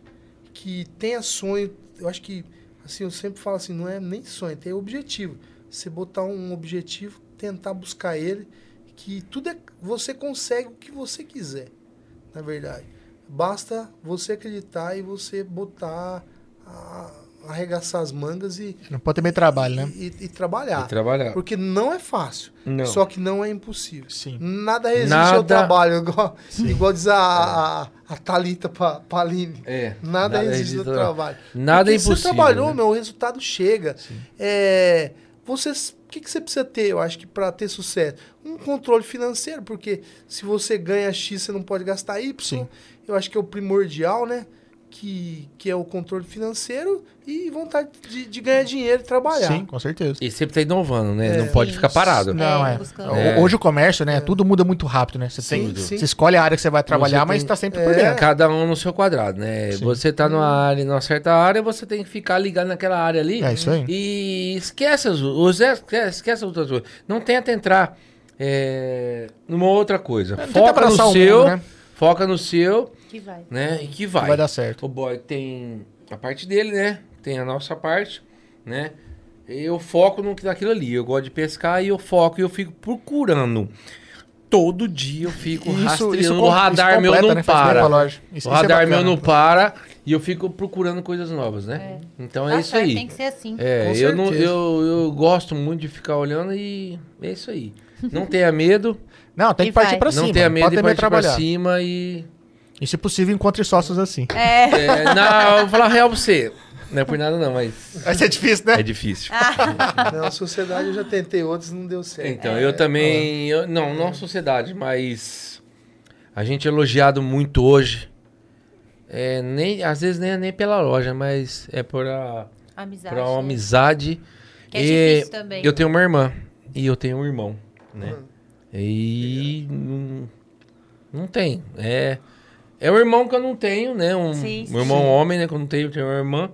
[SPEAKER 4] que tenha sonho. Eu acho que assim, eu sempre falo assim, não é nem sonho, tem objetivo. Você botar um objetivo, tentar buscar ele, que tudo é você consegue o que você quiser na verdade. Basta você acreditar e você botar, a- arregaçar as mangas e,
[SPEAKER 2] Não pode ter meio trabalho, né?
[SPEAKER 4] e, e trabalhar.
[SPEAKER 3] E trabalhar.
[SPEAKER 4] Porque não é fácil.
[SPEAKER 3] Não.
[SPEAKER 4] Só que não é impossível.
[SPEAKER 2] Sim.
[SPEAKER 4] Nada resiste ao
[SPEAKER 3] Nada-
[SPEAKER 4] trabalho. Igual, igual diz a, a, a Thalita pa, Paline.
[SPEAKER 3] É,
[SPEAKER 4] Nada,
[SPEAKER 3] nada
[SPEAKER 4] resiste
[SPEAKER 3] resiste
[SPEAKER 4] ao
[SPEAKER 3] ao
[SPEAKER 4] trabalho.
[SPEAKER 3] Nada
[SPEAKER 4] Porque
[SPEAKER 3] é impossível,
[SPEAKER 4] Você trabalhou,
[SPEAKER 3] né?
[SPEAKER 4] meu, o resultado chega. É, você, o que, que você precisa ter, eu acho que para ter sucesso? Um controle financeiro, porque se você ganha X, você não pode gastar Y.
[SPEAKER 2] Sim.
[SPEAKER 4] Eu acho que é o primordial, né? Que, que é o controle financeiro e vontade de, de ganhar dinheiro e trabalhar.
[SPEAKER 2] Sim, com certeza.
[SPEAKER 3] E sempre tá inovando,
[SPEAKER 2] É.
[SPEAKER 3] né? Não pode ficar parado.
[SPEAKER 2] Não,
[SPEAKER 1] É,
[SPEAKER 2] é.
[SPEAKER 1] buscando.
[SPEAKER 3] É.
[SPEAKER 2] Hoje o comércio, né? Tudo muda muito rápido, né? Você, tem,
[SPEAKER 4] Sim, sim.
[SPEAKER 2] você escolhe a área que você vai trabalhar,
[SPEAKER 3] Você
[SPEAKER 2] mas
[SPEAKER 3] tem-
[SPEAKER 2] está sempre
[SPEAKER 4] É.
[SPEAKER 2] por dentro.
[SPEAKER 3] Cada um no seu quadrado, né? Você tá numa área, numa certa área, você tem que ficar ligado naquela área ali.
[SPEAKER 2] É isso aí.
[SPEAKER 3] E esquece as, os, esquece, esquece as outras coisas. Não tenta entrar é, numa outra coisa.
[SPEAKER 2] É, não tenta
[SPEAKER 3] foca no
[SPEAKER 2] abraçar o mundo,
[SPEAKER 3] seu,
[SPEAKER 2] né?
[SPEAKER 3] foca no seu,
[SPEAKER 1] Que vai.
[SPEAKER 3] né? E que
[SPEAKER 2] Vai dar certo.
[SPEAKER 3] O boy tem a parte dele, né? Tem a nossa parte, né? Eu foco no, naquilo ali. Eu gosto de pescar e eu foco e eu fico procurando. Todo dia eu fico rastreando. o
[SPEAKER 2] com-
[SPEAKER 3] radar
[SPEAKER 2] isso
[SPEAKER 3] meu
[SPEAKER 2] completa,
[SPEAKER 3] não
[SPEAKER 2] né? Faz bem pra
[SPEAKER 3] para.
[SPEAKER 2] loja. Isso- isso
[SPEAKER 3] O
[SPEAKER 2] é
[SPEAKER 3] radar
[SPEAKER 2] bacana.
[SPEAKER 3] meu não para e eu fico procurando coisas novas, né? Então é
[SPEAKER 1] Tá
[SPEAKER 3] isso
[SPEAKER 1] certo,
[SPEAKER 3] aí.
[SPEAKER 1] Tem que ser assim.
[SPEAKER 3] É,
[SPEAKER 4] Com
[SPEAKER 3] eu, não,
[SPEAKER 4] certeza.
[SPEAKER 3] eu, eu gosto muito de ficar olhando e é isso aí. Não tenha medo,
[SPEAKER 2] Não, tem
[SPEAKER 1] E
[SPEAKER 2] que partir
[SPEAKER 1] vai.
[SPEAKER 2] <laughs> pra cima.
[SPEAKER 3] não tenha
[SPEAKER 2] não
[SPEAKER 3] medo
[SPEAKER 2] pode
[SPEAKER 3] e
[SPEAKER 2] ter medo de
[SPEAKER 3] partir pra
[SPEAKER 2] trabalhar.
[SPEAKER 3] cima e...
[SPEAKER 2] E se possível, encontre sócios assim.
[SPEAKER 1] É,
[SPEAKER 3] É, não, eu vou falar a real pra você. Não é por nada não, mas
[SPEAKER 2] Vai ser difícil, né?
[SPEAKER 3] é difícil.
[SPEAKER 1] Ah.
[SPEAKER 4] Não, Então, sociedade eu já
[SPEAKER 1] É.
[SPEAKER 4] tentei outros, não deu certo. É.
[SPEAKER 3] Então, eu também... Eu, não, não sociedade, mas... A gente é elogiado muito hoje. É, nem, às vezes nem, nem pela loja, mas é por, a,
[SPEAKER 1] Amizade.
[SPEAKER 3] por uma
[SPEAKER 1] né?
[SPEAKER 3] amizade.
[SPEAKER 1] Que é
[SPEAKER 3] E
[SPEAKER 1] difícil também.
[SPEAKER 3] Eu tenho uma irmã e eu tenho um irmão, né? E não, não tem. É, é o irmão que eu não tenho, né? Um,
[SPEAKER 1] Sim,
[SPEAKER 3] um irmão homem, né? Que eu não tenho, eu tenho uma irmã,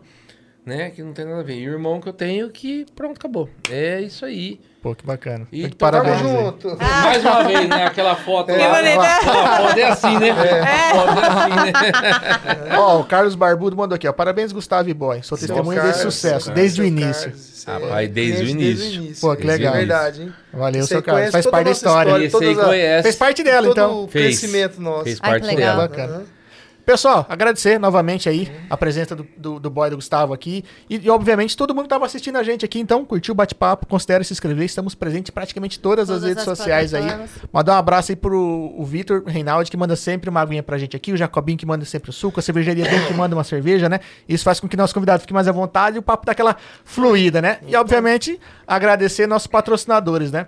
[SPEAKER 3] né? Que não tem nada a ver. E o irmão que eu tenho que pronto, acabou. É isso aí.
[SPEAKER 2] Pô, que bacana.
[SPEAKER 3] E
[SPEAKER 2] Tem que
[SPEAKER 3] então tamo
[SPEAKER 2] parabéns. aí. Ah.
[SPEAKER 3] Mais uma vez, né? Aquela
[SPEAKER 2] É.
[SPEAKER 3] foto
[SPEAKER 6] Que
[SPEAKER 3] lá.
[SPEAKER 6] bonito, né?
[SPEAKER 3] Aquela foto é assim, né? A foto é assim, né?
[SPEAKER 2] Ó, o Carlos Barbudo mandou aqui, ó. Parabéns, Gustavo e Boy. Sou testemunha desse
[SPEAKER 4] Carlos,
[SPEAKER 2] sucesso,
[SPEAKER 3] seu
[SPEAKER 2] desde o início.
[SPEAKER 3] Rapaz, desde o início.
[SPEAKER 2] Pô, que legal.
[SPEAKER 4] É verdade, hein?
[SPEAKER 2] Valeu,
[SPEAKER 4] Você
[SPEAKER 2] seu Carlos.
[SPEAKER 4] conhece
[SPEAKER 2] Faz
[SPEAKER 4] toda
[SPEAKER 2] parte da
[SPEAKER 4] a nossa
[SPEAKER 2] história.
[SPEAKER 4] história,
[SPEAKER 3] Esse aí
[SPEAKER 4] todas a-
[SPEAKER 3] conhece.
[SPEAKER 2] Fez parte dela,
[SPEAKER 4] Todo
[SPEAKER 2] então. É
[SPEAKER 4] o
[SPEAKER 3] Fez.
[SPEAKER 4] crescimento nosso.
[SPEAKER 3] Fez
[SPEAKER 1] Ai, que
[SPEAKER 3] parte
[SPEAKER 1] legal.
[SPEAKER 3] dela.
[SPEAKER 2] Bacana.
[SPEAKER 4] Aham.
[SPEAKER 2] Pessoal, agradecer novamente aí a presença do, do, do boy do Gustavo aqui. E, e, obviamente, todo mundo que estava assistindo a gente aqui, então, curtiu o bate-papo, considere se inscrever. Estamos presentes em praticamente todas,
[SPEAKER 1] Todas
[SPEAKER 2] as redes
[SPEAKER 1] as
[SPEAKER 2] sociais aí.
[SPEAKER 1] plataformas.
[SPEAKER 2] Mandar um abraço aí pro o Vitor Reinaldi, que manda sempre uma aguinha pra gente aqui, o Jacobinho que manda sempre o suco, a cervejaria Dom que manda uma cerveja, né? Isso faz com que nosso convidado fique mais à vontade e o papo dá aquela fluida, né? E, obviamente, agradecer nossos patrocinadores, né?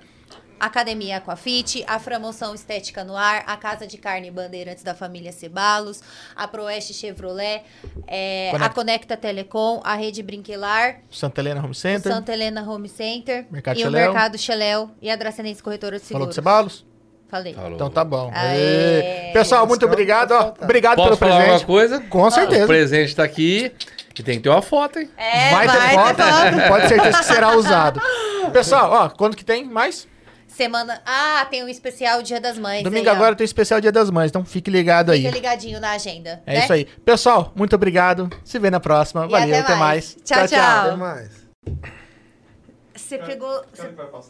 [SPEAKER 1] Academia Aquafit, a Framoção Estética no Ar, a Casa de Carne Bandeirantes da Família Cebalos, a Proeste Chevrolet, é, a
[SPEAKER 2] Conecta.
[SPEAKER 1] Conecta Telecom, a Rede Brinquilar,
[SPEAKER 2] Santa Helena Home
[SPEAKER 1] o
[SPEAKER 2] Center,
[SPEAKER 1] Santa Helena Home Center
[SPEAKER 2] Mercado
[SPEAKER 1] e o
[SPEAKER 2] Xeléu.
[SPEAKER 1] Mercado Xeléu e a Dracenense Corretora de
[SPEAKER 2] falou
[SPEAKER 1] Seguros.
[SPEAKER 2] de Cebalos.
[SPEAKER 1] Falei.
[SPEAKER 3] Falou.
[SPEAKER 2] Então tá bom.
[SPEAKER 1] Aê.
[SPEAKER 2] Ê. Pessoal, tá. muito
[SPEAKER 4] Então,
[SPEAKER 2] obrigado.
[SPEAKER 4] não
[SPEAKER 2] ó.
[SPEAKER 4] falta.
[SPEAKER 2] Obrigado
[SPEAKER 3] Posso
[SPEAKER 2] pelo
[SPEAKER 3] falar
[SPEAKER 2] presente.
[SPEAKER 3] alguma coisa?
[SPEAKER 2] Com certeza.
[SPEAKER 3] O presente tá aqui. E tem que ter uma foto, hein?
[SPEAKER 1] É,
[SPEAKER 2] vai, ter
[SPEAKER 6] vai
[SPEAKER 2] foto,
[SPEAKER 6] ter foto.
[SPEAKER 2] <laughs> pode ter certeza que será usado. Pessoal, ó, quando que tem mais?
[SPEAKER 1] <laughs> Semana. Ah, tem um especial Dia das Mães.
[SPEAKER 2] Domingo
[SPEAKER 1] aí, ó.
[SPEAKER 2] agora tem o especial Dia das Mães, então fique ligado aí.
[SPEAKER 1] Fica ligadinho na agenda.
[SPEAKER 2] É
[SPEAKER 1] né?
[SPEAKER 2] isso aí. Pessoal, muito obrigado. Se vê na próxima.
[SPEAKER 1] E
[SPEAKER 2] Valeu, até mais.
[SPEAKER 1] Tchau, tchau.
[SPEAKER 4] Até mais.
[SPEAKER 1] Você pegou. você